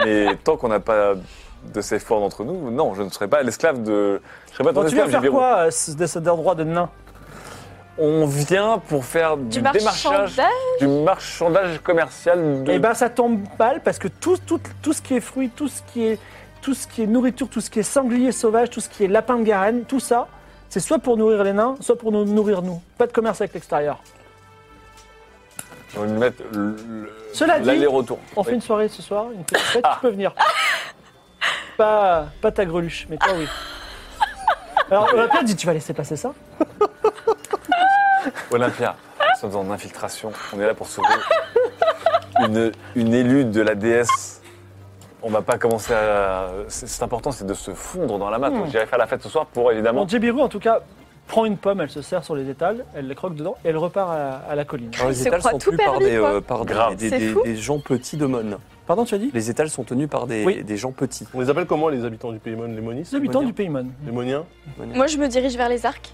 C: mais tant qu'on n'a pas de ces forts entre nous, non, je ne serai pas l'esclave de. Je serai pas ton
B: Bon, tu viens
C: esclave,
B: faire
C: Jibiru.
B: quoi euh, ce- de cet endroit de nain
C: On vient pour faire du,
G: Du
C: démarchage,
G: marchandage
C: du marchandage commercial de.
B: Eh ben, ça tombe mal parce que tout, tout, tout ce qui est fruits, tout ce qui est, tout ce qui est nourriture, tout ce qui est sanglier sauvage, tout ce qui est lapin de garenne, tout ça, c'est soit pour nourrir les nains, soit pour nous nourrir nous. Pas de commerce avec l'extérieur.
C: On va lui mettre le- le-
B: Cela dit,
C: l'aller-retour.
B: On fait
C: Oui.
B: une soirée ce soir, une petite fête, tu peux venir. Pas, pas ta greluche, mais toi oui. Alors on a pas dit tu vas laisser passer ça
C: Olympia, nous sommes en infiltration. On est là pour sauver une, une élue de la déesse. On va pas commencer à. C'est c'est important, c'est de se fondre dans la masse. Donc J'irai faire la fête ce soir pour évidemment.
B: Bon, Jebiru en tout cas prend une pomme, elle se sert sur les étals, elle les croque dedans et elle repart à, à la colline.
F: Alors,
G: Il
F: les
G: se
F: étals
G: croit
F: sont
G: tout
F: tenus par
G: permis,
F: des,
G: quoi.
F: euh, par des-
C: Grave.
F: des,
G: C'est
F: des-
G: fou.
F: des gens petits de Mon.
B: Pardon, tu as dit
F: Les étals sont tenus par des,
B: Oui.
F: des gens petits.
D: On les appelle comment les habitants du Paymon Les Monis
B: Les habitants
F: Monia.
B: du Paymon.
D: Les Moniens
G: Moi, je me dirige vers les arcs.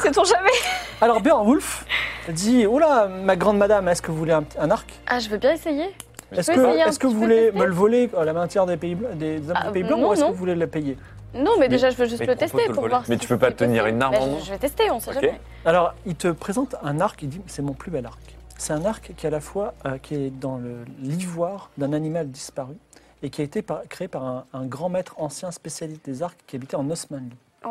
G: C'est ton jamais
B: Alors Beowulf dit Oula, ma grande madame, est-ce que vous voulez un, petit- un arc
G: Ah, je veux bien essayer.
B: Est-ce
G: peux
B: que,
G: essayer un
B: est-ce que
G: petit
B: vous
G: peu
B: voulez
G: tester
B: me le voler à la main tiers des pays, blancs- des, des hommes
G: Ah,
B: du pays
G: non,
B: blanc ou est-ce que
G: non.
B: vous voulez la payer
G: Non, mais, déjà, je veux juste
F: mais
G: le
F: propose
G: tester
F: de le
G: pour
F: voler.
G: voir.
C: Mais
G: si
C: tu peux
G: c'est
C: pas tenir
G: possible.
C: une arme
G: Bah,
C: en
G: je-
C: main.
G: Je, vais tester, on sait
C: Ok.
G: jamais.
B: Alors, il te présente un arc, il dit c'est mon plus bel arc. C'est un arc qui est à la fois euh, qui est dans le- l'ivoire d'un animal disparu et qui a été par- créé par un, un grand maître ancien spécialiste des arcs qui habitait en Osmanli.
G: Oh.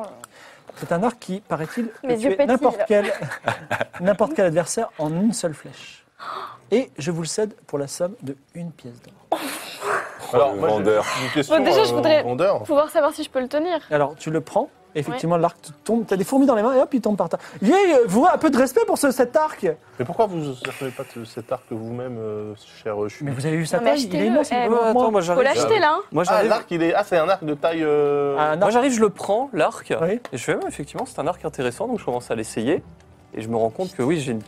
B: C'est un arc qui, paraît-il, peut
G: Mes yeux
B: tuer
G: pétillent,
B: n'importe
G: là.
B: quel, n'importe quel adversaire en une seule flèche. Et je vous le cède pour la somme de une pièce d'or.
C: Alors,
D: moi, j'ai
C: vendeur.
D: Une question
G: Bon, déjà, je
D: euh, au
G: voudrais-
D: vendeur.
G: Pouvoir savoir si je peux le tenir.
B: Alors, tu le prends, et effectivement, l'arc te tombe, t'as des fourmis dans les mains, et hop, il tombe par terre. Yeah, vous, un peu de respect pour ce, cet arc
D: Mais pourquoi vous ne pas de cet arc vous-même, euh, cher Chu
B: Mais vous avez vu sa
G: Non, mais
B: taille, il est
G: achetez-le,
B: immense, il est
G: eh,
B: plus grand que moi.
F: moi
G: Faut
F: j'arrive.
G: l'acheter, là. hein.
F: Moi
D: Ah,
F: j'arrive.
D: l'arc, il est. Ah, c'est un arc de taille. euh,
B: Un
F: Moi
B: arc
F: j'arrive, je le prends, l'arc,
B: Oui.
F: et je fais, Ah, effectivement, c'est un arc intéressant, donc je commence à l'essayer, et je me rends compte que oui, j'ai une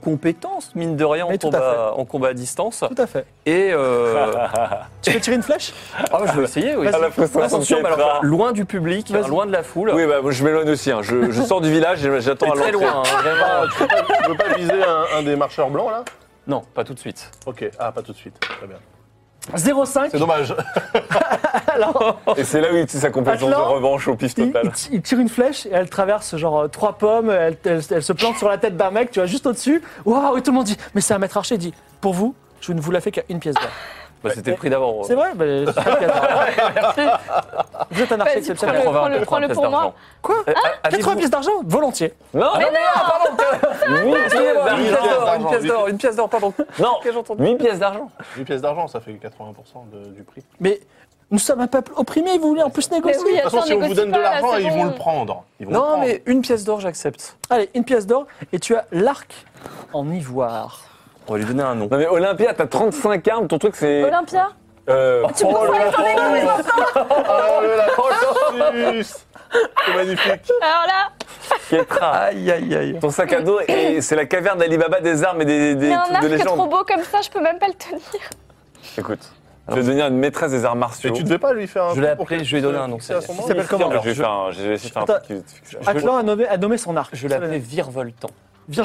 F: compétence, mine de rien, en
B: Mais tout à
F: combat, en combat à distance,
B: Tout à fait.
F: et... euh,
B: Tu veux tirer une flèche
F: ah, je vais essayer, oui.
C: À la prestation
F: Attention,
C: qui
F: mais
C: est
F: alors,
C: rare.
F: loin du public,
B: Vas-y.
F: loin de la foule,
C: Oui, bah, moi, je m'éloigne aussi. hein. Je, je sors du village, et j'attends
F: et
C: à
F: très
C: l'entrée.
F: loin, hein, vraiment.
D: Ah, tu, peux pas, tu peux pas viser un, un des marcheurs blancs, là
F: Non, pas tout de suite.
D: Ok, ah, pas tout de suite. Très bien.
B: 0,5.
D: C'est dommage.
B: Alors,
C: Et c'est là où il utilise sa compétence de
B: Atlan,
C: revanche au pif
B: il,
C: total.
B: il ti- il tire une flèche et elle traverse genre euh, trois pommes, elle, elle- elle se plante sur la tête d'un mec, tu vois, juste au-dessus. Waouh, et tout le monde dit, mais c'est un maître archer, il dit, pour vous, je ne vous la fais qu'à une pièce d'or.
F: Bah, C'était le prix d'avant.
B: C'est vrai ben, c'est vrai qu'il y a- Vous êtes un archer
G: Vas-y,
B: exceptionnel.
G: prends-le. Prends-le, prends-le pour moi.
B: Quoi
F: Avez-vous
B: 80 Ah, pièces d'argent Volontiers.
C: Ah Non, mais non,
F: Ah, une
C: pardon
F: pièce d'or, une pièce
D: Huit
F: d'or, une pièce d'or, pardon.
C: Non,
F: Qu'est-ce que j'ai entendu
C: 1000 pièces d'argent.
D: 8 pièces d'argent, ça fait 80% de- du prix. De
B: Mais nous sommes un peuple opprimé, vous voulez en plus négocier
G: oui,
D: toute façon,
G: attends,
D: si on vous
G: négocie
D: donne de
G: pas, là,
D: l'argent,
G: c'est
D: ils vont
G: bon.
D: le prendre. Ils vont le
F: Non,
D: prendre.
F: mais une pièce d'or, j'accepte.
B: Allez, une pièce d'or et tu as l'arc en ivoire.
F: On va lui donner un nom.
C: Non, mais Olympia, t'as 35 armes, ton truc c'est.
G: Olympia
C: Euh,
D: Oh là là Oh là là Sus C'est magnifique.
G: Alors là,
C: Ketra.
F: Aïe, aïe, aïe.
C: Ton sac à dos, et c'est la caverne d'Ali Baba des armes et des, des
G: il y a un
C: trucs de
G: arc trop
C: légende.
G: beau comme ça, je peux même pas le tenir.
C: Écoute, je vais devenir une maîtresse des arts martiaux.
D: Mais tu devais pas lui faire un.
F: Je l'ai
D: coup pour
F: appelé,
D: qu'il
F: je lui ai donné
D: se
F: un nom,
D: fixe à
F: ça
D: son
F: y est.
D: nom
B: Il s'appelle comment
C: Alors, je vais faire un, je vais essayer de faire un
B: Attends.
C: truc qui- qui-
D: Ah,
C: qui-
B: Atlan a nommé, a nommé son arc.
F: Je l'appelais Virevoltant.
B: Viens.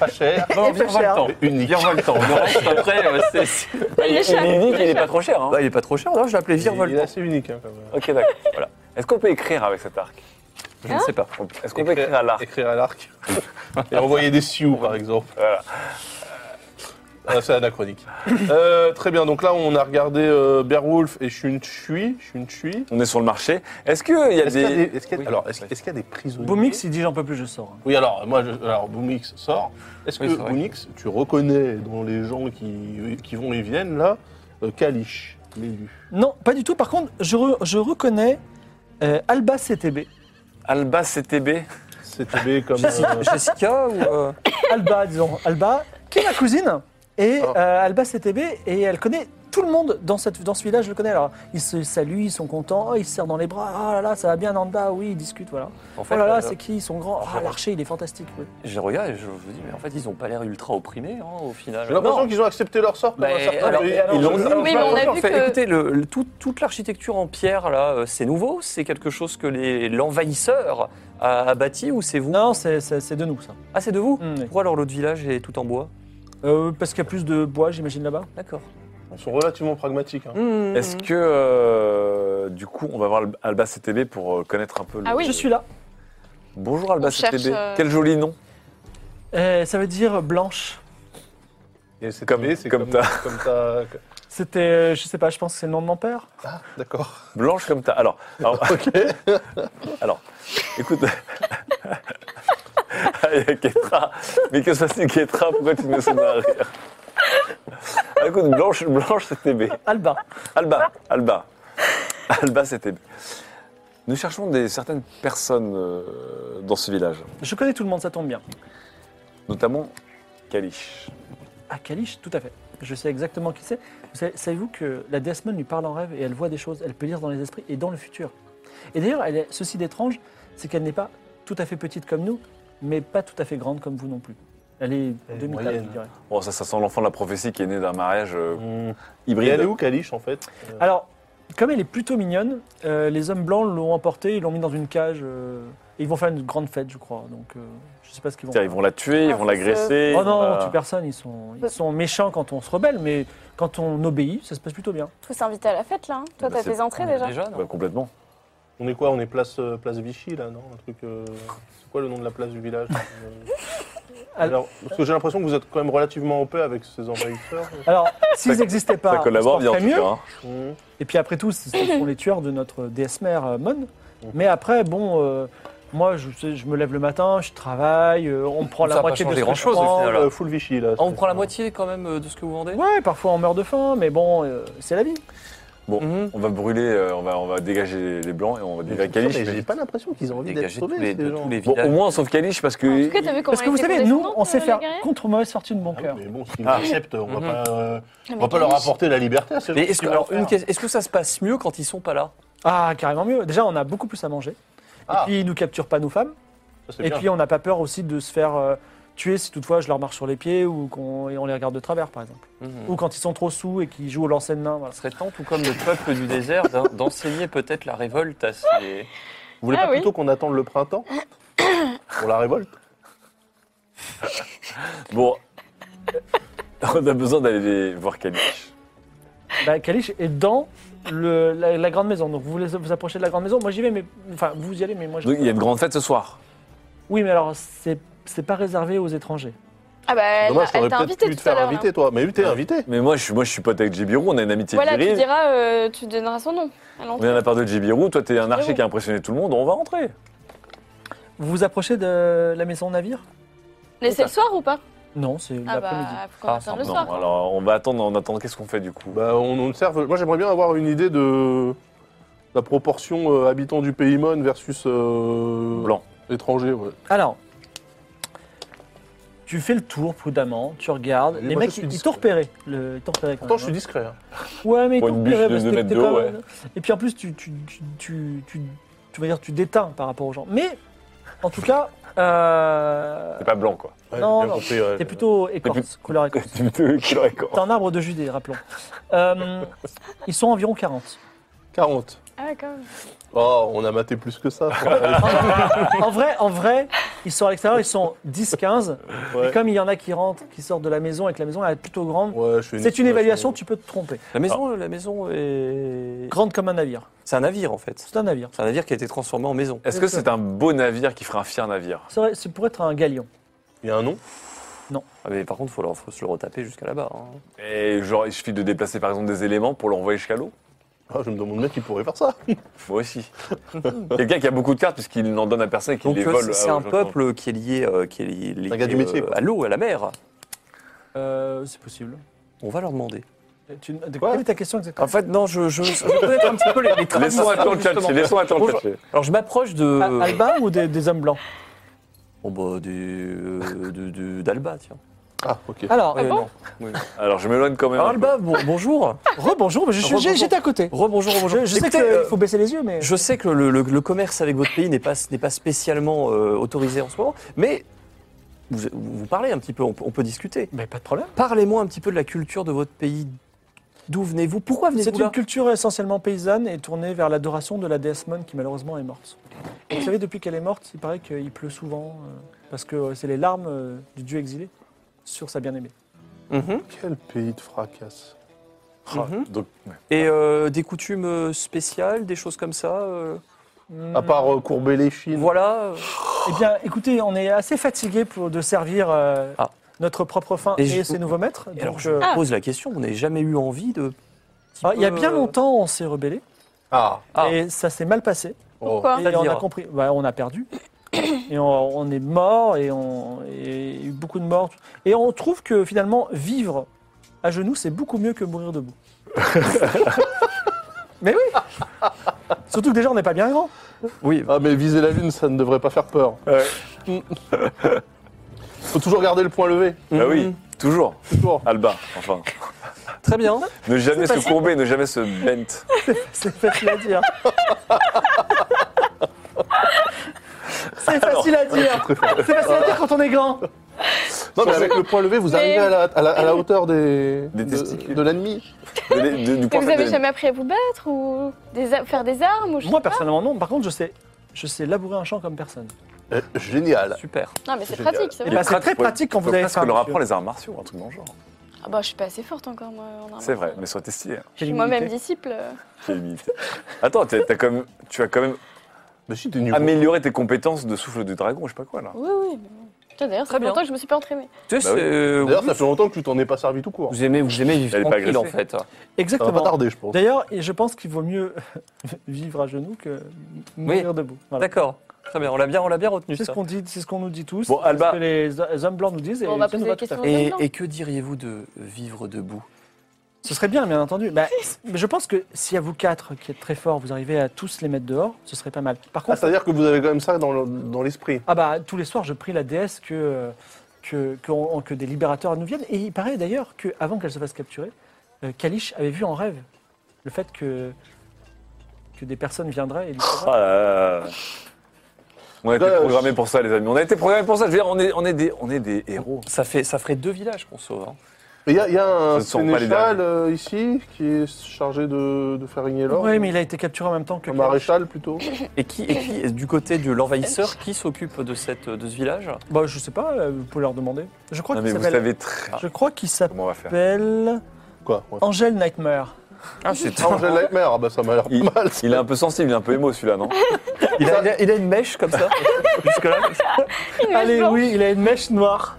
D: Pas cher.
F: Non,
B: pas cher.
F: Virevoltant. Unique. Virevoltant. Non, juste après, euh, c'est- c'est-
G: Il est
C: Il
G: cher.
C: est unique, il est pas trop cher. hein.
F: Bah, il est pas trop cher, non, je l'appelais
D: Il est
F: Virevoltant.
D: assez unique, hein, quand même.
C: Ok, d'accord. Voilà. Est-ce qu'on peut écrire avec cet arc
F: Je ne sais pas.
C: On- Est-ce qu'on peut écrire à l'arc
D: Écrire à l'arc. Et envoyer des sioux, par exemple.
C: Voilà.
D: Ah, c'est anachronique. Euh, très bien, donc là on a regardé euh, Beowulf et Chunchui. Chunchui.
C: On est sur le marché. Est-ce qu'il y a
D: Est-ce qu'il y a
C: des.
D: des, est-ce qu'il y a-
C: Oui.
D: alors, est-ce, est-ce qu'il y a des prisonniers
B: Boomix, il dit j'en peux plus, je sors.
D: Oui, alors moi, je, alors Boomix sort. Est-ce
F: Oui,
D: que
F: c'est vrai.
D: Boomix, tu reconnais dans les gens qui, qui vont et viennent là, euh, Kalish, l'élu
B: Non, pas du tout. Par contre, je, re- je reconnais euh, Alba CTB.
C: Alba CTB
D: CTB comme.
F: Jessica,
D: euh,
F: Jessica ou. euh,
B: Alba, disons. Alba, qui est ma cousine. Et
D: Ah.
B: euh, Alba CTB, et elle connaît tout le monde dans, cette, dans ce village, je le connais. Alors, ils se saluent, ils sont contents, oh, ils se serrent dans les bras. Ah là là, ça va bien, Nanda, oui, ils discutent, voilà.
F: En fait,
B: oh là là,
F: euh,
B: c'est qui Ils sont grands. Ah,
F: je-
B: l'archer, il est fantastique. oui.
F: je regarde et je vous dis, mais en fait, ils ont pas l'air ultra opprimés, hein, au final.
D: J'ai l'impression
F: Non.
D: qu'ils ont accepté leur sort.
F: Bah,
D: dans un certain
F: alors,
D: pays.
F: alors,
D: Ils l'ont
F: je-
D: dit.
F: alors,
G: Oui,
F: je-
G: mais on a
F: je
G: vu
F: fais,
G: que-
F: Écoutez, le- le- tout- toute l'architecture en pierre, là, euh, c'est nouveau C'est quelque chose que les- l'envahisseur a, a bâti ou c'est vous
B: Non, c'est- c'est c'est de nous, ça.
F: Ah, c'est de vous
B: Mm, oui.
F: Pourquoi alors l'autre village est tout en bois
B: Euh, parce qu'il y a plus de bois, j'imagine, là-bas.
F: D'accord.
D: Ils sont relativement pragmatiques. hein.
C: Est-ce que. euh, du coup, on va voir Alba CTB pour euh, connaître un peu le.
G: Ah oui.
B: Je suis là.
C: Bonjour Alba
G: On cherche,
C: CTB.
G: euh,
C: Quel joli nom.
B: Euh, ça veut dire blanche.
D: Et CTB,
C: Comme-
D: c'est
C: comme
D: comme,
C: ta-
D: comme ta-
B: C'était, euh, je sais pas, je pense que c'est le nom de mon père.
D: D'accord.
C: Blanche comme ta. Alors, alors, alors écoute. Ketra, Mais que se passe-t-il, Kétra Pourquoi tu nous sonnes à rire Ah, Écoute, Blanche, Blanche c'est TB.
B: Alba.
C: Alba, Alba. Alba, c'est TB. Nous cherchons des, certaines personnes euh, dans ce village,
B: Je connais tout le monde, ça tombe bien.
C: notamment Kalish.
B: À Kalish, tout à fait. Je sais exactement qui c'est. Vous savez- Savez-vous que la déesse Moon lui parle en rêve et elle voit des choses, elle peut lire dans les esprits et dans le futur. Et d'ailleurs, elle est- ceci d'étrange, c'est qu'elle n'est pas tout à fait petite comme nous, mais pas tout à fait grande comme vous non plus. Elle est
D: Elle est
B: demi taille
D: moyenne. hein.
B: je dirais.
C: Bon, Oh, ça, ça sent l'enfant de la prophétie qui est né d'un mariage
D: Et elle
C: euh,
D: est
C: hybride.
D: où, Kalish, en fait
B: Alors, comme elle est plutôt mignonne, euh, les hommes blancs l'ont emportée, ils l'ont mis dans une cage. euh, et ils vont faire une grande fête, je crois. Donc, euh, je sais pas ce qu'ils vont
C: C'est-à-dire,
B: faire.
C: Ils vont la tuer, ils
G: Ah,
C: vont
G: faut
C: l'agresser.
B: Oh
C: ils vont
B: non,
C: la-
B: on tue personne. Ils sont, ils sont méchants quand on se rebelle, mais quand on obéit, ça se passe plutôt bien.
G: Tous invités à la fête là. hein. Toi,
C: Bah,
G: t'as
C: c'est-
G: tes entrées déjà.
F: non
C: Ouais, Bah, complètement.
D: On est quoi On est place, euh, place Vichy, là, non Un truc. euh, C'est quoi le nom de la place du village Euh, Alors, parce que j'ai l'impression que vous êtes quand même relativement peu avec ces envahisseurs.
B: Alors, s'ils n'existaient pas,
C: ça collabore
B: on se
C: bien en tout
B: porterait mieux.
C: cas. hein.
D: Mmh.
B: Et puis après tout, ce sont les tueurs de notre déesse mère euh, Mon. Mais après, bon, euh, moi, je, sais, je me lève le matin, je travaille, euh, on me prend la
F: Ça a pas
B: moitié de ce
F: changé
B: que je
F: grand-chose, au
B: prends.
F: final. Alors.
D: Euh, full Vichy, là.
F: Ah, on prend la moitié quand même euh, de ce que vous vendez
B: Ouais, parfois on meurt de faim, mais bon, euh, c'est la vie.
F: Mhm.
C: On va brûler, euh, on, va, on va dégager les blancs et on va dégager Kalish.
D: Eh ben, Mais j'ai pas l'impression qu'ils ont envie d'être
F: Dégager tous
D: sauvés,
F: les,
D: ces
F: de
D: gens.
F: tous les
C: Bon, au
F: villages.
C: moins on sauve Kalish parce que.
G: En tout cas, t'as vu comment
B: Parce que
G: elle
B: vous
G: était
B: savez, nous,
G: condescendante,
B: on sait
G: euh,
B: faire
G: la guerrière
B: contre mauvaise fortune bon
D: Ah oui,
B: cœur.
D: mais bon, s'ils
C: Ah.
D: acceptent, on va
F: Mhm.
D: pas, euh, on
G: mais
D: va pas leur
G: Kalish-
D: apporter la liberté à ces gens.
F: Mais est-ce que,
D: Qu'est-ce
F: alors,
D: qu'ils vont
F: une
D: faire
F: question, est-ce que ça se passe mieux quand ils sont pas là
B: Ah, carrément mieux. Déjà, on a beaucoup plus à manger. Et
D: Ah.
B: puis, ils nous capturent pas nos femmes.
D: Ça, c'est
B: Et
D: bien.
B: puis, on n'a pas peur aussi de se faire euh, tuer si toutefois je leur marche sur les pieds ou qu'on et on les regarde de travers, par exemple.
F: Mm. Mm-hmm.
B: Ou quand ils sont trop sous et qu'ils jouent au lancer de nain. Voilà.
F: Ce serait temps, tout comme le peuple du désert, d'en- d'enseigner peut-être la révolte à ces...
D: Vous voulez
G: Ah
D: pas
G: oui.
D: plutôt qu'on attende le printemps pour la révolte
C: Bon, on a besoin d'aller voir Kalish.
B: Bah, Kalish est dans le- la, la grande maison. Donc, vous voulez vous approcher de la grande maison. Moi, j'y vais, mais. Enfin, vous y allez, mais moi, je.
C: Donc il y a une grande fête ce soir.
B: Oui, mais alors, c'est c'est pas réservé aux étrangers.
G: Ah bah, elle,
D: Dommage,
G: elle
D: t'aurais
G: t'a
D: peut-être
G: invité
D: pu te
G: tout à
D: faire
G: l'heure. hein. là.
D: inviter, toi. Mais oui, t'es invité.
C: Mais moi je suis, moi, je suis pote avec Jibiru, on a une amitié
G: Voilà, tu
C: virile.
G: diras, euh, tu donneras son nom.
C: On est
G: à
C: à
G: l'entrée.
C: la part de Jibiru, toi t'es un archer
G: Jibiru.
C: qui a impressionné tout le monde, on va rentrer.
B: Vous vous approchez de la maison navire
G: Mais c'est le soir ou pas
B: Non, c'est
G: Ah
B: l'après-midi.
G: bah, faut qu'on
F: Ah,
G: attende le
C: non,
G: soir.
C: alors on va attendre, on attend, qu'est-ce qu'on fait du coup
D: Bah, on, on serve. Moi, j'aimerais bien avoir une idée de la proportion euh, habitants du pays Mon versus euh,
C: Blanc.
D: étrangers. ouais.
B: Alors, tu fais le tour prudemment, tu regardes.
D: Mais
B: les
D: moi, je
B: mecs,
D: suis
B: ils ils
D: discret.
B: t'ont repéré. Le, ils t'ont repéré quand
D: Pourtant,
B: même,
D: je suis
B: hein.
D: discret. hein.
B: Ouais, mais
C: Pour
B: ils
C: une
B: t'ont
C: bûche
B: repéré
C: de
B: parce
C: deux
B: que
C: mètres
B: t'es
C: de
B: pas-
C: haut, ouais.
B: Et puis en plus, tu, tu, tu, tu, tu, tu vas dire, tu déteins par rapport aux gens. Mais, en tout cas, euh,
C: C'est pas blanc quoi.
D: Ouais,
B: Non,
D: j'ai bien
B: non.
D: compris, ouais.
B: t'es plutôt écorce,
C: T'es
B: couleur écorce.
C: C'est plutôt qui l'aurait
B: T'es un arbre de Judée, rappelons. Euh, ils sont environ 40.
D: 40.
G: Ah, ouais, quand même.
D: Oh, on a maté plus que ça.
B: en vrai, en vrai, ils sont à l'extérieur, ils sont 10-15.
D: Ouais.
B: Et comme il y en a qui rentrent, qui sortent de la maison et que la maison elle est plutôt grande,
D: Ouais, je fais
B: c'est une
D: estimation.
B: évaluation, tu peux te tromper.
F: La maison, euh, la maison est...
B: Grande comme un navire.
F: C'est un navire, en fait.
B: C'est un navire.
F: C'est un navire qui a été transformé en maison.
C: Est-ce que c'est un beau navire qui fera un fier navire
B: Ça aurait- C'est pour être un galion.
D: Il y a un nom
F: Ah, mais par contre, il faut, se le retaper jusqu'à là-bas. hein.
C: Et genre il suffit de déplacer par exemple des éléments pour l'envoyer jusqu'à l'eau
D: Ah, Je me demande bien qui pourrait faire ça.
C: Moi aussi. Quelqu'un qui a beaucoup de cartes puisqu'il n'en donne à personne et qu'il
F: Donc,
C: les
F: euh,
C: vole.
F: c'est- c'est
C: à-
F: un peuple qui est lié, euh, qui est lié, lié,
D: Un gars du métier,
F: euh,
D: quoi.
F: à l'eau, à la mer.
B: Euh, c'est possible.
F: On va leur demander.
B: Tu, de quelle est ta question exactement
F: En fait, non, je, je, je connais un petit peu les, les
C: Laissons
F: traditions,
C: attendre
F: justement.
C: Tchatché, laissons attendre
F: Bonjour.
C: Tchatché.
F: Alors, je m'approche de...
B: Al- Alba ou des, des hommes blancs
F: Oh, bah, du- euh, du- du- d'Alba, tiens.
D: Ah, ok.
B: Alors,
F: Ouais,
B: euh,
F: non.
C: Alors je m'éloigne quand même.
F: Alors,
C: un peu.
F: Alba, bon- bonjour.
B: rebonjour, mais je suis- j'ai-
F: Rebonjour.
B: j'étais à côté.
F: Rebonjour, rebonjour.
B: Je, je sais
F: Écoutez,
B: qu'il
F: euh,
B: faut baisser les yeux, mais.
F: Je sais que le, le- le commerce avec votre pays n'est pas, n'est pas spécialement euh, autorisé en ce moment, mais vous, vous parlez un petit peu, on, peut- on peut discuter.
B: Mais pas de problème.
F: Parlez-moi un petit peu de la culture de votre pays. D'où venez-vous Pourquoi
B: C'est
F: venez-vous
B: une
F: là
B: culture essentiellement paysanne et tournée vers l'adoration de la déesse Mon qui malheureusement est morte. Vous savez, depuis qu'elle est morte, il paraît qu'il pleut souvent euh, parce que euh, c'est les larmes euh, du dieu exilé sur sa bien-aimée.
F: Mhm,
D: Quel pays de fracasse.
B: Oh.
C: Ah,
F: mhm.
C: donc,
F: Et euh, des coutumes euh, spéciales, des choses comme ça euh,
D: À part euh, courber les chines.
F: Voilà. euh,
B: Eh bien, écoutez, on est assez fatigué pour de servir euh,
F: Ah.
B: notre propre faim
F: Et
B: et,
F: je-
B: ses nouveaux maîtres.
F: et
B: Donc,
F: alors, je
B: euh,
F: me pose la question, on n'a jamais eu envie de... petit
B: ah, il y a
F: peu,
B: bien
F: euh,
B: longtemps, on s'est rebellé
D: Ah,
F: Ah.
B: et ça s'est mal passé.
D: oh.
G: Pourquoi
B: Et on a
F: C'est-à-dire
B: compris, bah, on a perdu. et on, on est mort, et on et il y a eu beaucoup de morts. Et on trouve que finalement, vivre à genoux, c'est beaucoup mieux que mourir debout. mais oui Surtout que déjà, on n'est pas bien grand.
F: Oui,
D: Ah, mais viser la lune, ça ne devrait pas faire peur. Faut toujours garder le point levé.
C: Bah
F: Mhm.
C: oui, toujours.
D: Toujours.
C: Alba, enfin.
F: très bien.
C: Ne jamais se courber, ne jamais se bent.
B: C'est facile à dire. C'est facile à dire. C'est facile à dire quand on est grand.
D: Non, mais avec le point levé, vous arrivez à la, à la- à la hauteur des,
C: Des
D: de-
C: testicules.
D: de l'ennemi.
C: De- de- du
G: Mais
C: point
G: vous
C: faible
G: avez
C: de-
G: jamais appris à vous battre ou des a- faire des armes ou je
B: Moi,
G: sais pas
B: personnellement, non. Par contre, je sais, je sais labourer un champ comme personne.
D: Euh, Génial.
F: Super.
G: Non, mais c'est
D: Génial.
G: pratique, c'est
B: Et
G: vrai.
B: bah, c'est très
C: faut-
B: pratique quand
C: faut
B: vous avez
C: presque
B: faim,
C: leur
B: monsieur.
C: apprendre les arts martiaux, un truc dans le genre.
G: Ah bah, je suis pas assez forte encore, moi, en armes.
C: C'est vrai, mais sois testée. hein.
B: J'ai
G: Je suis moi-même
B: l'immunité.
G: disciple. euh.
C: J'ai limité. Attends, t'as- t'as quand même- tu as quand même
D: Mais si, t'es nul.
C: amélioré tes compétences de souffle de dragon, je sais pas quoi là.
G: Oui, oui, mais bon. Putain, d'ailleurs, ça
F: Très
G: fait
F: bien.
G: longtemps que je me suis pas entraînée.
F: Tu sais,
C: Bah oui.
F: euh,
D: D'ailleurs, ça
F: vous-
D: fait longtemps que tu t'en es pas servi tout court.
F: vous aimez, vous aimez vivre
C: Elle est pas
F: tranquille en
C: agressée.
F: fait.
D: Ça va pas
B: Exactement.
D: tarder, je pense.
B: D'ailleurs, et je pense qu'il vaut mieux vivre à genoux que mourir debout. Voilà.
F: D'accord. Très bien. On l'a bien, on l'a bien retenu.
B: C'est ce
F: ça.
B: qu'on dit, c'est ce qu'on nous dit tous.
C: Bon,
B: c'est
C: Alba-
B: ce que les o- les hommes blancs nous disent. et
G: Bon, on va
B: c'est ce
G: poser
B: qu'on
G: des
B: doit tout faire.
G: questions.
F: Et,
G: Non.
F: et que diriez-vous de vivre debout
B: Ce serait bien, bien entendu. Bah, mais je pense que si à vous quatre, qui êtes très forts, vous arrivez à tous les mettre dehors, ce serait pas mal. Par
D: Ah,
B: contre,
D: C'est-à-dire que vous avez quand même ça dans le- dans l'esprit.
B: Ah bah tous les soirs je prie la déesse que euh, que, que, on- que des libérateurs nous viennent. Et il paraît d'ailleurs qu'avant qu'elle se fasse capturer, euh, Kalish avait vu en rêve le fait que que des personnes viendraient et lui
C: Ah là là là là. On a été
D: Là,
C: programmés pour ça, les amis. On a été programmés pour ça. Je veux dire, on est, on est, des, on est des héros.
F: Ça fait, ça ferait deux villages qu'on sauve. hein.
D: Mais Il y, a- il y a un
C: Ce ne sont pas les
D: sénéchal
C: derniers.
D: euh, ici qui est chargé de, de faire régner l'ordre.
B: Oui, mais il a été capturé en même temps que.
D: Un maréchal plutôt.
F: Et qui, et qui, du côté de l'envahisseur, qui s'occupe de cette, de ce village
B: Bah je sais pas, euh, vous pouvez leur demander. Je crois
C: Non, mais
B: qu'il
C: vous
B: s'appelle.
C: savez très
B: Je crois qu'il s'appelle
C: comment on va faire.
D: Quoi ouais.
B: Angel Nightmare.
F: Ah, c'est
D: Angel Nightmare, ah bah ça m'a l'air
C: Il-
D: pas mal. ça.
C: Il est un peu sensible, il est un peu émo celui-là, non
F: Il a, il a- il a une mèche comme ça. Jusque-là.
G: mèche
B: Allez,
G: blanche.
B: oui, il a une mèche noire.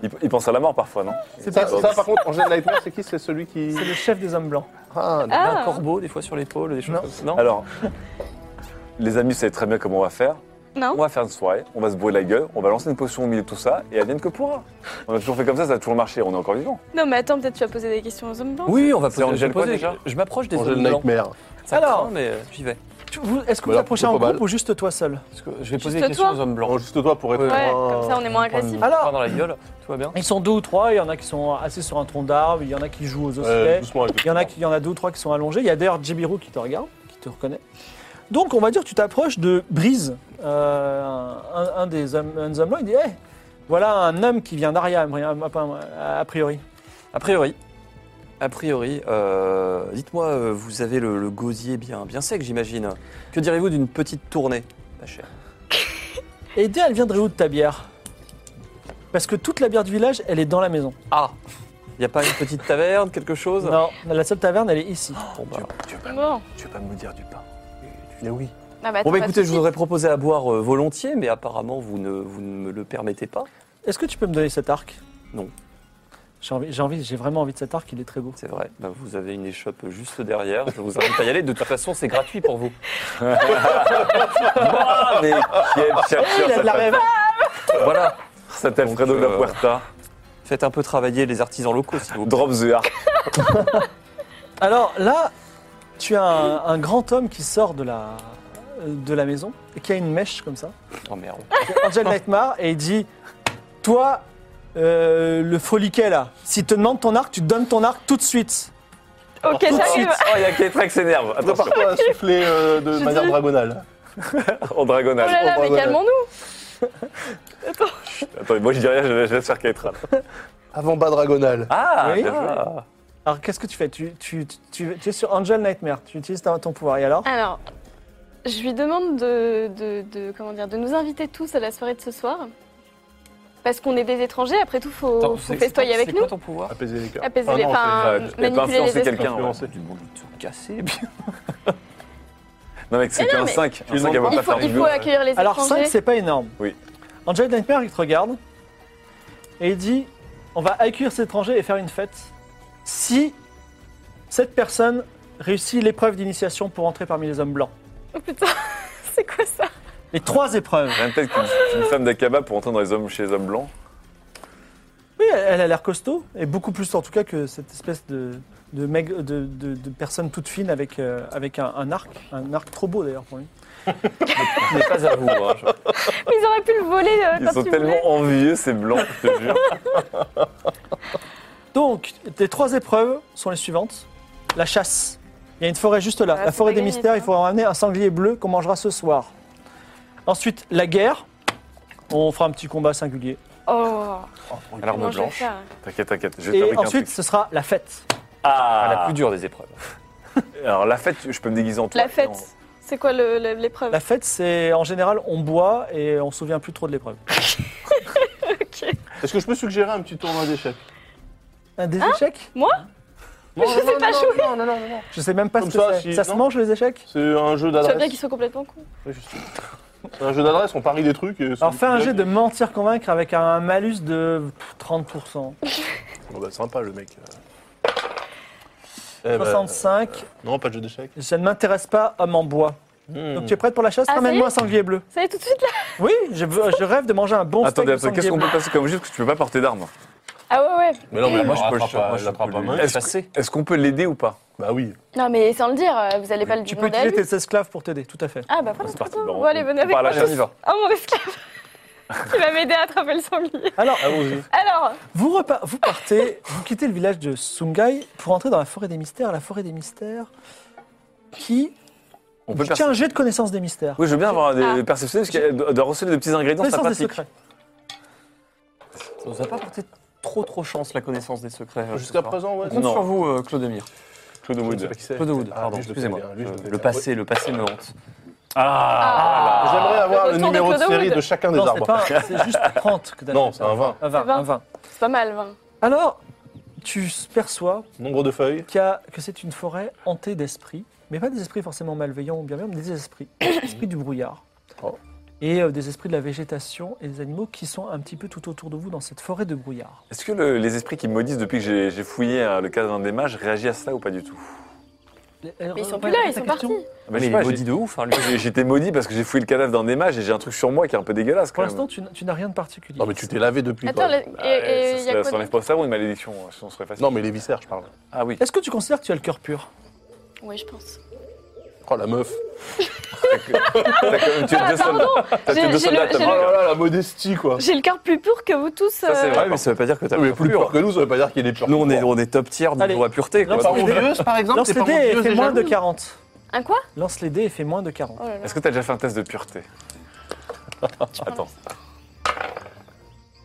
C: il, il pense à la mort parfois, non
D: Ça, ça, par contre, Angel Nightmare, c'est qui C'est celui qui.
B: C'est le chef des hommes blancs.
D: Ah,
F: Il a
G: Ah.
F: un corbeau des fois sur l'épaule, des choses
B: Non.
F: comme ça. Non
C: Alors, les amis, vous savez très bien comment on va faire. On
G: Non
C: va faire une soirée, on va se bourrer la gueule, on va lancer une potion au milieu de tout ça, et advienne que pourra. On a toujours fait comme ça, ça a toujours marché, on est encore vivant.
G: Non, mais attends, peut-être tu vas poser des questions aux hommes blancs.
F: Oui, on va
C: C'est
F: poser.
C: Angel
F: je vais
C: quoi,
F: poser-
C: déjà
F: Je m'approche des
D: Angel
F: hommes blancs.
D: Nightmare.
F: Ça
B: Alors.
F: craint, mais euh, j'y vais.
B: Tu- vous- Est-ce que vous
C: Bah,
D: Voilà,
B: approchez en
D: plutôt pas
B: groupe
D: mal.
B: ou juste toi seul
F: Parce que je vais poser des
G: toi.
F: questions aux hommes
D: Prends
F: blancs.
D: Oh, juste toi pour être.
G: Ouais,
D: un-
G: comme ça on est moins agressif.
B: Ah. Alors.
F: dans la gueule, tout va bien.
B: Ils sont deux ou trois, il y en a qui sont assis sur un tronc d'arbre, il y en a qui jouent aux
D: Euh,
B: osselets,
D: doucement, avec
B: il, y en a qui- il y en a deux ou trois qui sont allongés. Il y a d'ailleurs Jibirou qui te regarde, qui te reconnaît. Donc on va dire tu t'approches de Brise, euh, un, un des hommes, un des hommes blancs, il dit Hey, voilà un homme qui vient d'Aria a a- a priori.
F: A priori. A priori, euh, dites-moi, euh, vous avez le, le gosier bien, bien sec, j'imagine. Que direz-vous d'une petite tournée Pas cher.
B: Et dès elle viendrait où de ta bière Parce que toute la bière du village, elle est dans la maison.
F: Ah Il n'y a pas une petite taverne, quelque chose
B: Non, la seule taverne, elle est ici.
F: Bon, bah,
G: Bon.
C: Tu veux pas me dire du pain
D: Mais oui.
G: Ah bah,
F: Bon, bah,
G: t'as pas
F: écoutez,
G: de
F: je
G: soucis.
F: vous aurais proposé à boire euh, volontiers, mais apparemment, vous ne, vous ne me le permettez pas.
B: Est-ce que tu peux me donner cet arc
F: Non.
B: J'ai envie, j'ai envie- j'ai vraiment envie de cet arc, il est très beau.
F: C'est vrai. Bah, vous avez une échoppe juste derrière. Je vous invite à y aller. De toute façon, c'est gratuit pour vous.
C: Ah, mais quel chercheur
B: Il a de la
C: cet-
B: rêve.
F: Voilà.
C: Cet Alfredo de la
F: euh,
C: Puerta.
F: Faites un peu travailler les artisans locaux, s'il vous plaît.
C: Drop the heart.
B: Alors là, tu as un, un grand homme qui sort de la, de la maison et qui a une mèche comme ça.
F: Oh merde.
B: C'est Angel Nightmare et il dit Toi, euh, le froliquet là, s'il te demande ton arc, tu donnes ton arc tout de suite.
G: Ok, j'arrive.
C: Oh, il y a Kétra qui s'énerve. Attention,
D: Prépare-toi à souffler euh, de
G: J'ai
D: manière
G: dit-
D: dragonale.
C: en
G: Oh là
C: dragonage.
G: là, mais
D: Voilà.
G: calmons-nous.
C: Attends, moi je dis rien, je je laisse faire Kétra.
D: Avant bas dragonal.
F: Ah,
B: Oui.
F: bien joué.
B: Alors qu'est-ce que tu fais tu, tu, tu- tu- tu es sur Angel Nightmare, tu utilises ta- ton pouvoir. Et alors
G: Alors, je lui demande de, de, de- comment dire, de nous inviter tous à la soirée de ce soir. Parce qu'on est des étrangers, après tout, faut,
F: Attends,
G: faut
F: c'est-
G: festoyer
F: c'est
G: avec
F: quoi
G: nous.
F: ton pouvoir
D: Apaiser les cœurs.
G: Apaiser
D: Ah
G: les
D: non,
G: enfin,
C: bah, c'est- elle peut
G: manipuler les
C: influencer
G: esprits.
C: quelqu'un. ouais.
D: Influencer.
F: Du bon, ils sont cassés, bien.
C: Non, mec, c'est qu'un
G: mais-
C: 5. Un
D: le
C: 5, elle va
D: demandes
G: Il
C: pas
G: faut,
C: faire
G: il
C: du
G: faut accueillir les
B: Alors 5,
G: étrangers.
B: c'est pas énorme.
C: Oui.
B: Angel Nightmare, il te regarde et il dit On va accueillir cet étranger et faire une fête si cette personne réussit l'épreuve d'initiation pour entrer parmi les hommes blancs.
G: Oh putain, c'est quoi ça
H: Les trois épreuves.
C: Rien de tel qu'une qu'une femme d'Akaba pour entrer dans les hommes chez les hommes blancs.
B: Oui, elle, elle a l'air costaud, et beaucoup plus en tout cas que cette espèce de, de, meg- de, de- de personne toute fine avec, euh, avec un, un arc. Un arc trop beau d'ailleurs pour lui.
C: Mais pas à vous, hein, je-
G: Mais ils auraient pu le voler euh,
C: Ils
G: quand
C: sont
G: tu
C: tellement
G: voulais.
C: envieux, ces blancs, je te jure.
B: Donc, les trois épreuves sont les suivantes. La chasse. Il y a une forêt juste là,
G: Ah,
B: la
G: faut
B: forêt
G: pas
B: des
G: gagner,
B: mystères.
G: ça.
B: Il faut ramener un sanglier bleu qu'on mangera ce soir. Ensuite, la guerre. On fera un petit combat singulier.
G: Oh,
C: À l'arme
G: comment je vais
C: blanche.
G: faire
C: T'inquiète, t'inquiète, je vais
B: Et
C: fabriquer un
B: ensuite,
C: truc.
B: ce sera la fête.
F: Ah, La
C: Ah,
F: plus dure des épreuves.
C: Alors la fête, je peux me déguiser en toi.
G: La fête, c'est quoi le- le- l'épreuve
B: La fête, c'est en général, on boit et on se souvient plus trop de l'épreuve.
D: Est-ce que je peux suggérer un petit tournoi d'échecs
B: Un des échecs
G: Moi
D: Non,
G: je sais pas
D: non,
G: jouer.
D: Non, non, non, non, non.
B: Je sais même pas
D: Comme
B: ce que
D: ça,
B: c'est.
D: si-
B: ça se
D: non
B: mange les échecs
D: C'est un jeu
G: Tu vois bien qu'ils
D: d'adresse.
G: soient complètement cons.
D: Oui, je sais. C'est un jeu d'adresse, on parie des trucs. et
B: Alors
D: celui
B: fais un
D: qui
B: jet
D: gagne-
B: de mentir convaincre avec un malus de pff, 30%.
D: Oh, bah, sympa le mec. euh. Eh bah,
B: 65.
D: non, pas de jeu d'échecs.
B: Ça ne m'intéresse pas, homme en bois.
C: Hmm.
B: Donc tu es prête pour la chasse
G: Ah, ça y
B: Ramène-moi un sanglier bleu.
G: Ça y est, tout de suite là
B: Oui, je, veux- je rêve de manger un bon
C: Attendez,
B: steak de
C: attendez, qu'est-ce
B: sanglier
C: qu'on
B: bleu.
C: peut passer comme juste parce que tu peux pas porter d'armes
G: Ah ouais, ouais.
D: Mais non, mais moi
F: Moi, je peux le
D: je
F: choper, moi,
D: Eh, pas,
F: je
D: je l'attrape
F: peux
D: à
F: le-
D: main.
F: Est-ce
C: Est-ce est-ce qu'on peut l'aider ou pas
D: Bah oui.
G: Non, mais sans le dire, euh, vous allez pas le
B: Tu peux
G: demander à
B: utiliser
G: lui.
B: tes esclaves pour t'aider, tout à fait.
G: Ah bah voilà,
C: C'est parti,
G: trop bien.
C: bon,
G: Bon, allez, venez
C: on
G: avec
C: part à la
G: moi.
C: chasse, on y va.
G: Oh mon esclave Qui va m'aider à attraper le sanglier.
B: Alors,
G: Alors,
B: vous, repa- vous partez, vous quittez le village de Sungai pour entrer dans la forêt des mystères. La forêt des mystères qui
C: On peut
B: tient
C: percer.
B: un jet de connaissance des mystères.
C: Oui, je veux bien avoir des
G: Ah.
C: perceptions parce qu'elle doit doit receler des petits ingrédients, ça
B: connaissance des
C: pratique.
B: secrets.
F: Ça nous a pas porté trop trop chance la connaissance des secrets. euh,
D: Jusqu'à
F: ce soir.
D: présent, ouais.
F: On compte
C: Non.
F: sur vous, euh, Claude Emir.
C: Claude
D: Je ne sais
C: Wood.
D: pas qui c'est.
F: Claude Wood,
D: Ah,
F: pardon,
D: lui, je le
F: excusez-moi.
D: connais bien, lui, je le
F: Le
D: connais
F: le passé, le passé me hante.
C: Ah,
D: bien. J'aimerais avoir
G: Le
D: le
G: retour
D: numéro
G: de
D: de
G: Claude
D: série
G: Wood.
D: de chacun des
B: Non, c'est
D: arbres.
B: pas un- c'est juste 30 que t'as
D: Non,
B: fait.
D: c'est un 20.
B: Un 20,
G: C'est vingt.
B: un 20.
G: c'est pas mal, 20.
B: Alors, tu perçois
D: Nombre de feuilles.
B: qu'il y a- que c'est une forêt hantée d'esprits, mais pas des esprits forcément malveillants ou bien même des esprits, des esprits du brouillard.
D: Oh.
B: Et euh, des esprits de la végétation et des animaux qui sont un petit peu tout autour de vous dans cette forêt de brouillard.
C: Est-ce que le- les esprits qui me maudissent depuis que j'ai- j'ai fouillé euh, le cadre d'un des mages réagissent à ça ou pas du tout
G: Mais
B: Euh,
G: ils sont plus là, ils sont partis.
C: Ah, bah,
F: Mais
C: je sais
F: il
C: pas,
F: est
C: j'ai-
F: maudit de ouf, hein, lui.
C: moi, j'ai- J'étais maudit parce que j'ai fouillé le cadavre d'un des mages et j'ai un truc sur moi qui est un peu dégueulasse
B: Pour
C: quand même.
B: l'instant, tu, n- tu n'as rien de particulier.
D: Non, mais tu t'es lavé depuis.
G: Attends,
D: toi.
G: le-
C: Ah, ça,
G: et il y a
C: ça
G: quoi
C: enlève
G: d'autre
C: pas ça ou une malédiction, hein, sinon ce serait facile.
D: Non, mais les viscères, je parle.
C: Ah oui,
B: Est-ce que tu considères que tu as le cœur pur
G: Oui, je pense.
D: Oh, la meuf.
C: t'as quand même tué deux soldats. T'as
G: J'ai-
C: tué deux
G: j'ai le-
C: soldats,
G: j'ai
C: t'as
D: Oh
C: marqué.
D: là là, la modestie, quoi.
G: J'ai le cœur plus pur que vous tous.
C: Ça, c'est
G: euh,
C: vrai, mais
F: ça veut pas dire que t'as
D: Mais plus pur que nous, ça veut pas hein. dire qu'il est pur.
F: Nous, on
D: que
F: est,
D: toi.
F: on est top tier
B: Allez.
F: niveau à pureté. quoi.
B: Lance les dés.
D: par exemple,
B: Lance les dés et fais moins de 40.
G: Un quoi
B: Lance les dés et fais moins de 40.
G: Oh là là.
C: Est-ce que t'as déjà fait un test de pureté Attends.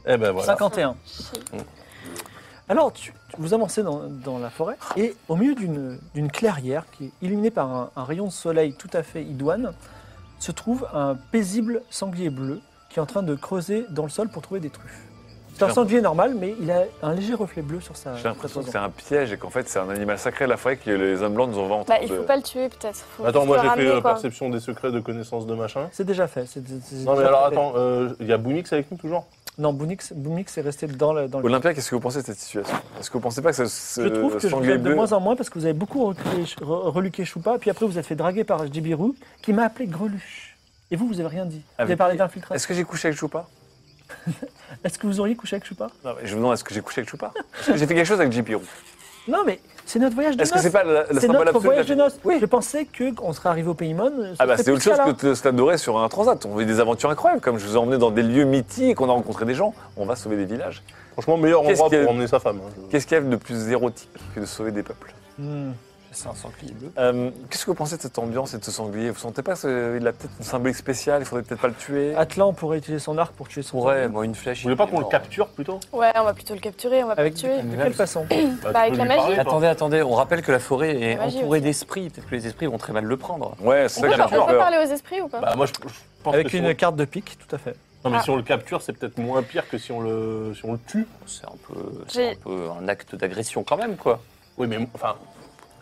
D: Eh ben voilà.
B: 51.
D: Mmh.
B: Alors, tu- tu- vous avancez dans, dans la forêt et au milieu d'une d'une clairière qui est illuminée par un, un rayon de soleil tout à fait idoine, se trouve un paisible sanglier bleu qui est en train de creuser dans le sol pour trouver des truffes. C'est un
C: J'ai
B: sanglier normal, mais il a un léger reflet bleu sur sa.
C: J'ai l'impression
B: sa
C: que c'est
B: toison.
C: un piège et qu'en fait c'est un animal sacré la forêt que les hommes blancs nous ont vendu.
G: Bah, il faut pas le tuer, peut-être. Faut
D: Attends,
G: juste
D: moi
G: le
D: j'ai fait
G: ramener,
D: euh,
G: quoi.
D: perception des secrets de connaissance de machin.
B: C'est déjà fait. c'est- c'est- c'est
D: Non, mais
B: déjà
D: alors
B: fait.
D: attends, euh, il y a Bounix avec nous toujours
B: Non, Bounix, Bounix est resté dans le. Dans le...
C: Olympia, qu'est-ce que vous pensez de cette situation Est-ce que vous pensez pas que ce, ce
B: Je trouve que je vous
C: sanglier
B: aide de
C: bleu
B: moins en moins parce que vous avez beaucoup reluqué, re- reluqué Choupa, puis après vous êtes fait draguer par Jibirou qui m'a appelé Greluche. Et vous, vous avez rien dit. Vous avez
C: Avec
B: parlé
C: qui
B: d'infiltration.
C: Est-ce que j'ai couché avec Choupa
B: Est-ce que vous auriez couché avec Choupa
C: Non, mais je me demande est-ce que j'ai couché avec Choupa Est-ce que j'ai fait quelque chose avec JP Roux
B: Non, mais c'est notre voyage de
C: Est-ce que c'est
B: noces.
C: pas la- le
B: C'est
C: symbole
B: notre
C: absolu de la-
B: voyage de noces. Je pensais qu'on serait arrivé au Paymon. euh, ce
C: Ah bah
B: serait
C: c'est autre
B: plus ça,
C: chose
B: là.
C: que de se l'adorer sur un transat. On vit des aventures incroyables, comme je vous ai emmené dans des lieux mythiques, on a rencontré des gens, on va sauver des villages.
D: Franchement, meilleur
C: Qu'est-ce
D: endroit
C: qu'il y a-
D: pour emmener sa femme. hein, je-
C: Qu'est-ce qu'il y a de plus érotique que de sauver des peuples
B: Hmm.
F: C'est un sanglier bleu.
C: Euh, Qu'est-ce que vous pensez de cette ambiance et de ce sanglier Vous sentez pas qu'il a peut-être une symbolique spéciale, il faudrait peut-être pas le tuer
B: Atlan pourrait utiliser son arc pour tuer son.
F: Ouais, moi, une flèche.
D: Vous voulez pas qu'on le
F: Non.
D: capture plutôt
G: Ouais, on va plutôt le capturer, on va pas
B: Avec
G: le tuer.
B: de
F: Mais
B: quelle
F: même-
B: façon
D: Bah, tu
G: avec
D: peux
G: la
D: lui
G: magie.
D: parler, toi.
F: Attendez, attendez, on rappelle que la forêt est
G: La magie
F: entourée
G: aussi.
F: d'esprits. Peut-être que les esprits vont très mal le prendre.
C: Ouais, c'est ça
G: On peut,
C: que j'ai
G: on peut
C: peur.
G: parler aux esprits ou pas
D: Bah moi je, je pense
B: Avec
D: que si
B: une
D: on-
B: carte de pique, tout à fait.
D: Non mais
G: Ah.
D: si on le capture, c'est peut-être moins pire que si on le si on le tue.
F: C'est un peu,
G: J'ai-
F: c'est un peu un acte d'agression quand même, quoi.
D: Oui mais enfin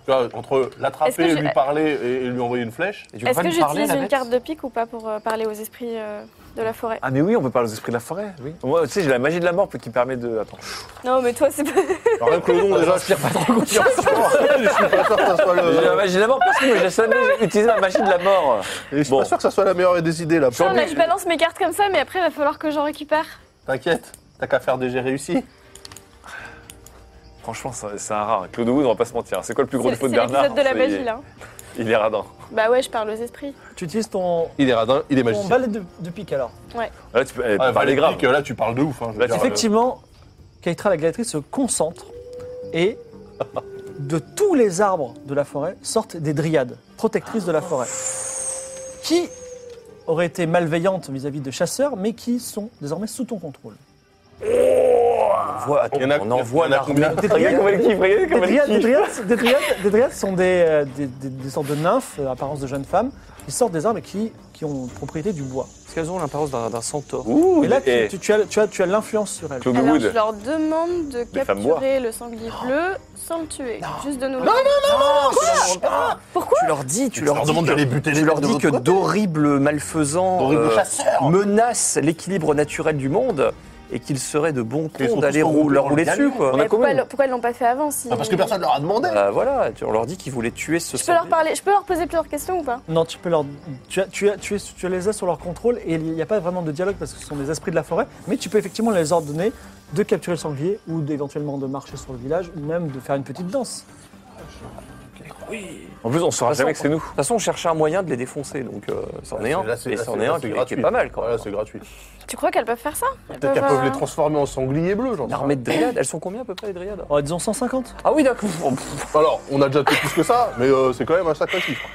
D: tu vois, entre
G: Est-ce que
D: l'attraper,
G: je-
D: lui parler et, et lui envoyer une flèche.
F: Et tu veux
G: Est-ce
F: pas
G: que
F: me parler,
G: j'utilise
F: la
G: une
F: bête
G: carte de pique ou pas pour euh, parler aux esprits euh, de la forêt.
C: Ah mais oui, on peut parler aux esprits de la forêt, oui. Moi, tu sais, j'ai la magie de la mort qui me permet de... Attends.
G: Non, mais toi, c'est pas.
D: Alors, rien que le nom, déjà, je
C: J'inspire pas trop confiance.
D: je suis pas sûr que ça soit
C: J'ai la
D: le.
C: magie de la mort parce que moi, j'ai jamais utilisé la magie de la mort.
D: Et je suis
C: Bon.
D: pas sûr que ça soit la meilleure des idées, là.
G: Non, là, je balance mes cartes comme ça, mais après, il va falloir que j'en récupère.
D: T'inquiète, t'as qu'à faire des j'ai réussi.
C: Franchement, c'est c'est un rare. Claude Wood, on va pas se mentir. C'est quoi le plus gros
G: C'est
C: défaut
G: c'est
C: de Bernard
G: l'épisode de la
C: Ça y est,
G: magie, là.
C: Il est radin.
G: Bah ouais, je parle aux esprits.
B: Tu utilises ton,
D: Il est radin, il est
B: ton
D: magicien.
B: balai de, de pique alors.
C: Là, tu peux eh,
D: Ah,
C: parler
D: les
C: grave.
D: pics, Là, tu parles de ouf. hein, je veux
C: Là,
D: dire,
C: tu fais que-
B: Effectivement, Keitra la gladiatrice se concentre et de tous les arbres de la forêt sortent des dryades, protectrices de la forêt, qui auraient été malveillantes vis-à-vis de chasseurs, mais qui sont désormais sous ton contrôle.
F: On voit,
D: Il y euh, en a-
F: on
D: il
F: envoie
D: y en a
F: l'armée.
D: combien
B: Des
C: Regarde
B: dryades-
C: comment elle kiffe, regardez
B: des
C: comment
B: dryades, des
C: elle kiffe.
B: dryades- des dryades- des dryades sont des, euh, des- des- des sortes de nymphes, euh, apparence de jeunes femmes, qui sortent des arbres et qui, qui ont propriété du bois.
F: Parce qu'elles ont l'apparence d'un d'un centaure.
C: Ouh,
B: Et là,
C: eh,
B: tu, tu- tu as, tu as- tu as l'influence sur elles.
C: Claude
G: Alors, je
C: Wood.
G: leur demande de
C: femmes boivent.
G: capturer le sanglier bleu sans le tuer. Juste de nous le
F: Pourquoi Tu leur dis, tu, leur, dis
D: demandes
F: que-
D: d'aller buter les
F: tu leur
D: mecs de
F: dis
D: votre
F: que
D: côté.
F: d'horribles malfaisants
D: D'horribles
F: euh,
D: chasseurs. Bah,
F: menacent l'équilibre naturel du monde et qu'il serait de bon
D: Et
F: ton
D: surtout
F: d'aller
D: qu'on
F: rou-
D: roule
F: leur
D: dans
F: rouler
D: le
F: dessus.
D: galet.
F: Quoi.
C: On a
G: Mais pourquoi,
C: combien
G: le- pourquoi ils l'ont pas fait avant si...
D: Ah, parce que personne ne leur a demandé.
F: Bah, voilà, tu- on leur dit qu'ils voulaient tuer ce
G: Je peux leur
F: sanglier.
G: parler, je peux leur poser plusieurs questions ou pas
B: Non, tu peux leur. Tu, as- tu, as- tu, es- tu les as sur leur contrôle et il n'y a pas vraiment de dialogue parce que ce sont des esprits de la forêt, mais tu peux effectivement les ordonner de capturer le sanglier ou d'éventuellement de marcher sur le village ou même de faire une petite danse.
C: En plus, on saura
F: façon,
C: jamais que c'est nous.
F: De toute façon, on cherchait un moyen de les défoncer, donc euh, c'en est un.
D: Là, Ah, c'est-
F: et
D: là,
F: c'en
D: c'est-
F: est
D: là,
F: un
D: c'est
F: qui, qui
D: gratuit.
F: est pas mal quand
D: Ah,
F: même.
D: Là, c'est gratuit.
G: Tu crois qu'elles peuvent faire ça Elles
D: Peut-être qu'elles peuvent
G: euh,
D: les transformer en sangliers bleus, j'en
F: Une
D: sais
F: armée de dryades, elles sont combien à peu près les dryades
B: Oh, disons 150
F: Ah oui, d'accord.
D: rien. Alors, on a déjà fait plus que ça, mais euh, c'est quand même un sacré chiffre.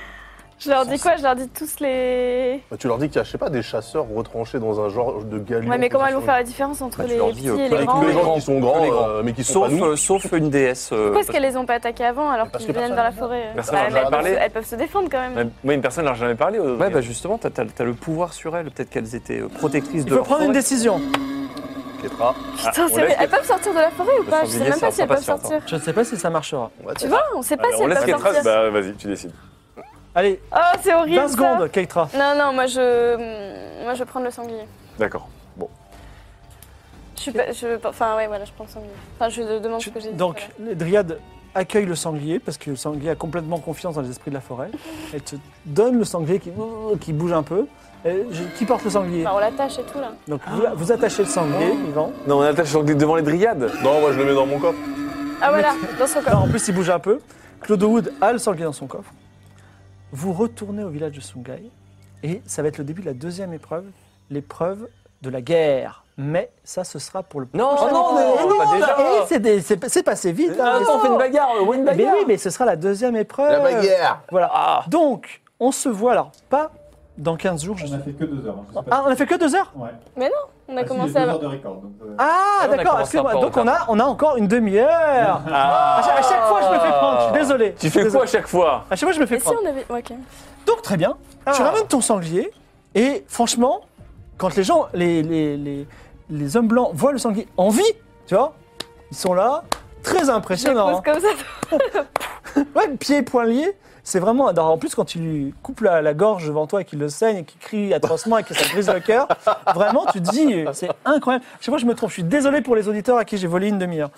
G: Je leur dis quoi Je leur dis tous les...
D: Bah, tu leur dis qu'il y a, je sais pas, des chasseurs retranchés dans un genre de galion.
G: Ouais, mais comment elles vont faire
D: Avec
G: la différence entre
F: Bah, tu
G: les
F: leur
G: petits
F: dis, euh,
G: et
F: que
G: les
F: les
G: grands
D: tous les
F: mais-
D: gens qui sont
F: Que
D: grands,
F: les grands.
D: euh, mais qui sont
F: Sauf,
D: pas nous.
F: euh, sauf une déesse. euh,
G: Pourquoi
F: parce
G: est-ce qu'elles les ont pas attaquées avant alors
D: Parce
G: qu'ils
D: que personne
G: viennent vers la
D: n'a-
G: forêt euh
C: Personne
G: Bah,
C: n'a
G: mais
C: jamais
G: elles
C: parlé.
G: peuvent se- Elles peuvent se défendre quand même.
C: Moi, une personne, leur jamais parlé. aux-
F: Ouais, bah justement, t'as as, le pouvoir sur elles. Peut-être qu'elles étaient euh, protectrices
B: Il
F: de
B: faut
F: leur
B: prendre une
F: forêt.
B: décision.
D: Kétra.
G: Putain,
C: Ah, on
G: c'est
C: laisse
G: vrai.
C: les-
G: Elles peuvent sortir de la forêt ou
F: Le
G: pas Je sais
F: sanglier,
G: même pas
F: c'est
G: si elles peuvent
F: impatient,
G: sortir.
B: Je ne sais pas si ça marchera.
G: Tu vois, on sait pas
C: Alors,
G: si
C: on
G: elles
C: laisse
G: peuvent
C: les traces.
G: sortir.
C: Bah, vas-y, tu décides.
B: Allez,
G: Oh, c'est horrible
B: 20
G: ça.
B: secondes, Keitra.
G: Non, non, moi je... Moi je vais prendre le sanglier.
C: D'accord. Bon.
G: Je suis pas... je- Enfin, ouais, voilà, je prends le sanglier. Enfin, je demande ce que j'ai dit.
B: Donc, les dryades accueillent le sanglier parce que le sanglier a complètement confiance dans les esprits de la forêt. Elles te donnent le sanglier qui, qui bouge un peu. Et je- qui porte le sanglier
G: Bah, on l'attache et tout là.
B: Donc, vous, vous attachez le sanglier, Yvan.
C: Non, on attache sur- devant les dryades.
D: Non, moi je le mets dans mon coffre.
G: Ah voilà, dans son
B: Non,
G: corps.
B: en plus, il bouge un peu. Claude Wood a le sanglier dans son coffre. Vous retournez au village de Sungai et ça va être le début de la deuxième épreuve, l'épreuve de la guerre. Mais ça, ce sera pour le Oh,
F: Non,
B: prochain
F: non,
B: épisode.
F: mais non, pas déjà.
B: Eh, c'est des- c'est c'est passé vite. hein, Ah, mais-
C: Attends, on fait une bagarre.
F: euh,
C: On une
B: mais
C: bagarre.
B: oui, mais ce sera la deuxième épreuve.
D: La bagarre
B: Voilà. Donc, on se voit alors pas dans 15 jours. je
H: On
B: sais
H: a fait que deux heures. hein, je sais pas.
B: Ah, on a fait que deux heures
H: Ouais.
G: On a
H: Ah, si,
G: commencé
H: j'ai deux
G: à.
H: heures de record. donc, euh,
B: Ah,
F: Ouais, on a
B: d'accord,
F: commencé un
B: excuse-moi.
F: peu en
B: Donc, on a, on a encore une demi-heure. Ah, À, chaque, à chaque fois, je me fais prendre. Je suis désolé.
C: Ah. Tu fais
B: Désolé.
C: quoi à chaque fois
B: À chaque fois, je me fais
G: Mais si
B: prendre. Ah.
G: on avait. ouais, ok.
B: Donc très bien. Tu ramènes ton sanglier et franchement, quand les gens, les, les, les, les hommes blancs voient le sanglier en vie, tu vois, ils sont là, très
G: Je les pose
B: impressionnants. hein.
G: comme ça.
B: Ouais, pieds et poings liés, c'est vraiment. alors, en plus, quand tu lui coupes la, la gorge devant toi et qu'il le saigne et qu'il crie atrocement et que ça te brise le cœur, vraiment, tu te dis, c'est incroyable. Je sais pas, je me trompe. Je suis désolé pour les auditeurs à qui j'ai volé une demi-heure.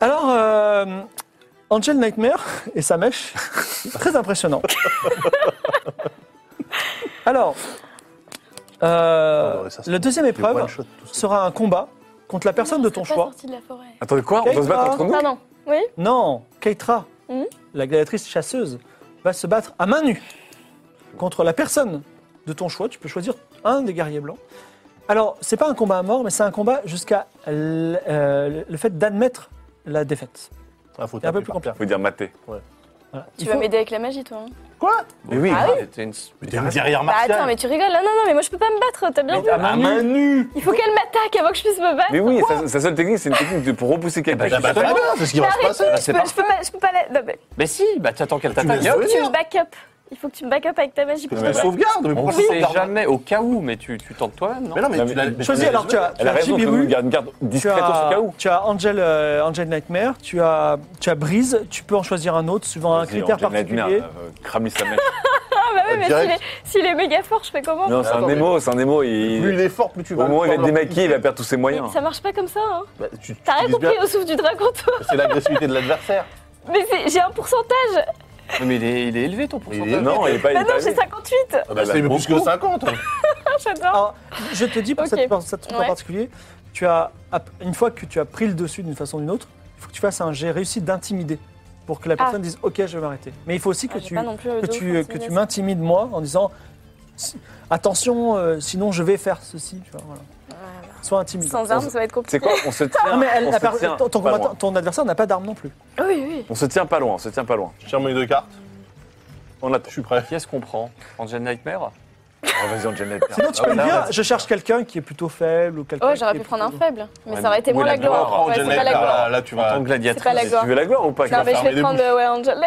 B: Alors, euh, Angel Nightmare et sa mèche, très impressionnant. Alors, euh,
D: On aurait Ah ça, c'est
B: la deuxième
D: Des one
B: épreuve
D: shot, tout ça.
B: sera un combat contre la personne de ton
G: On serait
B: choix.
G: pas sortis de la forêt.
C: Attendez, quoi On doit se battre entre nous
G: Pardon. Oui
B: Non, Keitra,
C: Hmm?
G: Mhm.
B: la gladiatrice chasseuse, va se battre à main nue contre la personne de ton choix. Tu peux choisir un des guerriers blancs. Alors, c'est pas un combat à mort, mais c'est un combat jusqu'à l- euh, le fait d'admettre la défaite.
D: Ah, faut
B: C'est un peu
D: taper
B: plus
D: par terre.
B: compliqué.
C: Faut dire maté.
B: Voilà.
G: Tu
B: Il
G: vas
B: faut-
G: m'aider avec la magie, toi. hein.
C: Mais oui.
G: Ah oui
F: C'était une-
D: Mais t'es une guerrière
G: Bah attends,
D: martiale.
G: mais tu rigoles là. Non, non, mais moi je peux pas me battre, t'as bien vu.
C: À main nue.
G: Il faut qu'elle m'attaque avant que je puisse me battre.
C: Mais oui, sa, sa seule technique, c'est une technique de, pour repousser quelqu'un.
D: Bah, très bien, c'est ce qui va se passer.
F: Bah,
G: Je
F: c'est
G: peux,
F: pas-
G: je peux pas, je peux pas la... non, mais
F: Mais si, bah t'attends qu'elle t'attaque.
D: laisses-
G: faut que tu me back up. Il faut que tu me back up avec ta magie. pour
D: Je te
G: me battre.
D: sauvegarde, mais
F: On
D: pourquoi
F: sait
D: tu te gardes
F: jamais, au cas où, mais tu, tu tentes toi-même, non
D: Mais non, mais
C: Non,
D: tu
C: mais-
D: l'as. mais tu
B: Choisis
D: l'as-
B: alors, tu as, tu
C: Elle a
B: as
C: raison,
B: Chibiru,
C: Claude garde une carte
B: tu
C: discrète au cas
B: as,
C: où.
B: tu as Angel, euh, Angel Nightmare, tu as, tu as Brise, tu peux en choisir un autre suivant un
C: Vas-y,
B: critère
C: Angel Nightmare,
B: particulier.
C: euh, Crame-lui sa mèche.
G: Ah bah oui, mais s'il est,
D: Direct.
G: s'il est méga fort, je fais comment
C: Non, c'est un
D: Attends,
C: Nemo, c'est un Nemo.
D: Plus il
C: Il...
D: est fort, plus tu vas.
C: Au moment où il va être
D: avoir-
C: démaquillé, il va perdre tous ses moyens.
G: Mais Ça marche pas comme ça. Hein.
D: Bah, tu- tu
G: T'as rien
D: utilises
G: compris
D: bien-
G: au souffle du dragon, toi.
D: C'est l'agressivité de l'adversaire.
G: Mais c'est- j'ai un pourcentage.
H: Oui, mais il est, il est élevé ton
D: Il est-
H: pourcentage.
C: Non, il est pas. il est
G: Bah non,
C: pas
G: j'ai
C: né.
G: 58.
D: Ah bah, c'est plus que 50.
G: Ah, J'adore.
B: Alors, je te dis, pour
G: Ok.
B: cette, pour cette troupe en
G: Ouais.
B: particulier, tu as, app- une fois que tu as pris le dessus d'une façon ou d'une autre, il faut que tu fasses un jet réussi d'intimider pour que la personne dise Ok, je vais m'arrêter. Mais il faut aussi que
G: Ah, j'ai
B: tu,
G: pas non plus
B: que
G: de
B: tu,
G: ouf,
B: que tu
G: hein,
B: m'intimides moi en disant Si- Attention, euh, sinon je vais faire ceci. Tu vois, voilà. Sois intimide.
G: Sans armes, ça va être
C: C'est
G: compliqué.
C: quoi On se tient.
B: Non, mais elle-
C: on
B: la
C: se
B: per-
C: tient
B: ton, ton
C: pas
B: combattant-
C: loin.
B: ton adversaire n'a pas d'arme non plus.
G: Ah Oui, oui.
C: On se tient pas loin. On se tient pas loin.
D: Je tire mes deux cartes.
C: On attend.
D: Je suis prêt.
F: Qui est-ce qu'on prend Angel Nightmare
C: Oh, Vas-y, on gêne
B: Sinon, tu peux
C: bah
B: me dire Je cherche quelqu'un qui est plutôt faible ou quelqu'un.
G: Ouais, Oh, j'aurais
B: qui est
G: pu prendre un
B: plutôt-
G: faible. Mais
F: Ouais,
G: ça aurait été
F: ou
G: moins
F: la
G: la gloire.
F: gloire.
G: Ouais, c'est pas la
D: Angel
G: gloire.
D: Là, là, tu
H: En tant
D: vas.
H: que
G: C'est pas
H: gladiatrice.
G: la
C: euh,
G: gloire.
C: Tu veux la gloire ou pas
G: Non, mais je
D: fermer
G: vais
D: les
G: prendre le ouais, Angel.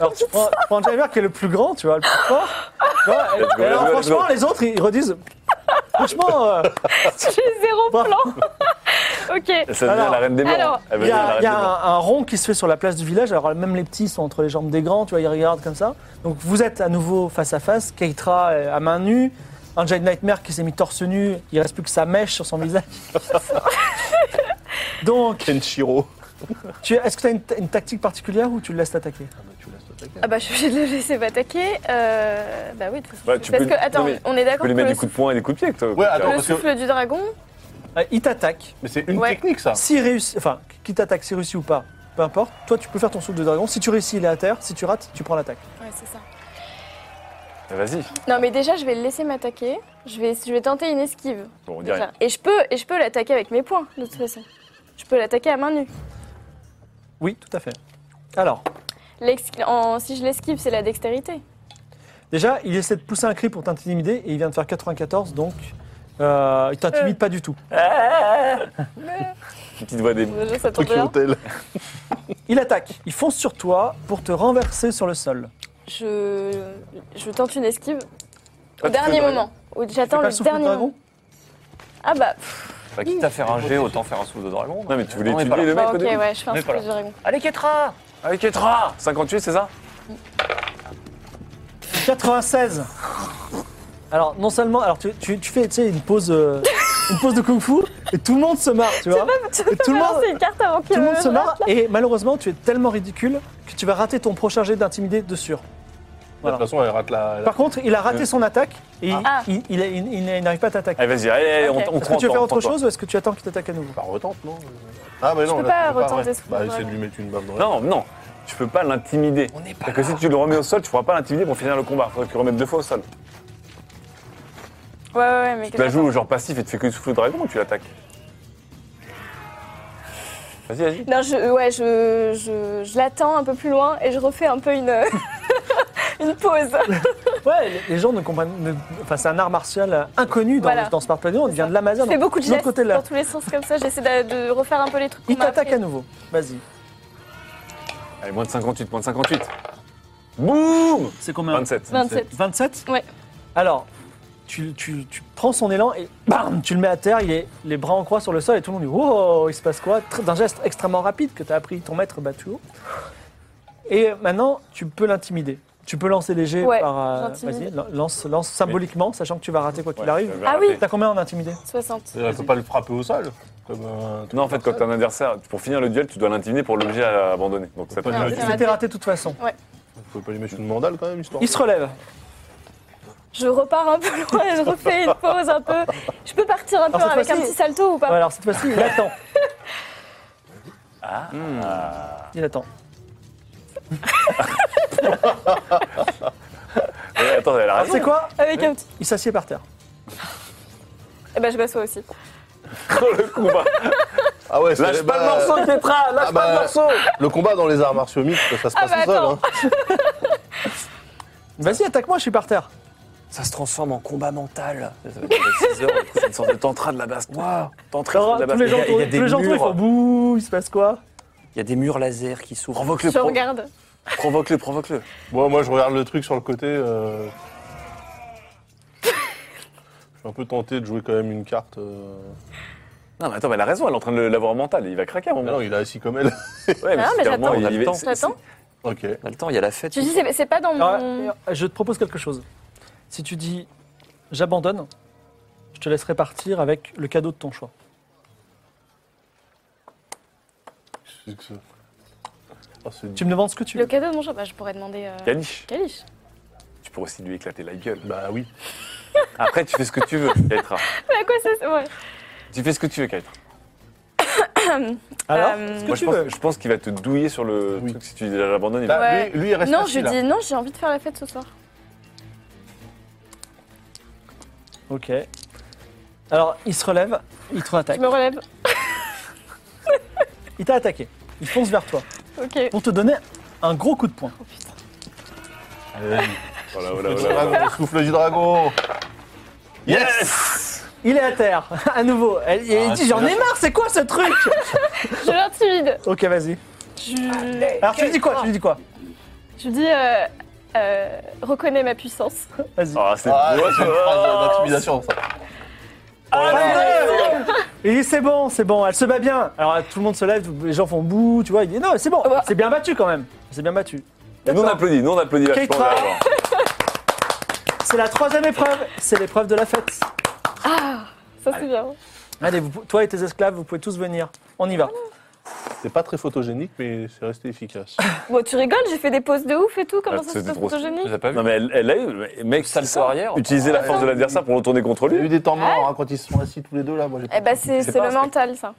B: Alors, tu prends, tu prends un driver qui est le plus grand, tu vois, le plus fort. Tu vois, et-
C: Let's go,
B: et alors,
C: let's go, let's
B: franchement,
C: go.
B: les autres, ils redisent. Franchement, euh,
G: J'ai zéro
B: Bon.
G: plan.
C: Ça
G: ok.
C: devient
B: Alors-
C: la reine des morts. Ah bah,
G: Alors-
C: Elle
B: il
C: va
B: y
C: devenir la
B: a,
C: reine
B: il y
C: des
B: a
C: morts.
B: un, un rond qui se fait sur la place du village. Alors, même les petits sont entre les jambes des grands, tu vois, ils regardent comme ça. Donc, vous êtes à nouveau face à face. Keitra euh, à main nue. Angel Nightmare qui s'est mis torse nu. Il reste plus que sa mèche sur son visage. Donc,
D: Kenshiro.
B: tu- est-ce que tu as une, une tactique particulière ou tu le laisses t'attaquer
G: Ah bah je suis obligée de le laisser m'attaquer. Euh, bah oui, de toute façon.
C: Bah, tu
G: Parce
C: peux-
G: que, attends,
C: non, mais
G: on est
C: Tu
G: d'accord
C: peux
G: que
C: lui mettre
G: le,
C: des coups de poing et des coups de pied, toi.
D: Ouais, attends,
G: le
D: parce que-
G: souffle du dragon,
B: Euh, Il t'attaque.
D: Mais c'est une
G: Ouais.
D: technique, ça.
B: Si réussi, enfin, qui t'attaque, si réussi ou pas, peu importe. Toi, tu peux faire ton souffle de dragon. Si tu réussis, il est à terre. Si tu rates, tu prends l'attaque.
G: ouais, c'est ça.
C: Mais Ah, Vas-y.
G: Non mais déjà, je vais le laisser m'attaquer. Je vais, je vais tenter une esquive.
C: Bon, on dit
G: déjà.
C: rien.
G: Et je peux, et je peux l'attaquer avec mes poings, de toute façon. Je peux l'attaquer à main nue.
B: Oui, tout à fait. Alors,
G: L'ex- en- si je l'esquive, c'est la dextérité.
B: déjà, il essaie de pousser un cri pour t'intimider et il vient de faire 94, donc euh, il t'intimide pas du tout.
C: Petite voix des.
G: Déjà, ça tombe
D: Tokyo
G: bien.
D: Hotel.
B: Il attaque. Il fonce sur toi pour te renverser sur le sol.
G: Je, je tente une esquive
C: Pas
G: au
C: de
G: dernier
C: souffle de
G: moment. Au-
B: Tu fais
G: J'attends
B: pas
G: le
B: souffle de
G: dernier moment. Ah bah, pff,
F: Bah, Quitte à faire un jet, autant faire un souffle de dragon.
C: Non, mais tu voulais
F: On est pas Ah,
C: étudier le mec
G: bah,
C: au
G: ok,
C: début.
G: ouais, je fais un
F: Mais
G: souffle
F: voilà.
G: de dragon.
F: Allez, Ketra
C: Avec Ketra 58, c'est ça
B: 96. Alors, non seulement, alors tu, tu- tu fais, tu sais, une pause, euh, une pause de kung-fu et tout le monde se marre, tu vois. Et tout le monde,
G: C'est une carte avant que
B: Tout le monde se marre et malheureusement tu es tellement ridicule que tu vas rater ton prochain jet d'intimider de sûr.
D: De
B: Voilà.
D: toute façon, elle rate la. la-
B: Par contre, il a raté son attaque et il-
G: Ah.
B: il, il- il- il n'arrive pas à t'attaquer.
C: Allez, vas-y, allez, allez,
G: Ok.
C: on, on
B: Est-ce que
C: prend
B: tu veux
C: toi,
B: faire
C: on
B: autre
C: prend
B: chose ou est-ce que tu attends qu'il t'attaque à nouveau
D: Bah, retente, non Ah, mais non,
G: peux
D: là,
G: pas
D: tu peux
G: retenter
D: ouais.
G: ce
D: Bah,
G: coup,
D: essaie de lui
G: ouais.
D: mettre une balle dans
C: toi.
D: la.
C: Non, non, tu peux pas l'intimider.
F: On est pas
C: Parce que si tu le remets au sol, tu pourras pas l'intimider pour finir le combat. Faudrait que tu le remettes deux fois au sol.
G: Ouais, ouais, ouais, mais
C: Tu la joues genre passif et tu fais que du souffle de dragon ou tu l'attaques Vas-y, vas-y.
G: Non, je, ouais, je, je, je l'attends un peu plus loin et je refais un peu une, une pause.
B: Ouais, les, les gens ne comprennent. ne- enfin, c'est un art martial euh, inconnu dans,
G: Voilà.
B: dans Sport Planet. On vient de l'Amazon.
G: Je fais beaucoup de
B: de l'autre
G: gestes
B: côté de la-
G: dans tous les sens comme ça. J'essaie de, de refaire un peu les trucs. qu'on
B: Il
G: m'a
B: t'attaque
G: appris.
B: à nouveau. Vas-y.
C: Allez, moins de 58, moins de 58. Boum
B: C'est combien
C: 27.
G: 27.
B: 27
G: Ouais.
B: Alors, tu, tu- tu prends son élan et bam, tu le mets à terre, il est les bras en croix sur le sol et tout le monde dit Wow, il se passe quoi Tr- D'un geste extrêmement rapide que tu as appris ton maître Batuo. Et maintenant, tu peux l'intimider. Tu peux lancer léger
G: Ouais,
B: par. euh,
G: j'intimide.
B: vas-y, lan- lance, lance symboliquement, sachant que tu vas rater quoi qu'il
C: Ouais, je
B: arrive.
C: vais
G: Ah
C: rater.
G: oui.
B: T'as combien en intimidé
G: 60.
D: Elle peut pas le frapper au sol. Comme un.
C: Non, en fait, quand t'as un adversaire, pour finir le duel, tu dois l'intimider pour l'obliger à abandonner. Donc ça te-
D: Non,
G: c'est
B: C'était
G: raté.
B: raté. de toute façon.
D: Faut pas lui mettre une mandale quand même, histoire.
B: Il se relève.
G: Je repars un peu loin et je refais une pause un peu. Je peux partir un peu
B: Alors, cette
G: avec un
B: fois-ci-
G: petit salto ou pas
B: Ouais, alors cette fois-ci, il attend.
C: Ah.
B: Il attend.
C: Ah Ouais, attends, elle a
B: Alors,
C: raison.
B: c'est quoi Euh,
G: Avec un petit.
B: Il s'assied par terre.
G: Eh ben, je m'assois aussi.
C: le combat.
D: Ah ouais,
C: Lâche
D: c'est-
C: pas le
D: bah,
C: morceau, Petra Lâche
D: ah
C: pas le
D: bah,
C: morceau
D: Le combat dans les arts martiaux mixtes, ça se
G: Ah
D: passe
G: bah
D: au sol.
G: attends.
D: hein.
B: Vas-y, attaque-moi, je suis par terre.
F: Ça se transforme en combat mental. Euh,
C: C'est une sorte de tantra de la basse.
F: Waouh
C: Tantra
B: Alors,
C: de la
B: tous les
C: basse.
B: gens,
F: il y a- il y a
B: tous
F: des
B: les gens autour, ils
F: murs.
B: font bouh, il se passe quoi
F: Il y a des murs laser qui s'ouvrent.
C: Provoque-le,
G: Je
C: pro-
G: regarde.
C: provoque-le, provoque-le.
D: Bon, moi, je regarde le truc sur le côté. euh, Je suis un peu tenté de jouer quand même une carte. euh,
C: Non, mais attends, mais elle a raison, elle est en train de le- l'avoir en mental. Il va craquer à un
D: mais
C: moment.
D: Ah non, il est assis comme elle.
C: Ouais,
G: Ah, mais
C: c'est clairement,
G: j'attends.
C: il y va-
F: J'attends.
C: c'est-
G: J'attends.
D: Ok.
F: On a le temps, il y a la fête.
G: Tu dis, c'est c'est pas dans
B: Alors,
G: mon.
B: euh, je te propose quelque chose. Si tu dis j'abandonne, je te laisserai partir avec le cadeau de ton choix.
D: Qu'est-ce que c'est Ah, c'est
B: Tu me demandes ce que tu
G: Le
B: veux.
G: cadeau de mon choix, bah, je pourrais demander. euh,
C: Caniche,
G: Caniche.
C: tu pourrais aussi lui éclater la gueule.
D: Bah oui.
C: Après, tu fais ce que tu veux, Kaitra.
G: Mais à quoi ça sert ouais.
C: Tu fais ce que tu veux, Kaitra.
B: Alors,
G: euh,
B: ce que
C: Moi, je
B: tu
C: pense,
B: veux.
C: je pense qu'il va te douiller sur le
D: Oui.
C: truc si tu l'abandonnes. il va-
D: Bah,
G: Ouais.
D: lui, lui, il reste
G: Non,
D: assis,
G: je
D: là.
G: dis non, j'ai envie de faire la fête ce soir.
B: Ok. Alors, il se relève, il te
G: Je
B: attaque.
G: me relève.
B: Il t'a attaqué. Il fonce vers toi
G: Ok.
B: pour te donner un gros coup de poing.
G: Oh, putain.
C: Voilà, voilà,
D: Euh, Le
C: voilà, voilà.
D: dragon, souffle du dragon Yes
B: Il est à terre, à nouveau. Et et il
H: Ah,
B: dit J'en ai
H: celui-là,
B: marre, c'est quoi ce truc
G: Je l'intimide.
B: Ok, vas-y.
G: Je...
B: Alors, tu lui dis quoi Tu lui dis quoi
G: je dis euh, euh, reconnais ma puissance.
B: Vas-y.
C: Ah, c'est
D: Ah,
C: beau,
D: c'est une phrase d'intimidation, ça.
B: Et c'est bon, c'est bon, elle se bat bien. Alors tout le monde se lève, les gens font bouh, tu vois. Il dit non, c'est bon,
G: Ouais.
B: c'est bien battu quand même. C'est bien battu.
C: Nous on applaudit, nous on applaudit la
B: Keitra. C'est la troisième épreuve, c'est l'épreuve de la fête.
G: Ça c'est bien.
B: Allez, vous- toi et tes esclaves, vous pouvez tous venir. On y va.
D: C'est pas très photogénique, mais c'est resté efficace.
G: Bon, tu rigoles, j'ai fait des poses de ouf et tout. Comment
C: Ah,
G: ça se
C: c'était
G: passe
C: trop-
G: photogénique
H: pas vu.
C: Non mais elle, elle a eu, mais- mec,
H: Sale
C: c'est ça.
H: poirière.
C: Utiliser
G: Ah,
C: la force de l'adversaire pour le tourner contre
D: Il y a eu
C: lui.
D: des temps morts hein, quand ils se sont assis tous les deux là. Moi, j'ai
G: Eh ben c'est
C: C'est
G: c'est
C: pas
G: le
C: un spectacle.
G: mental ça.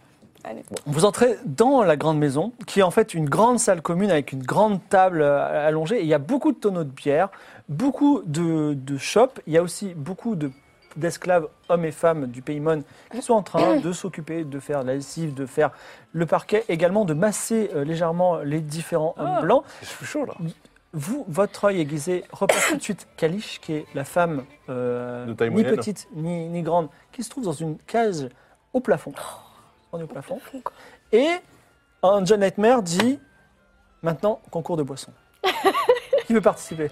B: Vous entrez dans la grande maison, qui est en fait une grande salle commune avec une grande table euh, allongée. Et il y a beaucoup de tonneaux de bière, beaucoup de, de shops. Il y a aussi beaucoup de d'esclaves, hommes et femmes du Paymon, qui sont en train de s'occuper de faire la lessive, de faire le parquet, également de masser euh, légèrement les différents hommes blancs.
C: Je suis chaud là.
B: Vous, votre œil aiguisé repasse tout de suite Kalish, qui est la femme euh,
D: De taille
B: ni
D: moyenne.
B: petite ni, ni grande, qui se trouve dans une cage au plafond. On est Oh. au plafond. Et un John Nightmare dit maintenant concours de boissons. qui veut participer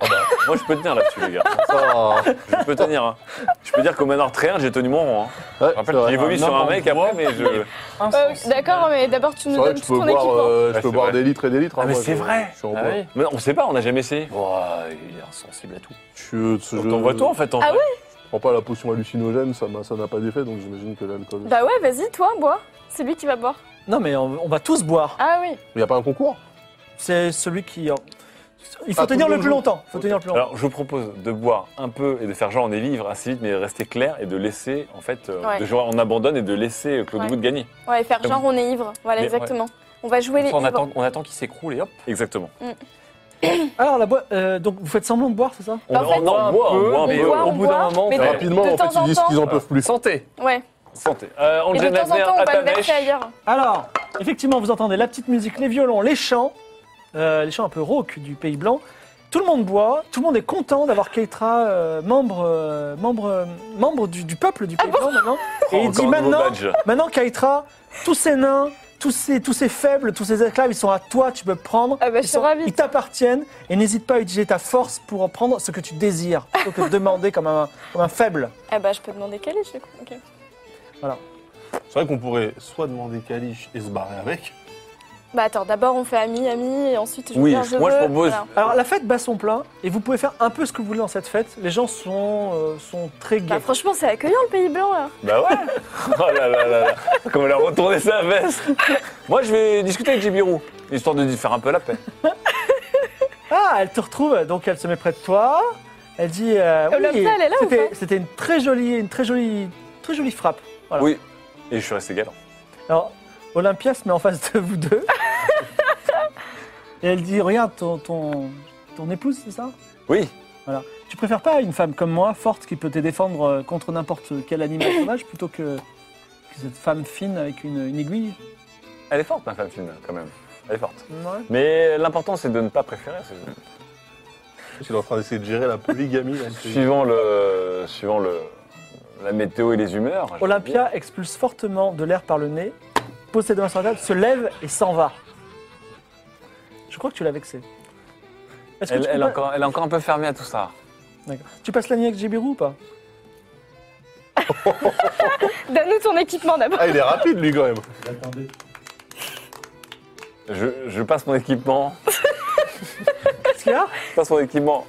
C: Ah bah, moi je peux tenir là-dessus les gars.
G: Oh.
C: Ça, je peux tenir. hein. Je peux dire qu'au manoir Tréherne, j'ai tenu mon rang. hein. Je rappelle, j'ai vomi sur un mec après, mais
D: Ah,
C: je. Ah,
G: Euh, D'accord, mais d'abord tu
D: C'est
G: nous
D: vrai
G: donnes
D: que je
G: tout
D: peux
G: ton
D: boire,
G: équipement.
D: euh, je
C: Ouais,
D: peux
C: c'est
D: boire
C: vrai.
D: des litres et des litres.
C: Ah,
D: hein,
C: mais
D: moi,
C: c'est
D: je-
C: vrai.
D: je suis en
H: Ah
D: bois.
H: oui
C: Mais non, on sait pas, on n'a jamais essayé.
H: Ouah, il est insensible à tout.
D: Tu- ce jeu-
C: T'en vois toi en fait. En
G: Ah
C: vrai.
D: Je prends pas la potion hallucinogène, ça m'a- ça n'a pas d'effet, donc j'imagine que l'alcool.
G: Bah ouais, vas-y, toi, bois. C'est lui qui va boire.
B: Non, mais on, on va tous boire.
G: Ah oui.
D: Il n'y a pas un concours
B: C'est celui qui. euh, il faut
D: Ah, tout
B: tenir
D: le
B: le
D: monde
B: plus
D: joue.
B: longtemps. faut
D: Ok.
B: tenir le plus longtemps.
C: Alors je vous propose de boire un peu et de faire genre on est vivre assez vite, mais rester clair et de laisser en fait, euh,
G: Ouais.
C: de jouer, on abandonne et de laisser euh, Claude
G: Ouais.
C: Wood gagner.
G: Ouais, faire
C: Comme-
G: genre on est ivre. Voilà,
C: Mais-
G: exactement. On va jouer les
H: on,
G: ivres.
H: attend, on attend qu'il s'écroule et hop.
C: Exactement.
B: Alors, la boi- euh, donc vous faites semblant de boire, c'est ça
C: On,
G: En fait,
C: on en boit, on boit un
G: on
C: peu.
G: boit,
H: au
G: on
H: bout d'un
G: boit,
H: moment,
G: mais
C: Ouais.
D: Rapidement,
G: de
D: en
G: temps
D: fait, ils disent
G: temps- Ah,
D: qu'ils en peuvent plus.
H: Santé
G: Ouais.
C: Santé. Euh,
G: Et de
C: Angel
G: temps en
C: Nightmare,
G: temps, on va le verser
C: Atamèche.
G: ailleurs.
B: Alors, effectivement, vous entendez la petite musique, les violons, les chants, euh, les chants un peu rauques du Pays Blanc. Tout le monde boit, tout le monde est content d'avoir Keitra, euh, membre, euh, membre, euh, membre du, du peuple du Pays Blanc maintenant. Et il
C: Encore
B: dit
C: un nouveau
B: maintenant,
C: badge.
B: maintenant Keitra, tous ces nains, tous ces, tous ces faibles, tous ces esclaves, ils sont à toi, tu peux prendre.
G: Ah bah,
B: Ils
G: je suis
B: sont-
G: ravie.
B: Ils t'appartiennent et n'hésite pas à utiliser ta force pour en prendre ce que tu désires, plutôt que de demander comme un, comme un faible.
G: Ah bah, je peux demander Kalish, du coup. Ok.
D: C'est vrai qu'on pourrait soit demander Kalish et se barrer avec.
G: Bah attends, d'abord on fait ami, ami, et ensuite je
C: Oui,
G: viens, je
C: moi, je
G: veux.
C: propose-
G: Voilà.
B: Alors la fête bat son plein et vous pouvez faire un peu ce que vous voulez dans cette fête. Les gens sont, euh, sont très gais.
G: Bah, franchement, c'est accueillant le Pays Blanc là.
C: Bah ouais Oh là là là là Comme elle a retourné sa veste Moi, je vais discuter avec Jibirou, histoire de faire un peu la paix.
B: Ah, elle te retrouve, donc elle se met près de toi. Elle dit euh,
G: Comme la
B: oui,
G: salle, elle est là ou
B: c'était-
G: pas
B: c'était une très jolie, une très jolie, très jolie frappe. Voilà.
C: Oui, et je suis resté galant.
B: Alors Olympia se met en face de vous deux et elle dit regarde ton ton, ton épouse c'est ça
C: Oui,
B: Tu préfères pas une femme comme moi, forte, qui peut te défendre euh, contre n'importe quel animal sauvage, plutôt que, que cette femme fine avec une, une aiguille
C: elle est forte, ma femme fine, quand même. Elle est forte.
B: Ouais.
C: Mais l'important, c'est de ne pas préférer. c'est-
D: Parce qu'il est en train d'essayer de gérer la polygamie. là, c'est-
C: Suivant le... Suivant le... La météo et les humeurs. je veux dire.
B: Olympia expulse fortement de l'air par le nez, pose ses deux mains sur la table, se lève et s'en va. Je crois que tu l'as vexée. Est-ce que
C: Elle,
B: tu, peux
C: elle est
B: pas-
C: encore, elle est encore un peu fermée à tout ça.
B: D'accord. Tu passes la nuit avec Jibiru ou
C: Euh,
B: pas
G: Donne-nous Bah, ton équipement d'abord.
D: Ah, il est rapide lui quand même.
C: Je, je passe mon équipement.
B: qu'il y a
C: Je passe mon équipement.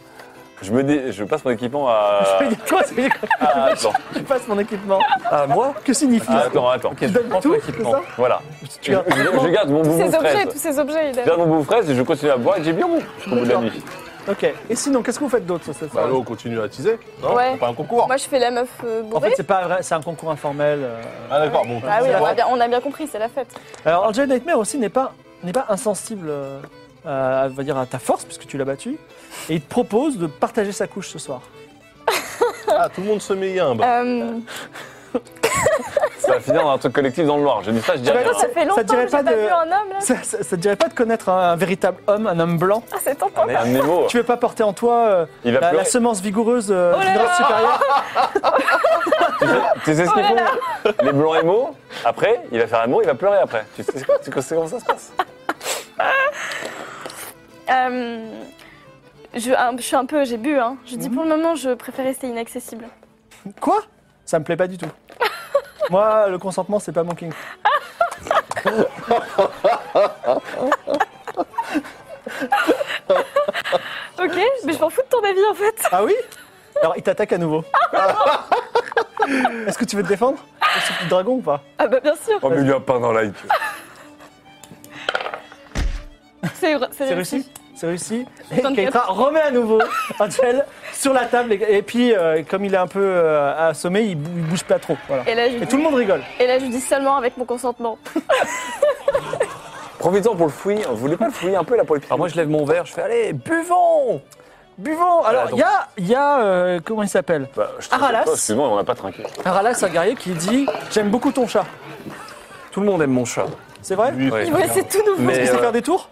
C: Je, me dé- je passe mon équipement à.
B: Je fais des- toi, c'est-
C: Ah, attends,
B: Je passe mon équipement.
F: Ah, moi
B: Que signifie
C: Ah,
B: ça
C: attends, attends.
F: Ok, je
B: donnes
F: prends
B: tout,
F: ton
B: c'est
F: équipement.
B: ça
C: Voilà.
B: Tu
C: Je,
B: as-
C: je- je garde mon
G: Tous
C: bonbon
G: ces objets,
C: fraise.
G: tous ces objets,
C: Je
G: évidemment.
C: garde mon bonbon fraise et je continue à boire et j'ai bien bon jusqu'au bout de la
B: D'accord.
C: nuit.
B: Ok. Et sinon, qu'est-ce que vous faites d'autre ce soir
D: Bah, allô, on continue à teaser. Non,
G: Ouais.
D: c'est pas un concours.
G: Moi, je fais la meuf
B: En
G: euh, bourrée.
B: fait, c'est pas vrai, c'est un concours informel. euh.
D: Ah, d'accord, bon.
G: Bah oui,
B: c'est
G: on
B: vrai.
G: a, bien, on a bien compris, c'est la fête.
B: Alors, Angel Nightmare aussi n'est pas, n'est pas insensible euh, à, on va dire, à ta force, puisque tu l'as battu. Et il te propose de partager sa couche ce soir.
D: Ah, tout le monde se met un. Bah.
G: Euh,
C: Ça va finir dans un truc collectif dans le noir. Je dis ça, je dis
B: Tu vas-
C: rien.
G: ça fait longtemps
B: ça dirait
G: que j'ai
B: pas
G: pas,
B: de-
G: vu un homme, là.
B: Ça, ça, ça te dirait pas de connaître un, un véritable homme, un homme blanc
G: Ah, c'est tentant.
C: Un Nemo,
B: Tu veux pas porter en toi euh,
C: il va
B: la, la
C: pleurer.
B: semence vigoureuse euh,
G: Oh là
B: d'une
G: là
B: race supérieure
C: Tu sais ce qu'ils
G: Oh là
C: font Les blancs émo, après, il va faire un mot, il va pleurer après. Tu sais tu sais comment ça se passe
G: Euh, je, un- je suis un peu, j'ai bu, hein. Je dis pour le moment, je préfère rester inaccessible.
B: Quoi Ça me plaît pas du tout. Moi, le consentement, c'est pas mon king.
G: Ok, mais je m'en fous de ton avis en fait.
B: Ah oui Alors, il t'attaque à nouveau. Est-ce que tu veux te défendre C'est le dragon ou pas
G: Ah bah bien sûr,
C: Oh, mais il lui a pas dans la gueule.
G: c'est
B: C'est réussi C'est réussi. Et
G: 24.
B: Keitra remet à nouveau Angel sur la table. Et et puis, euh, comme il est un peu euh, assommé, il, bou- il bouge pas trop. Voilà.
G: Et là, je
B: Et
G: dis,
B: tout le monde rigole.
G: et là, je dis seulement avec mon consentement.
C: Profitons pour le fouiller. Vous voulez pas le fouiller un peu là pour les
F: Alors moi, je lève mon verre, je fais allez, buvons
B: Buvons Alors, il
F: donc-
B: y a, il y a euh, comment il s'appelle
C: Bah,
F: Ah,
C: je te
B: Aralas.
C: raconte pas, Excuse-moi, on n'a pas trinqué.
B: Aralas, un guerrier qui dit J'aime beaucoup ton chat.
F: Tout le monde aime mon chat.
B: C'est vrai
D: Oui,
F: Ouais.
G: Il voulait c'est tout nouveau.
B: Est-ce
F: Mais,
B: qu'il sait
F: euh,
B: faire des tours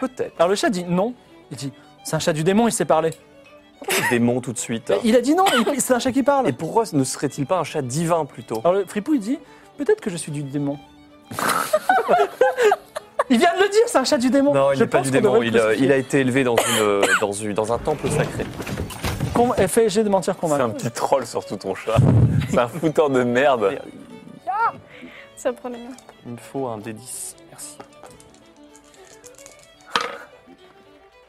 F: Peut-être.
B: Alors, le chat dit non. Il dit C'est un chat du démon, il sait parler.
F: Démon tout de suite.
B: Mais Il a dit non, il- c'est un chat qui parle.
F: Et pourquoi ne serait-il pas un chat divin plutôt
B: Alors le fripou il dit peut-être que je suis du démon. il vient de le dire, c'est un chat du démon.
F: Non, il
B: Je
F: n'est pas
B: pense
F: du
B: qu'on
F: démon.
B: devrait le
F: Il, euh,
B: crucifier.
F: il a été élevé dans, une, euh, dans, une- dans un temple sacré.
B: Con- elle fait j'ai de mentir
C: C'est
B: convaincre.
C: un petit troll surtout ton chat. C'est un fouteur de merde.
G: C'est un problème.
F: Il me faut un D10. Merci.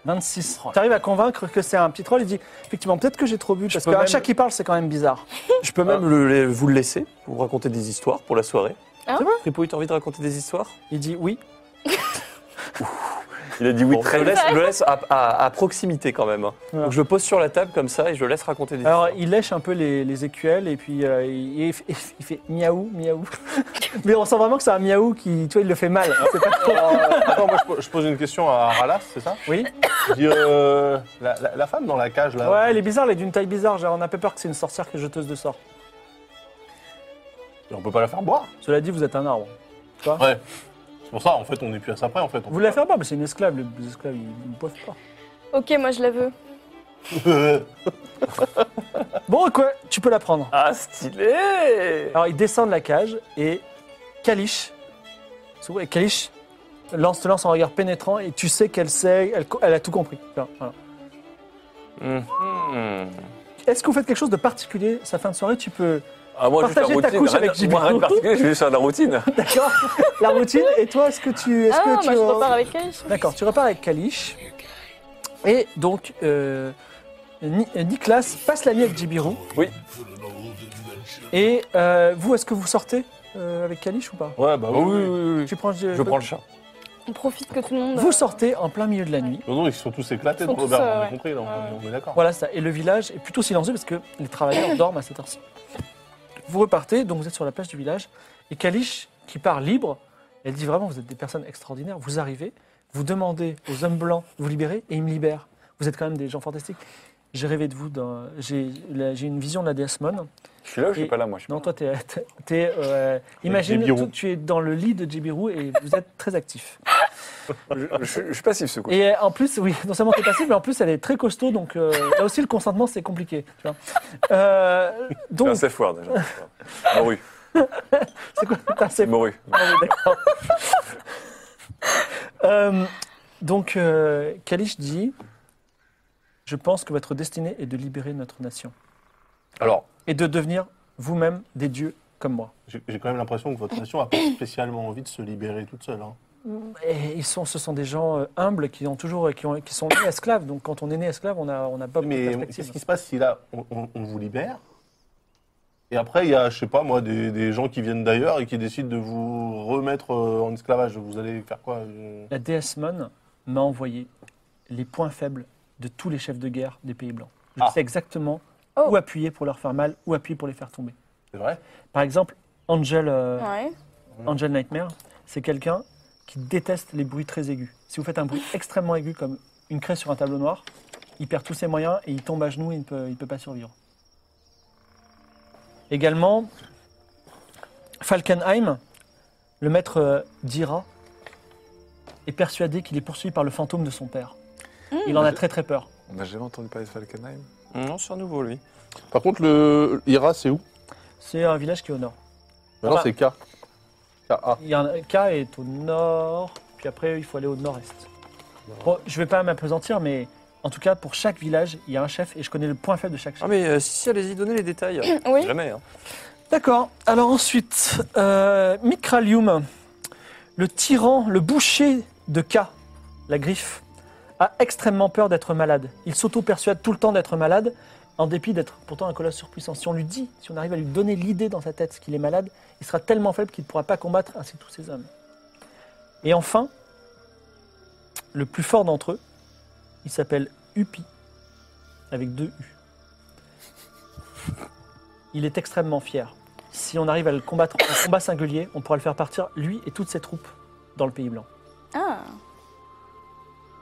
B: 26. T'arrives à convaincre que c'est un petit troll. Il dit effectivement peut-être que j'ai trop bu parce
F: peux
B: qu'un
F: même-
B: chat qui parle c'est quand même bizarre.
F: Je peux même le- le- vous le laisser, vous raconter des histoires pour la soirée.
B: Ah
G: Hein
F: C'est vrai Fripouille, t'as envie de raconter des histoires
B: Il dit oui.
C: Il a dit oui
F: Bon,
C: très
F: je le
C: vite.
F: laisse, je le laisse à, à- à proximité quand même. hein.
B: Voilà.
F: Donc je le pose sur la table comme ça et je le laisse raconter des
B: Alors
F: histoires.
B: il lèche un peu les, les écuelles et puis euh, il, il fait- il fait miaou miaou. Mais on sent vraiment que c'est un miaou qui tu vois il le fait mal. C'est pas-
D: Euh, attends, moi, je po- je pose une question à Ralas, c'est ça
B: Oui.
D: Je dis, euh, la, la- la femme dans la cage, là.
B: Ouais, elle est bizarre, elle est d'une taille bizarre. Genre, on a peu peur que c'est une sorcière qui est jeteuse de sorts.
D: On peut pas la faire boire.
B: Cela dit, vous êtes un arbre.
D: Ouais. C'est pour ça, en fait, on n'est plus à ça près, en fait. On
B: Vous la faites pas, mais c'est une esclave. Les esclaves ils ne boivent pas.
G: Ok, moi je la veux.
D: peut-
B: Bon, quoi, tu peux la prendre.
C: Ah stylé
B: Alors, ils descendent la cage et Kalish, s'ouvre et Kalish lance, te lance un regard pénétrant et tu sais qu'elle sait, elle, co- elle a tout compris. Enfin, voilà.
F: Mhm.
B: Est-ce que vous faites quelque chose de particulier sa fin de soirée Tu peux,
C: Ah, moi, juste la
B: Partagez ta
C: routine.
B: couche
C: Rien-
B: avec JB.
C: moi, rien de particulier, je vais juste faire de la routine.
B: d'accord, la routine. Et toi, est-ce que tu, est-ce
G: Ah,
B: que
G: moi
B: tu,
G: je
B: euh,
G: repars avec elle.
B: d'accord, tu repars avec Kalish et donc euh, Ni- euh, Nicolas passe la nuit avec Jibiru.
C: Oui.
B: Et euh, vous, est-ce que vous sortez euh, avec Kalish ou pas
D: Ouais, bah oui. oui, oui.
B: Tu prends,
F: Je prends le chat.
G: On profite que tout le monde.
B: Vous sortez en plein milieu de la nuit.
D: Non, non, ils se sont tous éclatés,
G: Ils sont
D: donc, Robert,
G: tous, euh,
D: on a
G: ouais.
D: compris, là, on,
G: Ouais,
D: est- on est d'accord.
B: Voilà ça. Et le village est plutôt silencieux parce que les travailleurs dorment à cette heure-ci. Vous repartez, donc vous êtes sur la plage du village. Et Kalish, qui part libre, elle dit vraiment, vous êtes des personnes extraordinaires. Vous arrivez, vous demandez aux hommes blancs, vous libérez, et ils me libèrent. Vous êtes quand même des gens fantastiques. J'ai rêvé de vous, dans- j'ai la- j'ai une vision de la déesse Mon.
C: Je suis là ou je
B: Et-
C: suis pas là, moi je suis
B: Non, toi, t'es, t'es- t'es, euh, imagine,
D: Jibiru.
B: toi, tu es dans le lit de Jibiru et vous êtes très actif.
C: pas- je, je suis- je suis passif ce coup.
B: Et euh, en plus, oui, non seulement c'est passif, mais en plus elle est très costaud, donc euh, là aussi le consentement c'est compliqué. Tu vois. Euh,
C: C'est un
B: donc,
C: safe word. déjà. Moru.
B: c'est quoi Putain, c'est bon,
C: Moru.
B: d'accord. Euh, donc, euh, Kalish dit Je pense que votre destinée est de libérer notre nation
D: Alors,
B: et de devenir vous-même des dieux comme moi.
D: j'ai j'ai quand même l'impression que votre nation n'a pas spécialement envie de se libérer toute seule. hein.
B: Et ils sont, ce sont des gens euh, humbles qui, ont toujours, qui, ont- qui sont nés esclaves. Donc quand on est né esclave, on n'a on a pas beaucoup de
D: Mais
B: perspectives.
D: qu'est-ce qui se passe si là, on, on- on vous libère Et après, il y a, je sais pas moi, des, des gens qui viennent d'ailleurs et qui décident de vous remettre euh, en esclavage. Vous allez faire quoi euh
B: La déesse Mon m'a envoyé les points faibles de tous les chefs de guerre des pays blancs. Je
D: Ah.
B: sais exactement
G: Oh.
B: où appuyer pour leur faire mal, où appuyer pour les faire tomber.
D: C'est vrai
B: Par exemple, Angel, euh,
G: Ouais.
B: Angel Nightmare, c'est quelqu'un qui déteste les bruits très aigus. Si vous faites un bruit extrêmement aigu comme une craie sur un tableau noir, il perd tous ses moyens et il tombe à genoux et il ne peut, il ne peut pas survivre. Également, Falkenheim, le maître euh, d'Ira, est persuadé qu'il est poursuivi par le fantôme de son père. Il en a très très peur.
C: On n'a jamais entendu parler de Falkenheim.
F: Mm, Non, c'est un nouveau, lui.
D: Par contre, le Ira, c'est où
B: C'est un village qui est au nord.
D: Ah Non,
B: bah.
D: c'est K. K.A.
B: Il y a un K est au nord, puis après il faut aller au nord-est. Bon, je vais pas m'apesantir, mais en tout cas pour chaque village, il y a un chef et je connais le point faible de chaque chef.
F: Ah, mais euh, si, si, allez-y, donnez les détails.
G: Oui.
F: Jamais. hein.
B: D'accord. Alors ensuite, euh, Micralium, le tyran, le boucher de K, la griffe, a extrêmement peur d'être malade. Il s'auto-persuade tout le temps d'être malade, en dépit d'être pourtant un colosse surpuissant. Si on lui dit, si on arrive à lui donner l'idée dans sa tête qu'il est malade, il sera tellement faible qu'il ne pourra pas combattre ainsi tous ses hommes. Et enfin, le plus fort d'entre eux, il s'appelle Upi, avec deux U. Il est extrêmement fier. Si on arrive à le combattre en combat singulier, on pourra le faire partir, lui et toutes ses troupes, dans le Pays Blanc.
G: Ah.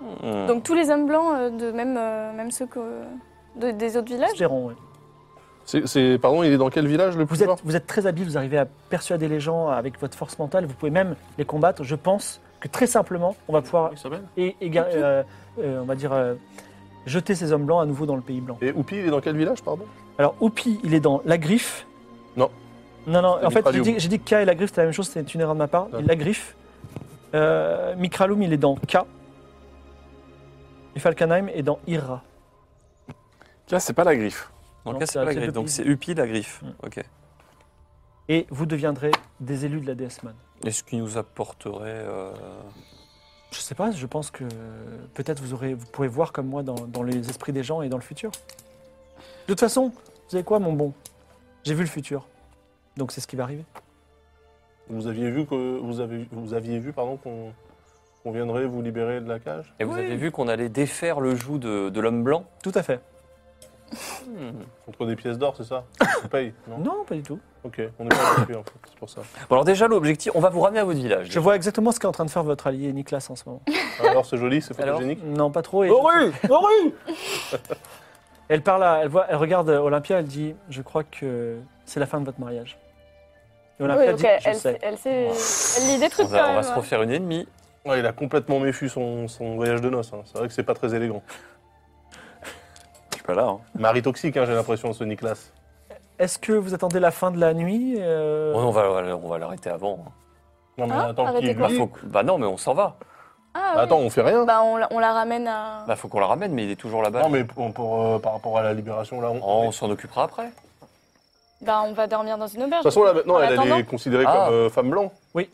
F: Hmm.
G: Donc tous les hommes blancs, euh, de même, euh, même ceux que, de- des autres villages
B: Espérons, oui.
D: C'est- c'est- Pardon, il est dans quel village le plus
B: Vous
D: fort
B: êtes, vous êtes très habile, vous arrivez à persuader les gens avec votre force mentale, vous pouvez même les combattre. Je pense que très simplement, on va pouvoir
D: Comment il s'appelle
B: é- éga- euh, euh, on va dire, euh, jeter ces hommes blancs à nouveau dans le Pays Blanc.
D: Et Oupi, il est dans quel village, pardon
B: Alors, Oupi, il est dans la griffe.
D: Non.
B: Non, non,
D: C'est
B: en fait, j'ai
D: Micralium.
B: dit, j'ai dit que K et la griffe, c'était la même chose, c'est une erreur de ma part. Et
D: Ah.
B: la griffe. Euh, Micralum, il est dans K. Et Falkenheim est dans Ira.
C: Tiens, c'est pas la griffe.
F: Donc
B: Non,
F: là,
B: c'est
F: c'est pas la
B: c'est
F: griffe.
B: le
F: Donc
B: pays.
F: c'est Upi, la griffe.
B: Hmm.
F: Ok.
B: Et vous deviendrez des élus de la déesse Man.
F: Et ce qui nous apporterait. euh,
B: Je sais pas, je pense que euh, peut-être vous, aurez, vous pourrez voir comme moi dans, dans les esprits des gens et dans le futur. De toute façon, vous savez quoi, mon bon J'ai vu le futur. Donc c'est ce qui va arriver.
D: Vous aviez vu que vous avez vous aviez vu pardon qu'on qu'on viendrait vous libérer de la cage
F: Et vous avez vu qu'on allait défaire le joug de, de l'homme blanc
B: Tout à fait.
F: Hmm.
D: contre des pièces d'or, c'est ça On paye Non.
B: Non, pas du tout.
D: Ok, on est pas habitué en fait, c'est pour ça.
F: Bon, alors déjà, l'objectif, on va vous ramener à votre village.
B: Je vois exactement ce qu'est en train de faire votre allié Nicolas en ce moment.
D: Alors c'est joli, c'est
F: Alors
D: photogénique.
B: Non, pas trop. et-
C: rue Au rue
B: Elle parle, à- elle voit, elle regarde Olympia, elle dit Je crois que c'est la fin de votre mariage. Et
G: Oui,
B: Olympia
G: donc
B: dit
G: elle,
B: Je
G: elle,
B: sais.
G: s'est- elle s'est- elle les détruit
F: On
G: quand
F: va, on
G: même.
F: va se refaire une ennemie.
D: Ouais, il a complètement méfu son, son voyage de noces. hein. C'est vrai que c'est pas très élégant.
F: Je suis pas là. hein.
D: Mari toxique, hein, j'ai l'impression, ce Nicolas.
B: Est-ce que vous attendez la fin de la nuit euh,
F: Ouais, on va, on va l'arrêter avant.
D: Non mais
G: Hein
D: attends,
G: Arrêtez
D: qui
G: quoi
F: Bah,
D: lui
F: faut que- bah non, mais on s'en va.
D: Bah,
G: Ah, oui.
D: Attends, on fait rien.
G: Bah, on, la- on la ramène à.
F: Bah faut qu'on la ramène, mais il est toujours là-bas.
D: non mais pour, pour, euh, par rapport à la libération là, on.
F: Oh, on
D: De
F: s'en occupera après.
G: Bah, on va dormir dans une auberge.
D: toute façon là maintenant,
G: En
D: elle, elle
G: attendant.
D: est considérée
F: Ah.
D: comme euh, femme blanche.
B: Oui.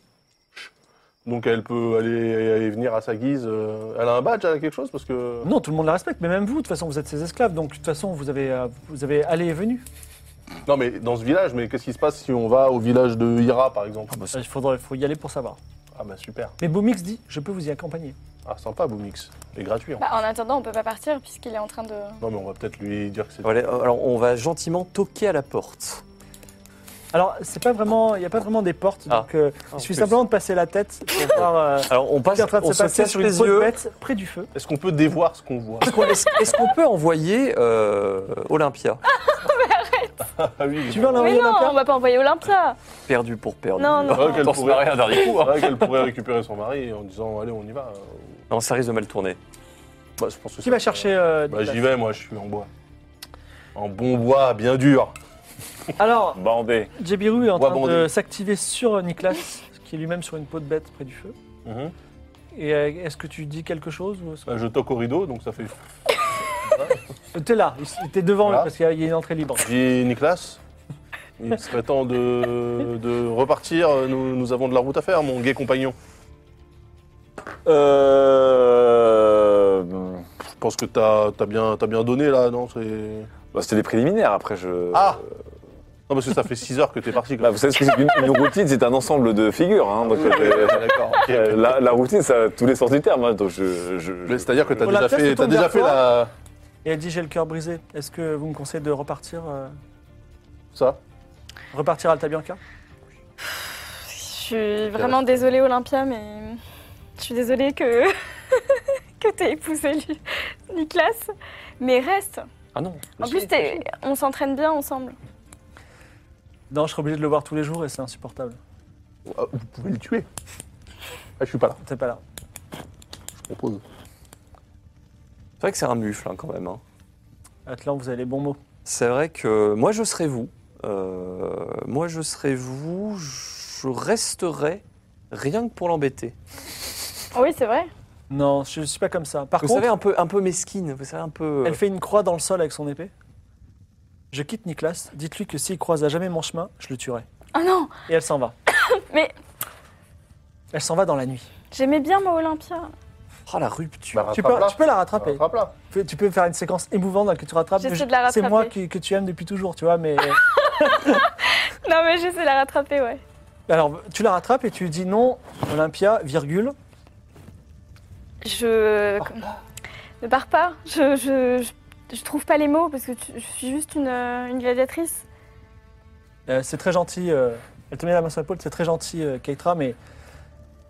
D: Donc elle peut aller, aller venir à sa guise. euh, Elle a un badge, elle a quelque chose parce que.
B: Non, tout le monde la respecte, mais même vous, de toute façon, vous êtes ses esclaves, donc de toute façon, vous avez, euh, vous avez allé et venu.
D: Non, mais dans ce village, mais qu'est-ce qui se passe si on va au village de Ira, par
F: Ah,
D: exemple
F: bah,
B: Il faudra, faut y aller pour savoir.
D: Ah bah super.
B: Mais Boomix dit Je peux vous y accompagner.
D: Ah sympa, Boomix. Et gratuit. en
G: Bah, en attendant, on peut pas partir puisqu'il est en train de.
D: fait. Non, mais on va peut-être lui dire que c'est...
F: Voilà, alors on va gentiment toquer à la porte.
B: Alors, c'est pas vraiment, il n'y a pas vraiment des portes,
F: Ah.
B: donc euh, il suffit simplement de passer la tête pour voir euh, ce
F: Alors on passe,
B: qui est en train de
F: on
B: se
F: se
B: passer
F: cache
B: sur une
F: les
B: peau de
F: yeux.
B: bête près du feu.
D: Est-ce qu'on peut dévoir ce qu'on voit
F: Est-ce qu'on- Est-ce est-ce qu'on peut envoyer euh, Olympia
D: Ah oui.
B: Tu veux
G: Mais
B: l'envoyer
G: non,
B: Olympia
G: on va pas envoyer Olympia.
F: Perdu pour perdu.
G: Non, non.
D: Ouais, qu'elle
F: Pour se
D: pourrait...
F: marier un dernier coup.
D: ouais, qu'elle pourrait récupérer son mari en disant allez on y va.
F: Non, ça risque de mal tourner.
D: Bah, je pense que
B: Qui
D: ça-
B: va chercher euh,
D: Bah
B: Nicolas
D: j'y vais moi, je suis en bois. En bon bois, bien dur.
B: Alors,
C: Bandé.
B: Jabiru est en
D: Bois
B: train
D: bandé.
B: de s'activer sur Niklas, qui est lui-même sur une peau de bête près du feu.
D: Mhm.
B: Et euh, est-ce que tu dis quelque chose ou est-ce que-
D: Bah, je toque au rideau, donc ça fait.
B: Euh, T'es là, il- t'es devant
D: Voilà.
B: lui, parce qu'il y a- il y a une entrée libre.
D: Je dis Nicolas, il serait temps de, de repartir. Nous, nous avons de la route à faire, mon gai compagnon.
C: Euh...
D: Je pense que t'as as bien, t'as bien donné là, non c'est-
C: bah, C'était des préliminaires, après je...
D: Ah Non, parce que ça fait 6 heures que t'es parti. quand
C: Bah,
D: même.
C: vous savez ce que c'est qu'une une routine, c'est un ensemble de figures. hein, donc, euh,
D: D'accord. ok.
C: euh, la, la routine, ça a tous les sens du terme. hein, donc je, je-
D: Mais C'est-à-dire que t'as
B: Bon, la
D: déjà
B: pièce, elle
D: fait, t'as
B: tombe
D: déjà
B: vers
D: fait
B: toi
D: la.
B: Et elle dit j'ai le cœur brisé. Est-ce que vous me conseillez de repartir euh,
D: Ça
B: repartir à Altabianca
G: Je suis vraiment désolée, Olympia, mais je suis désolée que, que t'aies épousé lui, Nicolas. Mais reste.
F: Ah non.
G: En plus, t'es- on s'entraîne bien ensemble.
B: Non, je serais obligé de le voir tous les jours et c'est insupportable.
D: Ah, Vous pouvez le tuer. Ah, je suis pas là,
B: T'es pas là.
D: je propose.
F: C'est vrai que c'est un mufle hein, quand même. hein.
B: Atlan, vous avez les bons mots.
F: C'est vrai que moi je serais vous. Euh, moi je serais vous. Je resterais rien que pour l'embêter.
G: Ah Oui, c'est vrai.
B: Non, je suis pas comme ça. Par
F: Vous
B: contre,
F: savez un peu, un peu mesquine. Vous savez un peu. euh,
B: elle fait une croix dans le sol avec son épée. Je quitte Nicolas. Dites-lui que s'il croise à jamais mon chemin, je le tuerai.
G: Ah non,
B: Et elle s'en va.
G: Mais-
B: Elle s'en va dans la nuit.
G: j'aimais bien moi Olympia.
F: Oh la rupture.
D: Bah,
B: Tu peux,
D: rattrape-la.
B: tu peux la
F: Ah,
B: rattraper.
D: Rattrape-la.
B: Fais- Tu peux faire une séquence émouvante dans laquelle tu rattrapes.
G: J'essaie
B: Je-
G: de la
B: C'est moi
G: rattraper.
B: qui- que tu aimes depuis toujours, tu vois. Mais
G: Non, mais j'essaie de la rattraper, ouais.
B: alors, tu la rattrapes et tu lui dis non, Olympia, virgule.
G: Je. Ne pars pas. Je, je, je, je trouve pas les mots parce que tu- je suis juste une, euh, une gladiatrice.
B: Euh, c'est très gentil. euh, elle te met la main sur l'épaule. C'est très gentil, euh, Keitra, mais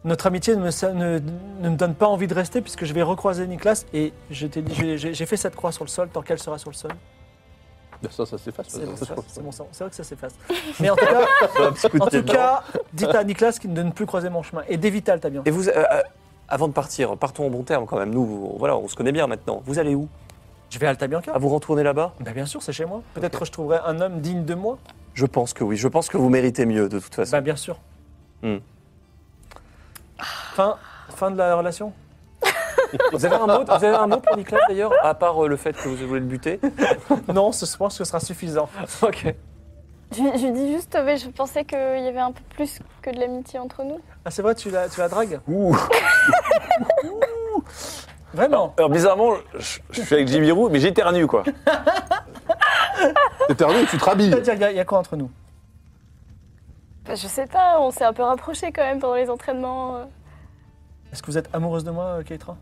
B: notre amitié ne me, sa- ne- ne me donne pas envie de rester puisque je vais recroiser Nicolas et je t'ai dit, j'ai- j'ai j'ai fait cette croix sur le sol tant qu'elle sera sur le sol.
D: Ça, ça s'efface.
B: C'est
D: ça,
B: bon,
D: ça,
B: ça,
D: ça.
B: c'est bon sens. C'est vrai que ça s'efface. Mais en tout cas,
D: Un petit coup de
B: en
D: pied
B: tout
D: dedans.
B: cas dites à Nicolas qu'il- de ne plus croiser mon chemin et d'éviter Altabian.
F: Et vous, euh, euh, avant de partir, partons en bon terme quand même. Nous, vous- voilà, on se connaît bien maintenant. Vous allez où
B: Je vais à Altabianca.
F: À vous retourner là-bas
B: Bah, bien sûr, c'est chez moi. Peut-être que je trouverai un homme digne de moi.
F: Je pense que oui. Je pense que vous méritez mieux de toute façon.
B: Bah bien sûr.
F: Hmm.
B: Fin, fin de la relation
F: Vous avez un mot, vous avez un mot pour Nicolas d'ailleurs, à part euh, le fait que vous voulez le
C: Oh
F: buter.
B: Non, ce, je pense que ce sera suffisant.
F: ok.
G: Je, je lui dis juste, euh, mais je pensais qu'il y avait un peu plus que de l'amitié entre nous.
B: Ah, c'est vrai, tu la, tu la dragues
C: Ouh.
B: Vraiment
C: Alors bizarrement, je, je suis avec Jimmy Roux, mais j'éternue quoi.
D: T'éternues et tu te rhabilles.
B: C'est-à-dire, il y a- il y, a quoi entre nous
G: Bah, je sais pas, on s'est un peu rapprochés quand même pendant les entraînements. euh.
B: Est-ce que vous êtes amoureuse de moi, euh, Keitra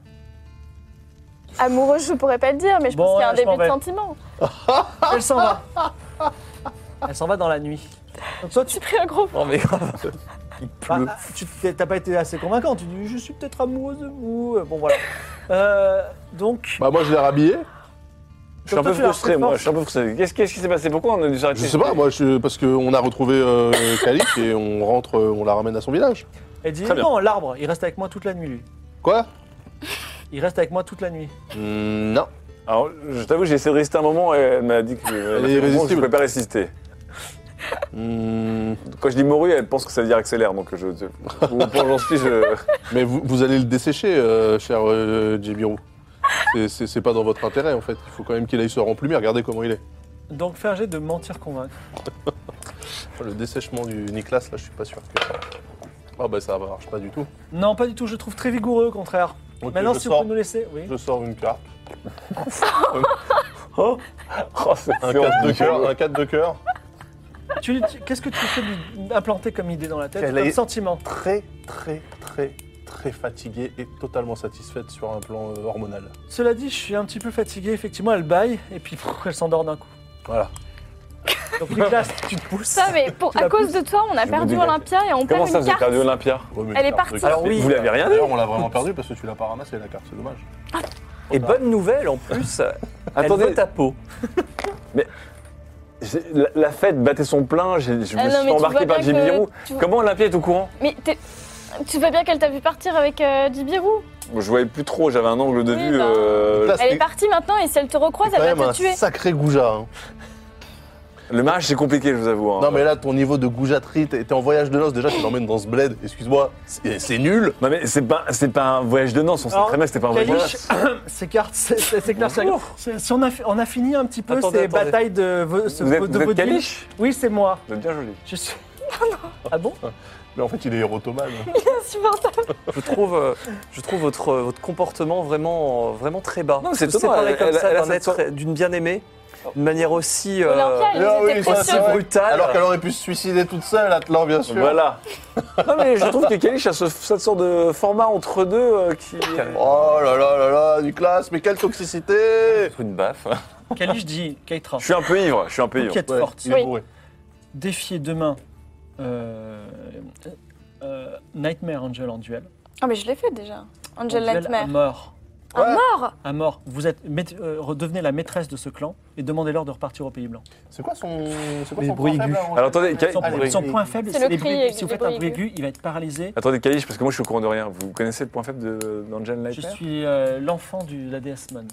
G: Amoureuse, je pourrais pas le dire, mais je
B: Bon,
G: pense qu'il y a un
B: je m'en
G: début de
B: vais.
G: sentiment.
B: Elle s'en va. Elle s'en va dans la nuit. Donc toi, tu
G: J'ai pris un gros.
F: Non mais
B: bah, tu- t'es- t'as pas été assez convaincant. Tu dis, je suis peut-être amoureuse de vous. Euh, Bon, voilà. Euh, donc,
D: Bah, moi, je l'ai rhabillé.
C: Je suis un
B: Toi,
C: peu
B: tu l'as
C: frustré,
B: refait
C: moi.
B: fort.
C: Je suis un peu frustré. Qu'est-ce qu'est-ce qui s'est passé Pourquoi on a dû s'arrêter
D: Je sais pas, moi, je, parce qu'on a retrouvé euh, Kalik et on rentre, euh, on la ramène à son village.
B: elle dit,
C: Très bien.
B: non, l'arbre, il reste avec moi toute la nuit, lui.
D: Quoi
B: Il reste avec moi toute la nuit.
D: Mm, Non.
C: Alors, je t'avoue, j'ai essayé de résister un moment et elle m'a dit que
D: Elle
C: euh,
D: est
C: elle m'a fait comprendre que je ne
D: irrésistible.
C: pouvais pas résister.
D: Mm,
C: Quand je dis morue, elle pense que ça veut dire accélère. Donc, je, je- pour pour j'en suis, je.
D: Mais vous, vous allez le dessécher, euh, cher euh, Jibiru. C'est- C'est c'est pas dans votre intérêt, en fait. Il faut quand même qu'il aille se remplumer. Regardez comment il est.
B: Donc, fais un jet de mentir convaincre.
D: Le dessèchement du Nicolas, là, je suis pas sûr que. Ah, bah, ça marche pas du tout.
B: Non, pas du tout. Je le trouve très vigoureux, au contraire.
D: Ok,
B: Maintenant,
D: je
B: si vous
D: sors.
B: pouvez nous laisser. Oui.
D: Je sors une carte.
C: Oh, c'est
D: Un
C: c'est
D: 4 de
C: horrible.
D: cœur. Un 4 de cœur.
B: Tu- tu- Qu'est-ce que tu fais de lui implanter comme idée dans la tête,
D: Elle
B: comme
D: est-
B: sentiment
D: Très, très, très, très fatiguée et totalement satisfaite sur un plan euh, hormonal.
B: Cela dit, je suis un petit peu fatigué. Effectivement, elle baille et puis pff, elle s'endort d'un coup.
D: Voilà.
B: Donc Nicolas, tu te pousses.
G: Ça, mais pour,
B: Tu
G: à
B: l'as
G: cause de toi, on a
C: Je
G: perdu
C: vous dégage.
G: Olympia et
C: Comment
G: on perd
C: ça,
G: une
C: vous avez
G: carte.
C: perdu Olympia
G: Elle est partie.
F: Alors oui.
C: Vous l'avez rien dit
D: D'ailleurs, on l'a vraiment perdu parce que tu l'as pas ramassé la carte, c'est dommage.
F: et bonne nouvelle en plus.
C: Attendez.
F: elle veut ta peau.
C: J'ai- La, la fête battait son plein, j'ai- je me
G: Ah non, mais
C: suis
G: tu vois
C: embarqué par
G: bien
C: Jimmy
G: que-
C: Roux.
G: tu vois-
C: Comment Olympia est au courant
G: Mais t'es- tu vois bien qu'elle t'a vu partir avec euh, Dibirou.
C: Je voyais plus trop, j'avais un angle de
G: Oui,
C: vue.
G: bah.
C: euh,
D: Là,
G: Elle est
D: c'est-
G: partie maintenant et si elle te recroise,
D: C'est quand
G: elle
D: même
G: va
D: un
G: te tuer.
D: sacré goujat. hein.
C: Le mariage, c'est compliqué, je vous avoue. hein.
D: Non, mais là, ton niveau de goujaterie, t'es t'es en voyage de noces, déjà, tu l'emmènes dans ce bled, excuse-moi, c'est c'est nul.
C: Non, mais c'est pas, c'est pas un voyage de danse, on sait
B: Alors,
C: très bien que c'était pas un voyage de
B: Kalish,
C: danse.
B: ces cartes, c'est- c'est c'est clair. c'est- c'est- Si on a, fi- on a fini un petit peu
F: Attendez,
B: ces
F: attendez.
B: batailles de, vo- ce-
C: Vous êtes,
B: de
C: vous êtes
B: vaudeville.
C: Kalish
B: Oui, c'est moi.
C: Vous êtes bien joli.
B: Je suis-
I: Ah bon
D: Mais en fait, il est hérotomane.
G: Insupportable.
J: Je trouve, euh, je trouve votre, euh, votre comportement vraiment, euh, vraiment très bas.
C: Non, c'est
J: Vous
C: étonnant,
J: séparer
C: elle-
J: comme
C: elle-
J: ça
C: elle a
J: d'un
C: cette
J: être- d'une bien-aimée, d'une manière aussi, euh,
G: Olympia, ils
D: Ah oui,
G: étaient
D: ça,
J: aussi
D: c'est
G: précieux.
D: vrai.
J: brutale.
D: Alors qu'elle aurait pu se suicider toute seule, Atlan, bien sûr.
C: Voilà. non, mais je trouve que Kalish a ce- cette sorte de format entre deux euh, qui.
D: Oh là là là là, Nicolas, mais quelle toxicité
F: Une baffe.
B: Kalish dit Keitra,
C: Je suis un peu ivre, je suis un peu ivre.
B: conquête forte,
D: il est
G: Oui.
D: bourré.
B: défier demain euh, euh, Nightmare Angel en duel.
G: Ah, mais je l'ai fait déjà.
B: En
G: Angel
B: duel à
G: Nightmare.
B: mort.
G: Un mort
B: À mort. Vous êtes, mait- euh, redevenez la maîtresse de ce clan et demandez-leur de repartir au Pays Blanc.
D: C'est quoi son. C'est quoi
J: Les
D: son
J: bruits
D: point
J: aigus.
D: faible, hein
C: Alors attendez, Ka-
B: Son,
D: Allez,
B: son
D: bruit
B: point
D: aigu.
B: faible,
G: C'est
B: c'est
G: le
B: les
G: cri
B: bruits
G: aigu,
B: aigus. Si vous
G: les
B: faites un
G: bruits
B: bruit aigu, il va être paralysé.
C: attendez Kalish, parce que moi je suis au courant de rien. Vous connaissez le point faible de- d'Angel
B: Je
C: Nightmare
B: suis euh, l'enfant de la déesse Mon.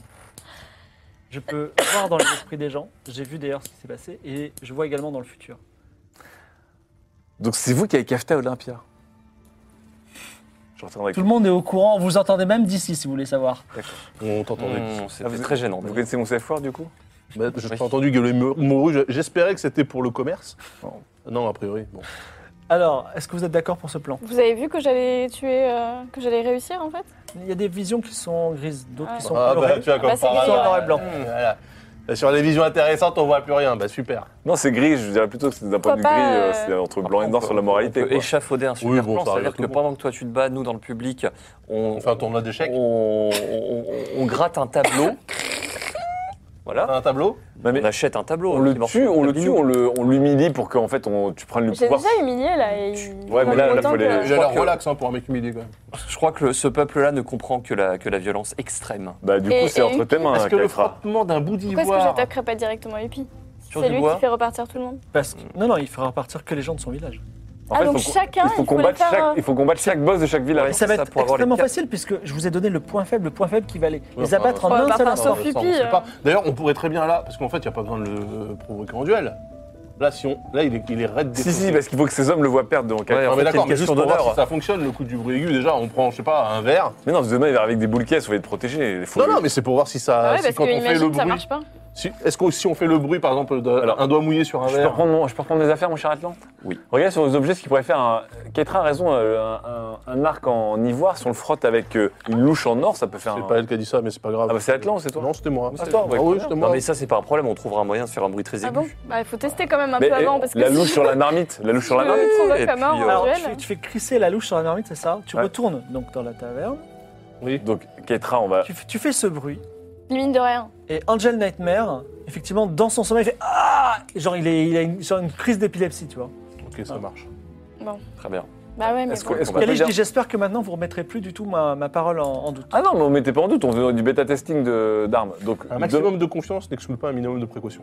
B: Je peux voir dans les esprits des gens. J'ai vu d'ailleurs ce qui s'est passé et je vois également dans le futur.
C: Donc c'est vous qui avez cafeté à Olympia Je retourne avec
B: Tout le monde est au courant. Vous entendez même d'ici si vous voulez savoir.
D: On t'entendait.
F: Mmh, C'était
C: Ah, vous-
F: très gênant.
C: Vous
F: d'ailleurs.
C: connaissez mon safe word du coup
D: Bah, je t'ai
F: Oui.
D: entendu gueuler mou- mouru, je- j'espérais que c'était pour le commerce.
C: Non.
D: Non, a priori. Bon.
B: Alors, est-ce que vous êtes d'accord pour ce plan
G: Vous avez vu que j'allais tuer, euh, que j'allais réussir en fait
B: Il y a des visions qui sont grises, d'autres
G: Ah.
B: qui sont
D: Ah, bah,
B: colorées.
D: tu vois, comme
G: Bah, c'est
D: par
G: bien.
B: Sur le noir
D: hasard. Hmm,
B: et blanc.
D: Voilà. Bah, Sur les visions intéressantes, on voit plus rien. Bah super.
C: Non, c'est gris, je dirais plutôt que c'est d'un point de vue
G: Pourquoi
C: gris,
G: pas,
C: euh,
G: euh,
C: c'est entre
F: Par
C: blanc et
F: contre,
C: noir sur la
F: on
C: moralité.
F: peut
C: quoi.
F: échafauder un super
D: bon,
F: plan,
D: ça arrive à
F: c'est-à-dire
D: tout
F: que
D: le monde.
F: pendant que toi tu te bats, nous dans le public, on,
D: On fait un tournoi d'échecs,
F: on- on- on- on gratte un tableau. voilà.
D: un tableau.
C: Non, Ah, mais
F: on achète un tableau.
C: on
F: hein,
C: le
F: qui est
C: tue,
F: morceau.
C: on le tue, on le- on l'humilie pour qu'en fait on, tu prennes le
G: J'ai
C: pouvoir.
G: déjà humilié là et il-
C: Ouais, mais là, là,
G: autant
C: faut les-
G: que-
D: J'ai
F: crois
D: l'air
F: que-
D: relax hein, pour un mec humilié quand même.
F: Je crois que le- ce peuple-là ne comprend que la, que la violence extrême.
C: Bah du
G: Et-
C: coup c'est
G: et
C: entre
G: Yuki
C: tes mains,
D: Est-ce
C: hein,
D: que le
C: Kefra.
D: frottement d'un bout
G: Pourquoi est-ce que
D: d'ivoire.
G: j'attaquerais pas directement Epi
F: Sur
G: C'est
F: du
G: lui
F: bois.
G: qui fait repartir tout le monde.
B: Parce que- Non, non, il fera repartir que les gens de son village.
C: En
G: ah
C: fait,
G: donc
C: faut qu'on-
G: chacun,
C: il faut combattre
G: faire,
C: chaque,
G: euh,
C: il faut combattre chaque boss de chaque
B: Et
C: village.
B: ça va
F: ça,
B: être
F: pour avoir les
B: extrêmement
F: cartes.
B: facile puisque je vous ai donné le point faible, le point faible qui va les, les
D: enfin,
B: abattre en
G: ouais,
B: un
G: bah,
B: seul
G: par
B: instant.
G: Sophie.
D: Ça, on
G: Fupi,
D: sait
G: euh.
D: pas. D'ailleurs, on pourrait très bien là, parce qu'en fait, il n'y a pas besoin de le euh, provoquer en duel. Là, si on... là il, est, il est raide des
C: Si, bah, si, parce qu'il faut que ces hommes le voient perdre dans
F: Ouais,
D: Non,
F: en
D: mais
F: fait,
D: d'accord,
F: il
D: mais
F: y a une
D: juste
F: question
D: pour voir si
F: d'honneur.
D: ça fonctionne, le coup du bruit aigu, déjà, on prend, je sais pas, un verre.
C: Mais non, demain il va avec des boules caisses, on va être protégé. il faut-
D: Non, non, mais c'est pour voir si
G: Ah
D: ça.
G: ouais,
D: si
G: parce
D: quand
G: que
D: on fait le
G: imagine, ça
D: bruit.
G: marche pas.
D: si- Est-ce que si on fait le bruit, par exemple, d'un
C: Alors,
D: un doigt mouillé sur un
C: Je peux,
D: verre.
C: reprendre mon- je peux reprendre mes affaires, mon cher Atlan
F: Oui.
C: Regarde sur les objets ce qui pourrait faire un. Ketra a raison, euh, un, un- un arc en ivoire, si on le frotte avec euh, une louche en or, ça peut faire un.
D: C'est pas elle qui a dit ça, mais c'est pas grave.
C: Ah bah, c'est Atlan, c'est toi
D: Non, c'était moi.
C: Ah, toi,
D: Ah oui, c'était
F: Non
D: moi.
F: mais ça c'est pas un problème, on trouvera un moyen de faire un bruit très aigu.
G: Ah bon Bah il faut tester quand même un
C: Mais,
G: peu
C: eh,
G: avant parce que
C: la
G: si
C: louche sur la marmite, la louche sur la
G: je
C: marmite.
G: provoque
F: et
G: la
F: puis,
G: mort
F: euh,
G: en
B: Alors,
G: duel.
B: tu, tu fais crisser la louche sur la marmite, c'est ça Tu
C: Ouais.
B: retournes donc dans la taverne,
C: Donc Ketra, on va.
B: tu, f- tu fais ce bruit,
G: Mine de rien.
B: et Angel Nightmare, effectivement, dans son sommeil, il fait Ah Genre, il, est, il a une, genre une crise d'épilepsie, tu vois.
D: Ok, ça marche.
F: Très bien.
G: Bah ouais, mais
C: Est-ce que-
G: bon.
C: est-ce qu'on
B: Et
C: peut
B: là, je
C: dire-
B: dis J'espère que maintenant, vous remettrez plus du tout ma, ma parole en, en doute.
C: Ah non, mais on mettait pas en doute, on faisait du bêta testing de- d'armes. Donc,
D: Un
C: de-
D: maximum de confiance n'exclut pas un minimum de précaution.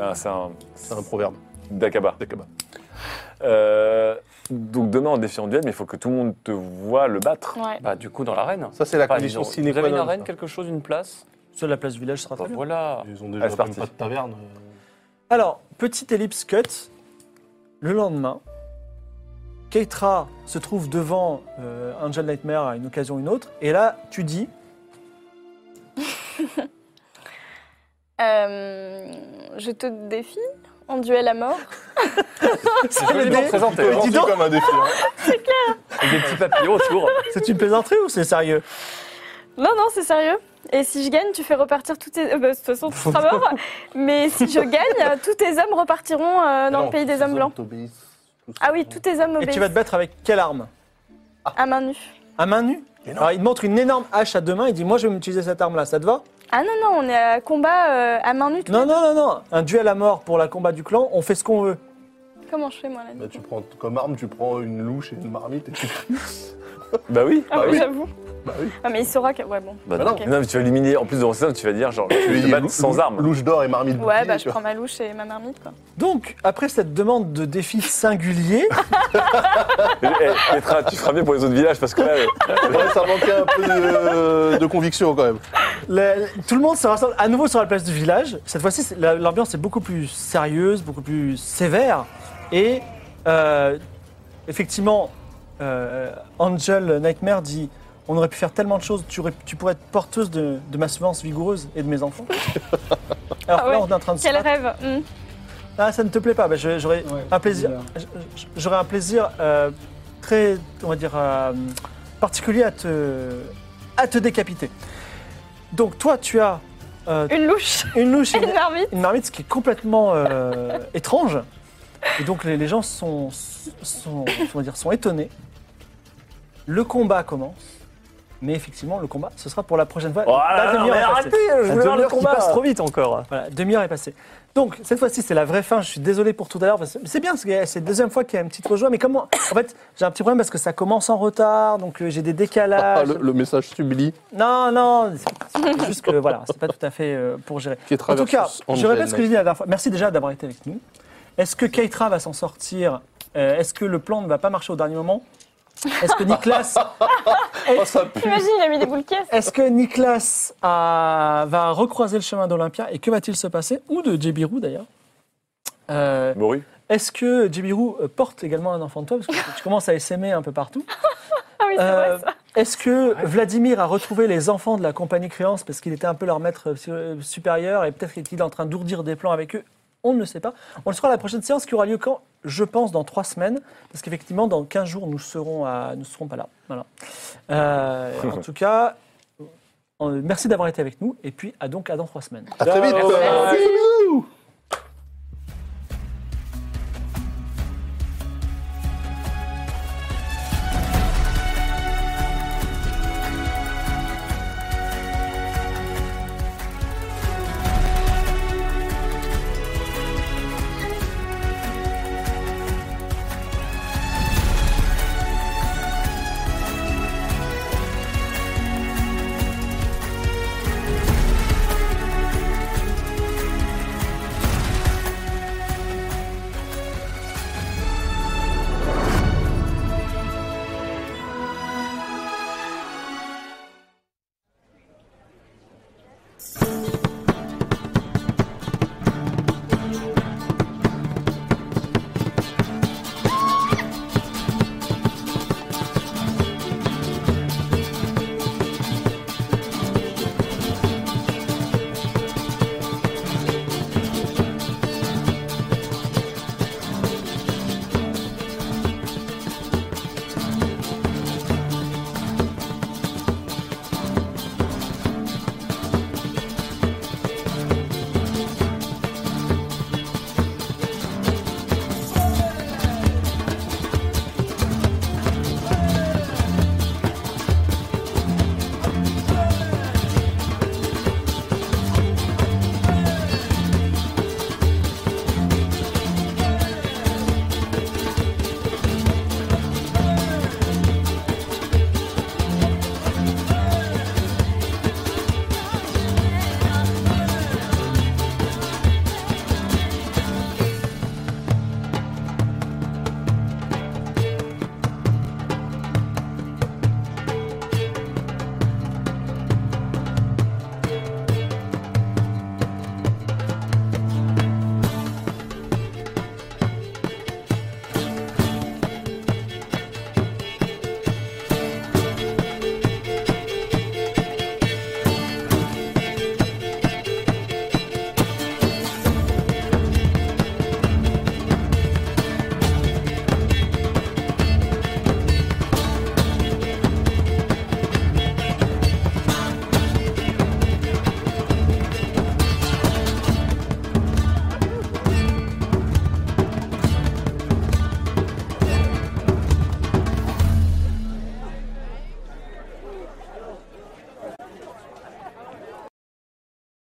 C: Ah, c'est un.
D: C'est un proverbe
C: D'Akaba.
D: d'Akaba.
C: Euh, donc demain, on défie en duel, mais il faut que tout le monde te voie le battre.
G: Ouais.
F: Bah du coup dans l'arène.
D: Ça, c'est la
C: Ah,
F: Enfin,
D: condition
F: ils ont-
D: sine
F: Vous
D: qua
F: avez une
D: non.
F: arène,
D: ça.
F: quelque chose, une place
B: Sur la place du village, ce sera
F: Bah,
B: très bien.
F: Voilà.
D: Ils ont
C: Ah,
D: déjà
C: c'est
D: même
C: parti.
D: pas de taverne.
B: Alors, petite ellipse cut. Le lendemain, Keitra se trouve devant euh, Angel Nightmare à une occasion ou une autre. Et là, tu dis
G: Euh, je te défie en duel à mort.
B: C'est
C: joliment
B: dé-
C: présenté,
B: ah, Mais dis
D: C'est
B: donc,
D: comme un défi. hein.
F: Avec des petits papillons autour.
B: c'est une plaisanterie ou c'est sérieux
G: Non, non, c'est sérieux. Et si je gagne, tu fais repartir tous tes. euh, bah, de toute façon, tu seras mort. mais si je gagne, euh, tous tes hommes repartiront euh, dans
D: Non,
G: le pays des
D: ces
G: hommes blancs.
D: t'obéissent.
G: Ah oui, tous tes hommes
B: Et
G: obéissent.
B: tu vas te battre avec quelle arme
G: À main nue.
B: À main nue Alors, il te montre une énorme hache à deux mains. Il dit Moi, je vais utiliser cette arme-là. Ça te va
G: Ah non, non, on est à combat euh, à main nue. tous
B: Non,
G: les-
B: non, non, non. Un duel à mort pour la combat du clan. On fait ce qu'on veut.
G: Comment je fais moi là du
D: Bah,
G: coup
D: tu prends comme arme, tu prends une louche et une marmite. Et tu...
C: Bah oui.
G: Ah
D: Bah
G: oui,
D: oui.
G: j'avoue.
D: Bah oui.
G: Ah mais il saura que. Ouais, bon.
D: Bah non.
G: Ok.
C: Non, mais tu vas éliminer. En plus de ça, tu vas dire genre, je vais te battre sans armes.
D: Louche d'or et marmite.
G: Ouais,
D: bouclier,
G: bah
D: tu
G: je prends ma louche et ma marmite quoi.
B: Donc, après cette demande de défi singulier,
C: Eh, eh, Petra, tu feras bien pour les autres villages parce que là, euh,
D: Ouais, ça manquait un peu de, de conviction quand même.
B: le- tout le monde se rassemble à nouveau sur la place du village. Cette fois-ci, c'est- la- l'ambiance est beaucoup plus sérieuse, beaucoup plus sévère. Et euh, effectivement, euh, Angel Nightmare dit On aurait pu faire tellement de choses, tu, aurais- tu pourrais être porteuse de, de ma semence vigoureuse et de mes enfants. Alors que là,
G: Ah ouais.
B: on est en train de se
G: Quel
B: battre.
G: rêve hum.
B: Ah, ça ne te plaît pas. Bah, je- j'aurais
K: Ouais,
B: un plaisir,
K: bizarre.
B: je- je- j'aurais un plaisir euh, très, on va dire, euh, particulier à te, à te décapiter. Donc toi, tu as euh,
G: Une louche,
B: une louche, et
G: une
B: une,
G: marmite.
B: une marmite, ce qui est complètement euh, étrange. Et donc les, les gens sont, sont, comment dire, sont étonnés. Le combat commence. Mais effectivement, le combat, ce sera pour la prochaine fois.
C: Oh là
B: La
C: là, non,
B: demi-heure
C: mais
B: est passée.
C: arrêtez, je
L: La
C: voulais voir le
L: demi-heure qui
C: combat.
L: passe trop vite encore.
B: Voilà, demi-heure est passée. Donc, cette fois-ci, c'est la vraie fin. Je suis désolé pour tout à l'heure. parce que C'est bien, parce que c'est la deuxième fois qu'il y a une petite rejoint. Mais comment En fait, j'ai un petit problème parce que ça commence en retard, donc euh, j'ai des
D: Ah,
B: décalages.
D: le, le message subli
B: Non, non, c'est- c'est juste que voilà, c'est pas tout à fait euh, pour gérer.
D: qui est
B: En tout
D: traversé.
B: cas, je répète ce que j'ai dit la dernière fois. Merci déjà d'avoir été avec nous. Est-ce que Keitra va s'en sortir Euh, Est-ce que le plan ne va pas marcher au dernier moment Est-ce que Nicolas
D: Oh, ça pue.
G: T'imagines, il a mis des boules de caisse.
B: Est-ce que Niklas a- va recroiser le chemin d'Olympia et que va-t-il se passer Ou de Djebirou d'ailleurs Euh,
C: Maury
B: Est-ce que Djebirou euh, porte également un enfant de toi Parce que tu commences à essaimer un peu partout.
G: Ah oui, c'est
B: Euh,
G: vrai ça.
B: Est-ce que Vladimir a retrouvé les enfants de la compagnie créance parce qu'il était un peu leur maître euh, supérieur et peut-être qu'il est en train d'ourdir des plans avec eux On ne le sait pas. On le saura à la prochaine séance qui aura lieu quand Je pense dans trois semaines parce qu'effectivement dans 15 jours nous serons à- nous ne serons pas là. Voilà. Euh, en tout cas, euh, merci d'avoir été avec nous et puis à donc à dans trois semaines.
D: À très vite.
G: Merci.